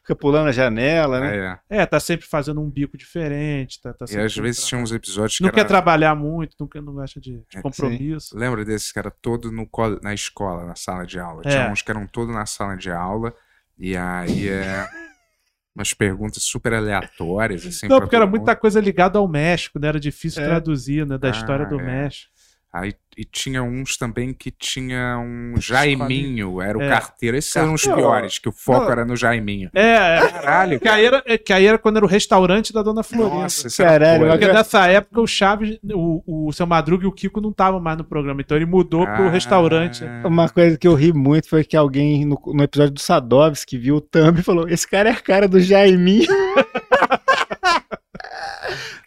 [SPEAKER 2] Fica pulando a janela, né?
[SPEAKER 1] É.
[SPEAKER 4] É, tá sempre fazendo um bico diferente. Tá, tá
[SPEAKER 1] E
[SPEAKER 4] sempre
[SPEAKER 1] às vezes É, tinha uns episódios que
[SPEAKER 4] Não quer
[SPEAKER 1] era...
[SPEAKER 4] trabalhar muito, não, quer, não gosta de, de compromisso.
[SPEAKER 1] Lembra desses que era todo no col- na escola, na sala de aula?
[SPEAKER 4] É.
[SPEAKER 1] Tinha uns que eram todos na sala de aula. E aí é... Umas perguntas super aleatórias, assim.
[SPEAKER 4] Não,
[SPEAKER 1] pra
[SPEAKER 4] porque era
[SPEAKER 1] todo
[SPEAKER 4] muita coisa ligada ao México, né? Era difícil
[SPEAKER 2] É.
[SPEAKER 4] traduzir, né? Da
[SPEAKER 1] Ah,
[SPEAKER 4] história do
[SPEAKER 1] é.
[SPEAKER 4] México.
[SPEAKER 1] Aí, e tinha uns também que tinha um Jaiminho, era o
[SPEAKER 4] É.
[SPEAKER 1] carteiro. Esses eram os piores, que o foco era no Jaiminho.
[SPEAKER 4] É, é.
[SPEAKER 1] Caralho,
[SPEAKER 4] Que aí, era, é, que aí era quando era o restaurante da Dona Florinda.
[SPEAKER 1] nossa, isso
[SPEAKER 2] Caralho,
[SPEAKER 1] era
[SPEAKER 4] Porque
[SPEAKER 1] podre.
[SPEAKER 2] Agora-
[SPEAKER 4] nessa época o Chaves, o, o seu Madruga e o Kiko não estavam mais no programa. Então ele mudou pro restaurante. né?
[SPEAKER 1] Ah,
[SPEAKER 2] Uma coisa que eu ri muito foi que alguém no, no episódio do Sadovski viu o Thumb e falou: Esse cara é a cara do Jaiminho.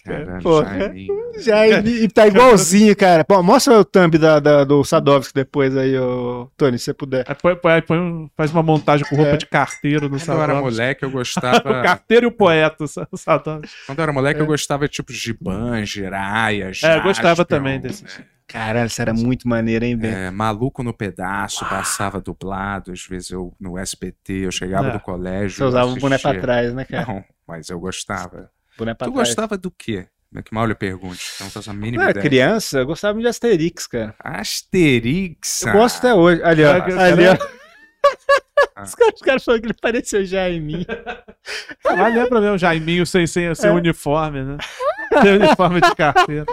[SPEAKER 1] Caralho,
[SPEAKER 2] Porra.
[SPEAKER 1] Jaiminho.
[SPEAKER 2] Jaiminho. E tá igualzinho, cara. Bom, mostra o Thumb da, da- do Sadovski depois aí, ô, Tony, se você puder.
[SPEAKER 4] Aí põe- põe- aí põe um- faz uma montagem com roupa
[SPEAKER 2] É.
[SPEAKER 4] de carteiro no
[SPEAKER 1] Quando eu era
[SPEAKER 4] salão.
[SPEAKER 1] moleque, eu
[SPEAKER 4] O
[SPEAKER 1] gostava.
[SPEAKER 4] carteiro e o poeta, o sa- o salão.
[SPEAKER 1] Quando eu era moleque, eu gostava tipo Giban, Jiraiya,
[SPEAKER 4] É,
[SPEAKER 1] Jasper, um né?
[SPEAKER 4] eu gostava também desses.
[SPEAKER 2] Caralho, isso era muito maneiro, hein, velho?
[SPEAKER 1] É, maluco no pedaço, passava dublado, às vezes eu no SBT, eu chegava
[SPEAKER 4] É.
[SPEAKER 1] do colégio.
[SPEAKER 2] Você usava o boné pra
[SPEAKER 1] assistia.
[SPEAKER 2] trás, né, cara?
[SPEAKER 1] Não, mas eu gostava.
[SPEAKER 2] Boné pra
[SPEAKER 1] tu
[SPEAKER 2] trás.
[SPEAKER 1] gostava do quê? Como é que mal eu pergunto? Não faço a
[SPEAKER 2] Quando eu
[SPEAKER 1] mínima
[SPEAKER 2] era
[SPEAKER 1] ideia.
[SPEAKER 2] criança, eu gostava de Asterix, cara.
[SPEAKER 1] Asterix.
[SPEAKER 4] Tá.
[SPEAKER 2] Eu gosto até hoje. Ali, ó.
[SPEAKER 4] Ah, que-
[SPEAKER 2] ali, ó.
[SPEAKER 1] Ah.
[SPEAKER 2] Os caras ficaram falando que ele parecia já em mim.
[SPEAKER 4] Ah, Mas lembra mesmo, Jaiminho sem, sem,
[SPEAKER 2] É.
[SPEAKER 4] sem uniforme, né? Sem uniforme de carteira.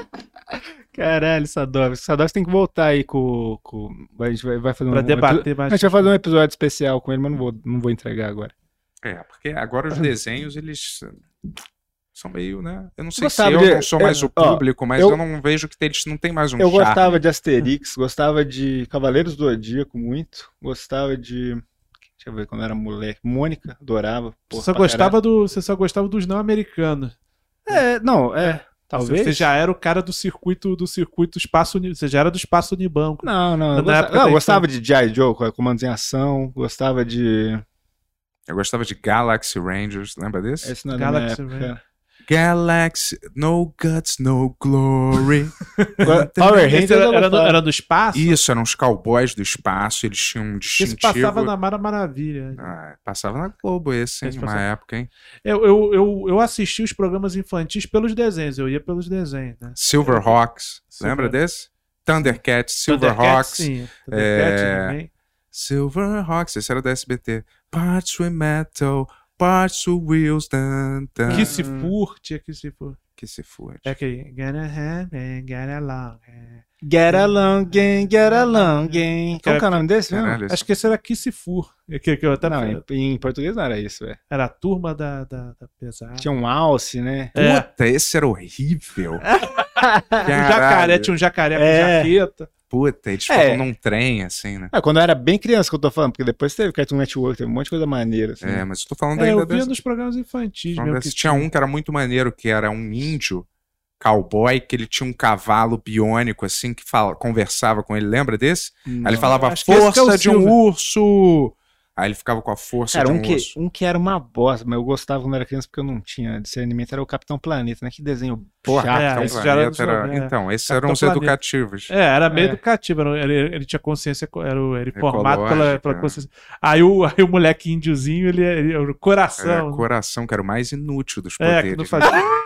[SPEAKER 2] Caralho, Sadovski. Sadovski tem que voltar aí com. com... A gente vai, vai fazer
[SPEAKER 4] Pra
[SPEAKER 2] um. epi-
[SPEAKER 4] debater
[SPEAKER 2] A
[SPEAKER 4] mais.
[SPEAKER 2] gente vai fazer um episódio especial com ele, mas não vou, não vou entregar agora.
[SPEAKER 1] É, porque agora
[SPEAKER 2] Ah.
[SPEAKER 1] os desenhos, eles são meio, né? Eu não sei se
[SPEAKER 2] gostava
[SPEAKER 1] eu
[SPEAKER 2] de-
[SPEAKER 1] não sou
[SPEAKER 2] é,
[SPEAKER 1] mais o
[SPEAKER 2] ó,
[SPEAKER 1] público, mas eu,
[SPEAKER 2] eu-
[SPEAKER 1] não vejo que eles não tem mais um
[SPEAKER 2] Eu
[SPEAKER 1] charme.
[SPEAKER 2] gostava de Asterix, gostava de Cavaleiros do Zodíaco muito. Gostava de. Deixa eu ver quando eu era moleque. Mônica, adorava.
[SPEAKER 4] Você
[SPEAKER 2] porra,
[SPEAKER 4] só
[SPEAKER 2] pra
[SPEAKER 4] gostava do, você só gostava dos não americanos.
[SPEAKER 2] caralho. É, não, é. Talvez.
[SPEAKER 4] Você já era o cara do circuito do circuito espaço, Uni- você já era do espaço Unibanco.
[SPEAKER 2] Não, não.
[SPEAKER 4] Na
[SPEAKER 2] Eu gostava,
[SPEAKER 4] época
[SPEAKER 2] não, eu
[SPEAKER 4] da
[SPEAKER 2] gostava de G.I. Joe, com comandos em ação. Gostava de.
[SPEAKER 1] Eu gostava de Galaxy Rangers, lembra desse?
[SPEAKER 2] Esse não é
[SPEAKER 4] Galaxy
[SPEAKER 2] da minha
[SPEAKER 4] Man.
[SPEAKER 2] época.
[SPEAKER 1] Galaxy, no guts, no glory.
[SPEAKER 2] Agora, Power Rangers
[SPEAKER 4] Esse
[SPEAKER 2] eu
[SPEAKER 4] Era, era, no,
[SPEAKER 2] gostava.
[SPEAKER 4] era no espaço?
[SPEAKER 1] Isso, eram os cowboys do espaço, eles tinham um
[SPEAKER 4] Isso
[SPEAKER 1] distintivo.
[SPEAKER 4] passava na Mara Maravilha.
[SPEAKER 1] Ah, passava na Globo esse, hein?
[SPEAKER 4] Esse
[SPEAKER 1] Uma
[SPEAKER 4] passava.
[SPEAKER 1] época, hein?
[SPEAKER 4] Eu, eu, eu, eu assisti os programas infantis pelos desenhos, eu ia pelos desenhos, né?
[SPEAKER 1] Silverhawks,
[SPEAKER 4] Silver-
[SPEAKER 1] lembra desse? Thundercats,
[SPEAKER 4] Thundercats,
[SPEAKER 1] Silverhawks.
[SPEAKER 4] sim. Thundercats
[SPEAKER 1] é,
[SPEAKER 4] também.
[SPEAKER 1] Silverhawks, esse era da SBT. Parts with metal, parts with wheels. Dan, dan.
[SPEAKER 4] Que se furte, é que se furte.
[SPEAKER 1] Que se fode.
[SPEAKER 4] É aquele. Gonna happen, gonna long. é.
[SPEAKER 2] Get along, gang, get along, gang. Qual que é o nome desse mesmo? Tá,
[SPEAKER 1] Caralho,
[SPEAKER 4] Acho que esse era que se fur. É Que, que eu até
[SPEAKER 2] Não, em, em português não era isso, velho.
[SPEAKER 4] Era a turma da, da, da pesada.
[SPEAKER 2] Tinha um alce, né?
[SPEAKER 4] É.
[SPEAKER 1] Puta, esse era horrível.
[SPEAKER 4] Um
[SPEAKER 1] Caralho.
[SPEAKER 4] jacaré, tinha um jacaré com
[SPEAKER 2] É.
[SPEAKER 4] jaqueta.
[SPEAKER 1] Puta, eles
[SPEAKER 2] É.
[SPEAKER 1] foram num trem, assim, né?
[SPEAKER 2] Ah, quando eu era bem criança que eu tô falando, porque depois teve Cartoon Network, teve um monte de coisa maneira, assim.
[SPEAKER 1] É, mas eu tô falando
[SPEAKER 4] É,
[SPEAKER 1] ainda
[SPEAKER 4] eu via
[SPEAKER 1] dessa.
[SPEAKER 4] nos programas infantis
[SPEAKER 1] falando
[SPEAKER 4] mesmo.
[SPEAKER 1] dessa-
[SPEAKER 4] que
[SPEAKER 1] Tinha um que era muito maneiro, que era um índio cowboy, que ele tinha um cavalo biônico, assim, que fala, conversava com ele. Lembra desse? Aí ele falava,
[SPEAKER 4] Acho que esse que é o
[SPEAKER 1] força de um
[SPEAKER 4] Silver."
[SPEAKER 1] urso! Aí ele ficava com a
[SPEAKER 4] assim,
[SPEAKER 1] força
[SPEAKER 2] Cara,
[SPEAKER 1] de um,
[SPEAKER 2] um que,
[SPEAKER 1] urso.
[SPEAKER 2] um que era uma bosta, mas eu gostava quando era criança porque eu não tinha discernimento, era o Capitão Planeta, né? Que desenho
[SPEAKER 1] Porra,
[SPEAKER 2] chato.
[SPEAKER 4] É,
[SPEAKER 1] Capitão
[SPEAKER 4] esse já era
[SPEAKER 1] Planeta
[SPEAKER 4] do
[SPEAKER 1] era-
[SPEAKER 4] Silver, é.
[SPEAKER 1] Então, esses
[SPEAKER 4] Capitão
[SPEAKER 1] eram os
[SPEAKER 4] Planeta.
[SPEAKER 1] educativos.
[SPEAKER 4] É, era meio
[SPEAKER 2] É.
[SPEAKER 4] educativo, era- um, ele, ele tinha consciência, co- era, o- era informado pela,
[SPEAKER 1] Ecológica.
[SPEAKER 4] pela consciência. Aí o, aí o moleque índiozinho, ele, ele era o
[SPEAKER 1] Era
[SPEAKER 4] coração. né?
[SPEAKER 1] É, coração, que era o mais inútil dos
[SPEAKER 4] É,
[SPEAKER 1] poderes. né?
[SPEAKER 4] que não fazia.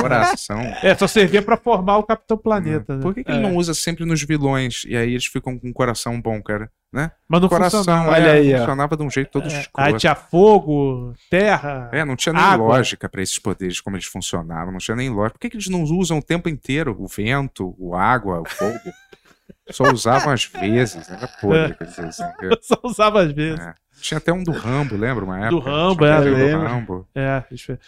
[SPEAKER 1] Coração. né?
[SPEAKER 4] É, só servia pra formar o Capitão Planeta. né?
[SPEAKER 1] Por que, que ele não usa sempre nos vilões? E aí eles ficam com um coração bom, cara. Né?
[SPEAKER 4] Mas não
[SPEAKER 1] coração
[SPEAKER 4] funcionava.
[SPEAKER 2] olha
[SPEAKER 1] é,
[SPEAKER 2] aí, ó.
[SPEAKER 1] funcionava de um jeito todo escroto.
[SPEAKER 4] É, Aí tinha fogo, terra.
[SPEAKER 1] É, não tinha nem
[SPEAKER 4] Água.
[SPEAKER 1] lógica pra esses poderes, como eles funcionavam, não tinha nem lógica. Por que, que eles não usam o tempo inteiro o vento, o água, o fogo? Só usavam às vezes, era podre, quer dizer, assim, que-
[SPEAKER 4] Eu só usava às vezes.
[SPEAKER 1] é. Tinha até um do Rambo, lembra uma época?
[SPEAKER 4] Do Rambo,
[SPEAKER 1] Tinha um
[SPEAKER 4] é,
[SPEAKER 1] desenho do
[SPEAKER 2] lembro.
[SPEAKER 1] Rambo.
[SPEAKER 4] É, isso é.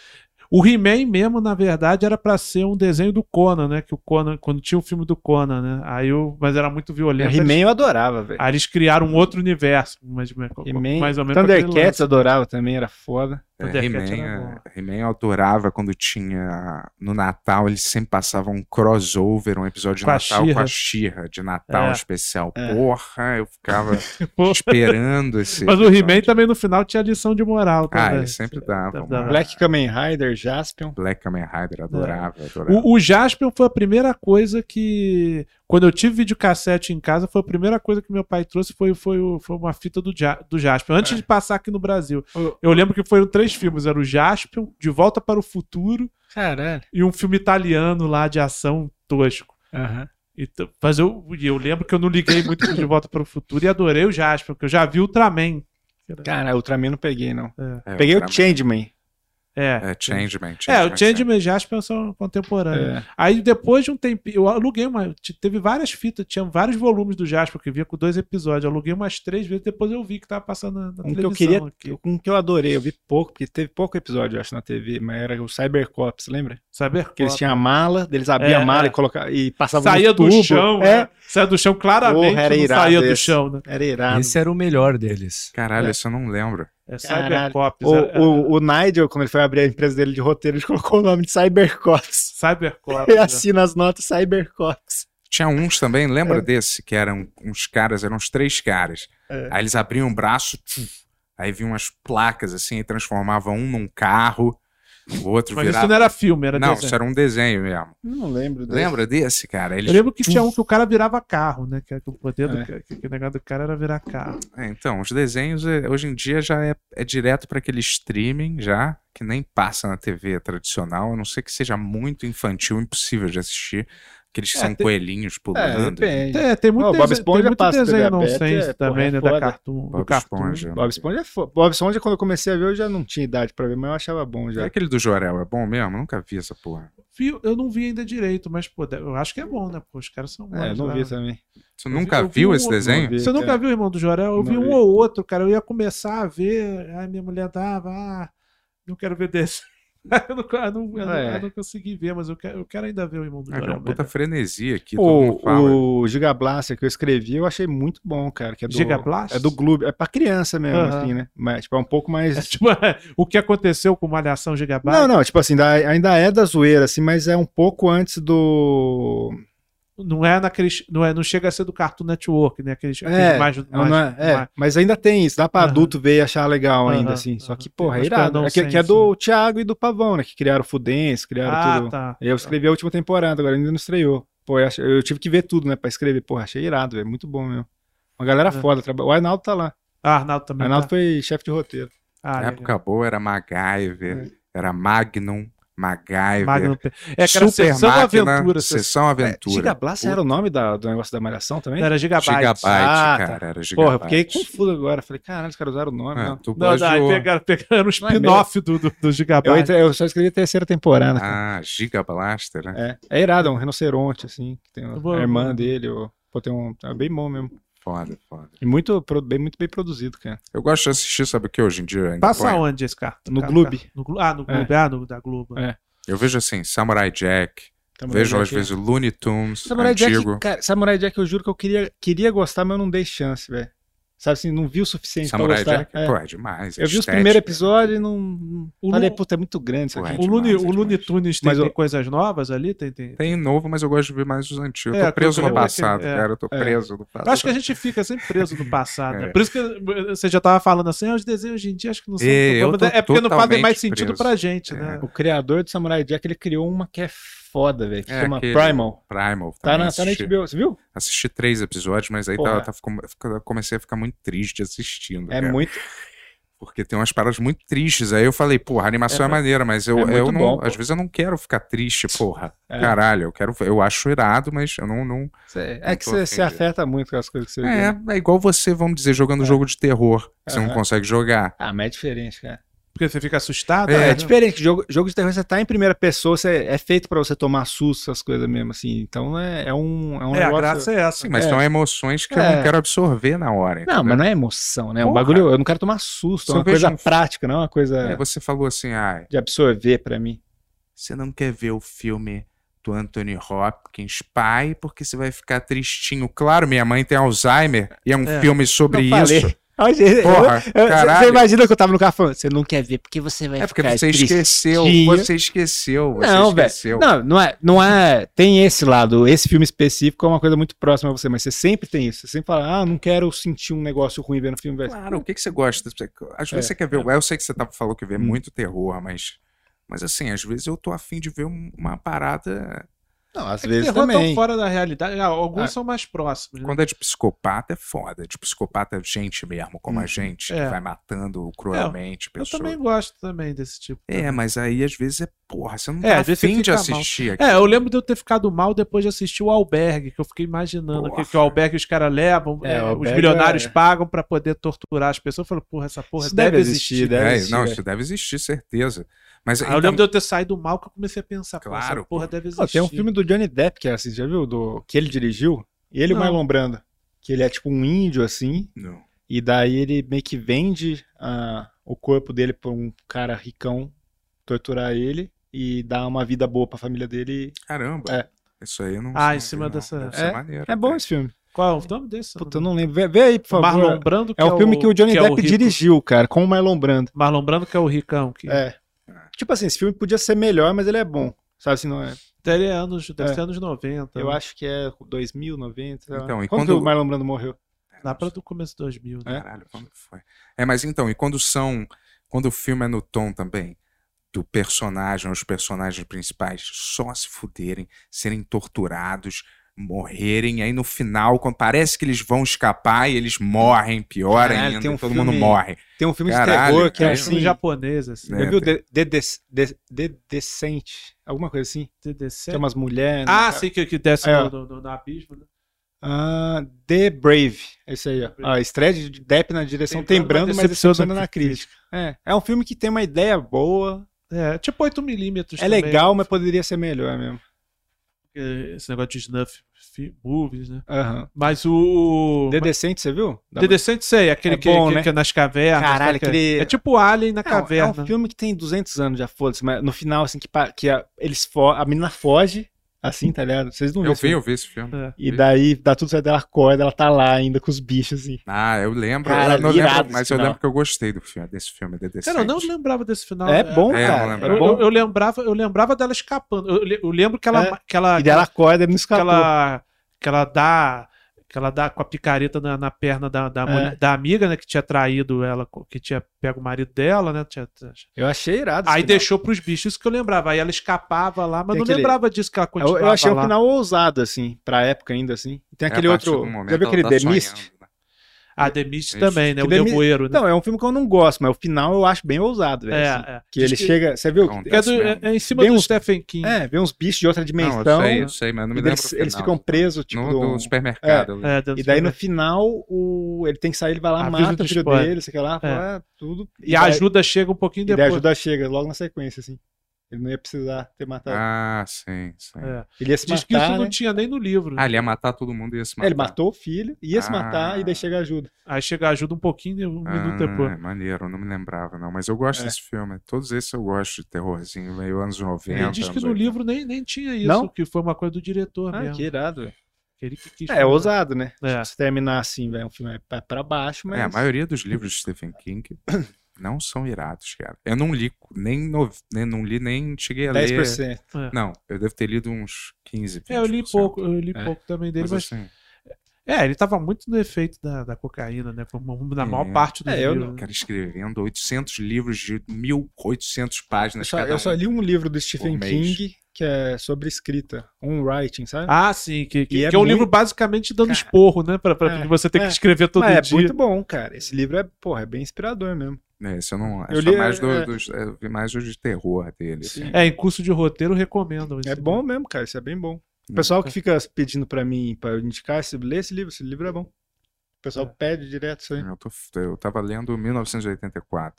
[SPEAKER 4] O He-Man mesmo, na verdade, era pra ser um desenho do Conan, né? Que o Conan, quando tinha o filme do Conan, né? Aí eu, mas era muito violento.
[SPEAKER 2] É, He-Man eu adorava, velho.
[SPEAKER 4] Aí eles criaram um outro universo, mas mais,
[SPEAKER 2] He-Man.
[SPEAKER 4] mais ou menos. pra aquele
[SPEAKER 2] Thundercats eu adorava também, era foda.
[SPEAKER 1] É,
[SPEAKER 4] Thundercat
[SPEAKER 1] He-Man,
[SPEAKER 4] era
[SPEAKER 1] é, He-Man eu adorava quando tinha. No Natal, eles sempre passavam um crossover, um episódio de
[SPEAKER 4] Com a
[SPEAKER 1] Natal com
[SPEAKER 4] She-Ra.
[SPEAKER 1] a Xirra, de Natal
[SPEAKER 4] É.
[SPEAKER 1] especial.
[SPEAKER 2] É.
[SPEAKER 1] Porra, eu ficava
[SPEAKER 4] lance.
[SPEAKER 1] esperando esse.
[SPEAKER 4] Mas o
[SPEAKER 1] episódio.
[SPEAKER 4] He-Man também no final tinha lição de moral.
[SPEAKER 1] Ah,
[SPEAKER 4] também.
[SPEAKER 1] ele sempre dava.
[SPEAKER 4] Dava.
[SPEAKER 1] uma-
[SPEAKER 2] Black Kamen Rider, Jaspion.
[SPEAKER 1] Black Kamen Rider, adorava, adorava.
[SPEAKER 4] É. O, o Jaspion foi a primeira coisa que. Quando eu tive videocassete em casa, foi a primeira coisa que meu pai trouxe foi, foi, o- foi uma fita do, Ja- do Jaspion, antes de passar aqui no Brasil.
[SPEAKER 2] É. O-
[SPEAKER 4] Eu lembro que foram três filmes: era o Jaspion, De Volta para o Futuro
[SPEAKER 2] Caralho.
[SPEAKER 4] e um filme italiano lá de ação tosco. Então, mas eu, e eu lembro que eu não liguei muito pro De Volta para o Futuro e adorei o Jaspion, porque eu já vi Ultraman.
[SPEAKER 2] Cara, Ultraman não peguei, não.
[SPEAKER 1] É,
[SPEAKER 2] Peguei o
[SPEAKER 1] Ultraman.
[SPEAKER 2] Changeman.
[SPEAKER 4] É.
[SPEAKER 1] É, Changeman.
[SPEAKER 4] É, o
[SPEAKER 1] Changeman.
[SPEAKER 4] Changeman e Jaspion são contemporâneos.
[SPEAKER 2] É.
[SPEAKER 4] Aí depois de um tempinho, eu aluguei uma. t- Teve várias fitas, tinha vários volumes do Jasper que vinha com dois episódios. Eu aluguei umas três vezes, depois eu vi que tava passando na,
[SPEAKER 2] Um
[SPEAKER 4] na
[SPEAKER 2] que
[SPEAKER 4] televisão.
[SPEAKER 2] eu queria.
[SPEAKER 4] aqui.
[SPEAKER 2] Um que eu adorei, eu vi pouco, porque teve pouco episódio, eu acho, na TV, mas era o Cybercops, lembra?
[SPEAKER 4] Saber
[SPEAKER 2] Que eles tinham a mala, eles abriam
[SPEAKER 4] É,
[SPEAKER 2] a mala
[SPEAKER 4] é.
[SPEAKER 2] e colocavam e passavam
[SPEAKER 4] Saía
[SPEAKER 2] no
[SPEAKER 4] do
[SPEAKER 2] tubo.
[SPEAKER 4] chão,
[SPEAKER 2] É,
[SPEAKER 4] né? Saía do chão claramente,
[SPEAKER 2] Porra, era
[SPEAKER 4] não
[SPEAKER 2] irado
[SPEAKER 4] saía do
[SPEAKER 2] esse.
[SPEAKER 4] chão, né?
[SPEAKER 2] Era irado.
[SPEAKER 3] Esse era o melhor deles.
[SPEAKER 1] Caralho, isso eu não lembro.
[SPEAKER 4] É
[SPEAKER 2] Caralho.
[SPEAKER 4] Cybercops.
[SPEAKER 2] O,
[SPEAKER 4] é- é-
[SPEAKER 2] o, o Nigel, quando ele foi abrir a empresa dele de roteiro, ele colocou o nome de Cybercops.
[SPEAKER 4] Cybercops.
[SPEAKER 2] Ele
[SPEAKER 4] né?
[SPEAKER 2] assina as notas Cybercops.
[SPEAKER 1] Tinha uns também, lembra
[SPEAKER 4] É.
[SPEAKER 1] desse? Que eram uns caras, eram uns três caras.
[SPEAKER 2] É.
[SPEAKER 1] Aí eles abriam o braço, tchum, aí vinham umas placas assim, e transformavam um num um carro. O outro
[SPEAKER 4] Mas isso
[SPEAKER 1] virava.
[SPEAKER 4] não era filme, era
[SPEAKER 1] Não,
[SPEAKER 4] desenho.
[SPEAKER 1] isso é era um desenho mesmo.
[SPEAKER 8] Não lembro. desse.
[SPEAKER 1] Lembra desse, cara? Ele...
[SPEAKER 4] Eu lembro que tinha um que o cara virava carro, né? Que, era que o poder do que, que o negócio do cara era virar carro.
[SPEAKER 1] É, então, os desenhos eh, hoje em dia já é, é direto para aquele streaming já, que nem passa na TV tradicional, a não ser que seja muito infantil, impossível de assistir. Aqueles que são coelhinhos
[SPEAKER 2] É,
[SPEAKER 1] pulando.
[SPEAKER 2] depende.
[SPEAKER 4] É, tem muito
[SPEAKER 2] Ó, o Bob
[SPEAKER 4] desenho-
[SPEAKER 2] Esponja
[SPEAKER 4] tem muito
[SPEAKER 2] passa TV
[SPEAKER 4] desenho
[SPEAKER 2] aberta,
[SPEAKER 4] nonsense
[SPEAKER 2] é, porra,
[SPEAKER 4] também,
[SPEAKER 2] é
[SPEAKER 4] né? Da
[SPEAKER 2] foda.
[SPEAKER 4] cartoon, do
[SPEAKER 1] Bob
[SPEAKER 4] cartoon.
[SPEAKER 1] Esponja.
[SPEAKER 2] Bob Esponja é fo... Bob Esponja, quando eu comecei a ver, eu já não tinha idade pra ver, mas eu achava bom
[SPEAKER 1] E
[SPEAKER 2] já.
[SPEAKER 1] aquele do Jorel é bom mesmo? Nunca vi essa porra.
[SPEAKER 4] Vi- Eu não vi ainda direito, mas pô, eu acho que é bom, né? Pô, os caras são bons.
[SPEAKER 2] É, eu não
[SPEAKER 4] lá.
[SPEAKER 2] vi também.
[SPEAKER 1] Você
[SPEAKER 4] Eu vi-
[SPEAKER 1] nunca
[SPEAKER 4] eu vi
[SPEAKER 1] viu
[SPEAKER 4] um
[SPEAKER 1] esse
[SPEAKER 4] outro,
[SPEAKER 1] desenho?
[SPEAKER 2] não vi.
[SPEAKER 4] Você nunca
[SPEAKER 2] cara.
[SPEAKER 4] viu o Irmão do Jorel? Eu
[SPEAKER 2] Não
[SPEAKER 4] vi um
[SPEAKER 2] vi.
[SPEAKER 4] ou outro, cara. Eu ia começar a ver, aí minha mulher dava, ah, não quero ver desse. eu, não, eu não- eu não-
[SPEAKER 2] É.
[SPEAKER 4] eu não consegui ver, mas eu quero, eu quero ainda ver o Irmão
[SPEAKER 1] Ah,
[SPEAKER 4] do
[SPEAKER 1] que é
[SPEAKER 4] Jorel.
[SPEAKER 1] uma puta
[SPEAKER 4] velho.
[SPEAKER 1] frenesia aqui, todo mundo fala.
[SPEAKER 2] O, o Giga Blaster que eu escrevi, eu achei muito bom, cara. Que é do,
[SPEAKER 4] Gigablast?
[SPEAKER 2] É do Gloob. É pra criança mesmo,
[SPEAKER 4] Aham.
[SPEAKER 2] assim, né? Mas, tipo, é um pouco mais...
[SPEAKER 4] É tipo, o que aconteceu com Malhação Gigabyte?
[SPEAKER 2] Não, não, tipo assim, da- ainda é da zoeira, assim, mas é um pouco antes do.
[SPEAKER 4] Não, é naquele. Não, é, não chega a ser do Cartoon Network, né? Aqueles, aqueles
[SPEAKER 2] É,
[SPEAKER 4] mais,
[SPEAKER 2] Não,
[SPEAKER 4] mais-
[SPEAKER 2] não é, é,
[SPEAKER 4] mais-
[SPEAKER 2] mas ainda tem isso, dá pra
[SPEAKER 4] Aham.
[SPEAKER 2] adulto ver e achar legal ainda,
[SPEAKER 4] Aham,
[SPEAKER 2] assim. Só
[SPEAKER 4] aham.
[SPEAKER 2] que, porra, é
[SPEAKER 4] Mas
[SPEAKER 2] irado. É que, que é
[SPEAKER 4] nonsense,
[SPEAKER 2] do Thiago e do Pavão, né? Que criaram o Fudens, criaram
[SPEAKER 4] Ah,
[SPEAKER 2] tudo.
[SPEAKER 4] tá.
[SPEAKER 2] Eu escrevi a última temporada, agora ainda não estreou. Pô, eu, ach- eu tive que ver tudo, né, pra escrever. Porra, achei irado, velho. Muito bom mesmo. Uma galera
[SPEAKER 4] É.
[SPEAKER 2] foda. Traba... O Arnaldo tá lá.
[SPEAKER 4] Ah, Arnaldo
[SPEAKER 2] O
[SPEAKER 4] também.
[SPEAKER 2] Arnaldo
[SPEAKER 4] tá.
[SPEAKER 2] foi chefe de roteiro.
[SPEAKER 4] Ah,
[SPEAKER 1] Na
[SPEAKER 4] legal.
[SPEAKER 1] época boa era MacGyver, era Magnum, MacGyver,
[SPEAKER 4] É. Magnum P. É que era Sessão
[SPEAKER 1] Máquina,
[SPEAKER 4] Aventura. Sessão- é,
[SPEAKER 1] Sessão Aventura.
[SPEAKER 2] Giga Blaster era o nome da- do negócio da Malhação também?
[SPEAKER 4] Era Gigabyte.
[SPEAKER 1] Gigabyte,
[SPEAKER 2] Ah, tá.
[SPEAKER 1] cara, era Gigabyte.
[SPEAKER 2] Porra, eu fiquei confuso agora. Falei, caralho, os caras usaram o nome.
[SPEAKER 1] É,
[SPEAKER 2] não.
[SPEAKER 1] tu
[SPEAKER 4] Não, não, é aí
[SPEAKER 1] plagiou.
[SPEAKER 4] pegaram, pegaram o spin-off do, do, do Gigabyte.
[SPEAKER 2] Eu, entrei- eu só escrevi a terceira temporada. cara.
[SPEAKER 1] Ah, Giga Blaster, né?
[SPEAKER 2] É, é irado, é um rinoceronte, assim. que tem
[SPEAKER 4] Tá bom.
[SPEAKER 2] a irmã dele. Ou, pô, tem um, é bem bom mesmo.
[SPEAKER 1] Foda, foda.
[SPEAKER 2] E muito, pro- bem, muito bem produzido, cara.
[SPEAKER 1] Eu gosto de assistir, sabe o que hoje em dia? ainda
[SPEAKER 4] Passa
[SPEAKER 1] põe?
[SPEAKER 4] onde esse carro?
[SPEAKER 2] No
[SPEAKER 4] Cara,
[SPEAKER 2] Gloob.
[SPEAKER 4] cara. No Glo- Ah, no Globo. Ah, no da Globo.
[SPEAKER 2] É.
[SPEAKER 1] Eu vejo assim, Samurai Jack, vejo às vezes Looney Tunes,
[SPEAKER 2] Samurai
[SPEAKER 1] antigo.
[SPEAKER 2] Jack, é cara, Samurai Jack, eu juro que eu queria, queria gostar, mas eu não dei chance, velho. Sabe assim, não vi o suficiente
[SPEAKER 1] Samurai
[SPEAKER 2] pra gostar.
[SPEAKER 1] Jack,
[SPEAKER 2] É.
[SPEAKER 1] pô, é demais.
[SPEAKER 2] eu vi os
[SPEAKER 1] estética.
[SPEAKER 2] primeiros episódios e não.
[SPEAKER 4] O
[SPEAKER 2] Falei,
[SPEAKER 4] Lu-
[SPEAKER 2] puta, é muito grande isso
[SPEAKER 1] Ué.
[SPEAKER 2] aqui.
[SPEAKER 4] O, Looney,
[SPEAKER 1] É
[SPEAKER 4] o
[SPEAKER 1] demais,
[SPEAKER 4] Looney
[SPEAKER 1] demais.
[SPEAKER 4] Tunes tem,
[SPEAKER 2] Mas eu-
[SPEAKER 4] tem coisas novas ali? Tem, tem...
[SPEAKER 1] Tem novo, mas eu gosto de ver mais os antigos.
[SPEAKER 4] É,
[SPEAKER 1] Eu tô
[SPEAKER 4] aquilo
[SPEAKER 1] preso
[SPEAKER 4] que eu
[SPEAKER 1] no
[SPEAKER 4] falei,
[SPEAKER 1] passado,
[SPEAKER 4] que- é.
[SPEAKER 1] cara. Eu tô
[SPEAKER 2] É.
[SPEAKER 1] preso no
[SPEAKER 4] Eu
[SPEAKER 1] passado.
[SPEAKER 4] acho que a gente fica sempre preso no passado. né?
[SPEAKER 1] É.
[SPEAKER 4] Por isso que você já tava falando assim, ah, os desenhos hoje em dia acho que não são
[SPEAKER 1] É,
[SPEAKER 4] muito
[SPEAKER 1] eu
[SPEAKER 4] bons,
[SPEAKER 1] tô
[SPEAKER 4] mas É porque não fazem mais
[SPEAKER 1] totalmente
[SPEAKER 4] sentido
[SPEAKER 1] preso.
[SPEAKER 4] pra gente,
[SPEAKER 1] É.
[SPEAKER 4] né?
[SPEAKER 2] O criador do Samurai Jack, ele criou uma que é foda, velho. Que
[SPEAKER 1] É,
[SPEAKER 2] chama
[SPEAKER 1] aquele-
[SPEAKER 2] Primal.
[SPEAKER 1] Primal.
[SPEAKER 2] Tá
[SPEAKER 1] também
[SPEAKER 2] na, tá na
[SPEAKER 1] assisti.
[SPEAKER 2] HBO, você viu?
[SPEAKER 1] Assisti três episódios, mas aí
[SPEAKER 2] Porra.
[SPEAKER 1] tava- tava ficando- fica- comecei a ficar muito triste assistindo.
[SPEAKER 2] É
[SPEAKER 1] cara.
[SPEAKER 2] muito.
[SPEAKER 1] Porque tem umas paradas muito tristes. Aí eu falei, porra, a animação é, maneira, mas eu,
[SPEAKER 2] é muito
[SPEAKER 1] eu não.
[SPEAKER 2] bom, pô.
[SPEAKER 1] às vezes eu não quero ficar triste, porra.
[SPEAKER 2] É.
[SPEAKER 1] Caralho, eu quero. Eu acho irado, mas eu não. não...
[SPEAKER 2] É
[SPEAKER 1] Não
[SPEAKER 2] que
[SPEAKER 1] tô
[SPEAKER 2] você se
[SPEAKER 1] ofendido.
[SPEAKER 2] afeta muito com as coisas que você vê. né?
[SPEAKER 1] É, é igual você, vamos dizer, jogando jogo de terror. Que Você não
[SPEAKER 2] É. Aham.
[SPEAKER 1] consegue jogar.
[SPEAKER 2] Ah, mas é diferente, cara.
[SPEAKER 4] Porque você fica assustado.
[SPEAKER 2] É,
[SPEAKER 4] né?
[SPEAKER 1] tipo,
[SPEAKER 2] diferente. Jogo, jogo de terror, você tá em primeira pessoa, você, é feito pra você tomar susto, essas coisas mesmo, assim. Então é, é um, é um
[SPEAKER 4] É, a
[SPEAKER 2] negócio.
[SPEAKER 4] graça é essa.
[SPEAKER 1] Sim, mas
[SPEAKER 2] É.
[SPEAKER 1] são emoções que eu não
[SPEAKER 2] É.
[SPEAKER 1] quero absorver na hora.
[SPEAKER 2] Não,
[SPEAKER 1] entendeu?
[SPEAKER 2] mas não é emoção, né? É um
[SPEAKER 1] Porra.
[SPEAKER 2] bagulho. Eu não quero tomar susto.
[SPEAKER 1] Se
[SPEAKER 2] É
[SPEAKER 1] eu
[SPEAKER 2] uma
[SPEAKER 1] vejo
[SPEAKER 2] coisa
[SPEAKER 1] um-
[SPEAKER 2] prática, não é uma coisa
[SPEAKER 1] Aí você falou assim, ai,
[SPEAKER 2] de absorver pra mim.
[SPEAKER 1] você não quer ver o filme do Anthony Hopkins, pai, porque você vai ficar tristinho. Claro, minha mãe tem Alzheimer e é um
[SPEAKER 4] É.
[SPEAKER 1] filme sobre
[SPEAKER 2] Eu falei.
[SPEAKER 1] isso.
[SPEAKER 2] Olha, eu-
[SPEAKER 1] Porra,
[SPEAKER 2] eu- você-
[SPEAKER 1] caralho.
[SPEAKER 2] Você imagina que eu tava no carro falando, você não quer ver porque você vai
[SPEAKER 1] É porque
[SPEAKER 2] ficar
[SPEAKER 1] você
[SPEAKER 2] triste.
[SPEAKER 1] esqueceu,
[SPEAKER 2] tristinho.
[SPEAKER 1] você esqueceu, você
[SPEAKER 2] Não, velho.
[SPEAKER 1] esqueceu.
[SPEAKER 2] Não, não é, não é. Tem esse lado. Esse filme específico é uma coisa muito próxima a você, mas você sempre tem isso. Você sempre fala, ah, não quero sentir um negócio ruim vendo filme. velho.
[SPEAKER 1] Claro, o que, que você gosta? Você- Às vezes
[SPEAKER 2] É,
[SPEAKER 1] você quer ver. Eu sei que você tá, falou que vê
[SPEAKER 4] Hum.
[SPEAKER 1] muito terror, mas. Mas assim, às vezes eu tô afim de ver um- uma parada.
[SPEAKER 2] Não, às
[SPEAKER 4] É que
[SPEAKER 2] vezes
[SPEAKER 4] terror tão
[SPEAKER 2] também.
[SPEAKER 4] fora da realidade. Ah, alguns
[SPEAKER 2] Ah.
[SPEAKER 4] são mais próximos.
[SPEAKER 1] É.
[SPEAKER 4] né?
[SPEAKER 1] Quando é de psicopata, é foda. De psicopata é gente mesmo, como a gente,
[SPEAKER 4] É.
[SPEAKER 1] que vai matando cruelmente
[SPEAKER 4] Eu
[SPEAKER 1] pessoas.
[SPEAKER 4] também gosto também desse tipo.
[SPEAKER 1] É, mas aí às vezes é porra, você não
[SPEAKER 4] É,
[SPEAKER 1] tá
[SPEAKER 4] às vezes você
[SPEAKER 1] afim de
[SPEAKER 4] fica mal.
[SPEAKER 1] assistir aqui.
[SPEAKER 4] É, eu lembro de eu ter ficado mal depois de assistir o Albergue, que eu fiquei imaginando
[SPEAKER 1] Porra.
[SPEAKER 4] que, que o Albergue os caras levam,
[SPEAKER 2] É,
[SPEAKER 4] é,
[SPEAKER 2] o
[SPEAKER 4] os
[SPEAKER 2] Albergue
[SPEAKER 4] milionários
[SPEAKER 2] é-
[SPEAKER 4] pagam pra poder torturar as pessoas. Eu falo, porra, essa porra
[SPEAKER 2] Isso
[SPEAKER 4] deve,
[SPEAKER 2] deve
[SPEAKER 4] existir.
[SPEAKER 2] existir, deve
[SPEAKER 1] É,
[SPEAKER 2] existir,
[SPEAKER 1] não,
[SPEAKER 2] velho.
[SPEAKER 1] isso deve existir, certeza. Mas
[SPEAKER 4] Aí
[SPEAKER 1] então,
[SPEAKER 4] eu lembro de eu ter saído mal que eu comecei a pensar, pô,
[SPEAKER 1] Claro,
[SPEAKER 4] essa porra
[SPEAKER 2] Ó,
[SPEAKER 4] deve existir.
[SPEAKER 2] tem um filme do Johnny Depp que é assim, já viu? Do, que ele dirigiu. Ele e o
[SPEAKER 4] Não.
[SPEAKER 2] Marlon Brando. Que ele é tipo um índio, assim.
[SPEAKER 1] não.
[SPEAKER 2] E daí ele meio que vende ah, o corpo dele pra um cara ricão torturar ele e dar uma vida boa pra família dele.
[SPEAKER 1] Caramba.
[SPEAKER 2] É.
[SPEAKER 1] Isso aí eu não
[SPEAKER 4] Ah,
[SPEAKER 1] não
[SPEAKER 4] em cima
[SPEAKER 1] vi, não.
[SPEAKER 4] dessa-
[SPEAKER 1] Deve
[SPEAKER 2] É,
[SPEAKER 1] ser maneiro,
[SPEAKER 2] É bom
[SPEAKER 1] cara.
[SPEAKER 2] esse filme.
[SPEAKER 4] Qual é o nome desse?
[SPEAKER 2] Puta, eu não lembro. Vê, vê aí, por favor.
[SPEAKER 4] Marlon Brando, que
[SPEAKER 2] é o filme que o Johnny
[SPEAKER 4] é
[SPEAKER 2] Depp
[SPEAKER 4] rico.
[SPEAKER 2] dirigiu, cara, com o Marlon Brando.
[SPEAKER 4] Marlon Brando, que é o ricão. Que...
[SPEAKER 2] É. Tipo assim, esse filme podia ser melhor, mas ele é bom. Sabe assim, não é?
[SPEAKER 4] Então ele é anos, deve
[SPEAKER 2] É.
[SPEAKER 4] ser anos 90.
[SPEAKER 2] Eu
[SPEAKER 4] né?
[SPEAKER 2] acho que é 2000, 90. sei lá.
[SPEAKER 1] Então, e
[SPEAKER 2] quando,
[SPEAKER 1] quando-
[SPEAKER 2] o Marlon Brando morreu?
[SPEAKER 4] Lá pra do começo de 2000. Né?
[SPEAKER 2] É.
[SPEAKER 1] Caralho, quando que foi? É, mas então, e quando são. Quando o filme é no tom também? do personagem, os personagens principais só se fuderem, serem torturados, morrerem, aí no final, quando parece que eles vão escapar e eles morrem, pior
[SPEAKER 2] Caralho,
[SPEAKER 1] ainda,
[SPEAKER 2] tem um
[SPEAKER 1] todo
[SPEAKER 2] filme-
[SPEAKER 1] mundo morre.
[SPEAKER 2] Tem um filme de
[SPEAKER 1] Caralho,
[SPEAKER 2] terror que é
[SPEAKER 1] cara.
[SPEAKER 4] Assim,
[SPEAKER 2] assim.
[SPEAKER 4] japonês, assim.
[SPEAKER 1] Né?
[SPEAKER 2] Eu vi o The, The, Des- The, The Descent, alguma coisa assim.
[SPEAKER 4] TDC.
[SPEAKER 2] Tem umas mulheres. né,
[SPEAKER 4] Ah,
[SPEAKER 2] cara?
[SPEAKER 4] sim, que, que desce
[SPEAKER 2] É.
[SPEAKER 4] no, no, no, no abismo. Né?
[SPEAKER 2] Ah, The Brave. É isso aí, ó.
[SPEAKER 4] Brave.
[SPEAKER 2] Ah, estreia de Depp na direção, tem
[SPEAKER 4] Tem branco,
[SPEAKER 2] brando, mas
[SPEAKER 4] decepciona
[SPEAKER 2] decepciona na
[SPEAKER 4] na
[SPEAKER 2] crítica. É, é um filme que tem uma ideia boa,
[SPEAKER 4] É, tipo 8mm.
[SPEAKER 2] é legal, mas poderia ser melhor mesmo.
[SPEAKER 4] Esse negócio de snuff fi- movies, né?
[SPEAKER 2] Aham.
[SPEAKER 4] Mas o.
[SPEAKER 2] The Descent, você viu? Da-
[SPEAKER 4] The Descent, sei, aquele
[SPEAKER 2] É
[SPEAKER 4] que,
[SPEAKER 2] bom,
[SPEAKER 4] que-
[SPEAKER 2] né?
[SPEAKER 4] que é nas cavernas.
[SPEAKER 2] Caralho,
[SPEAKER 4] né, que é-
[SPEAKER 2] aquele-
[SPEAKER 4] É tipo Alien na
[SPEAKER 2] Não,
[SPEAKER 4] caverna.
[SPEAKER 2] É um filme que tem 200 anos já, foda-se, mas no final, assim, que, pa- que a, eles fo- a menina foge, assim, tá ligado? Vocês não
[SPEAKER 1] Eu
[SPEAKER 2] esse
[SPEAKER 1] vi,
[SPEAKER 2] filme.
[SPEAKER 1] eu vi esse filme.
[SPEAKER 4] É.
[SPEAKER 2] E daí dá tudo certo, ela acorda, ela tá lá ainda com os bichos, assim.
[SPEAKER 1] Ah, eu lembro,
[SPEAKER 2] Cara,
[SPEAKER 1] eu não
[SPEAKER 2] irado
[SPEAKER 1] lembro,
[SPEAKER 2] esse
[SPEAKER 1] mas eu
[SPEAKER 2] final.
[SPEAKER 1] lembro que eu gostei do filme, desse filme, The Descent.
[SPEAKER 4] Cara, eu não lembrava desse final.
[SPEAKER 2] É bom,
[SPEAKER 1] É,
[SPEAKER 2] cara.
[SPEAKER 1] não
[SPEAKER 2] É,
[SPEAKER 1] lembro.
[SPEAKER 2] bom.
[SPEAKER 4] Eu, eu lembrava, eu lembrava dela escapando. Eu, le- eu lembro que ela,
[SPEAKER 2] É.
[SPEAKER 4] que ela,
[SPEAKER 2] E daí ela acorda e não
[SPEAKER 4] que
[SPEAKER 2] escapou.
[SPEAKER 4] ela, que ela dá, que ela dá com a picareta na, na perna da,
[SPEAKER 2] É.
[SPEAKER 4] da, mulher- da amiga, né, que tinha traído ela, co- que tinha pego o marido dela, né? tinha- tinha-
[SPEAKER 2] Eu achei irado. esse
[SPEAKER 4] aí
[SPEAKER 2] final.
[SPEAKER 4] deixou pros bichos isso que eu lembrava. Aí ela escapava lá, mas
[SPEAKER 2] Tem
[SPEAKER 4] não
[SPEAKER 2] aquele-
[SPEAKER 4] lembrava disso que ela
[SPEAKER 2] Eu,
[SPEAKER 4] continuava
[SPEAKER 2] eu achei um
[SPEAKER 4] lá.
[SPEAKER 2] final ousado, assim, pra época ainda, assim. E Tem
[SPEAKER 1] É, a
[SPEAKER 2] aquele
[SPEAKER 1] partir
[SPEAKER 2] outro.
[SPEAKER 1] do momento
[SPEAKER 2] Já viu
[SPEAKER 1] ela
[SPEAKER 2] aquele
[SPEAKER 1] tá
[SPEAKER 2] The
[SPEAKER 1] sonhando,
[SPEAKER 2] Mist?
[SPEAKER 1] né?
[SPEAKER 4] A Demis
[SPEAKER 1] Isso.
[SPEAKER 4] também, né?
[SPEAKER 2] Que
[SPEAKER 4] o
[SPEAKER 2] The Mist-
[SPEAKER 4] Nevoeiro, né?
[SPEAKER 2] Não, é um filme que eu não gosto, mas o final eu acho bem ousado, velho.
[SPEAKER 4] é,
[SPEAKER 2] assim.
[SPEAKER 4] é.
[SPEAKER 2] Que ele
[SPEAKER 4] Diz
[SPEAKER 2] chega. Você viu?
[SPEAKER 1] Não,
[SPEAKER 2] que-
[SPEAKER 4] É, do- é- é em cima
[SPEAKER 2] Bem
[SPEAKER 4] do
[SPEAKER 2] uns-
[SPEAKER 4] Stephen King.
[SPEAKER 2] É, vê uns bichos de outra dimensão.
[SPEAKER 1] Não, eu sei, eu sei, mas eu não me
[SPEAKER 2] e
[SPEAKER 1] lembro
[SPEAKER 2] Então, eles,
[SPEAKER 1] o
[SPEAKER 2] eles
[SPEAKER 1] final.
[SPEAKER 2] ficam presos, tipo.
[SPEAKER 1] no,
[SPEAKER 2] de um-
[SPEAKER 1] do supermercado. eu lembro.
[SPEAKER 4] É, dentro
[SPEAKER 2] E daí
[SPEAKER 4] do-
[SPEAKER 2] no final o... ele tem que sair, ele vai lá,
[SPEAKER 4] Aviso
[SPEAKER 2] mata
[SPEAKER 4] do
[SPEAKER 2] o filho
[SPEAKER 4] spoiler.
[SPEAKER 2] dele, sei o que lá, fala, ah, tudo.
[SPEAKER 4] E a ajuda chega um pouquinho
[SPEAKER 2] E daí a
[SPEAKER 4] depois.
[SPEAKER 2] ajuda chega logo na sequência, assim. Ele não ia precisar ter matado.
[SPEAKER 1] Ah, sim, sim.
[SPEAKER 4] É.
[SPEAKER 2] Ele ia se
[SPEAKER 4] Diz que isso
[SPEAKER 2] matar.
[SPEAKER 4] não
[SPEAKER 2] né? É,
[SPEAKER 4] tinha nem no livro. né?
[SPEAKER 1] Ah, ele ia matar todo mundo e ia se matar.
[SPEAKER 2] Ele matou o filho, ia se matar
[SPEAKER 1] Ah.
[SPEAKER 2] e daí chega a ajuda.
[SPEAKER 4] Aí chega a ajuda um pouquinho, um
[SPEAKER 1] Ah,
[SPEAKER 4] minuto depois.
[SPEAKER 1] Maneiro, eu não me lembrava, não. Mas eu gosto
[SPEAKER 2] É.
[SPEAKER 1] desse filme. Todos esses eu gosto de terrorzinho, meio anos 90.
[SPEAKER 4] Ele diz que
[SPEAKER 1] anos
[SPEAKER 4] no
[SPEAKER 1] 80.
[SPEAKER 4] livro nem, nem tinha isso,
[SPEAKER 2] né? Não?
[SPEAKER 4] que foi uma coisa do diretor
[SPEAKER 2] Ah,
[SPEAKER 4] mesmo.
[SPEAKER 2] que irado, velho.
[SPEAKER 4] que ele que quis
[SPEAKER 2] É,
[SPEAKER 4] fazer.
[SPEAKER 2] é ousado, né?
[SPEAKER 4] É.
[SPEAKER 2] Se terminar assim, velho, um filme é pra, pra baixo, mas.
[SPEAKER 1] É, a maioria dos livros de Stephen King não são irados, cara. Eu não li nem, no... nem não li, nem cheguei a ler.
[SPEAKER 2] 10%.
[SPEAKER 4] né,
[SPEAKER 1] Não, eu devo ter lido uns 15, 20%.
[SPEAKER 4] É, eu li pouco, eu li
[SPEAKER 2] É.
[SPEAKER 4] pouco também dele,
[SPEAKER 1] Mas,
[SPEAKER 4] mas,
[SPEAKER 1] assim,
[SPEAKER 4] é, ele tava muito no efeito da, da cocaína, né, como na maior
[SPEAKER 1] É.
[SPEAKER 4] parte né? do
[SPEAKER 2] É, eu
[SPEAKER 1] o
[SPEAKER 4] livro.
[SPEAKER 1] cara escrevendo 800 livros de 1.800
[SPEAKER 2] Eu
[SPEAKER 1] páginas
[SPEAKER 2] só,
[SPEAKER 1] cada
[SPEAKER 2] eu só
[SPEAKER 1] um.
[SPEAKER 2] li um livro do Stephen
[SPEAKER 1] Por mês.
[SPEAKER 2] King que é sobre escrita, on writing, sabe?
[SPEAKER 4] Ah, sim, que, que,
[SPEAKER 2] E é
[SPEAKER 4] que é um
[SPEAKER 2] muito-
[SPEAKER 4] livro basicamente dando
[SPEAKER 2] Cara,
[SPEAKER 4] esporro, né, pra, pra
[SPEAKER 2] é,
[SPEAKER 4] que você ter
[SPEAKER 2] é.
[SPEAKER 4] que escrever todo
[SPEAKER 2] Mas é
[SPEAKER 4] dia.
[SPEAKER 2] muito bom, cara. Esse livro é, porra, é bem inspirador mesmo.
[SPEAKER 1] É, esse eu não.
[SPEAKER 2] Eu
[SPEAKER 1] Eu,
[SPEAKER 2] li-
[SPEAKER 1] mais do,
[SPEAKER 2] é.
[SPEAKER 1] dos, eu vi mais os de terror dele. assim.
[SPEAKER 2] Sim.
[SPEAKER 4] É, em curso de roteiro recomendo. né?
[SPEAKER 2] É
[SPEAKER 4] esse
[SPEAKER 2] bom mesmo, cara. Isso é bem bom.
[SPEAKER 4] Né?
[SPEAKER 2] O pessoal que fica pedindo pra mim, pra eu indicar, se lê esse livro, esse livro é bom. O pessoal
[SPEAKER 4] É.
[SPEAKER 2] pede direto isso aí.
[SPEAKER 1] Eu, tô, eu tava lendo 1984.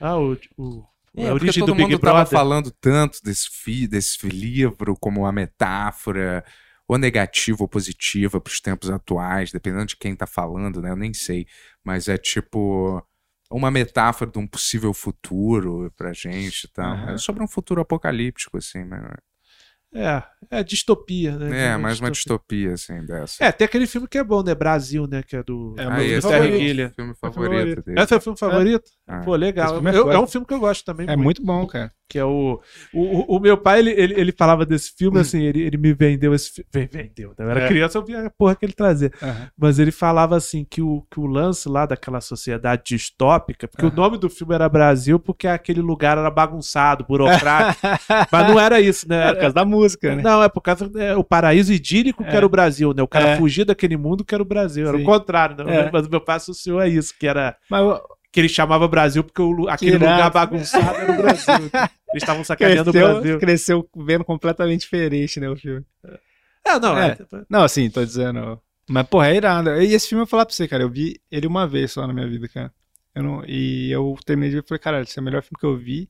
[SPEAKER 4] Ah, o. o...
[SPEAKER 1] É,
[SPEAKER 4] a
[SPEAKER 1] porque
[SPEAKER 4] origem
[SPEAKER 1] todo
[SPEAKER 4] do Big
[SPEAKER 1] mundo tava
[SPEAKER 4] Brother.
[SPEAKER 1] falando tanto desse, fi, desse livro como uma metáfora, ou negativa ou positiva para os tempos atuais, dependendo de quem tá falando, né? Eu nem sei. Mas é tipo uma metáfora de um possível futuro pra gente e tal.
[SPEAKER 2] Aham.
[SPEAKER 1] É sobre um futuro apocalíptico, assim, né?
[SPEAKER 4] É, é distopia, né?
[SPEAKER 1] É, mais uma distopia, assim, dessa.
[SPEAKER 4] É, tem aquele filme que é bom, né? Brasil, né? Que é do.
[SPEAKER 2] É,
[SPEAKER 4] do
[SPEAKER 2] o meu
[SPEAKER 1] Aí,
[SPEAKER 2] filme
[SPEAKER 1] esse
[SPEAKER 4] Terry
[SPEAKER 1] é o
[SPEAKER 2] favorito.
[SPEAKER 4] Gilliam.
[SPEAKER 1] filme
[SPEAKER 2] favorito.
[SPEAKER 1] favorito dele.
[SPEAKER 4] Esse é o filme favorito?
[SPEAKER 1] Ah.
[SPEAKER 4] Pô, legal.
[SPEAKER 2] Esse filme é
[SPEAKER 4] Eu- é,
[SPEAKER 2] foda.
[SPEAKER 4] um filme que eu gosto também.
[SPEAKER 2] É
[SPEAKER 4] muito.
[SPEAKER 2] muito bom, cara.
[SPEAKER 4] Que é o. O, o- o meu pai, ele, ele, ele falava desse filme, assim, ele, ele me vendeu esse filme. Vendeu, né? Eu era
[SPEAKER 2] É.
[SPEAKER 4] criança, eu via a porra que ele trazia.
[SPEAKER 2] Aham.
[SPEAKER 4] Mas ele falava, assim, que o, que o lance lá daquela sociedade distópica, porque o nome do filme era Brasil, porque aquele lugar era bagunçado, burocrático. mas não era isso, né?
[SPEAKER 2] É por causa da música, né?
[SPEAKER 4] Não, é por causa é, o paraíso idílico que
[SPEAKER 2] É.
[SPEAKER 4] era o Brasil, né? O cara
[SPEAKER 2] É.
[SPEAKER 4] fugir daquele mundo que era o Brasil. Era
[SPEAKER 2] Sim.
[SPEAKER 4] o contrário, né?
[SPEAKER 2] É.
[SPEAKER 4] Mas o meu pai associou a isso, que era.
[SPEAKER 2] Mas o-
[SPEAKER 4] Que ele chamava Brasil porque o lu- aquele
[SPEAKER 2] irado.
[SPEAKER 4] lugar bagunçado era o Brasil. Eles estavam sacaneando o
[SPEAKER 2] cresceu,
[SPEAKER 4] Brasil.
[SPEAKER 2] cresceu vendo completamente diferente, né, o filme.
[SPEAKER 4] É, não, é.
[SPEAKER 2] Não, assim, tô dizendo. Mas, porra, é irado. E esse filme eu vou falar pra você, cara. Eu vi ele uma vez só na minha vida, cara. Eu não, e eu terminei de ver e falei, caralho, esse é o melhor filme que eu vi.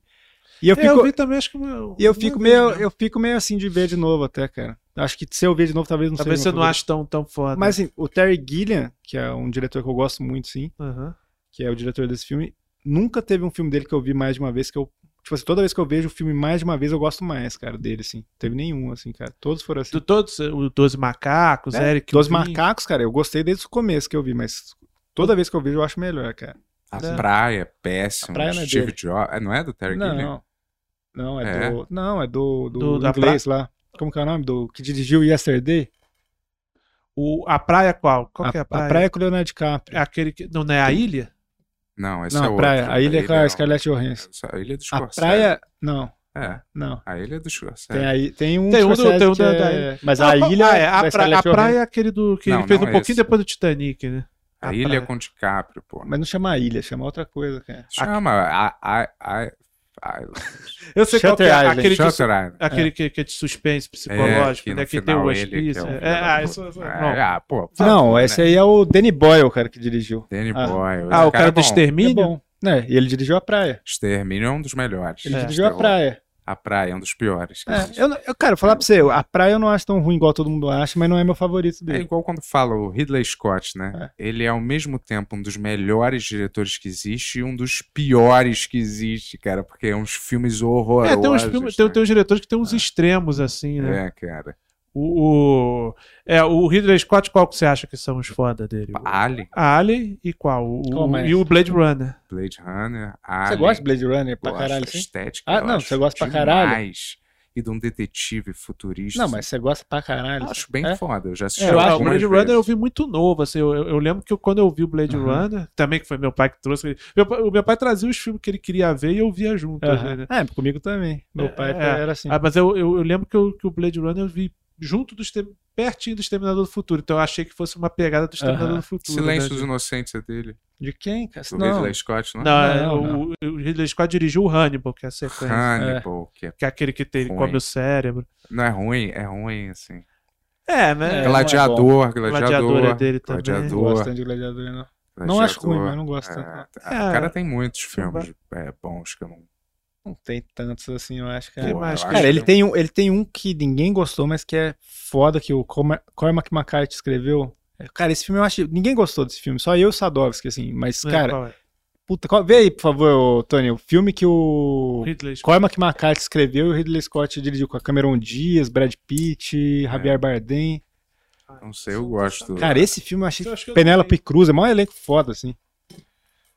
[SPEAKER 2] E eu
[SPEAKER 4] É, Eu,
[SPEAKER 2] fico,
[SPEAKER 4] vi também, acho que. uma-
[SPEAKER 2] e eu
[SPEAKER 4] uma
[SPEAKER 2] fico
[SPEAKER 4] vez,
[SPEAKER 2] meio,
[SPEAKER 4] né?
[SPEAKER 2] eu fico meio assim de ver de novo até, cara. Acho que se eu ver de novo, talvez não
[SPEAKER 4] Talvez
[SPEAKER 2] seja.
[SPEAKER 4] você
[SPEAKER 2] meu
[SPEAKER 4] não
[SPEAKER 2] favorito.
[SPEAKER 4] ache tão, tão foda.
[SPEAKER 2] Mas assim, o Terry Gilliam, que é um diretor que eu gosto muito, sim,
[SPEAKER 4] Aham.
[SPEAKER 2] que é o diretor desse filme, nunca teve um filme dele que eu vi mais de uma vez que eu Tipo assim, toda vez que eu vejo o filme mais de uma vez, eu gosto mais, cara, dele, assim. Teve nenhum, assim, cara. Todos foram assim.
[SPEAKER 4] Do, todos, o 12 Macacos,
[SPEAKER 2] É,
[SPEAKER 4] Eric.
[SPEAKER 2] Dos
[SPEAKER 4] Green.
[SPEAKER 2] Macacos, cara, eu gostei desde o começo que eu vi, mas toda vez que eu vejo eu acho melhor, cara.
[SPEAKER 1] A
[SPEAKER 4] É.
[SPEAKER 1] praia, péssimo. né?
[SPEAKER 2] A praia não é
[SPEAKER 1] Steve
[SPEAKER 2] dele.
[SPEAKER 1] Jobs. É, Não é do Terry
[SPEAKER 2] Não,
[SPEAKER 1] Gilliam?
[SPEAKER 2] não. Não, é,
[SPEAKER 1] É?
[SPEAKER 2] do. Não, é do. Do,
[SPEAKER 4] Do-
[SPEAKER 2] do
[SPEAKER 4] da
[SPEAKER 2] inglês lá. Como que é o nome? Do que dirigiu Yesterday?
[SPEAKER 4] O, a praia qual? Qual
[SPEAKER 2] a,
[SPEAKER 4] que é a
[SPEAKER 2] a
[SPEAKER 4] praia?
[SPEAKER 2] com o Leonardo DiCaprio.
[SPEAKER 4] É aquele que. Não, não é a ilha?
[SPEAKER 1] Não, esse
[SPEAKER 2] Não,
[SPEAKER 1] é
[SPEAKER 2] a
[SPEAKER 1] outro.
[SPEAKER 2] praia. A ilha é com
[SPEAKER 1] não.
[SPEAKER 2] a Scarlett Johansson.
[SPEAKER 1] Essa- A ilha é do
[SPEAKER 2] A
[SPEAKER 4] Tipo,
[SPEAKER 1] Scorsese.
[SPEAKER 2] praia. Não,
[SPEAKER 1] É,
[SPEAKER 2] não.
[SPEAKER 1] a ilha do Scorsese.
[SPEAKER 2] Tem, aí, tem um.
[SPEAKER 4] Tem um do-
[SPEAKER 2] Scorsese
[SPEAKER 4] tem um
[SPEAKER 2] que
[SPEAKER 4] da-
[SPEAKER 2] é-
[SPEAKER 4] da
[SPEAKER 2] Mas a
[SPEAKER 4] Ah,
[SPEAKER 2] ilha.
[SPEAKER 4] ah, é,
[SPEAKER 2] da
[SPEAKER 4] a, pra-
[SPEAKER 2] Scarlett
[SPEAKER 4] a
[SPEAKER 2] Johansson.
[SPEAKER 4] praia é aquele do que
[SPEAKER 1] Não,
[SPEAKER 4] ele fez
[SPEAKER 1] não
[SPEAKER 4] um
[SPEAKER 1] é
[SPEAKER 4] pouquinho
[SPEAKER 1] esse.
[SPEAKER 4] depois do Titanic, né?
[SPEAKER 1] a
[SPEAKER 4] a
[SPEAKER 1] ilha é
[SPEAKER 4] praia.
[SPEAKER 1] com DiCaprio, pô.
[SPEAKER 2] Mas não chama ilha, chama outra coisa, cara.
[SPEAKER 1] Chama a, a, a, a
[SPEAKER 4] Eu sei
[SPEAKER 2] Shutter
[SPEAKER 4] qual que é,
[SPEAKER 2] Island.
[SPEAKER 4] aquele, de,
[SPEAKER 1] Shutter Island.
[SPEAKER 4] aquele que, que é de suspense psicológico,
[SPEAKER 1] no
[SPEAKER 4] né? Que tem
[SPEAKER 1] final
[SPEAKER 4] o
[SPEAKER 1] ele que
[SPEAKER 4] hospício.
[SPEAKER 1] é um
[SPEAKER 4] É,
[SPEAKER 1] filho da
[SPEAKER 4] ah,
[SPEAKER 1] puta.
[SPEAKER 4] isso, isso-
[SPEAKER 1] Ah,
[SPEAKER 4] não.
[SPEAKER 1] é, ah, pô.
[SPEAKER 2] Não,
[SPEAKER 1] né?
[SPEAKER 2] esse aí é o Danny Boyle, cara, que dirigiu.
[SPEAKER 1] Danny
[SPEAKER 2] Ah.
[SPEAKER 1] Boyle.
[SPEAKER 4] Ah, o cara,
[SPEAKER 1] é
[SPEAKER 4] do
[SPEAKER 1] bom.
[SPEAKER 2] É
[SPEAKER 4] extermínio?
[SPEAKER 2] bom. Né? E ele dirigiu a praia.
[SPEAKER 1] Extermínio é um dos melhores.
[SPEAKER 2] Ele
[SPEAKER 4] É.
[SPEAKER 2] dirigiu a
[SPEAKER 1] Terror.
[SPEAKER 2] praia.
[SPEAKER 1] A praia é um dos piores. que existe.
[SPEAKER 2] É, eu, não- eu, cara, falar pra você, a praia eu não acho tão ruim igual todo mundo acha, mas não é meu favorito
[SPEAKER 1] É
[SPEAKER 2] dele.
[SPEAKER 1] igual quando fala o Ridley Scott, né? Ele é ao mesmo tempo um dos melhores diretores que existe e um dos piores que existe, cara, porque é uns filmes horrorosos.
[SPEAKER 4] É, tem uns, filmes, tem, tem uns diretores que tem uns extremos, assim, né?
[SPEAKER 1] né? É, cara.
[SPEAKER 4] O, o, é, o Ridley Scott, qual que você acha que são os foda dele?
[SPEAKER 1] Alien,
[SPEAKER 4] Alien e qual? O,
[SPEAKER 2] Qual mais?
[SPEAKER 4] e o Blade Runner.
[SPEAKER 1] Blade Runner,
[SPEAKER 4] ah,
[SPEAKER 1] Alien.
[SPEAKER 4] né?
[SPEAKER 2] Você gosta de Blade Runner pra
[SPEAKER 1] Gosto,
[SPEAKER 2] caralho,
[SPEAKER 1] a
[SPEAKER 2] sim?
[SPEAKER 1] estética.
[SPEAKER 2] Ah,
[SPEAKER 1] eu
[SPEAKER 2] não,
[SPEAKER 1] acho
[SPEAKER 2] você gosta pra
[SPEAKER 1] demais.
[SPEAKER 2] caralho?
[SPEAKER 1] E de um detetive futurista.
[SPEAKER 2] Não, mas você gosta pra caralho.
[SPEAKER 1] Acho bem
[SPEAKER 2] É?
[SPEAKER 1] foda, eu já assisti
[SPEAKER 4] É,
[SPEAKER 2] Eu
[SPEAKER 4] o
[SPEAKER 2] acho
[SPEAKER 4] o
[SPEAKER 1] algumas
[SPEAKER 4] Blade Runner eu
[SPEAKER 1] vezes.
[SPEAKER 4] vi muito novo, assim, eu, eu- eu lembro que eu- quando eu vi o Blade
[SPEAKER 2] Aham.
[SPEAKER 4] Runner, também que foi meu pai que trouxe, ele- meu, pai- o meu pai trazia os filmes que ele queria ver e eu via junto,
[SPEAKER 2] Aham.
[SPEAKER 4] né?
[SPEAKER 2] É, comigo também. Meu pai
[SPEAKER 4] É,
[SPEAKER 2] foi- era assim.
[SPEAKER 4] Ah, mas eu, eu, eu lembro que, eu- que o Blade Runner eu vi junto do Extermin- pertinho do Exterminador do Futuro, então eu achei que fosse uma pegada do Exterminador
[SPEAKER 2] Aham.
[SPEAKER 4] do Futuro.
[SPEAKER 1] Silêncio
[SPEAKER 4] né?
[SPEAKER 1] dos Inocentes é dele.
[SPEAKER 2] De quem, cara?
[SPEAKER 1] Do
[SPEAKER 2] Não.
[SPEAKER 1] Ridley Scott, não?
[SPEAKER 4] Não, é,
[SPEAKER 2] Não,
[SPEAKER 4] o- O, Ridley Scott dirigiu o Hannibal, que é a sequência.
[SPEAKER 1] Hannibal, que é-
[SPEAKER 4] Que é aquele que tem, ele
[SPEAKER 1] Ruim.
[SPEAKER 4] come o cérebro.
[SPEAKER 1] não é ruim, é ruim, assim.
[SPEAKER 4] É, né?
[SPEAKER 2] É, não
[SPEAKER 1] gladiador, gladiador.
[SPEAKER 4] Gladiador é dele também.
[SPEAKER 2] Não
[SPEAKER 1] Gladiador.
[SPEAKER 2] gosto tanto de Gladiador, não. Não acho ruim, mas não gosto tanto. não.
[SPEAKER 1] É, O cara tem muitos filmes
[SPEAKER 4] Filme.
[SPEAKER 1] é, bons que eu não.
[SPEAKER 2] Não tem tantos assim, eu acho,
[SPEAKER 4] Que
[SPEAKER 2] cara.
[SPEAKER 1] Pô,
[SPEAKER 4] mais
[SPEAKER 1] eu acho
[SPEAKER 4] que-
[SPEAKER 2] Cara, ele
[SPEAKER 1] que-
[SPEAKER 2] tem, um, ele tem um que ninguém gostou, mas que é foda, que o Corma- Cormac McCarthy escreveu. Cara, esse filme eu acho. Ninguém gostou desse filme, só eu e o Sadovski, assim. Mas,
[SPEAKER 4] né,
[SPEAKER 2] cara,
[SPEAKER 4] qual é?
[SPEAKER 2] puta, qual- vê aí, por favor, ô, Tony, o filme que o
[SPEAKER 4] Ridley Scott.
[SPEAKER 2] Cormac McCarthy escreveu e o Ridley Scott dirigiu com a Cameron Diaz, Brad
[SPEAKER 4] É.
[SPEAKER 2] Pitt, Javier Bardem.
[SPEAKER 1] Não sei, eu gosto.
[SPEAKER 2] Cara, esse filme eu achei.
[SPEAKER 4] Eu acho que eu
[SPEAKER 2] Penélope Cruz, é maior elenco foda, assim.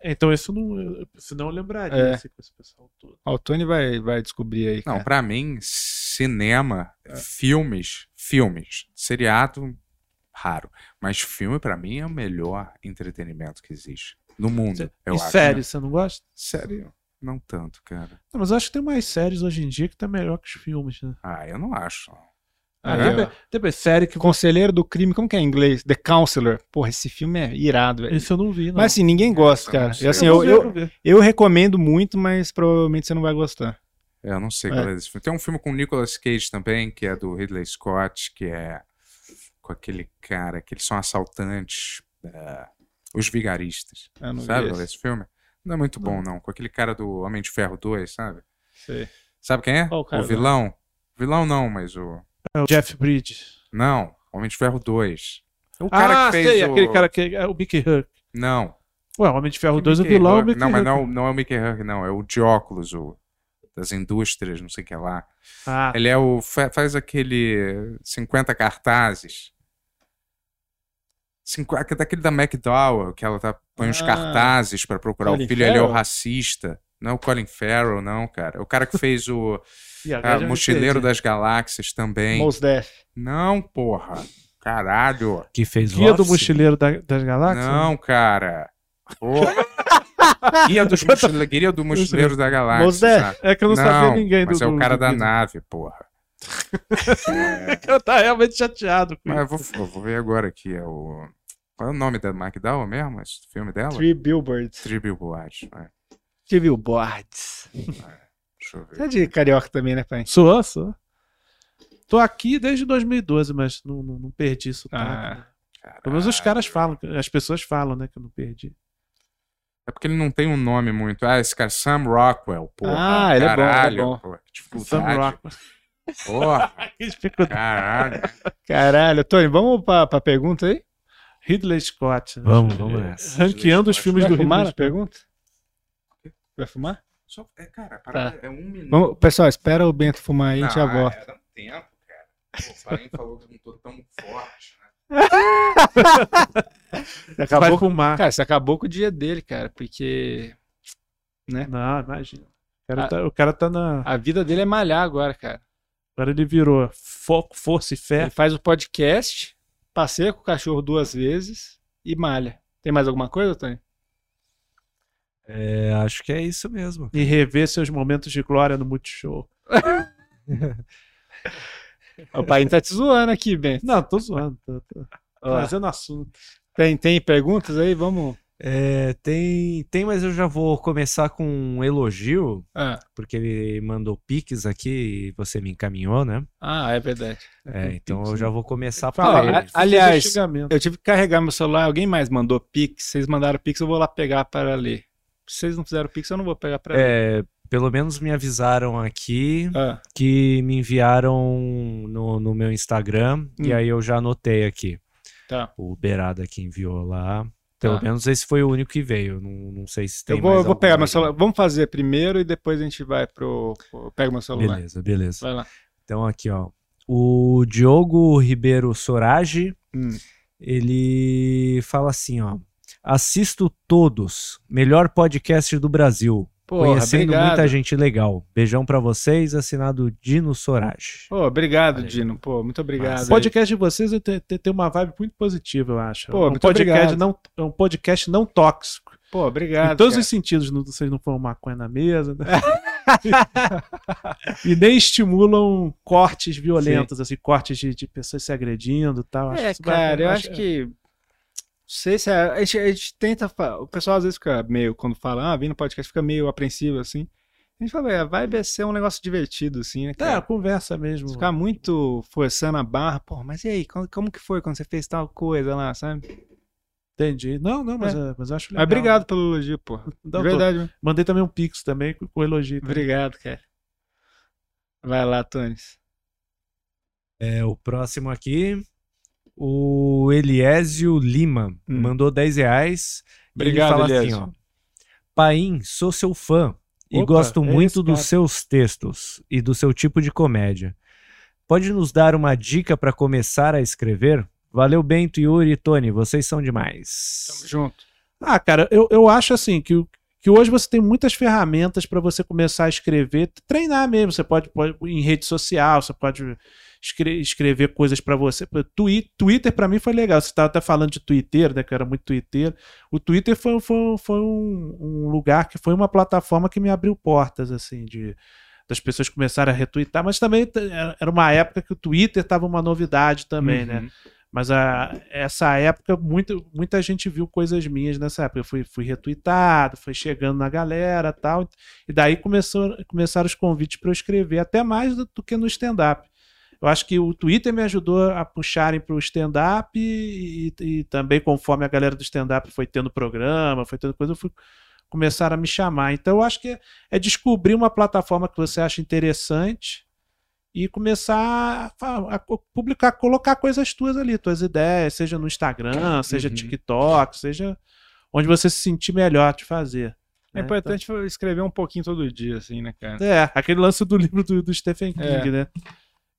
[SPEAKER 4] Então, isso não, eu- senão eu lembraria
[SPEAKER 2] É.
[SPEAKER 4] assim, com esse pessoal todo.
[SPEAKER 2] Ó, o Tony vai, vai descobrir aí.
[SPEAKER 1] Não,
[SPEAKER 2] cara.
[SPEAKER 1] pra mim, cinema,
[SPEAKER 2] É.
[SPEAKER 1] filmes, filmes, seriado, raro. Mas filme, pra mim, é o melhor entretenimento que existe. No mundo, eu
[SPEAKER 4] e
[SPEAKER 1] acho. né?
[SPEAKER 4] série, você não gosta?
[SPEAKER 1] Sério? Não tanto, cara.
[SPEAKER 4] Não, mas eu acho que tem mais séries hoje em dia que tá melhor que os filmes, né?
[SPEAKER 1] Ah, eu não acho. não.
[SPEAKER 2] Aí,
[SPEAKER 4] tem,
[SPEAKER 2] ó.
[SPEAKER 4] be- tem be- série que.
[SPEAKER 2] Conselheiro do Crime, como que é em inglês? The Counselor. Porra, esse filme é irado, velho.
[SPEAKER 4] Isso eu não vi, não.
[SPEAKER 2] Mas assim, ninguém gosta,
[SPEAKER 1] Eu não
[SPEAKER 2] cara.
[SPEAKER 1] sei.
[SPEAKER 2] E, assim, eu,
[SPEAKER 4] Eu vou ver,
[SPEAKER 2] eu,
[SPEAKER 4] vou ver.
[SPEAKER 2] eu recomendo muito, mas provavelmente você não vai gostar.
[SPEAKER 1] É, Eu não sei
[SPEAKER 2] É.
[SPEAKER 1] qual é esse filme. Tem um filme com o Nicolas Cage também, que é do Ridley Scott, que é com aquele cara que eles são assaltantes, é, os vigaristas.
[SPEAKER 2] Eu não vi
[SPEAKER 1] sabe qual é
[SPEAKER 2] esse.
[SPEAKER 1] esse filme? Não é muito bom, não. Com aquele cara do Homem de Ferro 2, sabe?
[SPEAKER 2] Sei.
[SPEAKER 1] Sabe quem é?
[SPEAKER 2] Qual o cara
[SPEAKER 1] o vilão. Vilão não, mas o.
[SPEAKER 4] É o Jeff Bridges.
[SPEAKER 1] Não, Homem de Ferro 2. O
[SPEAKER 4] ah, sei, aquele cara que. É o Mickey Huck.
[SPEAKER 1] Não.
[SPEAKER 4] Ué, o Homem de Ferro
[SPEAKER 1] Que
[SPEAKER 4] 2, o
[SPEAKER 1] Mickey
[SPEAKER 4] vilão é o
[SPEAKER 1] Rourke.
[SPEAKER 4] Mickey
[SPEAKER 1] Não, mas
[SPEAKER 4] Huck.
[SPEAKER 1] não, não é o Mickey Hurk, não. É o Dióculos, o das indústrias, não sei o que lá.
[SPEAKER 4] Ah,
[SPEAKER 1] Ele é o. fa- faz aquele. 50 cartazes. Cinqu- aque- daquele da McDowell, que ela tá, põe os
[SPEAKER 2] Ah.
[SPEAKER 1] cartazes pra procurar
[SPEAKER 2] Colin
[SPEAKER 1] o filho. Ele é o
[SPEAKER 2] Farrell?
[SPEAKER 1] racista. Não é o Colin Farrell, não, cara. É o cara que fez o
[SPEAKER 4] e agora
[SPEAKER 1] ah,
[SPEAKER 4] já me
[SPEAKER 1] Mochileiro
[SPEAKER 4] perdi.
[SPEAKER 1] das Galáxias também.
[SPEAKER 2] Mos Def.
[SPEAKER 1] Não, porra. Caralho.
[SPEAKER 3] Que fez
[SPEAKER 4] Guia do
[SPEAKER 3] Office?
[SPEAKER 4] Mochileiro da- das Galáxias?
[SPEAKER 1] Não, cara. Porra. Guia, dos mochile... Guia do Mochileiro da Galáxia.
[SPEAKER 2] Mos Def.
[SPEAKER 1] sabe?
[SPEAKER 4] É que eu não, sabia ninguém
[SPEAKER 1] mas
[SPEAKER 4] do
[SPEAKER 1] é o
[SPEAKER 4] do-
[SPEAKER 1] cara
[SPEAKER 4] do
[SPEAKER 1] da
[SPEAKER 4] Guia.
[SPEAKER 1] nave, porra. é.
[SPEAKER 4] Eu tá realmente chateado com
[SPEAKER 1] Mas eu
[SPEAKER 4] isso.
[SPEAKER 1] vou, eu vou ver agora aqui. É o... Qual é o nome da McDowell mesmo? Esse filme dela?
[SPEAKER 2] Three Billboards.
[SPEAKER 1] Tribute Watch. É,
[SPEAKER 2] Three Billboards.
[SPEAKER 1] deixa eu
[SPEAKER 2] Você é
[SPEAKER 1] ver.
[SPEAKER 2] de carioca também, né, pai?
[SPEAKER 4] Sou, sou. Tô aqui desde 2012, mas não, não, não perdi isso. tá?
[SPEAKER 2] Ah.
[SPEAKER 4] Pelo menos os caras falam, as pessoas falam, né, que eu não perdi.
[SPEAKER 1] É porque ele não tem um nome muito. Ah, esse cara, Sam Rockwell. Porra,
[SPEAKER 2] Ah, ele é bom, ele é
[SPEAKER 1] caralho,
[SPEAKER 2] bom.
[SPEAKER 1] Porra, que
[SPEAKER 4] Sam
[SPEAKER 1] dificuldade.
[SPEAKER 4] Rockwell.
[SPEAKER 1] Porra,
[SPEAKER 4] Que dificuldade.
[SPEAKER 1] caralho.
[SPEAKER 2] Caralho, Tony, vamos pra, pra pergunta aí?
[SPEAKER 4] Ridley Scott. né?
[SPEAKER 3] Vamos, vamos nessa.
[SPEAKER 4] Ranqueando os filmes
[SPEAKER 2] Vai
[SPEAKER 4] do
[SPEAKER 2] fumar né? a
[SPEAKER 4] Ridley Scott.
[SPEAKER 2] pergunta? Vai fumar?
[SPEAKER 1] Só, é, cara, a parada é um minuto.
[SPEAKER 2] Tá. Vamos, pessoal, espera o Bento fumar aí, a gente já
[SPEAKER 1] Não,
[SPEAKER 2] volta.
[SPEAKER 1] é, dá um tempo, cara. Pô, o Paim falou que eu não tô tão forte, né?
[SPEAKER 4] Vai
[SPEAKER 2] Acabou,
[SPEAKER 4] fumar.
[SPEAKER 2] cara, você acabou com o dia dele, cara, porque
[SPEAKER 4] Não, imagina. O cara,
[SPEAKER 2] Ah.
[SPEAKER 4] tá, o cara tá na.
[SPEAKER 2] a vida dele é malhar agora, cara.
[SPEAKER 4] Agora ele virou foco, força e
[SPEAKER 2] Ele
[SPEAKER 4] fé.
[SPEAKER 2] faz o podcast, passeia com o cachorro duas vezes e malha. Tem mais alguma coisa, Tony?
[SPEAKER 3] É, acho que é isso mesmo.
[SPEAKER 4] E rever seus momentos de glória no Multishow.
[SPEAKER 2] O pai tá te zoando aqui, Ben.
[SPEAKER 4] Não, tô zoando. Tô, tô
[SPEAKER 2] Ó,
[SPEAKER 4] trazendo assunto.
[SPEAKER 2] tem, tem perguntas aí? Vamos.
[SPEAKER 3] É, tem, tem, mas eu já vou começar com um elogio,
[SPEAKER 2] Ah,
[SPEAKER 3] porque ele mandou piques aqui e você me encaminhou, né?
[SPEAKER 2] ah, é verdade.
[SPEAKER 3] É, então eu já vou começar
[SPEAKER 2] Fala,
[SPEAKER 3] pra ele.
[SPEAKER 2] a- aliás,
[SPEAKER 4] Esse é o xingamento.
[SPEAKER 2] Eu tive que carregar meu celular, alguém mais mandou Pix, vocês mandaram Pix, eu vou lá pegar para ler. Se vocês não fizeram Pix, eu não vou pegar para ler.
[SPEAKER 3] É, pelo menos me avisaram aqui
[SPEAKER 2] Ah,
[SPEAKER 3] que me enviaram no, no meu Instagram e
[SPEAKER 2] Hum.
[SPEAKER 3] aí eu já anotei aqui.
[SPEAKER 2] tá.
[SPEAKER 3] O Berada que enviou lá. Pelo
[SPEAKER 2] Tá.
[SPEAKER 3] menos esse foi o único que veio. Não, não sei se tem
[SPEAKER 2] eu vou,
[SPEAKER 3] mais
[SPEAKER 2] eu vou
[SPEAKER 3] algum
[SPEAKER 2] pegar
[SPEAKER 3] aí.
[SPEAKER 2] meu celular. Vamos fazer primeiro e depois a gente vai pro. pro- Eu pego meu celular.
[SPEAKER 3] Beleza, beleza.
[SPEAKER 2] Vai lá.
[SPEAKER 3] Então aqui, ó. O Diogo Ribeiro Sorage,
[SPEAKER 2] Hum.
[SPEAKER 3] ele fala assim, ó. Assisto todos. Melhor podcast do Brasil.
[SPEAKER 2] Porra,
[SPEAKER 3] Conhecendo
[SPEAKER 2] obrigado.
[SPEAKER 3] muita gente legal. Beijão pra vocês, assinado Dino Sorage.
[SPEAKER 2] Pô, obrigado,
[SPEAKER 3] Valeu.
[SPEAKER 2] Dino. Pô, muito obrigado.
[SPEAKER 4] O
[SPEAKER 2] aí.
[SPEAKER 4] podcast de vocês tem, tem- tem uma vibe muito positiva, eu acho.
[SPEAKER 2] Pô,
[SPEAKER 4] É um
[SPEAKER 2] muito
[SPEAKER 4] podcast
[SPEAKER 2] obrigado.
[SPEAKER 4] não É um podcast não tóxico.
[SPEAKER 2] Pô, obrigado.
[SPEAKER 4] em todos
[SPEAKER 2] cara.
[SPEAKER 4] os sentidos, não, vocês não põem maconha na mesa. né? e nem estimulam cortes violentos, assim, cortes de, de pessoas se agredindo e tal. Acho
[SPEAKER 2] É,
[SPEAKER 4] que isso vai-
[SPEAKER 2] cara, eu acho que. Não sei se é, a, gente, a gente tenta. fa- O pessoal às vezes fica meio, quando fala, ah, vem no podcast, fica meio apreensivo assim. A gente fala, "Ué, a vibe é ser um negócio divertido, assim, né?
[SPEAKER 4] É,
[SPEAKER 2] Cara?
[SPEAKER 4] conversa mesmo.
[SPEAKER 2] Ficar muito forçando a barra, pô, mas e aí, como, como que foi quando você fez tal coisa lá, sabe?
[SPEAKER 4] Entendi. Não, não, mas, é, mas eu acho legal.
[SPEAKER 2] Mas obrigado pelo elogio, pô.
[SPEAKER 4] Não,
[SPEAKER 2] De
[SPEAKER 4] tô-
[SPEAKER 2] verdade, mesmo.
[SPEAKER 4] Mandei também um pix também com, com elogio. também.
[SPEAKER 2] Obrigado, cara. Vai lá, Tones.
[SPEAKER 3] É, o próximo aqui, o Eliésio Lima,
[SPEAKER 2] Hum.
[SPEAKER 3] mandou 10 reais. e
[SPEAKER 2] Obrigado,
[SPEAKER 3] ele fala
[SPEAKER 2] Eliésio.
[SPEAKER 3] assim, ó. Paim, sou seu fã e
[SPEAKER 4] Opa,
[SPEAKER 3] gosto
[SPEAKER 4] é
[SPEAKER 3] muito
[SPEAKER 4] esse
[SPEAKER 3] dos
[SPEAKER 4] cara.
[SPEAKER 3] seus textos e do seu tipo de comédia. Pode nos dar uma dica para começar a escrever? Valeu, Bento, Yuri e Tony, vocês são
[SPEAKER 2] Tamo
[SPEAKER 3] demais.
[SPEAKER 2] junto.
[SPEAKER 4] Ah, cara, eu, eu acho assim que, o- que hoje você tem muitas ferramentas para você começar a escrever, treinar mesmo. Você pode, pode em rede social, você pode escre- escrever coisas para você. Pô, Twi- Twitter para mim foi legal. Você estava até falando de Twitter, né? Que eu era muito Twitter. O Twitter foi, um- foi, um- foi um, um lugar que foi uma plataforma que me abriu portas, assim, de das pessoas começarem a retweetar, mas também t- era era uma época que o Twitter estava uma novidade também,
[SPEAKER 1] Uhum.
[SPEAKER 4] né? Mas a, essa época, muito, muita gente viu coisas minhas nessa época. Eu fui, fui retweetado, foi chegando na galera tal. E daí começou, começaram os convites para eu escrever, até mais do, do que no stand-up. Eu acho que o Twitter me ajudou a puxarem para o stand-up e, e- e também conforme a galera do stand-up foi tendo programa, foi tendo coisa, eu fui começaram a me chamar. Então eu acho que é, é descobrir uma plataforma que você acha interessante e começar a fa- a, co- publicar, colocar coisas tuas ali, tuas ideias, seja no Instagram, seja TikTok, seja onde você se sentir melhor de fazer.
[SPEAKER 2] É
[SPEAKER 4] né?
[SPEAKER 2] importante escrever um pouquinho todo dia, assim, né, cara?
[SPEAKER 4] Então, é, aquele lance do livro do, do Stephen King,
[SPEAKER 2] É. Uhum.
[SPEAKER 4] né?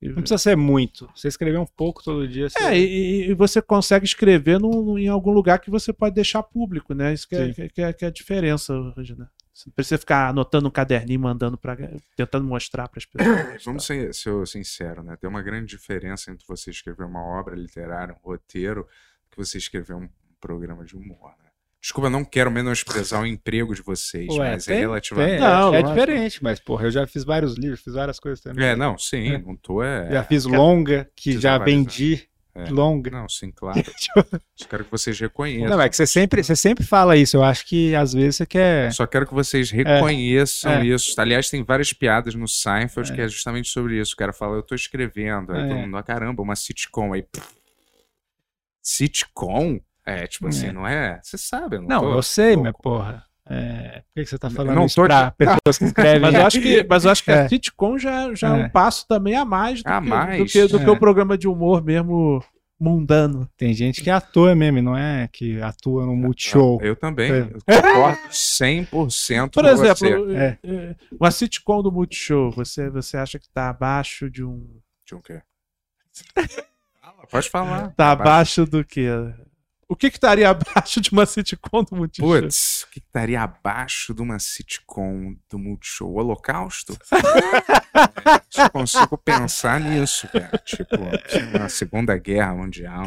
[SPEAKER 4] E-
[SPEAKER 2] Não precisa ser muito. Você escrever um pouco todo dia. Você...
[SPEAKER 4] É, e, e- e você consegue escrever num- em algum lugar que você pode deixar público, né? Isso que é,
[SPEAKER 2] Sim.
[SPEAKER 4] que, é- que é, que é a diferença hoje, né? Você não precisa ficar anotando um caderninho, mandando para tentando mostrar para as
[SPEAKER 2] É,
[SPEAKER 4] pessoas.
[SPEAKER 1] Vamos
[SPEAKER 2] tá.
[SPEAKER 1] ser, ser sincero, né? Tem uma grande diferença entre você escrever uma obra literária, um roteiro, que você escrever um programa de humor, né? Desculpa, eu não quero menosprezar o emprego de vocês,
[SPEAKER 2] Ué,
[SPEAKER 1] mas é
[SPEAKER 2] tem-
[SPEAKER 1] relativamente.
[SPEAKER 2] é,
[SPEAKER 4] Não,
[SPEAKER 2] é
[SPEAKER 4] lógico.
[SPEAKER 2] diferente, mas, porra, eu já fiz vários livros, fiz várias coisas também.
[SPEAKER 1] É, não, sim, não tô. É...
[SPEAKER 2] já fiz longa, que
[SPEAKER 1] Precisa
[SPEAKER 2] já
[SPEAKER 1] valorizar.
[SPEAKER 2] vendi
[SPEAKER 1] É.
[SPEAKER 2] longa.
[SPEAKER 1] Não, sim, claro. Só quero que vocês reconheçam.
[SPEAKER 2] Não, é que você sempre, você sempre fala isso. Eu acho que às vezes você quer.
[SPEAKER 1] Só quero que vocês reconheçam
[SPEAKER 2] É.
[SPEAKER 1] isso. Aliás, tem várias piadas no Seinfeld que é justamente sobre isso. O cara fala, eu tô escrevendo. Aí
[SPEAKER 2] É.
[SPEAKER 1] todo mundo, ah, caramba, uma sitcom. Aí, pff, sitcom? É, tipo assim,
[SPEAKER 2] É.
[SPEAKER 1] não é? Você sabe, eu não
[SPEAKER 2] Não,
[SPEAKER 1] tô-
[SPEAKER 2] eu sei,
[SPEAKER 1] tô-
[SPEAKER 2] mas porra. é, Por que que você tá falando
[SPEAKER 1] não
[SPEAKER 2] isso
[SPEAKER 1] tô
[SPEAKER 2] pra pessoas que escrevem?
[SPEAKER 4] Mas eu acho que, mas eu acho que a
[SPEAKER 2] É.
[SPEAKER 4] sitcom já, já é.
[SPEAKER 2] É.
[SPEAKER 4] um passo também a mais do,
[SPEAKER 1] A
[SPEAKER 4] que,
[SPEAKER 1] mais.
[SPEAKER 4] do, que, do que
[SPEAKER 2] É.
[SPEAKER 4] o programa de humor mesmo mundano.
[SPEAKER 2] Tem gente que é ator mesmo, não é que atua no multishow.
[SPEAKER 1] Eu também.
[SPEAKER 2] É.
[SPEAKER 1] Eu concordo 100%
[SPEAKER 4] Por
[SPEAKER 1] com
[SPEAKER 4] exemplo,
[SPEAKER 1] você.
[SPEAKER 4] eh, eh, uma sitcom do Multishow, você, você acha que tá abaixo de um.
[SPEAKER 1] Tinha o quê? Fala, Pode falar.
[SPEAKER 4] Tá abaixo do quê? O que que estaria abaixo de uma sitcom do Multishow?
[SPEAKER 1] Putz, o que que estaria abaixo de uma sitcom do Multishow? O Holocausto? Só consigo pensar nisso, cara. Tipo, uma Segunda Guerra Mundial.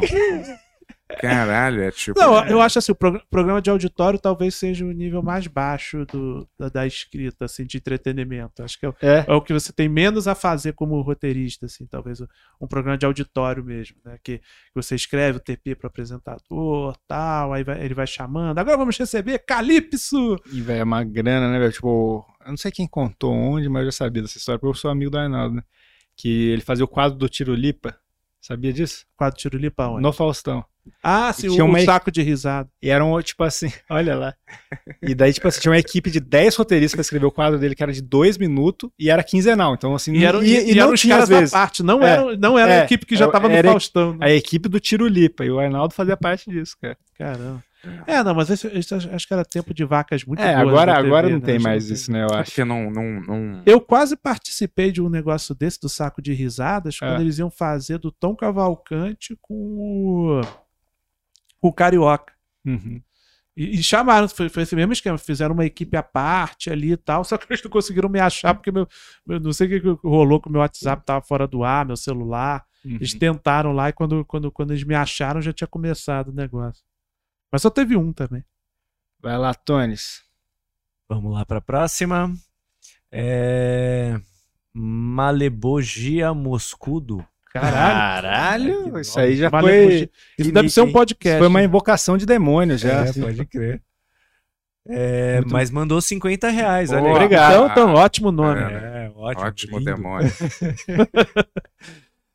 [SPEAKER 1] Caralho, é tipo.
[SPEAKER 4] Não, eu acho assim, o prog- programa de auditório talvez seja o nível mais baixo do, da, da escrita, assim, de entretenimento. Acho que é o,
[SPEAKER 9] É.
[SPEAKER 4] é o que você tem menos a fazer como roteirista, assim, talvez o- um programa de auditório mesmo, né? Que você escreve o TP pro apresentador, tal, aí vai- ele vai chamando. Agora vamos receber Calypso!
[SPEAKER 2] E, velho, é uma grana, né, velho? Tipo, eu não sei quem contou onde, mas eu já sabia dessa história, porque eu sou amigo do Arnaldo, né? Que ele fazia o quadro do Tiro Lipa. Sabia disso?
[SPEAKER 4] Quadro Tirulipa onde?
[SPEAKER 2] No Faustão.
[SPEAKER 4] é. Ah, sim,
[SPEAKER 2] Tinha
[SPEAKER 4] o,
[SPEAKER 2] uma-
[SPEAKER 4] o saco de risada.
[SPEAKER 2] E eram, tipo assim, olha lá. E daí, tipo assim, tinha uma equipe de 10 roteiristas pra escrever o quadro dele, que era de 2 minutos, e era quinzenal. Então, assim,
[SPEAKER 4] E, eram,
[SPEAKER 2] e, e não
[SPEAKER 4] eram os
[SPEAKER 2] tinha às
[SPEAKER 4] caras da
[SPEAKER 2] vezes.
[SPEAKER 4] parte, não
[SPEAKER 2] É,
[SPEAKER 4] era, não era
[SPEAKER 2] é,
[SPEAKER 4] a equipe que já
[SPEAKER 2] era-
[SPEAKER 4] tava no
[SPEAKER 2] era-
[SPEAKER 4] Faustão. né?
[SPEAKER 2] A equipe do Tiro Lipa, e o Arnaldo fazia parte disso, cara.
[SPEAKER 4] Caramba. É, não, mas esse, esse acho acho que era tempo de vacas muito
[SPEAKER 2] É,
[SPEAKER 4] boas
[SPEAKER 2] agora,
[SPEAKER 4] na TV,
[SPEAKER 2] agora
[SPEAKER 4] né?
[SPEAKER 2] não tem
[SPEAKER 4] Acho que
[SPEAKER 2] mais isso, né, eu acho.
[SPEAKER 1] Porque não. não, não...
[SPEAKER 4] Eu quase participei de um negócio desse, do saco de risadas,
[SPEAKER 2] É.
[SPEAKER 4] quando eles iam fazer do Tom Cavalcante com o, com o Carioca.
[SPEAKER 2] Uhum.
[SPEAKER 4] E, e chamaram, foi, foi esse mesmo esquema, fizeram uma equipe à parte ali e tal, só que eles não conseguiram me achar, porque meu, meu- não sei o que que rolou com o meu WhatsApp, tava fora do ar, meu celular.
[SPEAKER 1] Uhum.
[SPEAKER 2] uhum.
[SPEAKER 4] Eles tentaram lá e quando, quando, quando eles me acharam já tinha começado o negócio. Mas só teve um também.
[SPEAKER 2] Vai lá, Tones.
[SPEAKER 3] Vamos lá para a próxima. É... Malebogia Moscudo.
[SPEAKER 1] Ah,
[SPEAKER 4] Caralho.
[SPEAKER 2] Caralho,
[SPEAKER 3] que
[SPEAKER 2] isso aí já
[SPEAKER 4] Vale
[SPEAKER 2] foi.
[SPEAKER 4] fugir. Isso deve ser um
[SPEAKER 2] isso
[SPEAKER 4] podcast.
[SPEAKER 2] foi uma invocação de demônio já. assim.
[SPEAKER 3] É, pode crer. É,
[SPEAKER 2] Muito-
[SPEAKER 3] mas mandou 50 reais,
[SPEAKER 1] Boa.
[SPEAKER 3] olha aí.
[SPEAKER 2] Obrigado.
[SPEAKER 4] Então, então, ótimo nome.
[SPEAKER 1] É,
[SPEAKER 3] É, ótimo.
[SPEAKER 1] Ótimo
[SPEAKER 3] lindo.
[SPEAKER 1] demônio.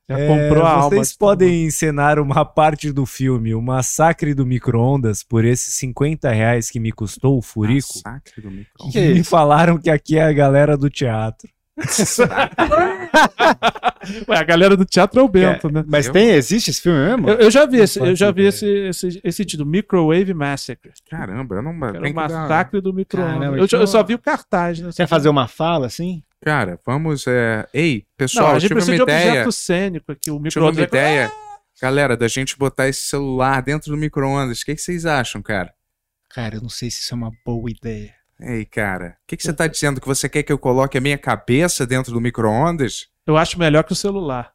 [SPEAKER 4] Já
[SPEAKER 3] É,
[SPEAKER 4] comprou a alma. tá
[SPEAKER 3] Vocês
[SPEAKER 4] de todo mundo.
[SPEAKER 3] podem encenar uma parte do filme, o Massacre do Micro-Ondas, por esses 50 reais que me custou o furico.
[SPEAKER 1] Massacre do micro.
[SPEAKER 2] Que que é
[SPEAKER 3] E me
[SPEAKER 2] isso?
[SPEAKER 3] falaram que aqui é a galera do teatro.
[SPEAKER 4] Ué, a galera do teatro é o Bento, né?
[SPEAKER 2] Mas
[SPEAKER 1] Eu-
[SPEAKER 2] tem, existe esse filme mesmo?
[SPEAKER 4] Eu, eu já vi, esse,
[SPEAKER 3] faço
[SPEAKER 4] eu já vi
[SPEAKER 3] ideia.
[SPEAKER 4] esse, esse, esse título, Microwave Massacre.
[SPEAKER 1] Caramba, eu não.
[SPEAKER 4] Que era
[SPEAKER 1] tem
[SPEAKER 4] o
[SPEAKER 1] Tá que né? dar-
[SPEAKER 4] massacre do micro-ondas.
[SPEAKER 2] Caramba,
[SPEAKER 4] Eu, já- eu
[SPEAKER 2] então-
[SPEAKER 4] só vi o cartaz, né?
[SPEAKER 2] Quer fazer uma fala assim?
[SPEAKER 1] Cara, vamos. É... Ei,
[SPEAKER 4] Não,
[SPEAKER 1] pessoal,
[SPEAKER 4] a
[SPEAKER 1] eu
[SPEAKER 4] gente
[SPEAKER 1] tive uma
[SPEAKER 4] precisa de
[SPEAKER 1] ideia.
[SPEAKER 4] objeto cênico aqui.
[SPEAKER 1] Tive
[SPEAKER 4] O
[SPEAKER 1] uma
[SPEAKER 4] micro-ondas. é-
[SPEAKER 1] ideia. Galera, da gente botar esse celular dentro do micro-ondas. O que, que vocês acham, cara?
[SPEAKER 2] Cara, eu não sei se isso é uma boa ideia.
[SPEAKER 1] Ei, cara, o que, que você tá dizendo? Que você quer que eu coloque a minha cabeça dentro do micro-ondas?
[SPEAKER 4] Eu acho melhor que o celular.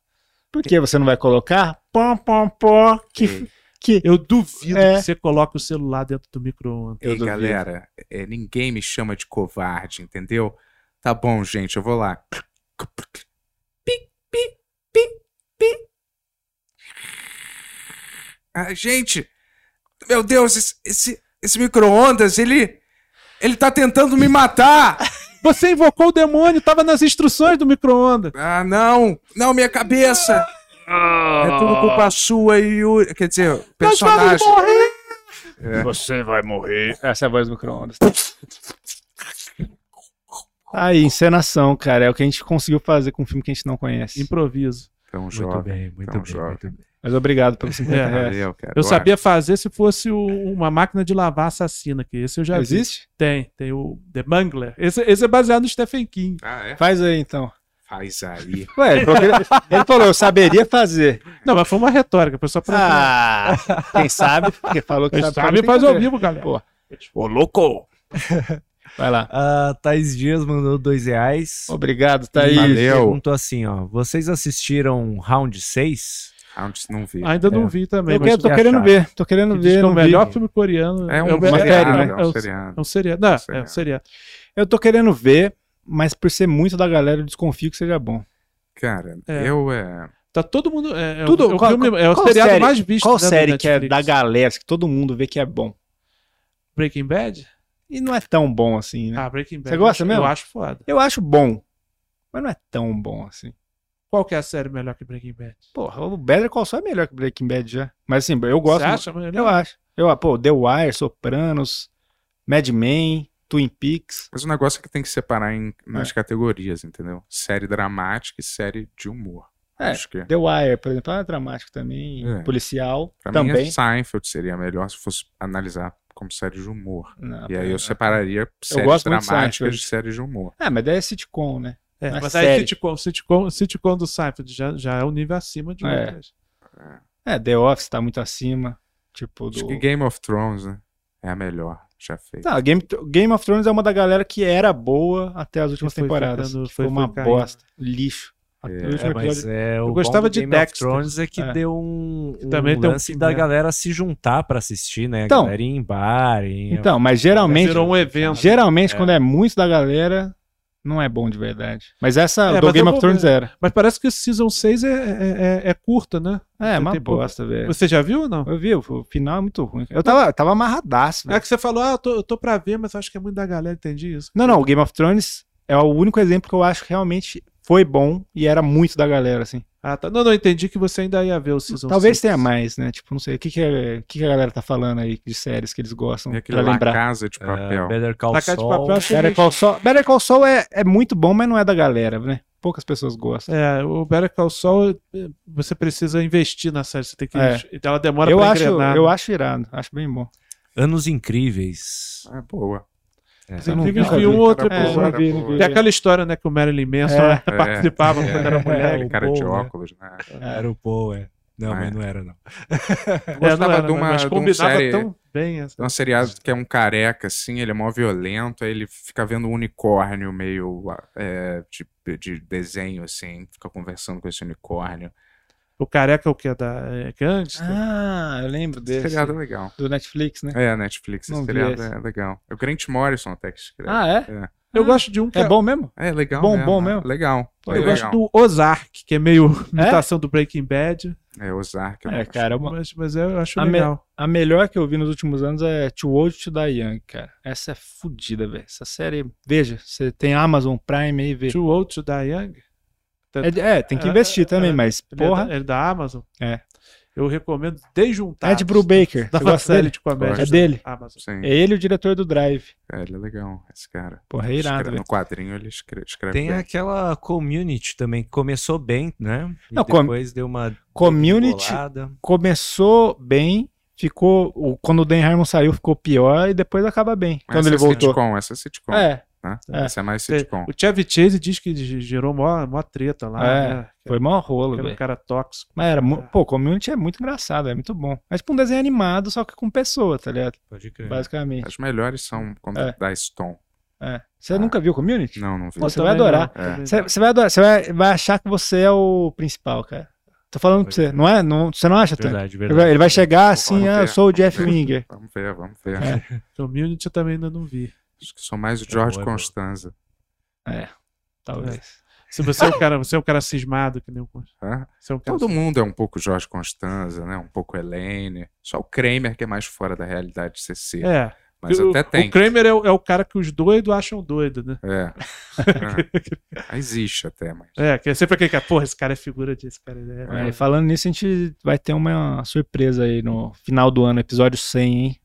[SPEAKER 2] Por que você não vai colocar? Pom, pom, pom, que,
[SPEAKER 1] Ei,
[SPEAKER 2] que...
[SPEAKER 4] Eu duvido
[SPEAKER 2] É.
[SPEAKER 4] que você coloque o celular dentro do micro-ondas.
[SPEAKER 2] Eu
[SPEAKER 1] ei,
[SPEAKER 2] duvido.
[SPEAKER 1] galera, é, ninguém me chama de covarde, entendeu? Tá bom, gente, eu vou lá. Pi, pi, pi, pi. Ah, gente, meu Deus, esse, esse, esse micro-ondas, ele. Ele tá tentando me matar!
[SPEAKER 4] Você invocou o demônio, tava nas instruções do micro-ondas.
[SPEAKER 1] Ah, não! Não, minha cabeça! É tudo
[SPEAKER 2] Ah,
[SPEAKER 1] culpa sua e o. Quer dizer, personagem.
[SPEAKER 2] Você vai morrer. Essa é a voz do micro-ondas. Aí, encenação, cara. É o que a gente conseguiu fazer com um filme que a gente não conhece.
[SPEAKER 4] Improviso.
[SPEAKER 1] Tão
[SPEAKER 3] Muito
[SPEAKER 1] jovem.
[SPEAKER 3] bem, muito
[SPEAKER 1] então,
[SPEAKER 3] bem,
[SPEAKER 1] jovem.
[SPEAKER 3] muito bem.
[SPEAKER 2] Mas obrigado pelos 50
[SPEAKER 4] É,
[SPEAKER 2] reais.
[SPEAKER 1] Valeu, cara.
[SPEAKER 4] Eu sabia fazer se fosse o- uma máquina de lavar assassina, que esse eu já vi.
[SPEAKER 2] Existe?
[SPEAKER 4] Tem, tem o The Mangler. Esse, esse é baseado no Stephen King.
[SPEAKER 1] Ah, é?
[SPEAKER 2] Faz aí, então.
[SPEAKER 1] Faz aí.
[SPEAKER 2] Ué, ele falou, que ele- ele falou, eu saberia fazer.
[SPEAKER 4] Não, mas foi uma retórica, foi só pra.
[SPEAKER 2] Ah, quem sabe? Porque falou que
[SPEAKER 4] Quem
[SPEAKER 2] sabe.
[SPEAKER 4] sabe
[SPEAKER 2] tem
[SPEAKER 4] faz
[SPEAKER 2] que
[SPEAKER 4] ao
[SPEAKER 2] ver.
[SPEAKER 4] vivo, galera.
[SPEAKER 2] Pô.
[SPEAKER 10] Ô, louco!
[SPEAKER 2] Vai lá.
[SPEAKER 3] A Thaís Dias mandou dois reais.
[SPEAKER 2] Obrigado, tá Thaís.
[SPEAKER 1] Valeu.
[SPEAKER 3] Perguntou assim, ó. Vocês assistiram Round 6?
[SPEAKER 1] Antes não vi.
[SPEAKER 4] Ainda não
[SPEAKER 3] É.
[SPEAKER 4] vi também.
[SPEAKER 2] Eu
[SPEAKER 4] mas
[SPEAKER 2] quero- tô
[SPEAKER 4] diz
[SPEAKER 2] querendo ver. Tô querendo
[SPEAKER 4] que
[SPEAKER 2] ver.
[SPEAKER 4] é o
[SPEAKER 2] Não vi.
[SPEAKER 4] melhor filme coreano.
[SPEAKER 1] É um,
[SPEAKER 4] o-
[SPEAKER 2] uma série,
[SPEAKER 1] seriado, é
[SPEAKER 2] né?
[SPEAKER 1] um
[SPEAKER 4] É
[SPEAKER 1] seriado.
[SPEAKER 4] um seriado. Não, é um
[SPEAKER 1] Seriado.
[SPEAKER 4] seriado.
[SPEAKER 2] Eu tô querendo ver, mas por ser muito da galera, eu desconfio que seja bom.
[SPEAKER 1] Cara,
[SPEAKER 4] É.
[SPEAKER 1] eu é.
[SPEAKER 4] Tá todo mundo. É, é o-
[SPEAKER 2] Tudo-
[SPEAKER 4] é o,
[SPEAKER 2] qual-
[SPEAKER 4] filme- é o
[SPEAKER 2] qual
[SPEAKER 4] seriado
[SPEAKER 2] série-
[SPEAKER 4] mais visto.
[SPEAKER 2] Qual
[SPEAKER 4] né, do
[SPEAKER 2] série que é
[SPEAKER 4] Netflix?
[SPEAKER 2] da galera, que todo mundo vê que é bom?
[SPEAKER 4] Breaking Bad?
[SPEAKER 2] E não é tão bom assim, né?
[SPEAKER 4] Ah, Breaking Bad.
[SPEAKER 2] Você gosta
[SPEAKER 4] eu acho-
[SPEAKER 2] mesmo?
[SPEAKER 4] Eu acho foda.
[SPEAKER 2] Eu acho bom, mas não é tão bom assim.
[SPEAKER 4] Qual que é a série melhor que Breaking Bad?
[SPEAKER 2] Porra, o Better Call Saul é melhor que Breaking Bad já. Mas assim, eu gosto.
[SPEAKER 4] Você acha é melhor?
[SPEAKER 2] Eu acho. Eu, ah, pô, The Wire, Sopranos, Mad Men, Twin Peaks.
[SPEAKER 1] Mas o negócio é que tem que separar em,
[SPEAKER 2] É.
[SPEAKER 1] nas categorias, entendeu? Série dramática e série de humor.
[SPEAKER 2] É,
[SPEAKER 1] Acho que.
[SPEAKER 2] The Wire, por exemplo, é dramático também,
[SPEAKER 1] É.
[SPEAKER 2] policial
[SPEAKER 1] Pra
[SPEAKER 2] também.
[SPEAKER 1] mim, é Seinfeld seria melhor se fosse analisar como série de humor.
[SPEAKER 2] Não,
[SPEAKER 1] E
[SPEAKER 2] pra-
[SPEAKER 1] aí eu separaria séries
[SPEAKER 2] É. gosto muito de
[SPEAKER 1] dramáticas
[SPEAKER 2] Seinfeld.
[SPEAKER 1] de séries de humor.
[SPEAKER 2] Ah, mas daí é sitcom, né?
[SPEAKER 4] É,
[SPEAKER 2] Não é
[SPEAKER 4] mas aí
[SPEAKER 2] série.
[SPEAKER 4] sitcom, sitcom, sitcom do Seinfeld já, já é um nível acima de
[SPEAKER 2] É.
[SPEAKER 4] outras.
[SPEAKER 2] É, The Office tá muito acima, tipo do...
[SPEAKER 1] Acho que Game of Thrones, né? É a melhor já feita.
[SPEAKER 2] Não, Game, Game of Thrones é uma da galera que era boa até as últimas
[SPEAKER 4] Que foi
[SPEAKER 2] temporadas.
[SPEAKER 4] ficando-
[SPEAKER 2] que
[SPEAKER 4] foi-
[SPEAKER 2] foi, uma
[SPEAKER 4] foi caindo.
[SPEAKER 2] bosta, lixo.
[SPEAKER 5] Até o
[SPEAKER 3] É,
[SPEAKER 5] último
[SPEAKER 3] mas
[SPEAKER 5] episódio.
[SPEAKER 3] é, o
[SPEAKER 4] Eu gostava
[SPEAKER 3] bom do
[SPEAKER 4] de
[SPEAKER 3] Game
[SPEAKER 4] Dexter.
[SPEAKER 3] of Thrones é que
[SPEAKER 5] É.
[SPEAKER 3] deu um, um
[SPEAKER 4] também tem um
[SPEAKER 3] lance
[SPEAKER 4] fim,
[SPEAKER 3] da
[SPEAKER 4] né?
[SPEAKER 3] galera se juntar pra assistir, né? A
[SPEAKER 2] Então.
[SPEAKER 3] galera ir em bar, em...
[SPEAKER 2] Então, mas geralmente,
[SPEAKER 4] Virou um evento.
[SPEAKER 2] geralmente
[SPEAKER 3] assim, É.
[SPEAKER 2] quando é muito da galera, não é bom de verdade. Mas essa
[SPEAKER 4] É,
[SPEAKER 2] do
[SPEAKER 4] mas
[SPEAKER 2] Game
[SPEAKER 4] eu
[SPEAKER 2] of
[SPEAKER 4] vou
[SPEAKER 2] Thrones
[SPEAKER 4] ver.
[SPEAKER 2] era.
[SPEAKER 4] Mas parece que Season 6 é, é, é- é curta, né?
[SPEAKER 2] É,
[SPEAKER 4] Tem
[SPEAKER 2] uma
[SPEAKER 4] pouco.
[SPEAKER 2] bosta, velho.
[SPEAKER 4] Você já viu ou não?
[SPEAKER 2] Eu vi, o final é muito ruim. Eu tava, tava amarradaço,
[SPEAKER 4] É
[SPEAKER 2] velho.
[SPEAKER 4] que você falou, ah, eu tô, eu tô pra ver, mas eu acho que é muito da galera, entendi isso.
[SPEAKER 2] Não, não, o Game of Thrones é o único exemplo que eu acho que realmente foi bom e era muito da galera, assim.
[SPEAKER 4] Ah, tá. Não, não, entendi que você ainda ia ver o Season
[SPEAKER 2] Talvez
[SPEAKER 4] 6.
[SPEAKER 2] tenha mais, né? Tipo, não sei, o que que, é- o que que a galera tá falando aí de séries que eles gostam
[SPEAKER 1] É
[SPEAKER 2] pra
[SPEAKER 1] aquele lá,
[SPEAKER 2] lembrar?
[SPEAKER 1] Casa de
[SPEAKER 3] é,
[SPEAKER 1] Papel.
[SPEAKER 3] Better Call
[SPEAKER 4] Na Casa de
[SPEAKER 3] Saul.
[SPEAKER 4] Papel, eu achei
[SPEAKER 2] Better
[SPEAKER 4] meio-
[SPEAKER 2] Call Saul, Better Call Saul é, é muito bom, mas não é da galera, né? Poucas pessoas gostam.
[SPEAKER 4] É, o Better Call Saul, eh, você precisa investir na série, você tem que...
[SPEAKER 2] É.
[SPEAKER 4] Ela demora
[SPEAKER 2] eu
[SPEAKER 4] pra
[SPEAKER 2] acho,
[SPEAKER 4] engrenar. né?
[SPEAKER 2] eu acho irado, acho bem bom.
[SPEAKER 3] Anos Incríveis.
[SPEAKER 1] Ah, boa.
[SPEAKER 2] Eu não
[SPEAKER 4] Incríveis
[SPEAKER 2] vi,
[SPEAKER 4] vi um
[SPEAKER 1] Cara,
[SPEAKER 4] outro
[SPEAKER 1] boa,
[SPEAKER 4] episódio.
[SPEAKER 2] eu não vi,
[SPEAKER 1] boa.
[SPEAKER 2] não vi.
[SPEAKER 4] Tem aquela história, né, que o Marilyn Manson
[SPEAKER 2] É.
[SPEAKER 4] né, participava quando era mulher. É,
[SPEAKER 1] Aquele cara de
[SPEAKER 3] Paul, né?
[SPEAKER 1] óculos, né?
[SPEAKER 3] Era o Paul, é. Não,
[SPEAKER 1] Ah,
[SPEAKER 3] mas
[SPEAKER 1] é.
[SPEAKER 3] não era, não.
[SPEAKER 4] É,
[SPEAKER 1] Gostava
[SPEAKER 4] não era,
[SPEAKER 2] né?
[SPEAKER 1] de uma-
[SPEAKER 4] mas
[SPEAKER 1] de um
[SPEAKER 4] combinava
[SPEAKER 1] série-
[SPEAKER 4] tão bem. Essa.
[SPEAKER 1] Tem uma seriado que é um careca, assim, ele é mó violento, aí ele fica vendo um unicórnio meio é, de, de desenho, assim, fica conversando com esse unicórnio.
[SPEAKER 4] O careca é o que? Da é gangster?
[SPEAKER 2] Ah, eu lembro
[SPEAKER 1] Esse seriado é legal.
[SPEAKER 2] Do Netflix, né?
[SPEAKER 1] É, Netflix, esse
[SPEAKER 2] Não vi
[SPEAKER 1] seriado
[SPEAKER 2] esse.
[SPEAKER 1] é legal. É o Grant Morrison até que escreve.
[SPEAKER 2] Ah, é?
[SPEAKER 4] eu gosto de um que
[SPEAKER 2] É bom mesmo?
[SPEAKER 1] é legal
[SPEAKER 2] Bom,
[SPEAKER 1] mesmo.
[SPEAKER 2] bom
[SPEAKER 1] é
[SPEAKER 2] mesmo?
[SPEAKER 1] Legal.
[SPEAKER 2] Pô,
[SPEAKER 1] é
[SPEAKER 4] Eu
[SPEAKER 1] legal.
[SPEAKER 4] gosto do Ozark, que é meio
[SPEAKER 2] É?
[SPEAKER 4] imitação do Breaking Bad,
[SPEAKER 1] É, Ozark. eu
[SPEAKER 2] É,
[SPEAKER 1] gosto.
[SPEAKER 2] cara, uma-
[SPEAKER 4] mas, mas eu acho
[SPEAKER 2] A me-
[SPEAKER 4] legal.
[SPEAKER 2] a melhor que eu vi nos últimos anos é Too Old to Die Young, cara. Essa é fodida, velho. Essa série, veja, você tem Amazon Prime aí, vê.
[SPEAKER 4] Too Old to Die Young.
[SPEAKER 2] É, de- é, tem que investir também, mas,
[SPEAKER 4] Ele é
[SPEAKER 2] porra,
[SPEAKER 4] da- ele é da Amazon.
[SPEAKER 2] É.
[SPEAKER 4] Eu recomendo desjuntar.
[SPEAKER 2] Ed Brubaker.
[SPEAKER 4] Da
[SPEAKER 2] Você gosta
[SPEAKER 4] série
[SPEAKER 2] dele?
[SPEAKER 4] de comédia.
[SPEAKER 2] É dele.
[SPEAKER 4] da Amazon.
[SPEAKER 1] Sim,
[SPEAKER 2] É ele o diretor do Drive.
[SPEAKER 1] é, ele é legal, esse cara.
[SPEAKER 2] Porra, é irado,
[SPEAKER 1] Escreve-
[SPEAKER 2] velho.
[SPEAKER 1] no quadrinho ele escreve, escreve
[SPEAKER 3] Tem
[SPEAKER 1] bem.
[SPEAKER 3] aquela Community também, que começou bem, né? E
[SPEAKER 2] Não, com-
[SPEAKER 3] depois deu uma
[SPEAKER 2] Community
[SPEAKER 3] bolada.
[SPEAKER 2] começou bem, ficou. o- Quando o Dan Harmon saiu, ficou pior e depois acaba bem. Quando
[SPEAKER 1] essa
[SPEAKER 2] ele
[SPEAKER 1] é
[SPEAKER 2] voltou.
[SPEAKER 1] Sitcom, essa é sitcom,
[SPEAKER 2] É,
[SPEAKER 1] né?
[SPEAKER 2] é.
[SPEAKER 1] Essa é mais sitcom.
[SPEAKER 4] O Chevy Chase diz que g- gerou mó, mó treta lá,
[SPEAKER 2] É,
[SPEAKER 4] né? Que
[SPEAKER 2] foi mó rolo,
[SPEAKER 4] era um
[SPEAKER 2] velho.
[SPEAKER 4] cara tóxico.
[SPEAKER 2] Mas era. mu- Pô, community é muito engraçado, é muito bom. É tipo um desenho animado, só que com pessoa, tá ligado?
[SPEAKER 3] Pode crer.
[SPEAKER 2] Basicamente.
[SPEAKER 1] As melhores são quando
[SPEAKER 2] É.
[SPEAKER 1] da Stone.
[SPEAKER 2] É. Você
[SPEAKER 1] Ah.
[SPEAKER 2] nunca viu community?
[SPEAKER 1] Não, não vi.
[SPEAKER 2] Você
[SPEAKER 4] Eu
[SPEAKER 2] vai
[SPEAKER 4] também não,
[SPEAKER 2] adorar.
[SPEAKER 1] É.
[SPEAKER 4] também não.
[SPEAKER 2] Você é- você vai adorar, você vai, vai achar que você é o principal, cara. Tô falando pra
[SPEAKER 3] Pode
[SPEAKER 2] você,
[SPEAKER 3] crer.
[SPEAKER 2] não é? Não, você não acha, Tânia? é.
[SPEAKER 3] Verdade,
[SPEAKER 2] Ele vai-
[SPEAKER 3] verdade.
[SPEAKER 2] ele vai chegar assim,
[SPEAKER 1] Vamos
[SPEAKER 2] ah,
[SPEAKER 1] ver,
[SPEAKER 2] eu sou o
[SPEAKER 1] vamos
[SPEAKER 2] Jeff
[SPEAKER 1] ver.
[SPEAKER 2] Winger.
[SPEAKER 1] Vamos ver, vamos ver.
[SPEAKER 2] É.
[SPEAKER 4] Community eu também ainda não vi.
[SPEAKER 1] Acho que sou mais o George
[SPEAKER 3] boa, é boa.
[SPEAKER 1] Constanza.
[SPEAKER 2] Talvez.
[SPEAKER 4] Se você é um cara, você é um cara cismado, que nem o.
[SPEAKER 1] tá?
[SPEAKER 4] Você é um cara
[SPEAKER 1] Todo mundo é um pouco Jorge Constanza, né? Um pouco Helene. Só o Kramer que é mais fora da realidade CC.
[SPEAKER 4] É.
[SPEAKER 1] Mas
[SPEAKER 4] o,
[SPEAKER 1] até tem.
[SPEAKER 4] O Kramer é o, é o cara que os doidos acham doido, né?
[SPEAKER 1] É. É. Existe até, mas.
[SPEAKER 4] É, que é sempre aquele cara, porra, esse cara é figura disso, cara. ele é-
[SPEAKER 2] Aí, falando nisso, a gente vai ter uma surpresa aí no final do ano, episódio 100, hein?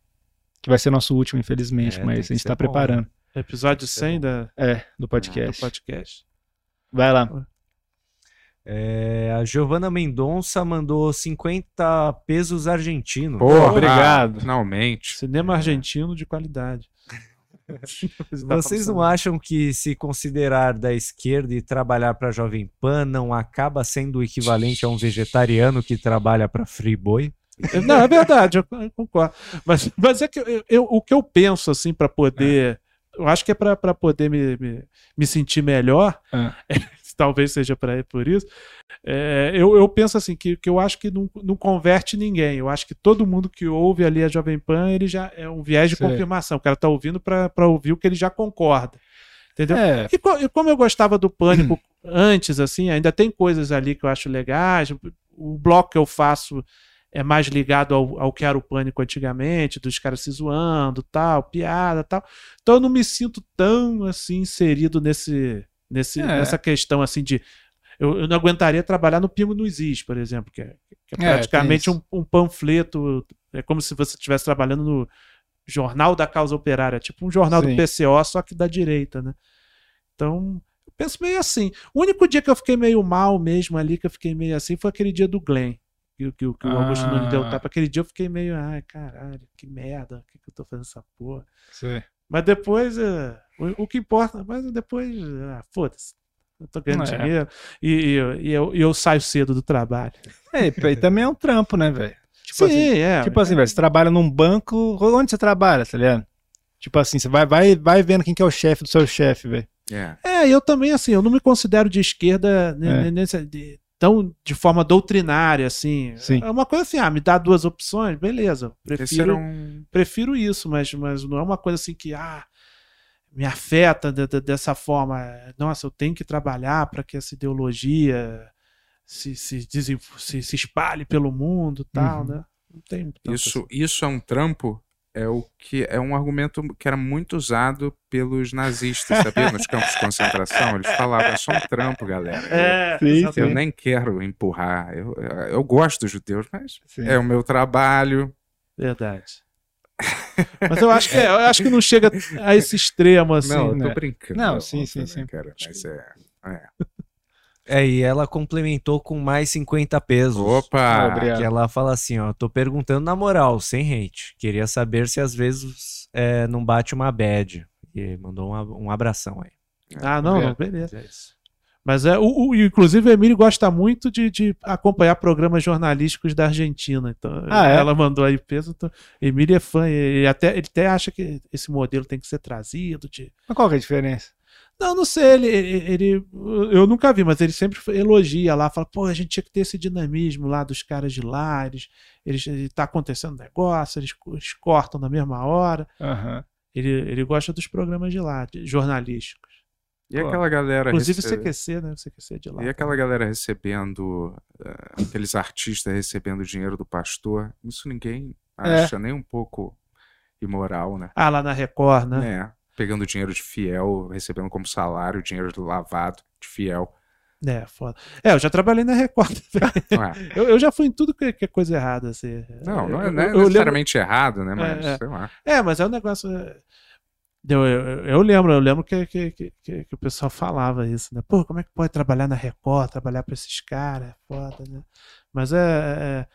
[SPEAKER 2] Que vai ser nosso último, infelizmente,
[SPEAKER 3] É, tem
[SPEAKER 2] mas
[SPEAKER 3] que
[SPEAKER 2] a gente
[SPEAKER 3] ser
[SPEAKER 2] tá
[SPEAKER 3] bom,
[SPEAKER 2] preparando.
[SPEAKER 1] É.
[SPEAKER 4] Episódio 100 da,
[SPEAKER 2] É, do
[SPEAKER 4] do
[SPEAKER 2] podcast.
[SPEAKER 4] podcast.
[SPEAKER 2] Vai lá.
[SPEAKER 3] É, a Giovanna Mendonça mandou 50 pesos argentinos.
[SPEAKER 1] Porra,
[SPEAKER 2] obrigado.
[SPEAKER 1] Finalmente.
[SPEAKER 4] Cinema argentino de qualidade. tá
[SPEAKER 3] Vocês não acham que se considerar da esquerda e trabalhar para Jovem Pan não acaba sendo o equivalente a um vegetariano que trabalha para Friboi?
[SPEAKER 4] Não, é verdade, eu eu concordo. Mas, mas é que eu, eu- o que eu penso, assim, pra poder. Eu acho que é pra pra poder me, me, me sentir melhor. Talvez seja pra, por isso. É, eu, eu penso assim, que, que eu acho que não, não converte ninguém. Eu acho que todo mundo que ouve ali a Jovem Pan, ele já é um viés de
[SPEAKER 2] Sei.
[SPEAKER 4] confirmação. O cara tá ouvindo pra pra ouvir o que ele já concorda. Entendeu?
[SPEAKER 2] É, Hum.
[SPEAKER 4] E, co- e como eu gostava do Pânico antes, assim, ainda tem coisas ali que eu acho legais. O bloco que eu faço é mais ligado ao, ao que era o Pânico antigamente, dos caras se zoando, tal, piada, tal. Então eu não me sinto tão, assim, inserido nesse, nesse,
[SPEAKER 2] É.
[SPEAKER 4] nessa questão, assim, de... Eu, eu não aguentaria trabalhar no Pingo nos Is, por exemplo, que é, que é
[SPEAKER 2] É,
[SPEAKER 4] praticamente
[SPEAKER 2] tem
[SPEAKER 4] um, um panfleto. É como se você estivesse trabalhando no Jornal da Causa Operária, tipo um jornal
[SPEAKER 2] Sim.
[SPEAKER 4] do PCO, só que da direita, né? Então, eu penso meio assim. O único dia que eu fiquei meio mal mesmo ali, que eu fiquei meio assim, foi aquele dia do Glenn. Que, que, que o
[SPEAKER 2] Ah.
[SPEAKER 4] Augusto não deu tapa. Aquele dia eu fiquei meio, ai, caralho, que merda, o que, que eu tô fazendo essa porra?
[SPEAKER 2] sei.
[SPEAKER 4] Mas depois, eh, o, o que importa, mas depois, ah, foda-se. Eu tô ganhando
[SPEAKER 2] É.
[SPEAKER 4] dinheiro e, e eu- e eu, e eu saio cedo do trabalho.
[SPEAKER 2] É, e e também é um trampo, né, velho? Tipo
[SPEAKER 4] Sim,
[SPEAKER 2] assim,
[SPEAKER 4] é.
[SPEAKER 2] tipo assim, velho, você trabalha num banco, onde você trabalha, tá ligado? Tipo assim, você vai, vai, vai vendo quem que é o chefe do seu chefe, velho.
[SPEAKER 1] É.
[SPEAKER 4] É, eu também, assim, eu não me considero de esquerda né,
[SPEAKER 2] É.
[SPEAKER 4] né, nesse- de- tão de forma doutrinária, assim.
[SPEAKER 2] Sim.
[SPEAKER 4] É uma coisa assim, ah, me dá duas opções, beleza. eu
[SPEAKER 1] Esse era
[SPEAKER 4] Prefiro,
[SPEAKER 1] um.
[SPEAKER 4] prefiro isso, mas, mas não é uma coisa assim que, ah, me afeta de- de- dessa forma. Nossa, eu tenho que trabalhar para que essa ideologia se, se, desen- se, se espalhe pelo mundo e tal,
[SPEAKER 2] Uhum.
[SPEAKER 4] né? Não tem tanto
[SPEAKER 1] Isso, isso é um trampo. É o que é um argumento que era muito usado pelos nazistas, sabia? Nos campos de concentração. Eles falavam, é só um trampo, galera.
[SPEAKER 4] assim. É,
[SPEAKER 2] Sim,
[SPEAKER 4] exatamente.
[SPEAKER 1] Eu nem quero empurrar. Eu, eu gosto dos judeus, mas
[SPEAKER 2] Sim.
[SPEAKER 1] é o meu trabalho.
[SPEAKER 4] Verdade. Mas eu acho que, é, eu acho que não chega a esse extremo, assim.
[SPEAKER 1] não, eu tô
[SPEAKER 2] né?
[SPEAKER 1] brincando.
[SPEAKER 2] Não,
[SPEAKER 1] é
[SPEAKER 2] sim,
[SPEAKER 1] óbvio,
[SPEAKER 2] sim,
[SPEAKER 1] né,
[SPEAKER 2] sim.
[SPEAKER 1] Cara, mas é.
[SPEAKER 3] É, e ela complementou com mais 50 pesos.
[SPEAKER 1] Opa!
[SPEAKER 2] Obrigado.
[SPEAKER 3] Que ela fala assim, ó, tô perguntando na moral, sem hate. Queria saber se às vezes é, não bate uma bad. E mandou um, a- um abração aí.
[SPEAKER 4] Ah, não, não,
[SPEAKER 2] Obrigado.
[SPEAKER 4] beleza.
[SPEAKER 1] É
[SPEAKER 4] Mas é, o, o- inclusive o Emílio gosta muito de, de acompanhar programas jornalísticos da Argentina. Então,
[SPEAKER 2] Ah, é?
[SPEAKER 4] ela mandou aí peso. Então, Emílio é fã, e, e até, ele até acha que esse modelo tem que ser trazido. De...
[SPEAKER 2] Mas qual que é a diferença?
[SPEAKER 4] Não, não sei, ele, ele- ele- Eu nunca vi, mas ele sempre elogia lá, fala, pô, a gente tinha que ter esse dinamismo lá dos caras de lá, eles, eles, ele tá acontecendo negócio, eles, co- eles cortam na mesma hora.
[SPEAKER 2] Aham.
[SPEAKER 4] Ele, ele gosta dos programas de lá, de- jornalísticos.
[SPEAKER 1] E aquela galera.
[SPEAKER 4] Inclusive o
[SPEAKER 1] rece-
[SPEAKER 4] CQC, né? O CQC de lá.
[SPEAKER 1] E aquela galera recebendo, eh, aqueles artistas recebendo dinheiro do pastor, isso ninguém
[SPEAKER 2] É.
[SPEAKER 1] acha nem um pouco imoral, né?
[SPEAKER 4] Ah, lá na Record, né?
[SPEAKER 1] É, pegando dinheiro de fiel, recebendo como salário, dinheiro lavado de fiel.
[SPEAKER 4] É, foda. É, eu já trabalhei na Record. também.
[SPEAKER 1] Não, é,
[SPEAKER 4] eu, eu já fui em tudo que, que é coisa errada, assim.
[SPEAKER 1] não, não é,
[SPEAKER 4] Eu-
[SPEAKER 1] não é
[SPEAKER 4] eu- eu lembro-
[SPEAKER 1] necessariamente errado, né? Mas,
[SPEAKER 4] É, é.
[SPEAKER 1] sei lá.
[SPEAKER 4] É, mas é um negócio. é, Eu, eu, eu lembro, eu lembro que, que, que, que- que o pessoal falava isso, né? Pô, como é que pode trabalhar na Record, trabalhar pra esses caras? É Foda, né? Mas é. é-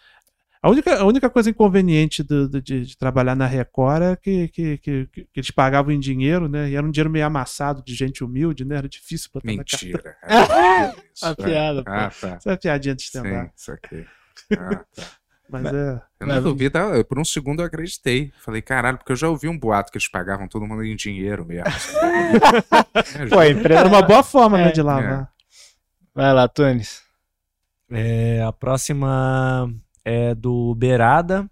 [SPEAKER 4] a, única, a única coisa inconveniente do- do- de, de trabalhar na Record é que, que, que, que- que eles pagavam em dinheiro, né? E era um dinheiro meio amassado de gente humilde, né? Era difícil botar na carteira.
[SPEAKER 1] Mentira. É, isso,
[SPEAKER 2] A
[SPEAKER 1] é.
[SPEAKER 2] piada, pô.
[SPEAKER 1] Ah, tá.
[SPEAKER 4] Isso é piadinha de
[SPEAKER 1] Sim,
[SPEAKER 4] stand-up.
[SPEAKER 1] isso aqui. Ah, tá.
[SPEAKER 4] Mas é.
[SPEAKER 1] Eu não duvido, eu- por um segundo eu acreditei. Falei, caralho, porque eu já ouvi um boato que eles pagavam todo mundo em dinheiro mesmo. assim. É,
[SPEAKER 2] Pô, a empresa...
[SPEAKER 4] Era uma boa forma, né,
[SPEAKER 2] É.
[SPEAKER 4] de lavar.
[SPEAKER 2] Vai lá, Tunis.
[SPEAKER 3] É, a próxima é do Berada.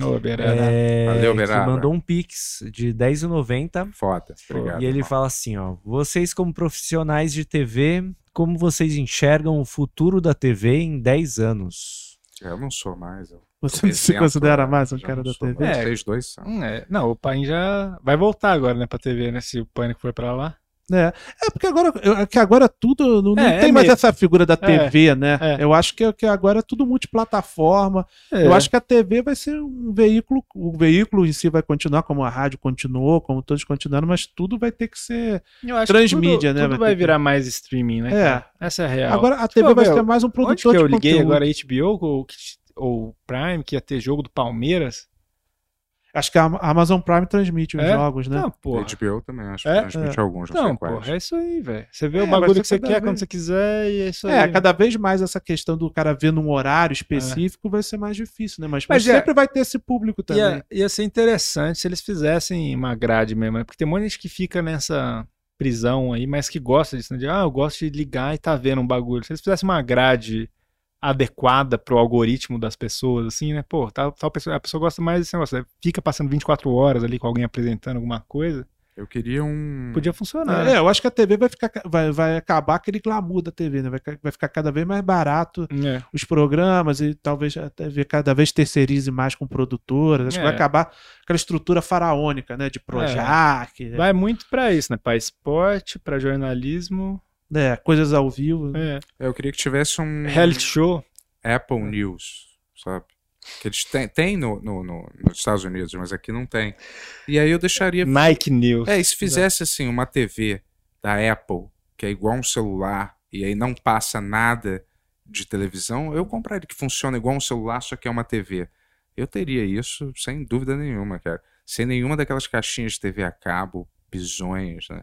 [SPEAKER 2] Ô, Berana.
[SPEAKER 3] é,
[SPEAKER 1] Valeu,
[SPEAKER 3] que
[SPEAKER 1] Berada.
[SPEAKER 3] mandou um pix de R$10,90.
[SPEAKER 1] Foda, obrigado.
[SPEAKER 3] E ele
[SPEAKER 1] irmão.
[SPEAKER 3] fala assim, ó, vocês como profissionais de TV, como vocês enxergam o futuro da TV em 10 anos?
[SPEAKER 1] Eu não sou mais. Eu...
[SPEAKER 4] Você não se
[SPEAKER 1] Exemplo,
[SPEAKER 4] considera
[SPEAKER 1] né?
[SPEAKER 4] mais um
[SPEAKER 1] Já
[SPEAKER 4] cara
[SPEAKER 1] não
[SPEAKER 4] da
[SPEAKER 1] sou
[SPEAKER 4] TV?
[SPEAKER 1] mais.
[SPEAKER 2] É.
[SPEAKER 1] Vocês dois são.
[SPEAKER 2] Hum, é. Não, o Pain já vai voltar agora, né, pra TV, né? Se o Pânico for pra lá.
[SPEAKER 4] É, porque agora, eu- é que agora tudo. Não, não
[SPEAKER 2] É, é
[SPEAKER 4] tem mais
[SPEAKER 2] mesmo.
[SPEAKER 4] essa figura da TV, né?
[SPEAKER 2] é.
[SPEAKER 4] Eu acho que, que agora é tudo multiplataforma. Eu acho que a TV vai ser um veículo. O veículo em si vai continuar, como a rádio continuou, como todos continuaram, mas tudo vai ter que ser.
[SPEAKER 2] Eu acho que
[SPEAKER 4] transmídia,
[SPEAKER 2] tudo,
[SPEAKER 4] né,
[SPEAKER 2] Tudo
[SPEAKER 4] vai
[SPEAKER 2] vai
[SPEAKER 4] ter que-
[SPEAKER 2] virar mais streaming, né?
[SPEAKER 4] É.
[SPEAKER 2] cara? Essa é a real.
[SPEAKER 4] Agora a TV
[SPEAKER 2] eu
[SPEAKER 4] vai
[SPEAKER 2] ver,
[SPEAKER 4] ser mais um
[SPEAKER 2] Onde
[SPEAKER 4] produtor
[SPEAKER 2] que eu
[SPEAKER 4] de
[SPEAKER 2] liguei
[SPEAKER 4] conteúdo.
[SPEAKER 2] agora HBO ou, ou Prime, que ia ter jogo do Palmeiras?
[SPEAKER 4] Acho que a Am- a Amazon Prime transmite os
[SPEAKER 2] É?
[SPEAKER 4] jogos, né?
[SPEAKER 2] Não, porra.
[SPEAKER 1] HBO também, acho
[SPEAKER 2] É?
[SPEAKER 1] que transmite alguns, não,
[SPEAKER 2] Não,
[SPEAKER 1] sei quais.
[SPEAKER 2] porra, é isso aí, velho. Você vê
[SPEAKER 4] É,
[SPEAKER 2] o bagulho
[SPEAKER 4] vai
[SPEAKER 2] que
[SPEAKER 4] ser
[SPEAKER 2] você
[SPEAKER 4] cada
[SPEAKER 2] quer
[SPEAKER 4] vez-
[SPEAKER 2] quando você quiser e é isso
[SPEAKER 4] É,
[SPEAKER 2] aí.
[SPEAKER 4] cada vez mais essa questão do cara ver num horário específico vai ser mais difícil, né? Mas, mas
[SPEAKER 2] Mas é-
[SPEAKER 4] sempre vai ter esse público também.
[SPEAKER 2] Ia, ia ser interessante se eles fizessem uma grade mesmo, né? porque tem um monte de gente que fica nessa prisão aí, mas que gosta disso, né? De, ah, eu gosto de ligar e tá vendo um bagulho. Se eles fizessem uma grade adequada pro algoritmo das pessoas, assim, né? Pô, tal, tal pessoa, a pessoa gosta mais desse negócio, né? fica passando 24 horas ali com alguém apresentando alguma coisa,
[SPEAKER 1] Eu queria um.
[SPEAKER 2] podia funcionar.
[SPEAKER 4] É, eu acho que a TV vai, ficar, vai, vai acabar aquele glamour da TV, né? Vai, ca- vai ficar cada vez mais barato
[SPEAKER 2] né? É.
[SPEAKER 4] os programas e talvez a TV cada vez terceirize mais com produtoras. Acho que vai
[SPEAKER 2] É.
[SPEAKER 4] acabar aquela estrutura faraônica, né? De Projac, né?
[SPEAKER 2] É. Vai muito pra isso, né? Pra esporte, pra jornalismo,
[SPEAKER 4] É, coisas ao vivo.
[SPEAKER 2] é.
[SPEAKER 1] Eu queria que tivesse um
[SPEAKER 2] reality É. show.
[SPEAKER 1] Apple News, sabe? Que eles têm, têm no, no- no- nos Estados Unidos, mas aqui não tem. E aí eu deixaria.
[SPEAKER 2] Nike News.
[SPEAKER 1] É, e se fizesse assim uma TV da Apple, que é igual um celular, e aí não passa nada de televisão, eu compraria que funciona igual um celular, só que é uma TV. Eu teria isso sem dúvida nenhuma, cara. Sem nenhuma daquelas caixinhas de TV a cabo, bizonhas, né?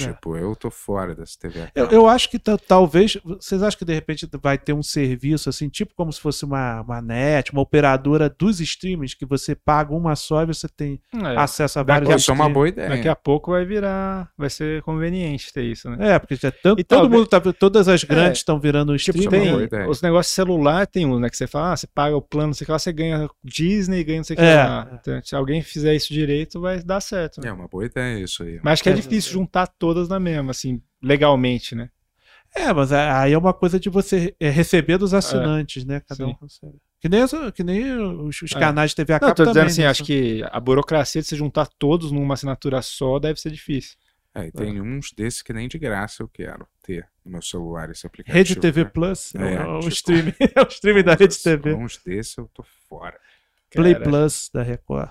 [SPEAKER 2] É.
[SPEAKER 1] Tipo, eu tô fora dessa TV. a
[SPEAKER 4] Eu,
[SPEAKER 1] cabo.
[SPEAKER 4] eu acho que ta- talvez. Vocês acham que de repente vai ter um serviço assim, tipo como se fosse uma, uma net, uma operadora dos streamings, que você paga uma só e você tem
[SPEAKER 2] É,
[SPEAKER 4] acesso a
[SPEAKER 2] Daqui
[SPEAKER 4] vários
[SPEAKER 2] a
[SPEAKER 1] Isso é uma
[SPEAKER 4] streamings.
[SPEAKER 1] boa ideia.
[SPEAKER 2] Daqui a pouco vai virar. Vai ser conveniente ter isso, né?
[SPEAKER 4] É, porque já tanto,
[SPEAKER 2] E
[SPEAKER 4] todo
[SPEAKER 2] talvez- É. Tipo,
[SPEAKER 4] mundo tá. Todas as grandes estão virando streaming.
[SPEAKER 1] tem-
[SPEAKER 4] né?
[SPEAKER 1] boa ideia.
[SPEAKER 2] os negócios de celular tem um, né? Que você fala, ah, você paga o plano, não sei o que lá, você ganha Disney, ganha não sei o que
[SPEAKER 4] É.
[SPEAKER 2] lá. Então, se alguém fizer isso direito, vai dar certo, né?
[SPEAKER 1] É uma boa ideia isso aí.
[SPEAKER 2] Mas acho que é
[SPEAKER 4] É.
[SPEAKER 2] difícil juntar todas na mesma, assim, legalmente, né?
[SPEAKER 4] É, mas a- aí é uma coisa de você é, receber dos assinantes, né? Cada um
[SPEAKER 2] Sim.
[SPEAKER 4] recebe. Que nem, as- que nem os, os
[SPEAKER 2] É.
[SPEAKER 4] canais de TV a
[SPEAKER 2] Não,
[SPEAKER 4] cabo
[SPEAKER 2] eu tô dizendo
[SPEAKER 4] também,
[SPEAKER 2] assim,
[SPEAKER 4] né?
[SPEAKER 2] acho que a burocracia de você juntar todos numa assinatura só deve ser difícil.
[SPEAKER 1] É, e tem uns desses que nem de graça eu quero ter no meu celular esse aplicativo.
[SPEAKER 4] Rede TV
[SPEAKER 1] né?
[SPEAKER 4] Plus, é,
[SPEAKER 1] É,
[SPEAKER 4] o
[SPEAKER 1] tipo-
[SPEAKER 4] streaming, é o streaming da Rede
[SPEAKER 1] Uns-
[SPEAKER 4] TV.
[SPEAKER 1] Uns desses eu tô fora.
[SPEAKER 4] Play
[SPEAKER 2] um Cara,
[SPEAKER 4] Plus da Record.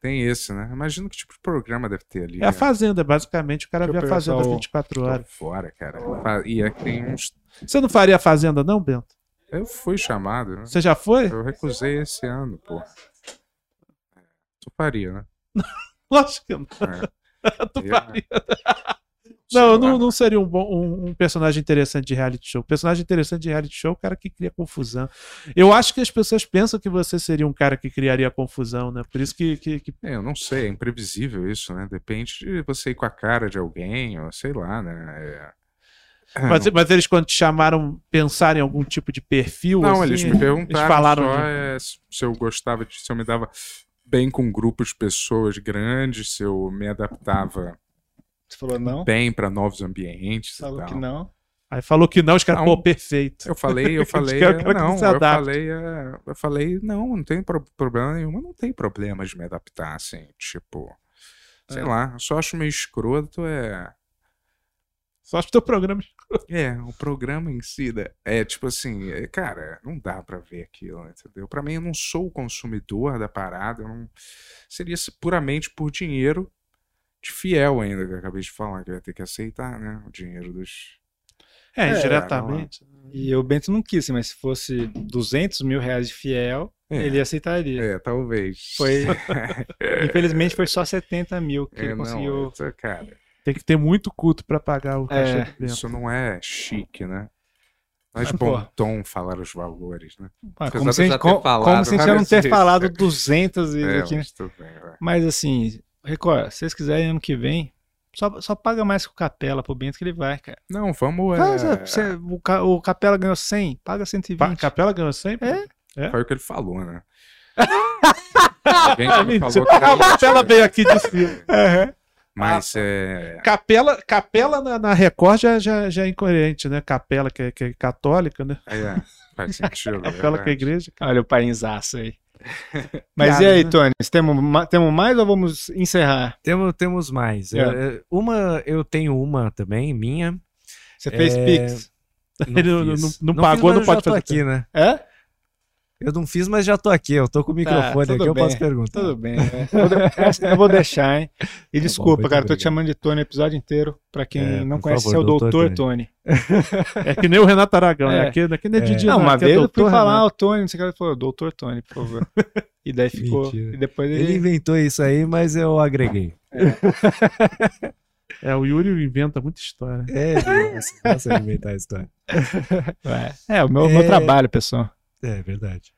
[SPEAKER 1] Tem esse, né? Imagino que tipo de programa deve ter ali.
[SPEAKER 4] É
[SPEAKER 1] né?
[SPEAKER 4] a Fazenda, basicamente. O cara
[SPEAKER 2] Deixa eu
[SPEAKER 4] vê a
[SPEAKER 2] pegar
[SPEAKER 4] Fazenda
[SPEAKER 2] só o-
[SPEAKER 4] 24
[SPEAKER 1] Tô
[SPEAKER 4] horas.
[SPEAKER 1] fora, cara. Fa- E é que tem uns.
[SPEAKER 4] Você não faria a Fazenda, não, Bento?
[SPEAKER 1] Eu fui chamado, né?
[SPEAKER 4] Você já foi?
[SPEAKER 1] Eu recusei esse ano, pô. Tu faria, né?
[SPEAKER 4] Lógico que não.
[SPEAKER 1] É.
[SPEAKER 4] Tu
[SPEAKER 1] Eu-
[SPEAKER 4] faria.
[SPEAKER 1] Sei
[SPEAKER 4] Não,
[SPEAKER 1] lá.
[SPEAKER 4] eu não, não seria um, bom, um, um personagem interessante de reality show. Personagem interessante de reality show é o cara que cria confusão. Eu acho que as pessoas pensam que você seria um cara que criaria confusão, né? Por isso que. que- que-
[SPEAKER 1] É, eu não sei, é imprevisível isso, né? Depende de você ir com a cara de alguém, ou sei lá, né? É...
[SPEAKER 4] Mas, mas eles, quando te chamaram, pensaram em algum tipo de perfil?
[SPEAKER 1] Não,
[SPEAKER 4] assim?
[SPEAKER 1] eles me perguntaram
[SPEAKER 4] eles falaram
[SPEAKER 1] só
[SPEAKER 4] de-
[SPEAKER 1] é, se se eu gostava de. se eu me dava bem com grupos de pessoas grandes, se eu me adaptava
[SPEAKER 2] Você falou não,
[SPEAKER 1] bem para novos ambientes. e
[SPEAKER 2] falou
[SPEAKER 1] tal.
[SPEAKER 2] que não.
[SPEAKER 4] Aí falou que não, os caras,
[SPEAKER 1] Não.
[SPEAKER 4] pô, perfeito.
[SPEAKER 1] Eu falei, eu falei,
[SPEAKER 4] quero- eu quero que
[SPEAKER 1] não,
[SPEAKER 4] você
[SPEAKER 1] eu
[SPEAKER 4] adapte.
[SPEAKER 1] falei, é, eu falei, não, não tem pro- problema nenhum, eu não tem problema de me adaptar, assim, tipo, sei lá, eu só acho meio escroto é,
[SPEAKER 4] Só acho que teu programa.
[SPEAKER 1] é, o programa em si, né? é tipo assim, é, cara, não dá pra ver aquilo, entendeu? Pra mim, eu não sou o consumidor da parada, eu não, seria se- puramente por dinheiro de fiel ainda, que eu acabei de falar, que eu ia ter que aceitar, né, o dinheiro dos...
[SPEAKER 4] É,
[SPEAKER 2] É,
[SPEAKER 4] indiretamente.
[SPEAKER 2] E o Bento não quis, assim, mas se fosse 200 mil reais de fiel,
[SPEAKER 1] É,
[SPEAKER 2] ele aceitaria.
[SPEAKER 1] é talvez.
[SPEAKER 2] Foi, infelizmente foi só 70 mil que
[SPEAKER 1] É,
[SPEAKER 2] ele
[SPEAKER 1] não,
[SPEAKER 2] conseguiu.
[SPEAKER 1] isso, cara...
[SPEAKER 4] Tem que ter muito culto pra pagar o cachê
[SPEAKER 2] É.
[SPEAKER 4] do Bento.
[SPEAKER 1] Isso não é chique, né? Não é
[SPEAKER 2] Ah,
[SPEAKER 1] de
[SPEAKER 2] pô.
[SPEAKER 1] bom tom falar os valores, né?
[SPEAKER 2] Ah,
[SPEAKER 11] Apesar
[SPEAKER 2] como,
[SPEAKER 11] de
[SPEAKER 2] se a
[SPEAKER 11] já
[SPEAKER 2] gente,
[SPEAKER 11] ter
[SPEAKER 2] co-
[SPEAKER 11] falado
[SPEAKER 2] como se a gente já não
[SPEAKER 1] várias
[SPEAKER 2] ter
[SPEAKER 1] vezes.
[SPEAKER 2] falado 200 vezes
[SPEAKER 1] É,
[SPEAKER 2] aqui, né?
[SPEAKER 1] mas tudo bem, vai.
[SPEAKER 2] Mas assim, Record, se vocês quiserem ano que vem, só, só paga mais que o Capela pro Bento que ele vai, cara.
[SPEAKER 1] Não, vamos.
[SPEAKER 2] Faz,
[SPEAKER 1] é,
[SPEAKER 2] é, você- o, Ca- o Capela ganhou 100, paga 120.
[SPEAKER 4] Pa- Capela ganhou sempre?
[SPEAKER 2] É.
[SPEAKER 1] Foi o que ele falou, né? Alguém já me falou que
[SPEAKER 4] A
[SPEAKER 1] era
[SPEAKER 4] Capela
[SPEAKER 1] mentira.
[SPEAKER 4] veio aqui de cima.
[SPEAKER 1] Mas é.
[SPEAKER 4] Capela, capela na, na Record já, já, já é incoerente, né? Capela que é, que é católica, né?
[SPEAKER 1] é, faz sentido.
[SPEAKER 4] Capela que é
[SPEAKER 1] verdade.
[SPEAKER 4] igreja.
[SPEAKER 2] Olha o painzaço aí. Mas e
[SPEAKER 4] Cara,
[SPEAKER 2] aí,
[SPEAKER 4] né?
[SPEAKER 2] Tony? Temos, ma- temos mais ou vamos encerrar?
[SPEAKER 3] Temos, temos mais.
[SPEAKER 2] É.
[SPEAKER 3] Eh, Uma, eu tenho uma também, minha.
[SPEAKER 2] Você fez
[SPEAKER 3] É.
[SPEAKER 2] Pix?
[SPEAKER 3] Não
[SPEAKER 4] Ele não-
[SPEAKER 3] fiz.
[SPEAKER 4] não- não pagou,
[SPEAKER 3] fiz,
[SPEAKER 4] não pode
[SPEAKER 3] mas eu já tô
[SPEAKER 4] fazer
[SPEAKER 3] aqui, né?
[SPEAKER 2] É?
[SPEAKER 3] Eu não fiz, mas já tô aqui. Eu tô com o microfone
[SPEAKER 2] tudo
[SPEAKER 3] aqui, eu
[SPEAKER 2] bem,
[SPEAKER 3] posso perguntar.
[SPEAKER 2] Tudo bem. né? Eu vou de- Essa eu vou deixar, hein? E desculpa,
[SPEAKER 3] Tá muito
[SPEAKER 2] cara, eu tô te
[SPEAKER 3] obrigado.
[SPEAKER 2] chamando de Tony o episódio inteiro. Pra quem
[SPEAKER 3] É,
[SPEAKER 2] não
[SPEAKER 3] por
[SPEAKER 2] conhece,
[SPEAKER 3] favor,
[SPEAKER 2] você é o
[SPEAKER 3] doutor
[SPEAKER 2] doutor Tony.
[SPEAKER 4] É que nem o Renato Aragão, né?
[SPEAKER 2] É.
[SPEAKER 4] Aqui, aqui não é
[SPEAKER 3] É.
[SPEAKER 4] Didi,
[SPEAKER 2] Não,
[SPEAKER 4] não,
[SPEAKER 2] uma
[SPEAKER 4] aqui é
[SPEAKER 2] vez eu fui
[SPEAKER 4] doutor
[SPEAKER 2] falar
[SPEAKER 4] Renato.
[SPEAKER 2] o Tony, não sei o que, ele falou, doutor Tony, por favor. E daí ficou.
[SPEAKER 3] Mentira.
[SPEAKER 2] E depois ele.
[SPEAKER 3] Ele inventou isso aí, mas eu agreguei.
[SPEAKER 4] É, o Yuri inventa muita história.
[SPEAKER 3] É, nossa, nossa, ele inventar a história.
[SPEAKER 2] É, o meu, meu trabalho, pessoal.
[SPEAKER 3] É verdade.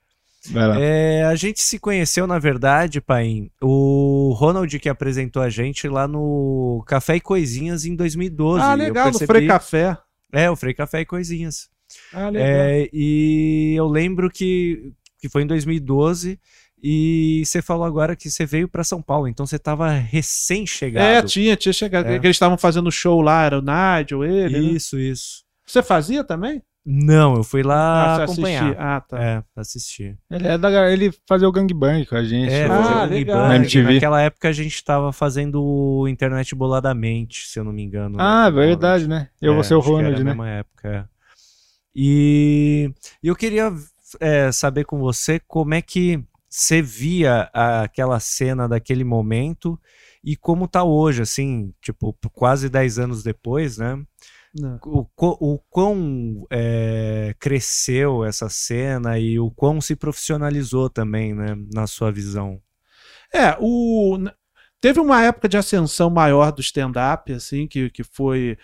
[SPEAKER 2] Vai
[SPEAKER 4] Tá.
[SPEAKER 2] lá.
[SPEAKER 3] É, a gente se conheceu, na verdade, Paim, o Ronald que apresentou a gente lá no Café e Coisinhas em 2012.
[SPEAKER 4] Ah,
[SPEAKER 3] Eu
[SPEAKER 4] legal, no
[SPEAKER 3] percebi-
[SPEAKER 4] Frei Café.
[SPEAKER 3] É, o Frei Café e Coisinhas.
[SPEAKER 4] Ah, legal.
[SPEAKER 3] É, e eu lembro que, que foi em 2012 e você falou agora que você veio para São Paulo, então você tava recém-chegado.
[SPEAKER 4] É, tinha, tinha chegado.
[SPEAKER 3] É.
[SPEAKER 4] Que eles estavam fazendo show lá, era o Nádio, ele. né?
[SPEAKER 3] Isso, isso.
[SPEAKER 4] Você fazia também?
[SPEAKER 3] Não, eu fui lá
[SPEAKER 4] você
[SPEAKER 3] acompanhar.
[SPEAKER 4] assistia. Ah, tá.
[SPEAKER 3] É, assistir.
[SPEAKER 2] Ele, é da, gar- ele fazia o gangbang com a gente.
[SPEAKER 3] É,
[SPEAKER 2] o-
[SPEAKER 4] Ah,
[SPEAKER 3] fazer um
[SPEAKER 4] legal.
[SPEAKER 3] gangbang.
[SPEAKER 2] Na MTV.
[SPEAKER 3] Naquela época a gente tava fazendo o internet boladamente, se eu não me engano. né,
[SPEAKER 2] ah,
[SPEAKER 3] com o Ronald.
[SPEAKER 2] verdade, né? Eu vou ser o
[SPEAKER 3] É, acho que era
[SPEAKER 2] Ronald,
[SPEAKER 3] a
[SPEAKER 2] né?
[SPEAKER 3] mesma época. é. E eu queria é, saber com você como é que você via a- aquela cena daquele momento e como tá hoje, assim, tipo, p- quase 10 anos depois, né?
[SPEAKER 4] Não.
[SPEAKER 3] O, co- o quão é, cresceu essa cena e o quão se profissionalizou também, né? Na sua visão.
[SPEAKER 4] É, o. Teve uma época de ascensão maior do stand-up, assim, que, que foi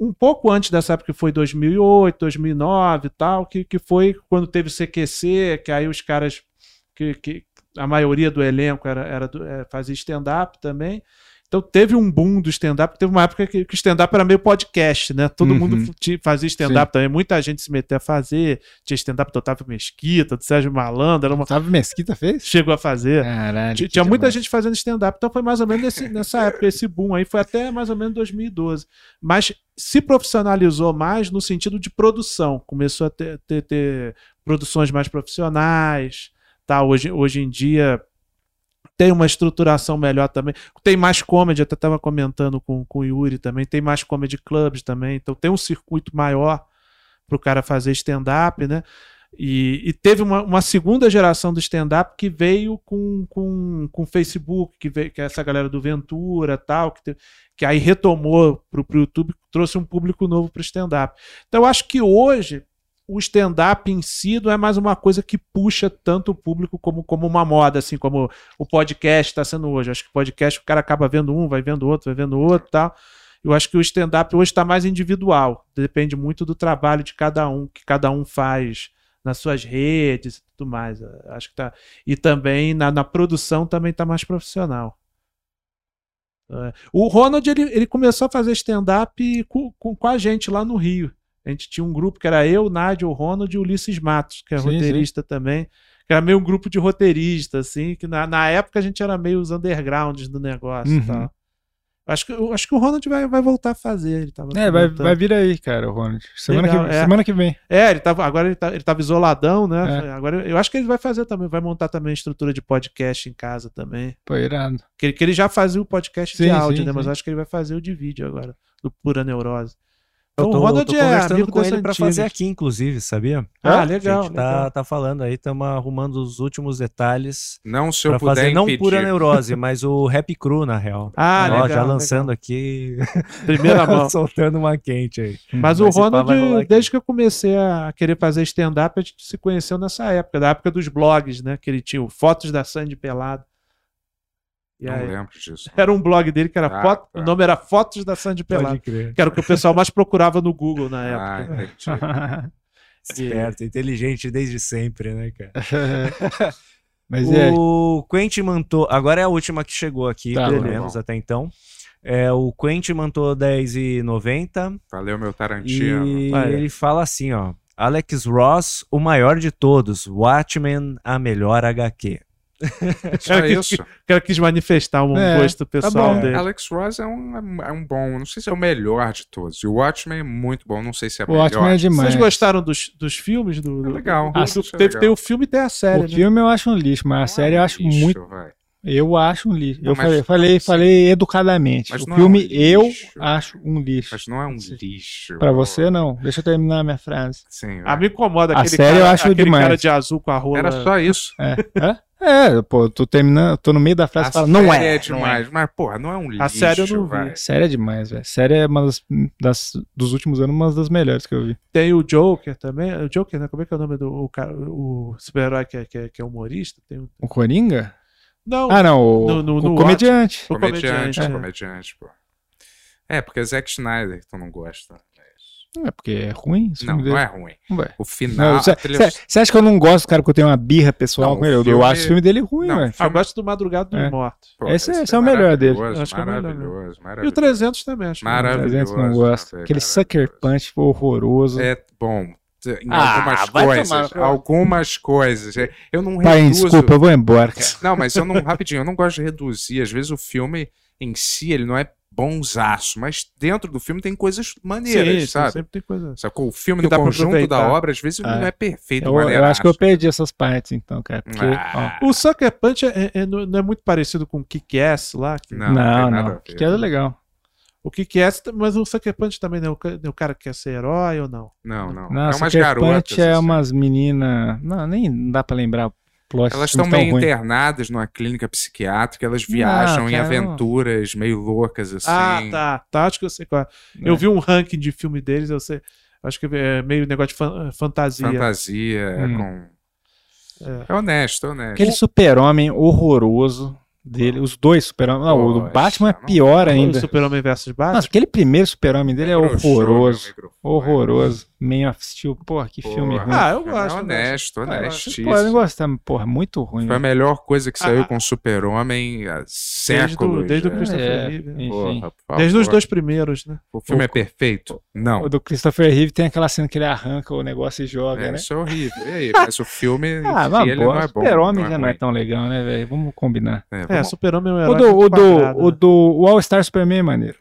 [SPEAKER 4] um pouco antes dessa época, que foi 2008, 2009 e tal, que, que foi quando teve o CQC, que aí os caras, que, que a maioria do elenco era, era do- é, fazia stand-up também. Então teve um boom do stand-up, teve uma época que, que o stand-up era meio podcast, né? Todo
[SPEAKER 1] Uhum.
[SPEAKER 4] mundo ti- fazia stand-up também, muita gente se metia a fazer, tinha stand-up do Otávio Mesquita, do Sérgio Malandro, era uma...
[SPEAKER 2] Sabe Mesquita fez?
[SPEAKER 4] chegou a fazer.
[SPEAKER 2] Caralho.
[SPEAKER 4] Tinha,
[SPEAKER 2] que
[SPEAKER 4] tinha muita
[SPEAKER 2] demais.
[SPEAKER 4] gente fazendo stand-up, então foi mais ou menos nesse- nessa época, esse boom aí, foi até mais ou menos 2012. Mas se profissionalizou mais no sentido de produção, começou a ter, ter- ter produções mais profissionais, tá? Hoje, hoje em dia tem uma estruturação melhor também. Tem mais comedy, até estava comentando com, com o Yuri também, tem mais comedy clubs também, então tem um circuito maior para o cara fazer stand-up, né? E, e teve uma, uma segunda geração do stand-up que veio com, com, com Facebook, que veio que é essa galera do Ventura tal, que, te- que aí retomou pro, pro YouTube, trouxe um público novo pro stand-up. Então eu acho que hoje o stand-up em si não é mais uma coisa que puxa tanto o público como, como uma moda, assim, como o podcast está sendo hoje. Acho que podcast o cara acaba vendo um, vai vendo outro, vai vendo outro tal. Eu acho que o stand-up hoje está mais individual. Depende muito do trabalho de cada um, que cada um faz nas suas redes e tudo mais. Eu Acho que tá. E também na, na produção também tá mais profissional. É. O Ronald ele, ele começou a fazer stand-up com, com, com a gente lá no Rio. A gente tinha um grupo que era eu, Nádia, o Ronald e o Ulisses Matos, que é
[SPEAKER 2] Sim, sim.
[SPEAKER 4] roteirista também. Que era meio um grupo de roteiristas, assim, que na, na época a gente era meio os undergrounds do negócio e
[SPEAKER 2] Uhum.
[SPEAKER 4] tal. Acho que, eu acho que o Ronald vai, vai voltar a fazer. Ele tava
[SPEAKER 2] É, vai,
[SPEAKER 4] comentando.
[SPEAKER 2] vai vir aí, cara, o Ronald. Semana,
[SPEAKER 4] Legal,
[SPEAKER 2] que,
[SPEAKER 4] é.
[SPEAKER 2] semana que vem.
[SPEAKER 4] É, ele tava, agora ele, tá, ele tava isoladão, né?
[SPEAKER 2] É.
[SPEAKER 4] Agora eu acho que ele vai fazer também, vai montar também a estrutura de podcast em casa também.
[SPEAKER 2] Pô, irado.
[SPEAKER 4] Que ele, que ele já fazia o podcast de
[SPEAKER 2] Sim,
[SPEAKER 4] áudio,
[SPEAKER 2] sim,
[SPEAKER 4] né? Mas
[SPEAKER 2] sim.
[SPEAKER 4] eu acho que ele vai fazer o de vídeo agora, do Pura Neurose.
[SPEAKER 3] Eu
[SPEAKER 4] Então,
[SPEAKER 3] tô,
[SPEAKER 4] o Ronald
[SPEAKER 3] tô
[SPEAKER 4] é
[SPEAKER 3] conversando
[SPEAKER 4] amigo
[SPEAKER 3] com
[SPEAKER 4] das
[SPEAKER 3] ele pra
[SPEAKER 4] antigas.
[SPEAKER 3] fazer aqui, inclusive, sabia?
[SPEAKER 4] Ah,
[SPEAKER 3] A
[SPEAKER 4] legal,
[SPEAKER 3] gente tá,
[SPEAKER 4] legal.
[SPEAKER 3] tá falando aí, estamos arrumando os últimos detalhes
[SPEAKER 1] Não se eu
[SPEAKER 3] pra
[SPEAKER 1] puder
[SPEAKER 3] fazer não
[SPEAKER 1] impedir.
[SPEAKER 3] pura neurose, mas o rap cru, na real.
[SPEAKER 4] Ah,
[SPEAKER 3] Ó,
[SPEAKER 4] legal.
[SPEAKER 3] já
[SPEAKER 4] legal.
[SPEAKER 3] lançando aqui,
[SPEAKER 4] Primeira mão.
[SPEAKER 3] soltando uma quente aí.
[SPEAKER 1] Uhum.
[SPEAKER 4] Mas o
[SPEAKER 3] Mas esse pá vai rolar
[SPEAKER 4] Ronald,
[SPEAKER 3] aqui.
[SPEAKER 4] desde que eu comecei a querer fazer stand-up, a gente se conheceu nessa época, da época dos blogs, né? Que ele tinha o fotos da Sandy pelado. E
[SPEAKER 1] Não
[SPEAKER 4] aí,
[SPEAKER 1] lembro disso.
[SPEAKER 4] era um blog dele que era
[SPEAKER 1] Ah,
[SPEAKER 4] foto,
[SPEAKER 1] tá.
[SPEAKER 4] o nome era Fotos da Sandy pelado,
[SPEAKER 3] Pode crer.
[SPEAKER 4] que era o que o pessoal mais procurava no Google na época.
[SPEAKER 1] Ah, entendi.
[SPEAKER 3] Esperto, inteligente desde sempre, né, cara?
[SPEAKER 2] Mas é.
[SPEAKER 3] o Quentin Mantou, agora é a última que chegou aqui,
[SPEAKER 2] Tá,
[SPEAKER 3] pelo
[SPEAKER 2] tá bom.
[SPEAKER 3] menos até então. É, o Quentin Mantou 10,90
[SPEAKER 1] Valeu, meu Tarantino.
[SPEAKER 3] e
[SPEAKER 4] Vai.
[SPEAKER 3] ele fala assim, ó. Alex Ross, o maior de todos. Watchmen, a melhor HQ.
[SPEAKER 1] é Só
[SPEAKER 4] que-
[SPEAKER 1] isso.
[SPEAKER 4] O cara quis manifestar um
[SPEAKER 2] É,
[SPEAKER 4] gosto pessoal
[SPEAKER 2] bom.
[SPEAKER 4] dele.
[SPEAKER 1] Alex Ross é um, é um bom, não sei se é o melhor de todos. E o Watchmen é muito bom, não sei se é o
[SPEAKER 2] O
[SPEAKER 1] melhor.
[SPEAKER 2] Watchmen é demais.
[SPEAKER 4] Vocês gostaram dos, dos filmes? Do, do-
[SPEAKER 1] É legal.
[SPEAKER 4] do-
[SPEAKER 1] Isso
[SPEAKER 4] do-
[SPEAKER 1] é
[SPEAKER 4] teve,
[SPEAKER 1] legal.
[SPEAKER 4] Tem o filme e tem a série,
[SPEAKER 2] O
[SPEAKER 4] né?
[SPEAKER 2] filme eu acho um lixo, mas a série eu acho
[SPEAKER 1] é Lixo,
[SPEAKER 2] muito.
[SPEAKER 1] vai.
[SPEAKER 2] Eu acho um lixo.
[SPEAKER 1] Não,
[SPEAKER 2] eu
[SPEAKER 1] mas-
[SPEAKER 2] falei, falei, falei educadamente.
[SPEAKER 1] Mas
[SPEAKER 2] o
[SPEAKER 1] não é
[SPEAKER 2] filme
[SPEAKER 1] um
[SPEAKER 2] eu
[SPEAKER 1] lixo.
[SPEAKER 2] acho um lixo.
[SPEAKER 1] Mas não é um
[SPEAKER 2] Sim.
[SPEAKER 1] lixo.
[SPEAKER 2] Pra você, né? não. Deixa eu terminar a minha frase.
[SPEAKER 1] Sim,
[SPEAKER 4] Ah,
[SPEAKER 1] vai.
[SPEAKER 4] me incomoda
[SPEAKER 2] A
[SPEAKER 4] aquele,
[SPEAKER 2] série
[SPEAKER 4] cara,
[SPEAKER 2] eu acho
[SPEAKER 4] aquele
[SPEAKER 2] demais.
[SPEAKER 4] cara de azul com a rola.
[SPEAKER 1] Era só isso.
[SPEAKER 2] É, pô, eu tô terminando, eu tô no meio da frase
[SPEAKER 1] A
[SPEAKER 2] e fala, não
[SPEAKER 1] série
[SPEAKER 2] é.
[SPEAKER 1] demais, mas porra, não é um lixo.
[SPEAKER 4] A série eu não vi.
[SPEAKER 1] vai.
[SPEAKER 2] Série é demais, velho. Série é uma das, das- dos últimos anos, uma das melhores que eu vi.
[SPEAKER 4] Tem o Joker também. O Joker, né? Como é que é o nome do o, cara- o super-herói que é, que, é, que é humorista? Tem um...
[SPEAKER 2] O Coringa?
[SPEAKER 4] Não,
[SPEAKER 2] Ah, não, o,
[SPEAKER 4] No- no-
[SPEAKER 2] o
[SPEAKER 4] no
[SPEAKER 2] comediante.
[SPEAKER 4] o
[SPEAKER 1] Comediante,
[SPEAKER 4] comediante.
[SPEAKER 1] comediante,
[SPEAKER 4] né?
[SPEAKER 1] pô. É, porque é Zack Snyder, tu não gosta.
[SPEAKER 2] É porque é ruim. esse
[SPEAKER 1] Não,
[SPEAKER 2] filme
[SPEAKER 1] não
[SPEAKER 2] dele.
[SPEAKER 1] é ruim.
[SPEAKER 2] Não vai.
[SPEAKER 1] O final.
[SPEAKER 2] Não, é-
[SPEAKER 1] a
[SPEAKER 2] Você
[SPEAKER 1] trilha- é
[SPEAKER 2] você- você acha que eu não gosto, cara, porque eu tenho uma birra pessoal
[SPEAKER 1] Não,
[SPEAKER 2] com ele? Eu,
[SPEAKER 1] o filme-
[SPEAKER 2] eu acho o filme dele ruim,
[SPEAKER 1] Não,
[SPEAKER 2] velho.
[SPEAKER 4] Ah, eu gosto do Madrugada dos
[SPEAKER 2] É.
[SPEAKER 4] Mortos.
[SPEAKER 1] pô,
[SPEAKER 2] esse- esse é o melhor dele.
[SPEAKER 1] maravilhoso,
[SPEAKER 4] Acho que é o melhor, né?
[SPEAKER 1] maravilhoso,
[SPEAKER 4] E o
[SPEAKER 1] maravilhoso.
[SPEAKER 4] 300 também, acho. que- é
[SPEAKER 1] Maravilhoso. né,
[SPEAKER 2] 300 não gosta.
[SPEAKER 1] velho,
[SPEAKER 2] Aquele
[SPEAKER 1] maravilhoso.
[SPEAKER 2] sucker punch foi horroroso.
[SPEAKER 1] É bom. t- Em
[SPEAKER 2] Ah,
[SPEAKER 1] algumas
[SPEAKER 2] vai
[SPEAKER 1] coisas.
[SPEAKER 2] tomar-
[SPEAKER 1] Algumas coisas. É, Eu não
[SPEAKER 2] Pai,
[SPEAKER 1] reduzo.
[SPEAKER 2] desculpa, eu vou embora.
[SPEAKER 1] Não, mas eu não. Rapidinho, eu não gosto de reduzir. Às vezes o filme em si, ele não é bonzaço, mas dentro do filme tem coisas maneiras,
[SPEAKER 4] Sim,
[SPEAKER 1] sabe?
[SPEAKER 4] sempre tem coisa. assim.
[SPEAKER 1] Sacou? O filme
[SPEAKER 4] Que
[SPEAKER 1] no
[SPEAKER 4] dá pra
[SPEAKER 1] conjunto da
[SPEAKER 4] aproveitar.
[SPEAKER 1] obra, às vezes, não é perfeito.
[SPEAKER 2] tá? Eu, eu acho
[SPEAKER 1] maneiraço.
[SPEAKER 2] que eu perdi essas partes, então, cara. Porque,
[SPEAKER 1] Ah,
[SPEAKER 4] O Sucker Punch é- é- não não é muito parecido com o Kick-Ass lá? que-
[SPEAKER 2] ó,
[SPEAKER 1] não, não.
[SPEAKER 2] não, não.
[SPEAKER 1] não.
[SPEAKER 2] Que que é legal.
[SPEAKER 4] O que que é, mas o Sucker Punch também, né? O ca- o cara que quer ser herói ou não?
[SPEAKER 1] Não, não.
[SPEAKER 2] Não,
[SPEAKER 1] é umas
[SPEAKER 2] Sucker
[SPEAKER 1] garotas.
[SPEAKER 2] Punch é
[SPEAKER 1] assim.
[SPEAKER 2] umas meninas. Não, nem dá pra lembrar o plot.
[SPEAKER 1] Elas
[SPEAKER 2] não
[SPEAKER 1] estão meio
[SPEAKER 2] ruim.
[SPEAKER 1] internadas numa clínica psiquiátrica, elas viajam em
[SPEAKER 2] cara,
[SPEAKER 1] aventuras meio loucas, assim.
[SPEAKER 4] Ah, tá. Tá, acho que eu sei qual é. Eu vi um ranking de filme deles, eu sei. Acho que é meio negócio de fan- fantasia.
[SPEAKER 1] Fantasia,
[SPEAKER 2] Hum.
[SPEAKER 1] com. É honesto, é honesto.
[SPEAKER 2] Aquele super-homem horroroso. dele. Os dois super-homem. Não, o do
[SPEAKER 1] Poxa,
[SPEAKER 2] Batman é
[SPEAKER 1] não.
[SPEAKER 2] pior
[SPEAKER 4] O
[SPEAKER 2] ainda.
[SPEAKER 4] Super-Homem versus Batman.
[SPEAKER 2] Nossa, aquele primeiro super-homem dele é
[SPEAKER 1] Broxou no
[SPEAKER 2] horroroso.
[SPEAKER 1] microfone.
[SPEAKER 2] Horroroso. Man of Steel. Porra, que filme ruim.
[SPEAKER 1] né, Porra.
[SPEAKER 4] ah, eu
[SPEAKER 1] É
[SPEAKER 4] gosto. né?
[SPEAKER 1] honesto, honestíssimo.
[SPEAKER 2] Pô, eu não gostava. mas, Porra, muito ruim.
[SPEAKER 1] Foi a melhor coisa que saiu
[SPEAKER 4] Ah,
[SPEAKER 1] com um Super-Homem há
[SPEAKER 4] Desde,
[SPEAKER 1] séculos.
[SPEAKER 4] do, desde o
[SPEAKER 1] né?
[SPEAKER 4] Christopher
[SPEAKER 2] É,
[SPEAKER 4] Reeve.
[SPEAKER 2] enfim.
[SPEAKER 1] Porra, por
[SPEAKER 4] Desde os
[SPEAKER 1] favor.
[SPEAKER 4] dois primeiros, né?
[SPEAKER 1] O filme é perfeito? Não.
[SPEAKER 2] O do Christopher Reeve tem aquela cena que ele arranca o negócio e joga,
[SPEAKER 1] É,
[SPEAKER 2] né?
[SPEAKER 1] isso é horrível. E aí, mas o filme
[SPEAKER 2] Ah,
[SPEAKER 1] em
[SPEAKER 2] mas
[SPEAKER 1] si, ele não é bom.
[SPEAKER 2] Super-Homem já não é
[SPEAKER 1] ruim.
[SPEAKER 2] tão legal, né, velho? Vamos combinar.
[SPEAKER 1] É,
[SPEAKER 4] É,
[SPEAKER 1] vamos,
[SPEAKER 4] Super-Homem é um
[SPEAKER 2] O
[SPEAKER 4] herói.
[SPEAKER 2] do, o
[SPEAKER 4] muito
[SPEAKER 2] do,
[SPEAKER 4] quadrado,
[SPEAKER 2] o
[SPEAKER 4] né?
[SPEAKER 2] do o All-Star Superman é maneiro.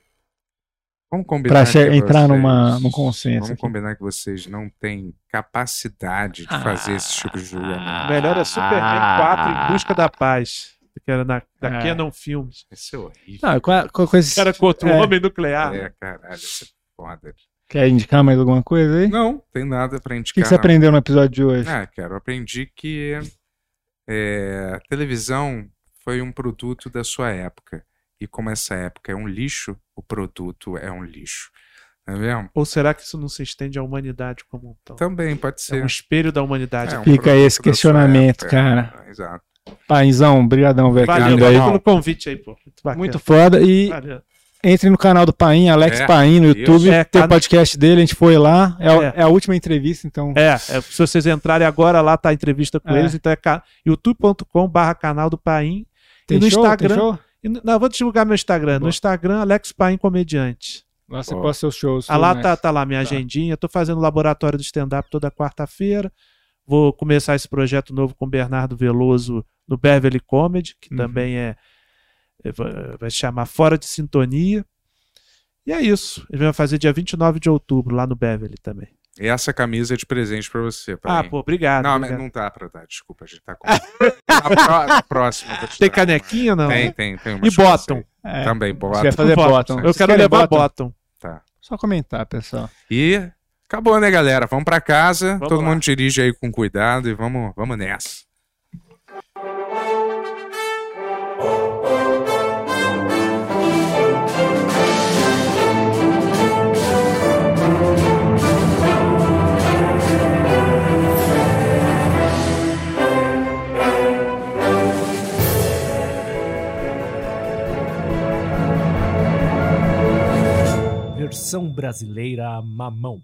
[SPEAKER 1] vamos combinar.
[SPEAKER 2] Pra che-
[SPEAKER 1] que
[SPEAKER 2] entrar
[SPEAKER 1] vocês-
[SPEAKER 2] numa, num consenso.
[SPEAKER 1] Vamos
[SPEAKER 2] aqui.
[SPEAKER 1] combinar que vocês não têm capacidade de fazer
[SPEAKER 2] Ah.
[SPEAKER 1] esse tipo de julgamento.
[SPEAKER 4] Melhor é
[SPEAKER 1] Ah.
[SPEAKER 4] Superman 4 em busca da paz. Que era na, da
[SPEAKER 2] É.
[SPEAKER 4] Canon Films.
[SPEAKER 1] Isso é horrível.
[SPEAKER 2] Não, com, a- com, com
[SPEAKER 4] O
[SPEAKER 2] esse...
[SPEAKER 4] cara contra o
[SPEAKER 2] É.
[SPEAKER 4] homem nuclear.
[SPEAKER 1] É, caralho, isso é foda.
[SPEAKER 2] Quer indicar mais alguma coisa aí? O
[SPEAKER 1] Não, tem nada pra indicar.
[SPEAKER 2] que, que você
[SPEAKER 1] não.
[SPEAKER 2] aprendeu no episódio de hoje?
[SPEAKER 1] Ah, cara, eu aprendi que é, a televisão foi um produto da sua época. E como essa época é um lixo, o produto é um lixo. Tá vendo?
[SPEAKER 4] Ou será que isso não se estende à humanidade como um todo?
[SPEAKER 1] Também pode
[SPEAKER 4] É
[SPEAKER 1] ser.
[SPEAKER 4] um espelho da humanidade.
[SPEAKER 1] Então, É um
[SPEAKER 2] Fica aí esse
[SPEAKER 1] produto da sua
[SPEAKER 2] questionamento,
[SPEAKER 1] época.
[SPEAKER 2] cara.
[SPEAKER 1] Exato.
[SPEAKER 2] Paizão, brigadão,
[SPEAKER 1] um
[SPEAKER 2] velho, que
[SPEAKER 4] Valeu
[SPEAKER 2] lindo aí.
[SPEAKER 4] valeu pelo convite aí, pô. Muito bacana.
[SPEAKER 2] Muito foda. E
[SPEAKER 4] Valeu.
[SPEAKER 2] entre no canal do Paim, Alex
[SPEAKER 1] É.
[SPEAKER 2] Paim, no YouTube.
[SPEAKER 4] Isso. É,
[SPEAKER 2] tem o
[SPEAKER 4] cada-
[SPEAKER 2] podcast dele, a gente foi lá. É, a-
[SPEAKER 4] É.
[SPEAKER 2] é a última entrevista, então.
[SPEAKER 4] É, é, se vocês entrarem agora lá, tá a entrevista com
[SPEAKER 2] É.
[SPEAKER 4] eles. Então é ca- youtube.com/barra canal do Paim.
[SPEAKER 2] Tem
[SPEAKER 4] E no
[SPEAKER 2] show?
[SPEAKER 4] Instagram-
[SPEAKER 2] Tem show?
[SPEAKER 4] E n- não, vou divulgar meu Instagram. No
[SPEAKER 2] Boa.
[SPEAKER 4] Instagram, Alex Paim Comediante.
[SPEAKER 2] Lá você
[SPEAKER 1] Ó.
[SPEAKER 2] posta seus shows.
[SPEAKER 4] Ah, lá
[SPEAKER 2] tudo, né?
[SPEAKER 4] tá, tá lá minha agendinha. Tô fazendo laboratório do stand-up toda quarta-feira. Vou começar esse projeto novo com o Bernardo Veloso no Beverly Comedy, que
[SPEAKER 2] Uhum.
[SPEAKER 4] também é. é, va- Vai se chamar Fora de Sintonia. E é isso. Ele vai fazer dia 29 de outubro lá no Beverly também.
[SPEAKER 1] E essa camisa é de presente pra você, Paim.
[SPEAKER 4] Ah, pô, obrigado.
[SPEAKER 1] Não, mas
[SPEAKER 4] obrigado.
[SPEAKER 1] não dá pra dar, desculpa, a gente tá com. Na pró- próxima. eu vou te
[SPEAKER 4] Tem
[SPEAKER 1] dar uma.
[SPEAKER 4] canequinha, não?
[SPEAKER 1] Tem, tem, tem.
[SPEAKER 4] E bottom.
[SPEAKER 2] É.
[SPEAKER 1] Também,
[SPEAKER 2] Você quer
[SPEAKER 1] bottom.
[SPEAKER 2] fazer
[SPEAKER 4] Bottom.
[SPEAKER 2] bottom.
[SPEAKER 4] Eu
[SPEAKER 2] Vocês
[SPEAKER 4] quero
[SPEAKER 2] querem
[SPEAKER 4] levar
[SPEAKER 2] bottom?
[SPEAKER 4] bottom.
[SPEAKER 2] Só comentar, pessoal.
[SPEAKER 1] E acabou, né, galera? Vamos pra casa.
[SPEAKER 4] Vamos
[SPEAKER 1] Todo
[SPEAKER 4] lá.
[SPEAKER 1] mundo dirige aí com cuidado e vamos, vamos nessa.
[SPEAKER 3] Versão brasileira mamão.